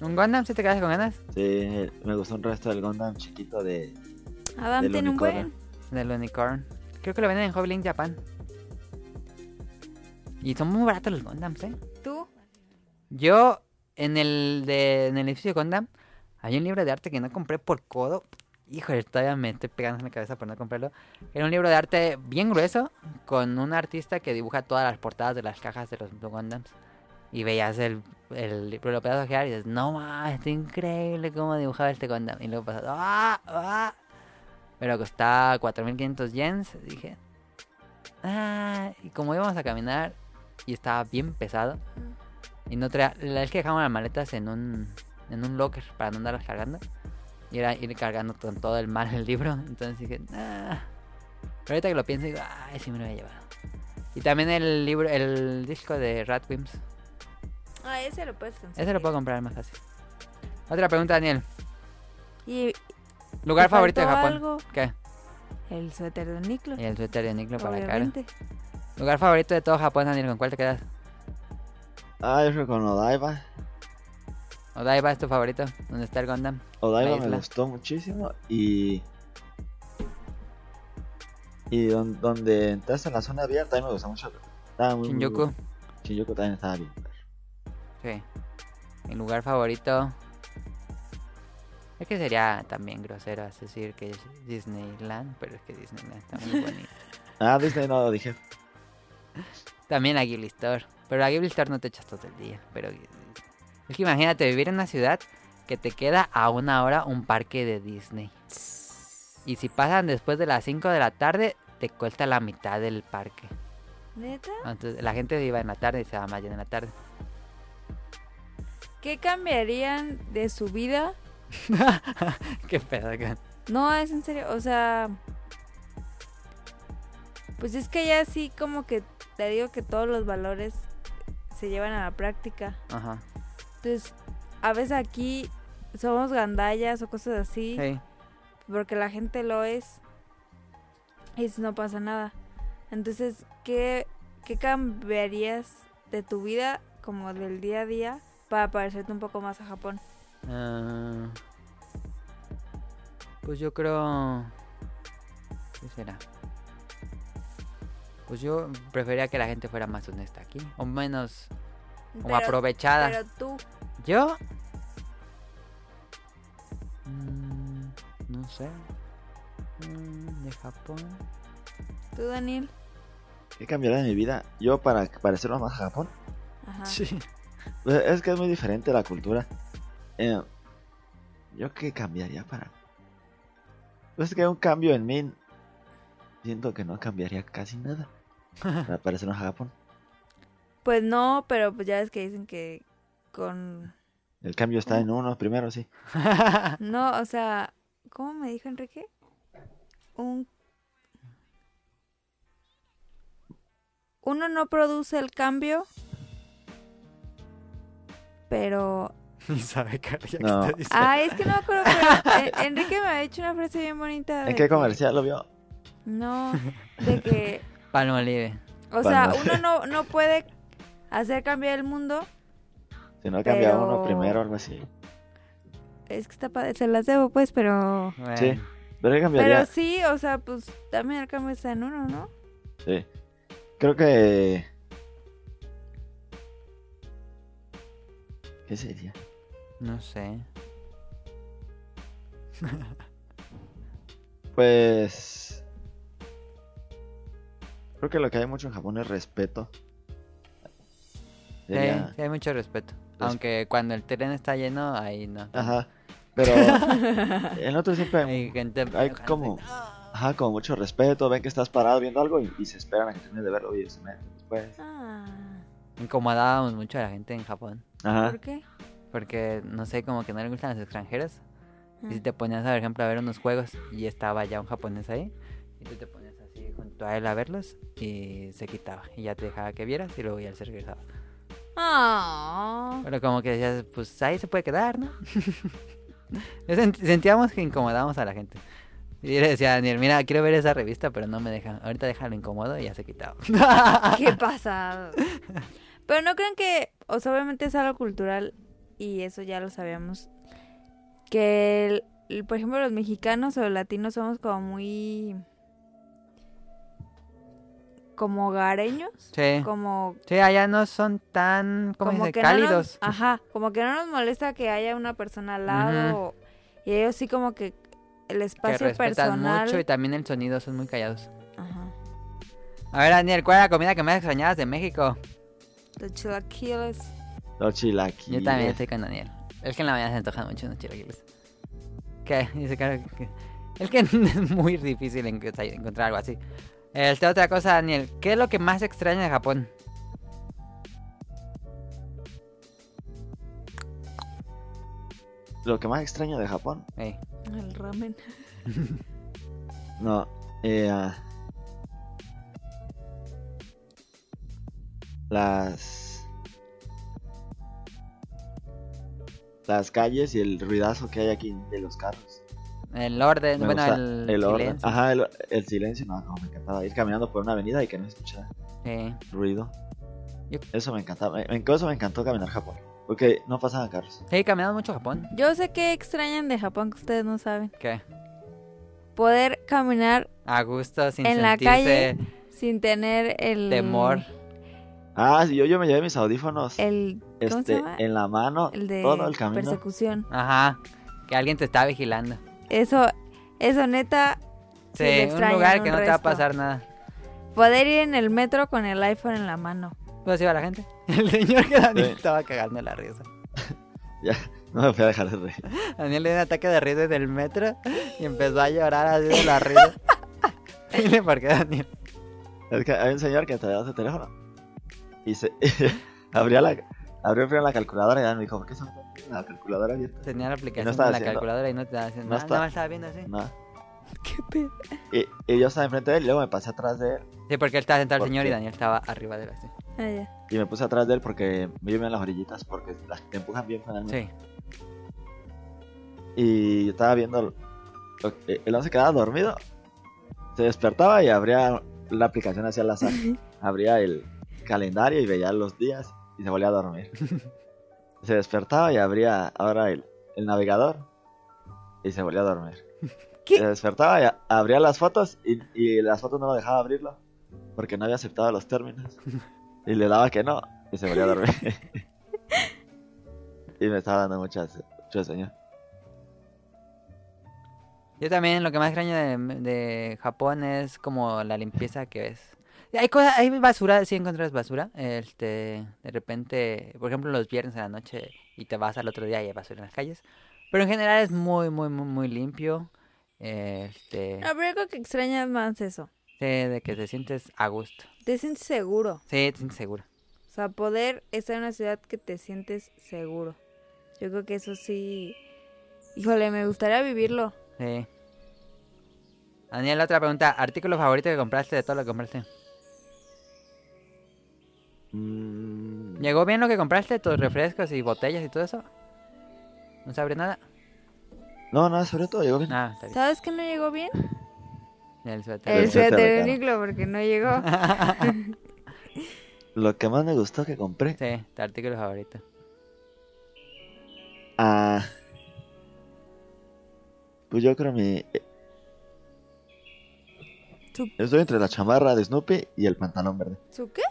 [SPEAKER 3] ¿Un Gundam? ¿Sí te quedas con ganas?
[SPEAKER 4] Sí, me gustó un resto del Gundam chiquito de...
[SPEAKER 2] Adam
[SPEAKER 4] Del
[SPEAKER 2] tiene un
[SPEAKER 4] unicornio.
[SPEAKER 2] buen.
[SPEAKER 3] Del Unicorn. Creo que lo venden en Hoblin, Japan. Y son muy baratos los Gundams, ¿eh?
[SPEAKER 2] ¿Tú?
[SPEAKER 3] Yo, en el, de, en el edificio de Gundam, hay un libro de arte que no compré por codo. Híjole, todavía me estoy pegando en la cabeza por no comprarlo. Era un libro de arte bien grueso, con un artista que dibuja todas las portadas de las cajas de los Gundams. Y veías el, el libro, lo podías ojear y dices, no mames, está increíble cómo dibujaba este Gundam. Y luego pasas, ¡ah! ¡ah! Pero costaba 4.500 yens. Dije, ¡ah! Y como íbamos a caminar y estaba bien pesado, y no traía. La vez que dejamos las maletas en un, en un locker para no andarlas cargando. Y era ir cargando con todo el mal el libro. Entonces dije, "Ah". Pero ahorita que lo pienso, digo, ay, sí me lo había llevado. Y también el libro, el disco de Radwimps.
[SPEAKER 2] Ah, ese lo puedes conseguir.
[SPEAKER 3] Ese lo puedo comprar más fácil. Otra pregunta, Daniel.
[SPEAKER 2] Y
[SPEAKER 3] ¿Lugar
[SPEAKER 2] ¿Te
[SPEAKER 3] favorito de
[SPEAKER 2] faltó
[SPEAKER 3] Japón?
[SPEAKER 2] algo?
[SPEAKER 3] ¿Qué?
[SPEAKER 2] el suéter de Uniqlo.
[SPEAKER 3] Y el suéter de Niclo para caro.
[SPEAKER 2] Obviamente.
[SPEAKER 3] ¿Lugar favorito de todo Japón, Daniel? ¿Con cuál te quedas?
[SPEAKER 4] Ah, yo creo que con Odaiba.
[SPEAKER 3] ¿Odaiba es tu favorito? ¿Dónde está el Gundam?
[SPEAKER 4] Odaiba
[SPEAKER 3] Isla.
[SPEAKER 4] me gustó muchísimo y... Y don- donde entraste en la zona abierta también me gustó mucho. Estaba muy, muy
[SPEAKER 3] Shinjuku.
[SPEAKER 4] bueno. Shinjuku también estaba bien.
[SPEAKER 3] Sí. Mi lugar favorito. Es que sería también grosero es decir que es Disneyland, pero es que Disneyland está muy bonito.
[SPEAKER 4] Ah, Disney no lo dije.
[SPEAKER 3] también a Ghibli Store. Pero a Ghibli Store no te echas todo el día. Pero es que imagínate vivir en una ciudad que te queda a una hora un parque de Disney. Y si pasan después de las 5 de la tarde, te cuesta la mitad del parque.
[SPEAKER 2] ¿Neta?
[SPEAKER 3] Entonces la gente iba en la tarde y se va más bien en la tarde.
[SPEAKER 2] ¿Qué cambiarían de su vida?
[SPEAKER 3] Qué pedo, güey.
[SPEAKER 2] No, es en serio. O sea. Pues es que ya sí, como que te digo que todos los valores se llevan a la práctica.
[SPEAKER 3] Ajá.
[SPEAKER 2] Entonces, a veces aquí somos gandallas o cosas así.
[SPEAKER 3] Sí.
[SPEAKER 2] porque la gente lo es y si no pasa nada. Entonces, ¿qué, ¿qué cambiarías de tu vida como del día a día para parecerte un poco más a Japón?
[SPEAKER 3] Ah, pues yo creo. ¿Qué será? Pues yo prefería que la gente fuera más honesta aquí. O menos. o aprovechada.
[SPEAKER 2] pero tú,
[SPEAKER 3] Yo. Mm, no sé. Mm, de Japón.
[SPEAKER 2] tú Daniel.
[SPEAKER 4] ¿Qué cambiará en mi vida? Yo para parecerlo más a Japón.
[SPEAKER 2] Ajá.
[SPEAKER 3] Sí.
[SPEAKER 4] Pues, Es que es muy diferente la cultura. Eh, ¿Yo qué cambiaría para...? Pues es que un cambio en mí... Siento que no cambiaría casi nada. Para parecernos a Japón.
[SPEAKER 2] Pues no, pero pues ya ves que dicen que con...
[SPEAKER 4] El cambio está en uno primero, sí.
[SPEAKER 2] No, o sea, ¿cómo me dijo Enrique? Un... Uno no produce el cambio, pero
[SPEAKER 3] Ni sabe, Carla, ya que
[SPEAKER 4] No.
[SPEAKER 3] está diciendo.
[SPEAKER 2] Ah, es que no me acuerdo, pero eh, Enrique me ha hecho una frase bien bonita. de
[SPEAKER 4] ¿En qué
[SPEAKER 2] que-
[SPEAKER 4] comercial lo vio?
[SPEAKER 2] No, de que,
[SPEAKER 3] Palmolive.
[SPEAKER 2] o sea, uno no, no puede hacer cambiar el mundo.
[SPEAKER 4] Si no cambia
[SPEAKER 2] Pero-
[SPEAKER 4] uno primero, algo así.
[SPEAKER 2] Es que está padre, se las debo, pues, pero...
[SPEAKER 3] Bueno,
[SPEAKER 4] Sí. Pero
[SPEAKER 2] Pero
[SPEAKER 4] yo cambiaría...
[SPEAKER 2] sí, o sea, pues también el cambio está en uno, ¿no?
[SPEAKER 4] Sí. Creo que... ¿Qué sería?
[SPEAKER 3] No sé.
[SPEAKER 4] Pues. Creo que lo que hay mucho en Japón es respeto.
[SPEAKER 3] Sí,
[SPEAKER 4] Sería-
[SPEAKER 3] sí, hay mucho respeto.
[SPEAKER 4] Pues- Ah,
[SPEAKER 3] Aunque cuando el tren está lleno, ahí no.
[SPEAKER 4] Ajá. Pero. en otro siempre hay,
[SPEAKER 3] Hay gente.
[SPEAKER 4] hay
[SPEAKER 3] enojándose.
[SPEAKER 4] como. Ajá, como mucho respeto. Ven que estás parado viendo algo y, y se esperan a que termines de verlo y se meten después. pues.
[SPEAKER 2] Ah,
[SPEAKER 3] Incomodábamos mucho a la gente en Japón.
[SPEAKER 4] Ajá.
[SPEAKER 2] ¿Por qué?
[SPEAKER 3] Porque, no sé, como que no le gustan los extranjeros.
[SPEAKER 2] Ah.
[SPEAKER 3] Y si te ponías, por ejemplo, a ver unos juegos y estaba ya un japonés ahí, y tú te ponías así junto a él a verlos y se quitaba. Y ya te dejaba que vieras y luego ya él se regresaba.
[SPEAKER 2] Ah.
[SPEAKER 3] Pero como que decías, pues ahí se puede quedar, ¿no? Yo sent- sentíamos que incomodábamos a la gente. Y le decía a Daniel, mira, quiero ver esa revista, pero no me dejan. Ahorita déjalo incomodo y ya se quitaba.
[SPEAKER 2] Qué pasado. Pero no creen que, o sea, obviamente es algo cultural y eso ya lo sabíamos. Que, el- el- por ejemplo, los mexicanos o los latinos somos como muy. como hogareños.
[SPEAKER 3] Sí.
[SPEAKER 2] Como.
[SPEAKER 3] Sí, allá no son tan, ¿cómo
[SPEAKER 2] como
[SPEAKER 3] dice?
[SPEAKER 2] no nos-
[SPEAKER 3] Cálidos.
[SPEAKER 2] ajá, como que no nos molesta que haya una persona al lado. o- Y ellos sí, como que el
[SPEAKER 3] Que
[SPEAKER 2] espacio
[SPEAKER 3] respetan
[SPEAKER 2] personal.
[SPEAKER 3] mucho y también el sonido, son muy callados.
[SPEAKER 2] Ajá.
[SPEAKER 3] A ver, Daniel, ¿cuál es la comida que más extrañabas de México?
[SPEAKER 2] Los chilaquiles.
[SPEAKER 3] Yo
[SPEAKER 4] Los chilaquiles.
[SPEAKER 3] también estoy con Daniel. Es que en la mañana se antojan mucho unos chilaquiles. ¿Qué? Dice claro que... Es que es muy difícil en- encontrar algo así. Este, otra cosa, Daniel. ¿Qué es lo que más extraña de Japón?
[SPEAKER 4] Lo que más extraño de Japón.
[SPEAKER 3] Ey,
[SPEAKER 2] El ramen.
[SPEAKER 4] No. Eh, ah, las. Las calles y el ruidazo que hay aquí de los carros.
[SPEAKER 3] el orden,
[SPEAKER 4] Me
[SPEAKER 3] bueno,
[SPEAKER 4] gusta
[SPEAKER 3] el,
[SPEAKER 4] orden.
[SPEAKER 3] silencio.
[SPEAKER 4] Ajá, el, el silencio. No, no, me encantaba ir caminando por una avenida y que no escuchara
[SPEAKER 3] Sí.
[SPEAKER 4] ruido.
[SPEAKER 3] Yo-
[SPEAKER 4] Eso me encantaba. Me, me- eso me encantó caminar Japón. Porque no pasaban carros.
[SPEAKER 3] Sí, he caminado mucho a Japón.
[SPEAKER 2] Yo sé que extrañan de Japón que ustedes no saben.
[SPEAKER 3] ¿Qué?
[SPEAKER 2] Poder caminar
[SPEAKER 3] A gusto, sin
[SPEAKER 2] En la
[SPEAKER 3] sentirse
[SPEAKER 2] calle. sin tener el
[SPEAKER 3] temor.
[SPEAKER 4] Ah, sí, yo, yo me llevé mis audífonos
[SPEAKER 2] El Eh, ¿cómo se
[SPEAKER 4] este,
[SPEAKER 2] llama?
[SPEAKER 4] en la mano
[SPEAKER 2] el de
[SPEAKER 4] todo el camino.
[SPEAKER 2] persecución.
[SPEAKER 3] Ajá. Que alguien te está vigilando.
[SPEAKER 2] Eso eso neta Sí,
[SPEAKER 3] Sí,
[SPEAKER 2] lo
[SPEAKER 3] un
[SPEAKER 2] extraño,
[SPEAKER 3] lugar
[SPEAKER 2] un
[SPEAKER 3] que no te va a
[SPEAKER 2] resto.
[SPEAKER 3] pasar nada.
[SPEAKER 2] poder ir en el metro con el iPhone en la mano.
[SPEAKER 3] ¿Tú has ido a Pues la gente? El señor que Daniel
[SPEAKER 4] Sí.
[SPEAKER 3] estaba cagando la risa.
[SPEAKER 4] No me voy a dejar de reír.
[SPEAKER 3] Daniel le dio un ataque de risa en el metro y empezó a llorar así de la risa. Dile por qué, Daniel.
[SPEAKER 4] Es que hay un señor que te da su teléfono. Y se abría la, abrió primero la calculadora y ya me dijo, ¿por qué son la calculadora abierta?
[SPEAKER 3] Tenía la aplicación
[SPEAKER 4] No
[SPEAKER 3] en
[SPEAKER 4] estaba
[SPEAKER 3] la
[SPEAKER 4] haciendo-
[SPEAKER 3] calculadora y no te estaba haciendo
[SPEAKER 4] no
[SPEAKER 3] nada.
[SPEAKER 4] está-
[SPEAKER 3] Nada más estaba viendo así.
[SPEAKER 4] No.
[SPEAKER 2] Qué pedo.
[SPEAKER 4] Y, y yo estaba enfrente de él, y luego me pasé atrás de él
[SPEAKER 3] Sí, porque él estaba sentado el
[SPEAKER 4] ¿Por
[SPEAKER 3] señor y
[SPEAKER 4] qué?
[SPEAKER 3] Daniel estaba arriba de él así.
[SPEAKER 2] Ah, ya.
[SPEAKER 4] y me puse atrás de él porque me llevan las orillitas porque las te empujan bien finalmente.
[SPEAKER 3] Sí.
[SPEAKER 4] Y yo estaba viendo, lo- eh, él no se quedaba dormido, se despertaba y abría la aplicación hacia la sala. abría el calendario y veía los días y se volvía a dormir. se despertaba y abría ahora el, el navegador y se volvía a dormir.
[SPEAKER 2] ¿Qué?
[SPEAKER 4] Se despertaba y a- abría las fotos y, y las fotos no lo dejaba abrirlo porque no había aceptado los términos. y le daba que no y se volvía a dormir. y me estaba dando muchas, mucho sueño.
[SPEAKER 3] Yo también lo que más extraño de, de Japón es como la limpieza que ves. Hay cosas, hay basura, sí encuentras basura. Este, de repente, por ejemplo, los viernes en la noche y te vas al otro día y hay basura en las calles. Pero en general es muy, muy, muy, muy limpio. Este,
[SPEAKER 2] No, pero yo creo que extrañas más eso.
[SPEAKER 3] sí, de que te sientes a gusto.
[SPEAKER 2] Te sientes seguro.
[SPEAKER 3] Sí, te sientes seguro.
[SPEAKER 2] O sea, poder estar en una ciudad que te sientes seguro. Yo creo que eso sí. Híjole, me gustaría vivirlo.
[SPEAKER 3] Sí. Daniel, otra pregunta. ¿Artículo favorito que compraste de todo lo que compraste?
[SPEAKER 4] Mm,
[SPEAKER 3] ¿Llegó bien lo que compraste? ¿Tus refrescos y botellas y todo eso? ¿No sabré nada?
[SPEAKER 4] No, no, sobre todo llegó bien.
[SPEAKER 3] Nada, está bien.
[SPEAKER 2] ¿Sabes qué no llegó bien?
[SPEAKER 3] El suéter.
[SPEAKER 2] El
[SPEAKER 4] El suéter de
[SPEAKER 2] suéter
[SPEAKER 4] cara.
[SPEAKER 2] único porque no llegó.
[SPEAKER 4] Lo que más me gustó que compré.
[SPEAKER 3] Sí, tu artículo favorito.
[SPEAKER 4] Ah. Pues yo creo mi.
[SPEAKER 2] Tú.
[SPEAKER 4] Yo estoy entre la chamarra de Snoopy y el pantalón verde.
[SPEAKER 2] ¿Su qué?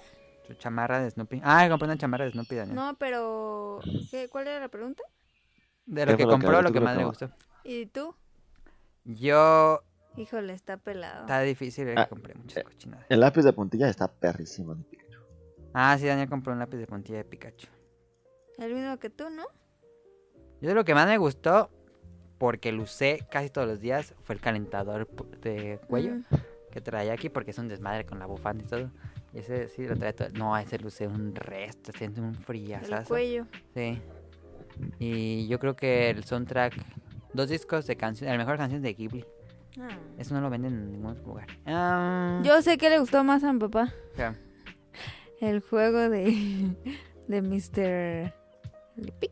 [SPEAKER 3] Tu chamarra de Snoopy. Ah, compré una chamarra de Snoopy, Daniel.
[SPEAKER 2] No, pero ¿qué- ¿cuál era la pregunta?
[SPEAKER 3] De
[SPEAKER 4] ¿Qué
[SPEAKER 3] lo
[SPEAKER 4] fue
[SPEAKER 3] que
[SPEAKER 4] lo que-
[SPEAKER 3] compró, lo
[SPEAKER 4] tú
[SPEAKER 3] que
[SPEAKER 4] lo
[SPEAKER 3] más le
[SPEAKER 4] que-
[SPEAKER 3] gustó.
[SPEAKER 2] ¿Y tú?
[SPEAKER 3] Yo...
[SPEAKER 2] Híjole, está pelado.
[SPEAKER 3] Está difícil, es que
[SPEAKER 4] Ah,
[SPEAKER 3] compré muchas cochinadas.
[SPEAKER 4] El lápiz de puntilla está perrísimo.
[SPEAKER 3] Ah, sí, Daniel compró un lápiz de puntilla de Pikachu.
[SPEAKER 2] El mismo que tú, ¿no?
[SPEAKER 3] Yo de lo que más me gustó, porque lo usé casi todos los días, fue el calentador pu- de cuello
[SPEAKER 2] Mm.
[SPEAKER 3] que traía aquí, porque es un desmadre con la bufanda y todo. Y ese sí lo trae todo. No, ese luce un resto, siente un
[SPEAKER 2] El
[SPEAKER 3] friazazo.
[SPEAKER 2] cuello.
[SPEAKER 3] Sí. Y yo creo que el soundtrack, dos discos de canciones, la mejor canción de Ghibli. Eso no lo venden en ningún otro lugar. Ah,
[SPEAKER 2] Yo sé que le gustó más a mi papá.
[SPEAKER 3] ya.
[SPEAKER 2] El juego de, de Mr. Pic,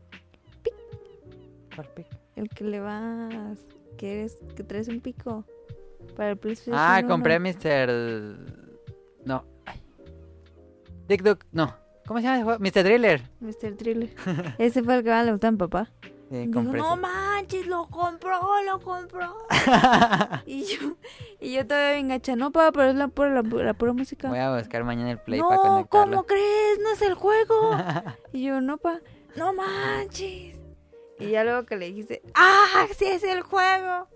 [SPEAKER 3] ¿Cuál pick?
[SPEAKER 2] el que le vas, que eres, que traes un pico para el PlayStation.
[SPEAKER 3] Ah,
[SPEAKER 2] uno.
[SPEAKER 3] compré Mr. No. Ay. Dick Duck, no. ¿Cómo se llama el juego? Mr. Thriller.
[SPEAKER 2] Mr. Thriller. Ese fue el que más le gustó a mi papá.
[SPEAKER 3] Sí,
[SPEAKER 2] Dijo,
[SPEAKER 3] compré
[SPEAKER 2] no
[SPEAKER 3] ese.
[SPEAKER 2] manches, lo compró, lo compró. y yo, y yo todavía bien gacha, no papá, pero es la pura, la, pu- la pura música.
[SPEAKER 3] Voy a buscar mañana el play para
[SPEAKER 2] no,
[SPEAKER 3] conectarlo.
[SPEAKER 2] ¿cómo crees? No es el juego. Y yo, no, pa, no manches. Y ya luego que le dijiste, ¡ah, sí es el juego!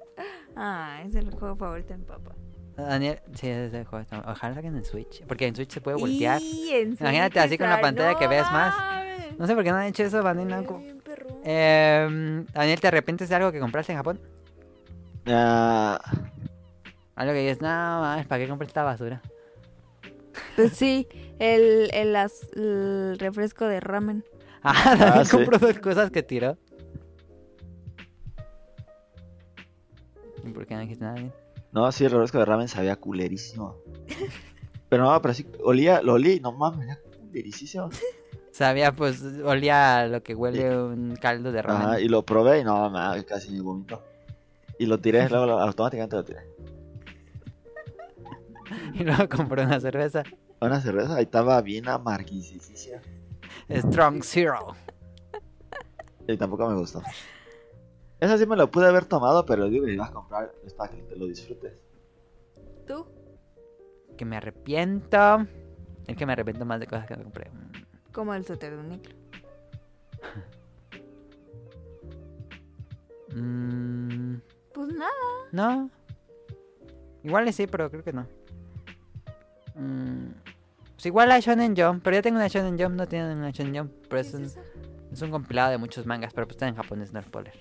[SPEAKER 2] Ah, es el juego favorito en papá.
[SPEAKER 3] Daniel, sí, ese es el juego. está- Ojalá saquen en Switch. Porque en Switch se puede voltear.
[SPEAKER 2] Y en
[SPEAKER 3] Imagínate
[SPEAKER 2] Switch,
[SPEAKER 3] así con la
[SPEAKER 2] ah,
[SPEAKER 3] pantalla que veas más.
[SPEAKER 2] mames.
[SPEAKER 3] No sé por qué no han hecho eso, Daniel. no, como-
[SPEAKER 2] Bien perrón.
[SPEAKER 3] Em, Daniel, ¿te arrepientes de algo que compraste en Japón?
[SPEAKER 4] Ah,
[SPEAKER 3] Algo que dices, no, mames, ¿para qué compré esta basura?
[SPEAKER 2] Pues sí, el, el, as- el refresco de ramen.
[SPEAKER 3] Ah, Daniel
[SPEAKER 4] sí.
[SPEAKER 3] compró dos cosas que tiró. ¿Y por qué no dijiste nada, Daniel?
[SPEAKER 4] no, sí, el refresco de ramen sabía culerísimo. Pero no, pero sí, olía, lo olí, no mames, era culerísimo.
[SPEAKER 3] Sabía, pues, olía a lo que huele un caldo de ramen.
[SPEAKER 4] Ajá, y lo probé y no mames, casi ni vomito. Y lo tiré, luego lo- automáticamente lo tiré.
[SPEAKER 3] Y luego compré una cerveza.
[SPEAKER 4] Una cerveza, ahí estaba bien amarguisísima.
[SPEAKER 3] Strong Zero.
[SPEAKER 4] Y tampoco me gustó. Esa sí me lo pude haber tomado, pero digo que ibas a comprar, es para que te lo disfrutes.
[SPEAKER 2] ¿Tú?
[SPEAKER 3] Que me arrepiento. Es que me arrepiento más de cosas que compré. Mm.
[SPEAKER 2] Como el suéter de un negro.
[SPEAKER 3] Mm,
[SPEAKER 2] Pues nada.
[SPEAKER 3] no. Igual y sí, pero creo que no. Mm, pues igual hay Shonen Jump, pero yo tengo una Shonen Jump, no tienen una Shonen Jump, pero es, un, es un compilado de muchos mangas, pero pues está en japonés, no es spoiler.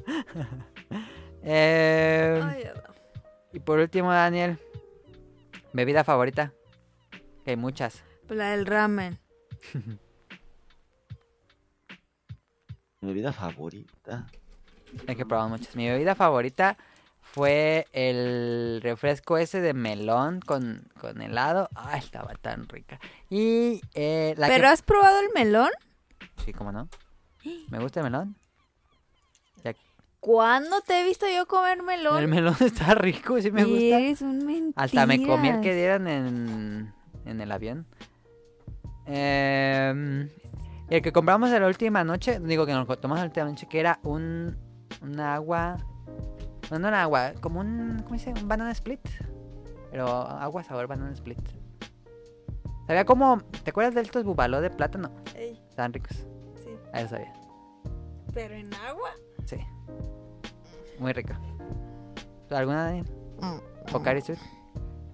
[SPEAKER 3] Em,
[SPEAKER 2] Ay, Adán.
[SPEAKER 3] Y por último, Daniel, bebida favorita. Que hay muchas.
[SPEAKER 2] Pues la del ramen.
[SPEAKER 4] Mi bebida favorita.
[SPEAKER 3] Hay que probar muchas. Mi bebida favorita fue el refresco ese de melón con, con helado. Ay, estaba tan rica. Y eh, la
[SPEAKER 2] ¿Pero
[SPEAKER 3] que...
[SPEAKER 2] has probado el melón?
[SPEAKER 3] Sí, cómo no. Me gusta el melón. Ya-
[SPEAKER 2] ¿Cuándo te he visto yo comer melón?
[SPEAKER 3] El melón está rico, sí me gusta.
[SPEAKER 2] Eres un mentira.
[SPEAKER 3] Hasta me comí el que dieron en, en el avión. Em, y el que compramos la última noche, digo que nos tomamos la última noche, que era un, un agua. No, no era agua, como un. ¿Cómo se dice? Un banana split. Pero agua sabor banana split. Sabía como. ¿Te acuerdas de estos bubaló de plátano?
[SPEAKER 2] Ey,
[SPEAKER 3] Estaban ricos.
[SPEAKER 2] sí.
[SPEAKER 3] A eso sabía.
[SPEAKER 2] ¿Pero en agua?
[SPEAKER 3] Sí. Muy rico. ¿Tú ¿Alguna, Daniel? Pocari Sweet.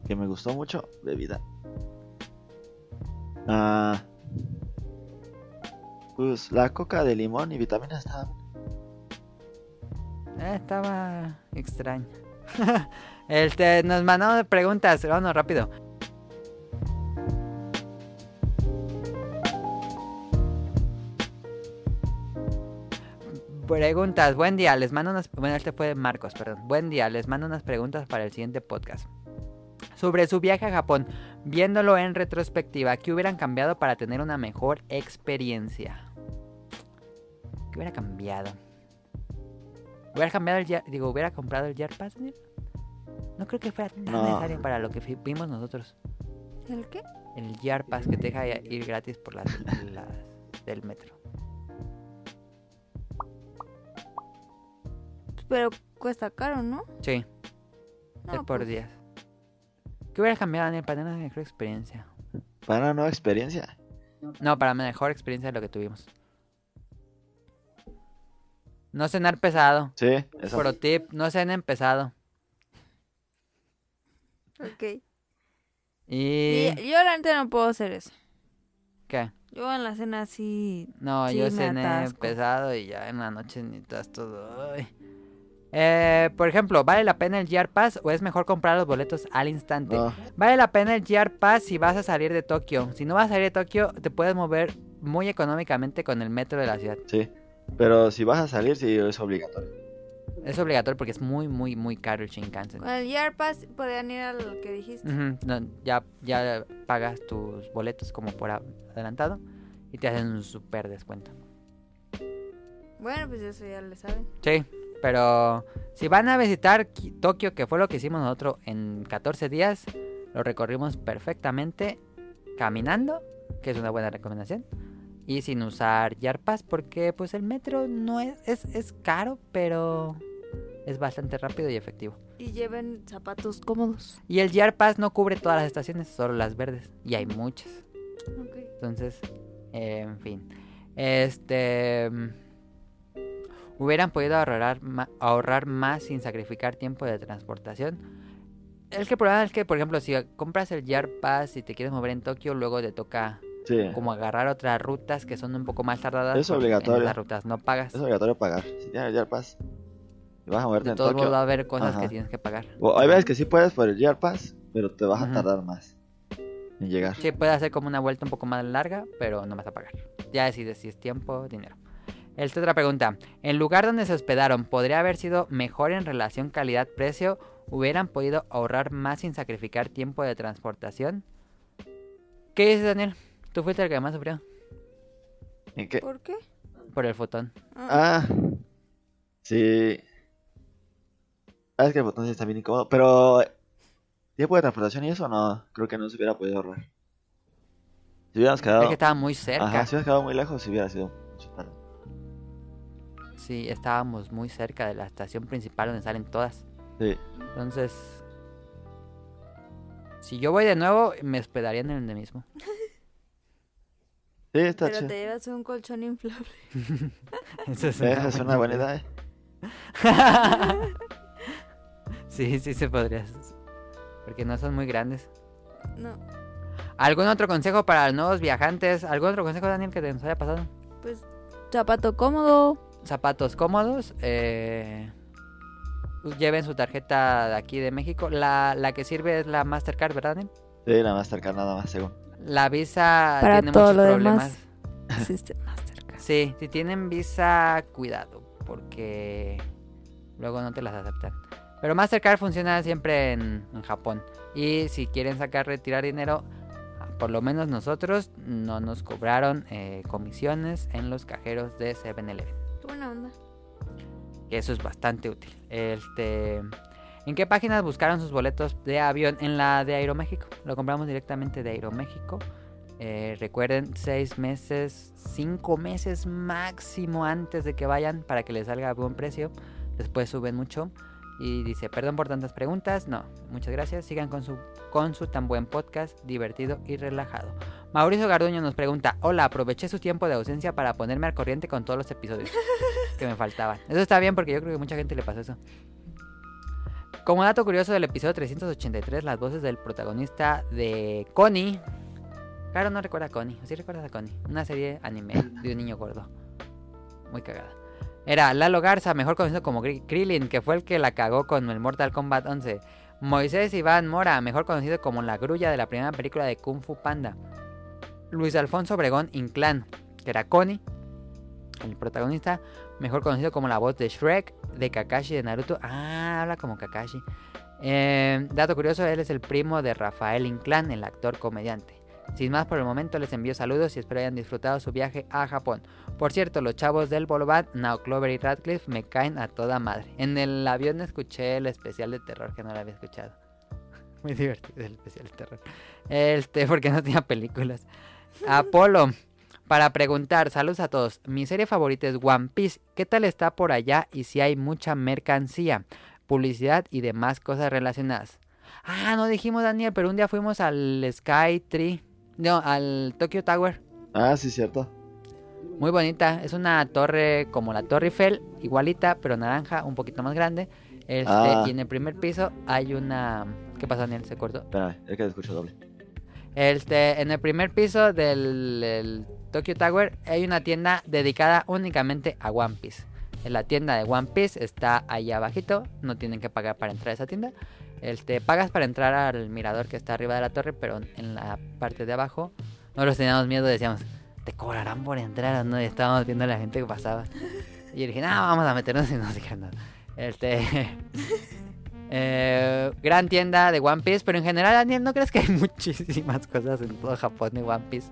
[SPEAKER 4] que me gustó mucho, bebida. Ah, pues la coca de limón y vitaminas estaba.
[SPEAKER 3] Eh, estaba extraño. este, nos mandaron preguntas, vámonos rápido. Preguntas, buen día, les mando unas... Bueno, este fue Marcos, perdón. Buen día, les mando unas preguntas para el siguiente podcast. Sobre su viaje a Japón, viéndolo en retrospectiva, ¿qué hubieran cambiado para tener una mejor experiencia? ¿Qué hubiera cambiado? ¿Hubiera cambiado el Year- Digo, ¿hubiera comprado el Year Pass, Daniel? No creo que fuera tan
[SPEAKER 4] No.
[SPEAKER 3] necesario para lo que fi- vimos nosotros.
[SPEAKER 2] ¿El qué?
[SPEAKER 3] El Year Pass que te deja ir gratis por las, las del metro.
[SPEAKER 2] Pero cuesta caro, ¿no?
[SPEAKER 3] Sí,
[SPEAKER 2] No,
[SPEAKER 3] es Eh, por
[SPEAKER 2] pues,
[SPEAKER 3] días. ¿Qué hubiera cambiado, Daniel, para tener una mejor experiencia?
[SPEAKER 4] Para una nueva experiencia.
[SPEAKER 3] No, para mejor experiencia de lo que tuvimos. No cenar pesado.
[SPEAKER 4] Sí, eso.
[SPEAKER 3] Pro tip, no cenen pesado.
[SPEAKER 2] Ok.
[SPEAKER 3] Y...
[SPEAKER 2] Y yo la neta no puedo hacer eso.
[SPEAKER 3] ¿Qué?
[SPEAKER 2] Yo en la cena sí...
[SPEAKER 3] No,
[SPEAKER 2] Sí,
[SPEAKER 3] yo
[SPEAKER 2] me
[SPEAKER 3] cené
[SPEAKER 2] atasco.
[SPEAKER 3] pesado y ya en la noche ni estás todo... ay. Eh, por ejemplo, ¿vale la pena el GR Pass o es mejor comprar los boletos al instante?
[SPEAKER 4] Ah,
[SPEAKER 3] Vale la pena el GR Pass si vas a salir de Tokio. Si no vas a salir de Tokio, te puedes mover muy económicamente con el metro de la ciudad.
[SPEAKER 4] sí. Pero si vas a salir, sí, es obligatorio.
[SPEAKER 3] Es obligatorio porque es muy, muy, muy caro el Shinkansen.
[SPEAKER 2] Con el Year Pass podían ir a lo que dijiste.
[SPEAKER 3] Ujú, no, ya, ya pagas tus boletos como por a- adelantado y te hacen un super descuento.
[SPEAKER 4] Mm.
[SPEAKER 2] Bueno, pues eso ya lo saben.
[SPEAKER 3] Sí, pero si van a visitar Ki- Tokio, que fue lo que hicimos nosotros en 14 días, lo recorrimos perfectamente caminando, que es una buena recomendación, y sin usar yarpas, porque pues el metro no es, es, es caro, pero es bastante rápido y efectivo.
[SPEAKER 2] Y lleven zapatos cómodos.
[SPEAKER 3] Y el yarpas no cubre todas las estaciones, solo las verdes, y hay muchas. Entonces, eh, en fin. Este. mm, Hubieran podido ahorrar, ma- ahorrar más sin sacrificar tiempo de transportación. El que problema es que, por ejemplo, si compras el JR Pass y te quieres mover en Tokio, luego te toca
[SPEAKER 4] Sí,
[SPEAKER 3] como agarrar otras rutas que son un poco más tardadas.
[SPEAKER 4] Es
[SPEAKER 3] porque en
[SPEAKER 4] obligatorio.
[SPEAKER 3] Las rutas no pagas.
[SPEAKER 4] es obligatorio pagar. Si tienes el Year Pass y vas a moverte
[SPEAKER 3] De
[SPEAKER 4] en
[SPEAKER 3] todos modos
[SPEAKER 4] Tokio.
[SPEAKER 3] va a haber cosas
[SPEAKER 4] Ajá.
[SPEAKER 3] que tienes que pagar.
[SPEAKER 4] o hay veces que sí puedes por el Year Pass, pero te vas a
[SPEAKER 3] Ujú.
[SPEAKER 4] tardar más en llegar.
[SPEAKER 3] Sí, puede hacer como una vuelta un poco más larga, pero no vas a pagar. Ya decides si es tiempo o dinero. Esta otra pregunta. ¿El lugar donde se hospedaron podría haber sido mejor en relación calidad-precio? ¿Hubieran podido ahorrar más sin sacrificar tiempo de transportación? ¿Qué dices, Daniel? Tú fuiste el que más sufrió
[SPEAKER 4] ¿En qué?
[SPEAKER 2] ¿Por qué?
[SPEAKER 3] por el fotón.
[SPEAKER 4] Ah, sí. Ah, es que el botón sí está bien incómodo, pero tiempo de transportación y eso no, creo que no se hubiera podido ahorrar. Si hubiéramos quedado,
[SPEAKER 3] Es que estaba muy cerca.
[SPEAKER 4] ajá, si hubiéramos quedado muy lejos, si hubiera sido mucho tarde.
[SPEAKER 3] Sí, estábamos muy cerca de la estación principal donde salen todas.
[SPEAKER 4] Sí,
[SPEAKER 3] Entonces... Si yo voy de nuevo, me hospedaría en el donde mismo.
[SPEAKER 4] sí, está
[SPEAKER 2] Pero
[SPEAKER 4] chido.
[SPEAKER 2] te llevas un colchón inflable.
[SPEAKER 3] Esa es
[SPEAKER 4] Esa es una buena idea. eh.
[SPEAKER 3] sí, sí se podría. Porque no son muy grandes.
[SPEAKER 2] No,
[SPEAKER 3] ¿Algún otro consejo para nuevos viajantes? ¿Algún otro consejo, Daniel, que te nos haya pasado?
[SPEAKER 2] pues zapato cómodo.
[SPEAKER 3] Zapatos cómodos. eh, Lleven su tarjeta de aquí de México. La, la que sirve es la Mastercard, ¿verdad, Daniel?
[SPEAKER 4] Sí, nada más cerca, nada más, según.
[SPEAKER 3] La Visa
[SPEAKER 2] Para
[SPEAKER 3] tiene
[SPEAKER 2] todo
[SPEAKER 3] muchos
[SPEAKER 2] lo
[SPEAKER 3] problemas.
[SPEAKER 2] demás. Existe más cerca.
[SPEAKER 3] Sí, si tienen visa, cuidado, porque luego no te las aceptan. Pero Mastercard funciona siempre en, en Japón. Y si quieren sacar, retirar dinero, ah, por lo menos nosotros no nos cobraron eh, comisiones en los cajeros de 7-Eleven.
[SPEAKER 2] Qué buena onda.
[SPEAKER 3] Que eso es bastante útil. Este, ¿En qué páginas buscaron sus boletos de avión? En la de Aeroméxico. Lo compramos directamente de Aeroméxico. Eh, recuerden, seis meses, cinco meses máximo antes de que vayan para que les salga a buen precio. Después suben mucho. Y dice, perdón por tantas preguntas. No, muchas gracias. Sigan con su, con su tan buen podcast, divertido y relajado. Mauricio Garduño nos pregunta, hola, aproveché su tiempo de ausencia para ponerme al corriente con todos los episodios que me faltaban. Eso está bien porque yo creo que mucha gente le pasó eso. Como dato curioso del episodio 383, las voces del protagonista de Connie. Claro, no recuerda a Connie. ¿o ¿Sí recuerdas a Connie? Una serie anime de un niño gordo. Muy cagada. Era Lalo Garza, mejor conocido como Gri- Krillin, que fue el que la cagó con el Mortal Kombat 11. Moisés Iván Mora, mejor conocido como la grulla de la primera película de Kung Fu Panda. Luis Alfonso Obregón Inclán, que era Connie, el protagonista, mejor conocido como la voz de Shrek, de Kakashi de Naruto. Ah, habla como Kakashi. Eh, dato curioso, él es el primo de Rafael Inclán, el actor comediante. Sin más por el momento, les envío saludos y espero hayan disfrutado su viaje a Japón. Por cierto, los chavos del Bolovat, Now Clover y Radcliffe, me caen a toda madre. En el avión escuché el especial de terror que no lo había escuchado. Muy divertido el especial de terror. Este, porque no tenía películas. Apolo, para preguntar, saludos a todos. Mi serie favorita es One Piece. ¿Qué tal está por allá y si hay mucha mercancía, publicidad y demás cosas relacionadas? Ah, no dijimos Daniel, pero un día fuimos al Sky Tree. No, al Tokyo Tower.
[SPEAKER 4] Ah, sí, cierto.
[SPEAKER 3] Muy bonita. Es una torre como la Torre Eiffel, igualita, pero naranja, un poquito más grande. Este,
[SPEAKER 4] Ah.
[SPEAKER 3] Y en el primer piso hay una... ¿Qué pasó Daniel? ¿Se cortó?
[SPEAKER 4] Espérame, es que te escucho doble.
[SPEAKER 3] Este, en el primer piso del el Tokyo Tower hay una tienda dedicada únicamente a One Piece. La tienda de One Piece está ahí abajito. No tienen que pagar para entrar a esa tienda. Este, pagas para entrar al mirador que está arriba de la torre, pero en la parte de abajo no los teníamos miedo. Decíamos, te cobrarán por entrar o no. Y estábamos viendo a la gente que pasaba. Y yo dije, no, vamos a meternos y no sé qué nada. Este. eh, gran tienda de One Piece, pero en general, Daniel, ¿no crees que hay muchísimas cosas en todo Japón de One Piece?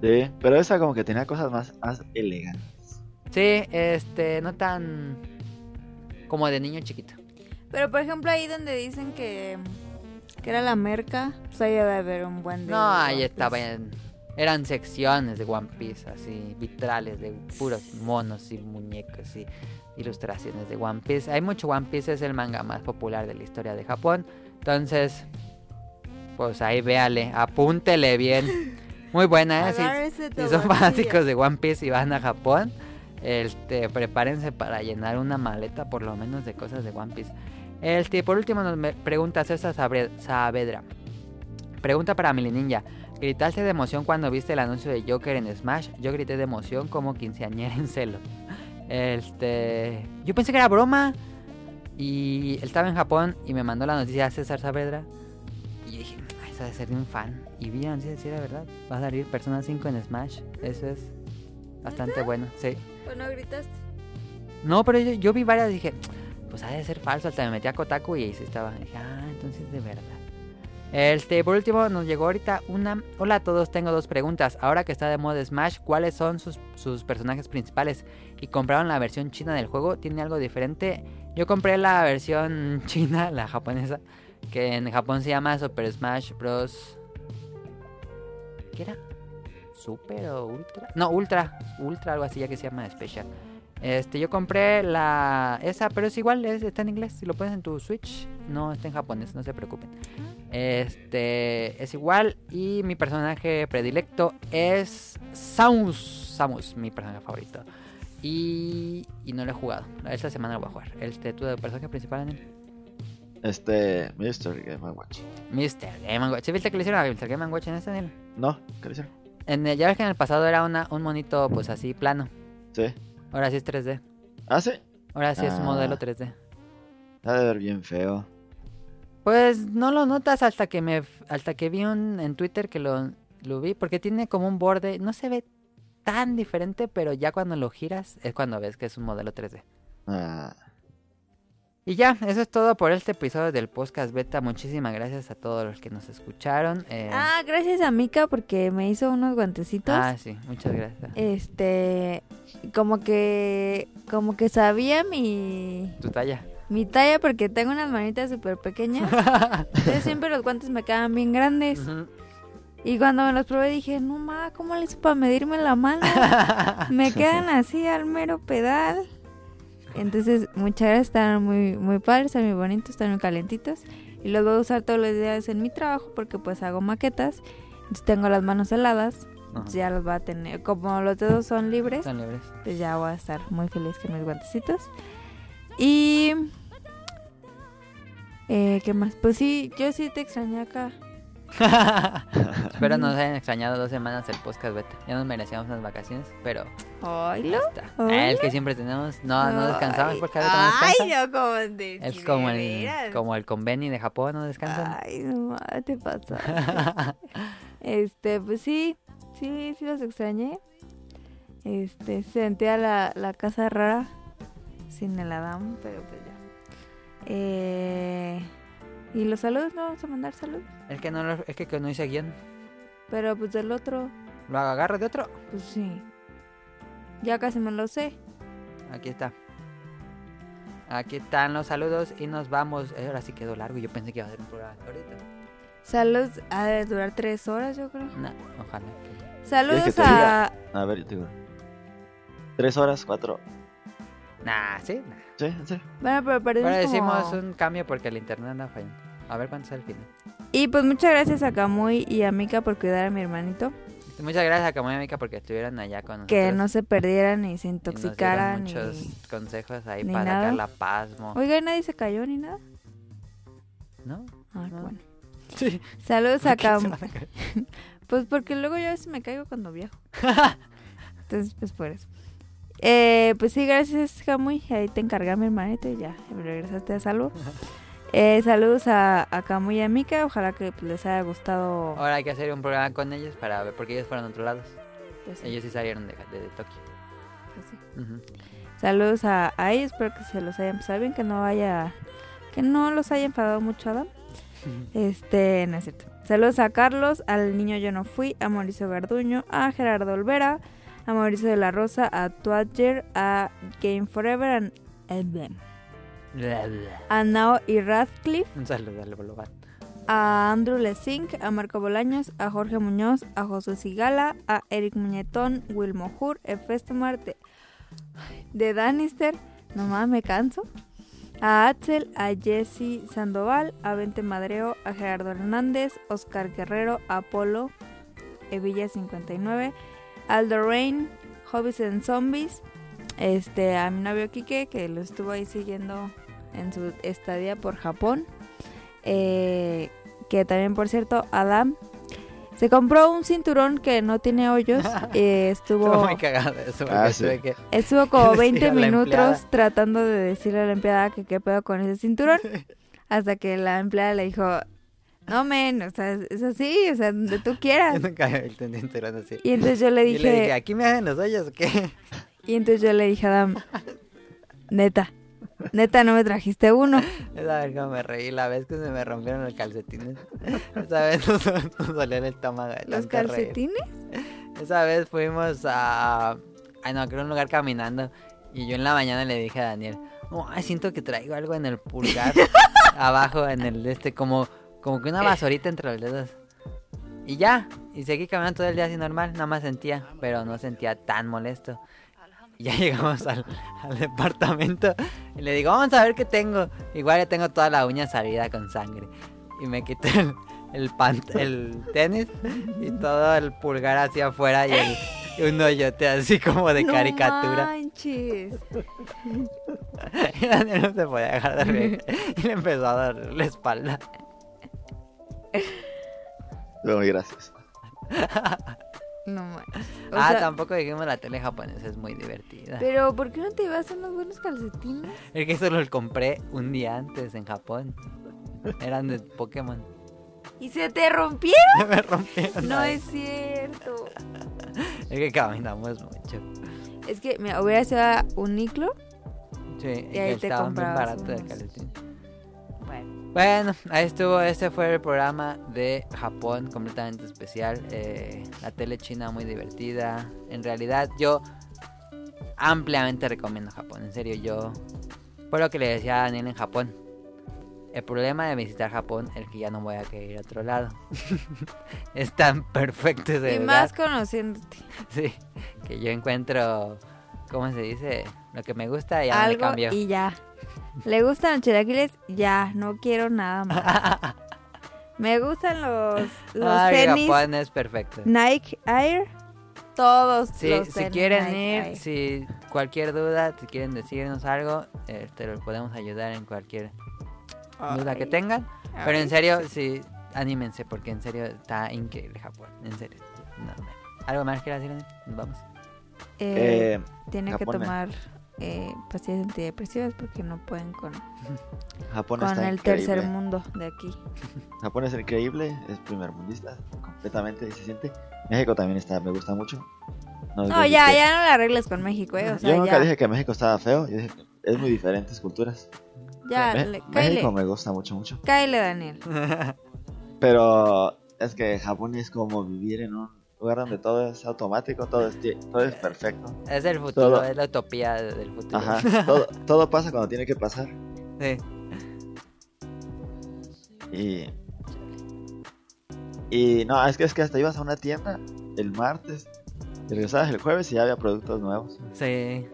[SPEAKER 4] Sí, pero esa como que tenía cosas más, más elegantes.
[SPEAKER 3] Sí, este, no tan como de niño chiquito.
[SPEAKER 2] Pero por ejemplo ahí donde dicen que, que era la merca, pues ahí debe haber un buen de
[SPEAKER 3] No, ahí
[SPEAKER 2] One
[SPEAKER 3] estaba
[SPEAKER 2] Piece.
[SPEAKER 3] en- Eran secciones de One Piece, así, vitrales de puros monos y muñecos y ilustraciones de One Piece. Hay mucho One Piece, es el manga más popular de la historia de Japón. Entonces, pues ahí véale, apúntele bien. Muy buena, ¿eh? Si-
[SPEAKER 2] Agárrese
[SPEAKER 3] si
[SPEAKER 2] tu
[SPEAKER 3] son
[SPEAKER 2] bolsillo.
[SPEAKER 3] fanáticos de One Piece y van a Japón, este, prepárense para llenar una maleta por lo menos de cosas de One Piece. Este, por último nos me- pregunta César Sabre- Saavedra. Pregunta para Mili Ninja. ¿Gritaste de emoción cuando viste el anuncio de Joker en Smash? Yo grité de emoción como quinceañera en celo. Este, yo pensé que era broma. Y él estaba en Japón y me mandó la noticia a César Saavedra. Y yo dije, "Ah, eso debe ser de un fan. Y vi la noticia si era verdad. Va a salir Persona 5 en Smash. Eso es bastante bueno. Sí.
[SPEAKER 2] Pues no gritaste.
[SPEAKER 3] No, pero yo, yo vi varias y dije, pues ha de ser falso. Hasta me metí a Kotaku y ahí sí estaba. Y dije, ah, entonces de verdad. Este, por último, nos llegó ahorita una. Hola a todos, tengo dos preguntas. Ahora que está de moda Smash, ¿cuáles son sus, sus personajes principales? ¿Y compraron la versión china del juego? ¿Tiene algo diferente? Yo compré la versión china, la japonesa, que en Japón se llama Super Smash Bros. ¿Qué era? ¿Super o Ultra? No, Ultra. Ultra, algo así, ya que se llama Special. Este, yo compré la esa, pero es igual, es- está en inglés. Si lo pones en tu Switch, no está en japonés, no se preocupen. Este, es igual y mi personaje predilecto es Samus, Samus, mi personaje favorito. Y, y no lo he jugado. Esta semana lo voy a jugar. Este, tu personaje principal, Daniel?
[SPEAKER 4] Este, Mr. Game and Watch.
[SPEAKER 3] Mr. Game Watch. ¿Sí viste que le hicieron a Mr. Game Watch en este, Daniel?
[SPEAKER 4] No, ¿qué le hicieron?
[SPEAKER 3] En el- ya ves que en el pasado era una, un monito, pues así, plano.
[SPEAKER 4] Sí.
[SPEAKER 3] Ahora sí es 3D.
[SPEAKER 4] Ah, sí.
[SPEAKER 3] Ahora sí es
[SPEAKER 4] Ah.
[SPEAKER 3] modelo 3D.
[SPEAKER 4] Ha de ver bien feo.
[SPEAKER 3] Pues no lo notas hasta que me hasta que vi un en Twitter que lo, lo vi porque tiene como un borde, no se ve tan diferente, pero ya cuando lo giras es cuando ves que es un modelo 3D.
[SPEAKER 4] Ah,
[SPEAKER 3] Y ya, eso es todo por este episodio del podcast beta. Muchísimas gracias a todos los que nos escucharon. eh,
[SPEAKER 2] Ah, gracias a Mika porque me hizo unos guantecitos.
[SPEAKER 3] ah, sí, muchas gracias.
[SPEAKER 2] Este, como que, como que sabía mi,
[SPEAKER 3] Tu talla.
[SPEAKER 2] mi talla porque tengo unas manitas súper pequeñas. Entonces siempre los guantes me quedan bien grandes.
[SPEAKER 3] Ujú.
[SPEAKER 2] Y cuando me los probé dije, no ma, ¿cómo le hice para medirme la mano? me quedan así al mero pedal. Entonces, muchas gracias, están muy, muy padres, están muy bonitos, están muy calentitos. Y los voy a usar todos los días en mi trabajo porque pues hago maquetas. Entonces tengo las manos heladas,
[SPEAKER 3] Ajá.
[SPEAKER 2] entonces ya los va a tener. Como los dedos son libres,
[SPEAKER 3] Están libres.
[SPEAKER 2] pues ya voy a estar muy feliz con mis guantecitos. Y... Eh, ¿Qué más? Pues sí, yo sí te extrañé acá.
[SPEAKER 3] Espero no nos hayan extrañado dos semanas el podcast beta. Ya nos merecíamos unas vacaciones, pero
[SPEAKER 2] Ay,
[SPEAKER 3] Ya está. Ah, el que siempre tenemos. No, no descansamos porque ahorita no descansa.
[SPEAKER 2] Ay, no, como de,
[SPEAKER 3] es
[SPEAKER 2] de
[SPEAKER 3] como el,
[SPEAKER 2] veras.
[SPEAKER 3] como el conveni de Japón, no descansan.
[SPEAKER 2] Ay, no, ma, te pasa. Este, pues sí, sí, sí los extrañé. Este, sentía la, la casa rara sin el Adam, pero pues ya. Eh, y los saludos, no vamos a mandar saludos.
[SPEAKER 3] es que no lo- es que, que no hice guión.
[SPEAKER 2] Pero pues del otro,
[SPEAKER 3] Lo agarro de otro.
[SPEAKER 2] pues sí. Ya casi me lo sé.
[SPEAKER 3] Aquí está. Aquí están los saludos y nos vamos. Eh, Ahora sí quedó largo. Yo pensé que iba a ser un programa ahorita.
[SPEAKER 2] Saludos, ha de durar tres horas, yo creo.
[SPEAKER 3] No, ojalá. que-
[SPEAKER 2] Saludos
[SPEAKER 4] te
[SPEAKER 2] a.
[SPEAKER 4] diga? a ver, yo te digo. Tres horas, cuatro.
[SPEAKER 3] Nah, sí. nah.
[SPEAKER 4] Sí, en serio.
[SPEAKER 2] Bueno, pero perdimos
[SPEAKER 3] Pero decimos
[SPEAKER 2] como-
[SPEAKER 3] un cambio porque el internet anda fallando. A ver cuánto es el final.
[SPEAKER 2] Y pues muchas gracias a Kamui y a Mika por cuidar a mi hermanito.
[SPEAKER 3] Muchas gracias a Camoya Mica porque estuvieron allá con nosotros.
[SPEAKER 2] Que no se perdieran ni se
[SPEAKER 3] y nos dieron
[SPEAKER 2] intoxicaran. ni-
[SPEAKER 3] muchos consejos ahí
[SPEAKER 2] ni
[SPEAKER 3] para
[SPEAKER 2] nada.
[SPEAKER 3] sacar la pasmo.
[SPEAKER 2] Oiga, ¿y nadie se cayó ni nada.
[SPEAKER 3] ¿No?
[SPEAKER 2] Ah, qué
[SPEAKER 3] No.
[SPEAKER 2] bueno.
[SPEAKER 3] Sí.
[SPEAKER 2] Saludos a
[SPEAKER 3] ¿Por qué se
[SPEAKER 2] Kamui.
[SPEAKER 3] van a caer?
[SPEAKER 2] Pues porque luego yo a veces me caigo cuando viajo. Entonces, pues por eso. Eh, pues sí, gracias, Camuy. Ahí te encarga mi hermanito y ya, me regresaste a salvo. Eh, saludos a, a Camuy y a Mika. Ojalá que pues, les haya gustado.
[SPEAKER 3] Ahora hay que hacer un programa con ellos para ver, porque ellos fueron a otros lados.
[SPEAKER 2] pues, sí,
[SPEAKER 3] Ellos sí salieron de, de- de Tokio.
[SPEAKER 2] pues, sí.
[SPEAKER 3] Ujú.
[SPEAKER 2] Saludos a, a ellos. Espero que se los hayan pasado bien. Que no haya. Que no los haya enfadado mucho Adam. Este, no es cierto. Saludos a Carlos, al niño yo no fui, a Mauricio Garduño, a Gerardo Olvera, a Mauricio de la Rosa, a Twatcher, a Game Forever, a,
[SPEAKER 3] Bla, bla.
[SPEAKER 2] a Nao y Radcliffe,
[SPEAKER 3] Un saludo al global.
[SPEAKER 2] a Andrew Lesink, a Marco Bolaños, a Jorge Muñoz, a José Sigala, a Eric Muñetón, Wilmo Hur, Efestomar de, de Danister, nomás me canso, a Axel, a Jesse Sandoval, a Vente Madreo, a Gerardo Hernández, Oscar Guerrero, a Apolo, Evilla 59, Aldo Rain, Hobbies and Zombies, este, a mi novio Quique, que lo estuvo ahí siguiendo en su estadía por Japón. Eh, que también, por cierto, Adam se compró un cinturón que no tiene hoyos. eh,
[SPEAKER 3] Estuvo
[SPEAKER 2] estuvo,
[SPEAKER 3] muy cagado eso.
[SPEAKER 4] Ah,
[SPEAKER 3] porque
[SPEAKER 4] sí.
[SPEAKER 3] tuve que-
[SPEAKER 2] estuvo como
[SPEAKER 3] que le decía
[SPEAKER 2] 20
[SPEAKER 3] a la
[SPEAKER 2] minutos
[SPEAKER 3] empleada.
[SPEAKER 2] tratando de decirle a la empleada que qué pedo con ese cinturón. hasta que la empleada le dijo, no, men, o sea, es es así, o sea, donde tú
[SPEAKER 3] Yo
[SPEAKER 2] quieras.
[SPEAKER 3] nunca había visto un cinturón así.
[SPEAKER 2] Y entonces yo le
[SPEAKER 3] Yo le dije,
[SPEAKER 2] dije,
[SPEAKER 3] ¿aquí me hacen los hoyos o qué?
[SPEAKER 2] y entonces yo le dije a Adam, neta, neta, no me trajiste uno.
[SPEAKER 3] Esa vez cómo me reí, la vez que se me rompieron los calcetines. Esa vez nos, nos dolió el estómago. de
[SPEAKER 2] ¿Los
[SPEAKER 3] tanto reír.
[SPEAKER 2] calcetines?
[SPEAKER 3] Esa vez fuimos a. Ay, no, creo un lugar caminando. Y yo en la mañana le dije a Daniel: "No, ay, siento que traigo algo en el pulgar. abajo, en el de este, como, como que una basurita entre los dedos. Y ya. Y seguí caminando todo el día así normal. Nada más sentía, pero no sentía tan molesto. Y ya llegamos al, al departamento. Y le digo: Vamos a ver qué tengo. Igual ya tengo toda la uña salida con sangre. Y me quité el, el, pant- el tenis y todo el pulgar hacia afuera y, el- y un hoyote así como de
[SPEAKER 2] No
[SPEAKER 3] caricatura.
[SPEAKER 2] manches.
[SPEAKER 3] Y Daniel no se podía dejar de reír. Y le empezó a dar la espalda.
[SPEAKER 4] Pero muy gracias.
[SPEAKER 2] No manches. O
[SPEAKER 3] ah,
[SPEAKER 2] sea,
[SPEAKER 3] tampoco dijimos la tele japonesa es muy divertida.
[SPEAKER 2] pero ¿por qué no te ibas a unos buenos calcetines?
[SPEAKER 3] Es que eso lo compré un día antes en Japón. Eran de Pokémon.
[SPEAKER 2] ¿Y se te rompieron?
[SPEAKER 3] Me rompieron.
[SPEAKER 2] No
[SPEAKER 3] ahí.
[SPEAKER 2] es cierto.
[SPEAKER 3] es que caminamos mucho.
[SPEAKER 2] Es que me hubiera sido a Uniqlo.
[SPEAKER 3] Sí, y,
[SPEAKER 2] Y ahí
[SPEAKER 3] que
[SPEAKER 2] te
[SPEAKER 3] estaban bien
[SPEAKER 2] comprabas
[SPEAKER 3] baratos de
[SPEAKER 2] unos.
[SPEAKER 3] calcetín.
[SPEAKER 2] Bueno.
[SPEAKER 3] Bueno, ahí estuvo. Este fue el programa de Japón, completamente especial. Eh, la tele china muy divertida. En realidad, yo ampliamente recomiendo Japón. En serio, yo. Fue lo que le decía a Daniel en Japón. El problema de visitar Japón es que ya no voy a querer ir a otro lado. es tan perfecto ese
[SPEAKER 2] Y
[SPEAKER 3] lugar.
[SPEAKER 2] más conociéndote.
[SPEAKER 3] Sí, que yo encuentro. ¿Cómo se dice? Lo que me gusta y ya no le
[SPEAKER 2] Algo
[SPEAKER 3] cambio.
[SPEAKER 2] y ya. ¿Le gustan los chilaquiles? Ya, no quiero nada más. Me gustan los, los
[SPEAKER 3] Ay, pues.
[SPEAKER 2] tenis
[SPEAKER 3] Japón es perfecto.
[SPEAKER 2] Nike Air. Todos
[SPEAKER 3] Sí,
[SPEAKER 2] los
[SPEAKER 3] si
[SPEAKER 2] tenis
[SPEAKER 3] quieren
[SPEAKER 2] Nike
[SPEAKER 3] ir,
[SPEAKER 2] Air.
[SPEAKER 3] si cualquier duda, si quieren decirnos algo, eh, te lo podemos ayudar en cualquier duda pues, que
[SPEAKER 2] Ay,
[SPEAKER 3] tengan.
[SPEAKER 2] ay.
[SPEAKER 3] Pero en serio, sí, anímense, porque en serio está increíble Japón. En serio. No, no. ¿Algo más que decir? Daniel? Nos vamos.
[SPEAKER 2] Eh,
[SPEAKER 4] Eh,
[SPEAKER 2] tienen que
[SPEAKER 4] Japón, eh.
[SPEAKER 2] tomar eh, pastillas antidepresivas porque no pueden con,
[SPEAKER 4] Japón
[SPEAKER 2] con
[SPEAKER 4] está
[SPEAKER 2] el
[SPEAKER 4] increíble.
[SPEAKER 2] tercer mundo de aquí.
[SPEAKER 4] Japón es increíble, es primermundista, completamente y se siente. México también está, me gusta mucho. No,
[SPEAKER 2] No,
[SPEAKER 4] yo
[SPEAKER 2] ya,
[SPEAKER 4] dije-
[SPEAKER 2] ya no la arregles con México, eh. O sea,
[SPEAKER 4] Yo nunca
[SPEAKER 2] ya,
[SPEAKER 4] dije que México estaba feo, yo dije que es muy diferentes culturas.
[SPEAKER 2] ya,
[SPEAKER 4] Me-
[SPEAKER 2] le- cáele,
[SPEAKER 4] México me gusta mucho, mucho.
[SPEAKER 2] cáele, Daniel.
[SPEAKER 4] Pero es que Japón es como vivir en un lugar donde todo es automático, todo es, todo es perfecto.
[SPEAKER 3] Es el futuro,
[SPEAKER 4] Todo.
[SPEAKER 3] es la utopía de- del futuro.
[SPEAKER 4] Ajá, todo, todo pasa cuando tiene que pasar.
[SPEAKER 3] Sí.
[SPEAKER 4] Y. Y no, es que, es que hasta ibas a una tienda el martes, y regresabas el jueves y ya había productos nuevos.
[SPEAKER 3] Sí.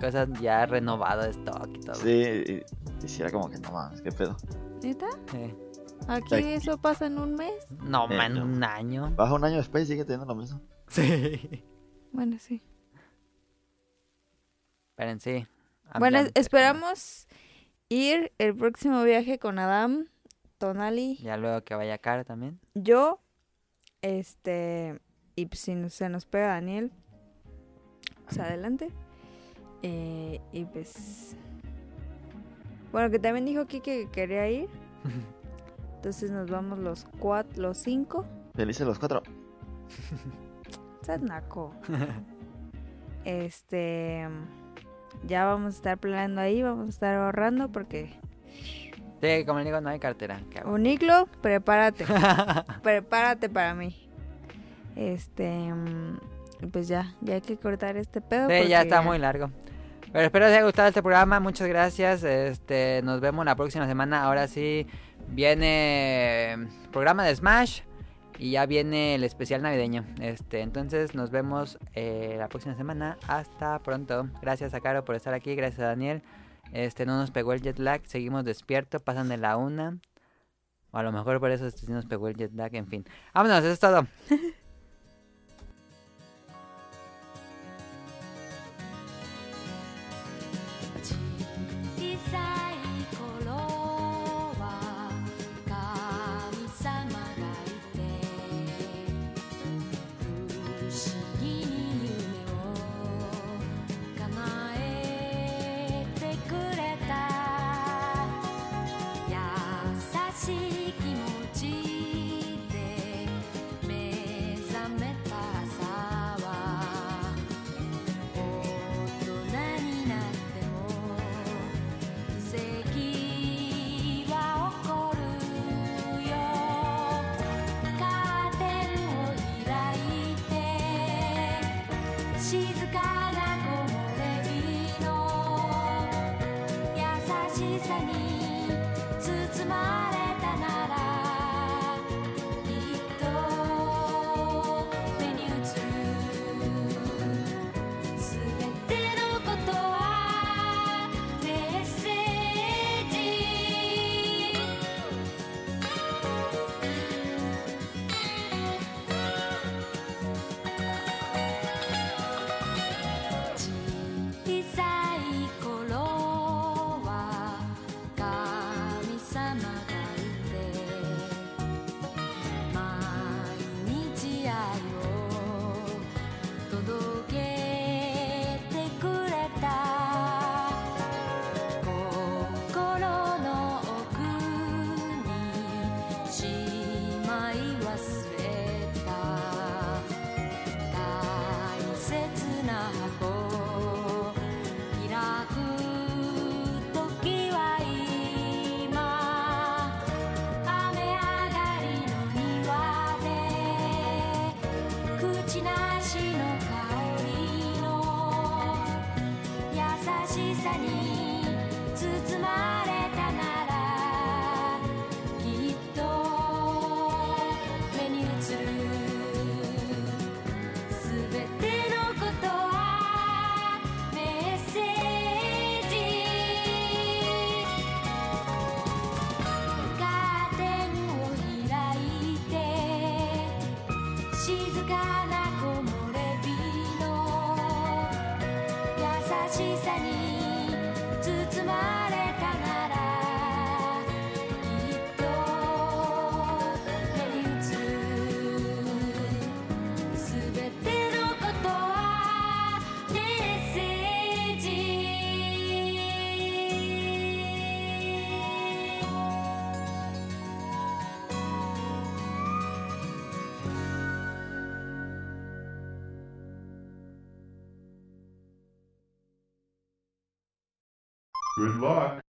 [SPEAKER 3] Cosas ya renovado de stock y todo.
[SPEAKER 4] Sí, y, y sí era como que no mames, qué pedo.
[SPEAKER 2] ¿Neta?
[SPEAKER 3] Sí.
[SPEAKER 2] Aquí
[SPEAKER 4] Aquí.
[SPEAKER 2] eso pasa en un mes.
[SPEAKER 3] No,
[SPEAKER 4] Eh,
[SPEAKER 3] man,
[SPEAKER 4] no.
[SPEAKER 3] un año.
[SPEAKER 4] Baja un año después y sigue teniendo lo mismo.
[SPEAKER 3] Sí.
[SPEAKER 2] Bueno, sí.
[SPEAKER 3] Pero en sí.
[SPEAKER 2] Bueno,
[SPEAKER 3] ampliamente.
[SPEAKER 2] esperamos ir el próximo viaje con Adam, Tonali,
[SPEAKER 3] Ya luego que vaya cara también.
[SPEAKER 2] yo, este, y pues, si no- se nos pega Daniel, pues adelante. Eh, y pues. Bueno, que también dijo Kike que quería ir. Entonces nos vamos los cuatro, los cinco.
[SPEAKER 4] Felices los cuatro.
[SPEAKER 2] Estás naco. este. Ya vamos a estar planeando ahí, vamos a estar ahorrando porque.
[SPEAKER 3] Sí, como le digo, no hay cartera. ¿Qué hago?
[SPEAKER 2] Uniclo, prepárate. prepárate para mí. Este. mm, Pues ya, ya hay que cortar este pedo.
[SPEAKER 3] Sí,
[SPEAKER 2] porque
[SPEAKER 3] ya está muy largo. Pero espero les haya gustado este programa, muchas gracias. Este, nos vemos la próxima semana. Ahora sí viene programa de Smash y ya viene el especial navideño. Este, entonces nos vemos eh, la próxima semana. Hasta pronto. Gracias a Caro por estar aquí, gracias a Daniel. Este, no nos pegó el jet lag, seguimos despiertos, pasan de la una. O a lo mejor por eso sí nos pegó el jet lag, en fin. Vámonos, eso es todo.
[SPEAKER 7] 「小さい頃は神様がいて」「不思議に夢を叶えてくれた」「優しい気持ちで目覚めた朝は」「大人になっても奇跡は起こるよ」「カーテンを開いて静かな木漏れ日の優しさに包まれたなら」「きっと目に映る」すべてのことはメッセージ」小さい頃は神様がいて毎日愛を届けてくれた心の奥にしまい忘れた大切な箱開く時は今雨上がりの庭で口なしの香りの優しさに包まれたならきっと目に映るすべてのことはメッセージカーテンを開いて静かな木漏れ日の優しさに包まれたならきっと目に映るすべてのことはメッセージ
[SPEAKER 8] Good luck.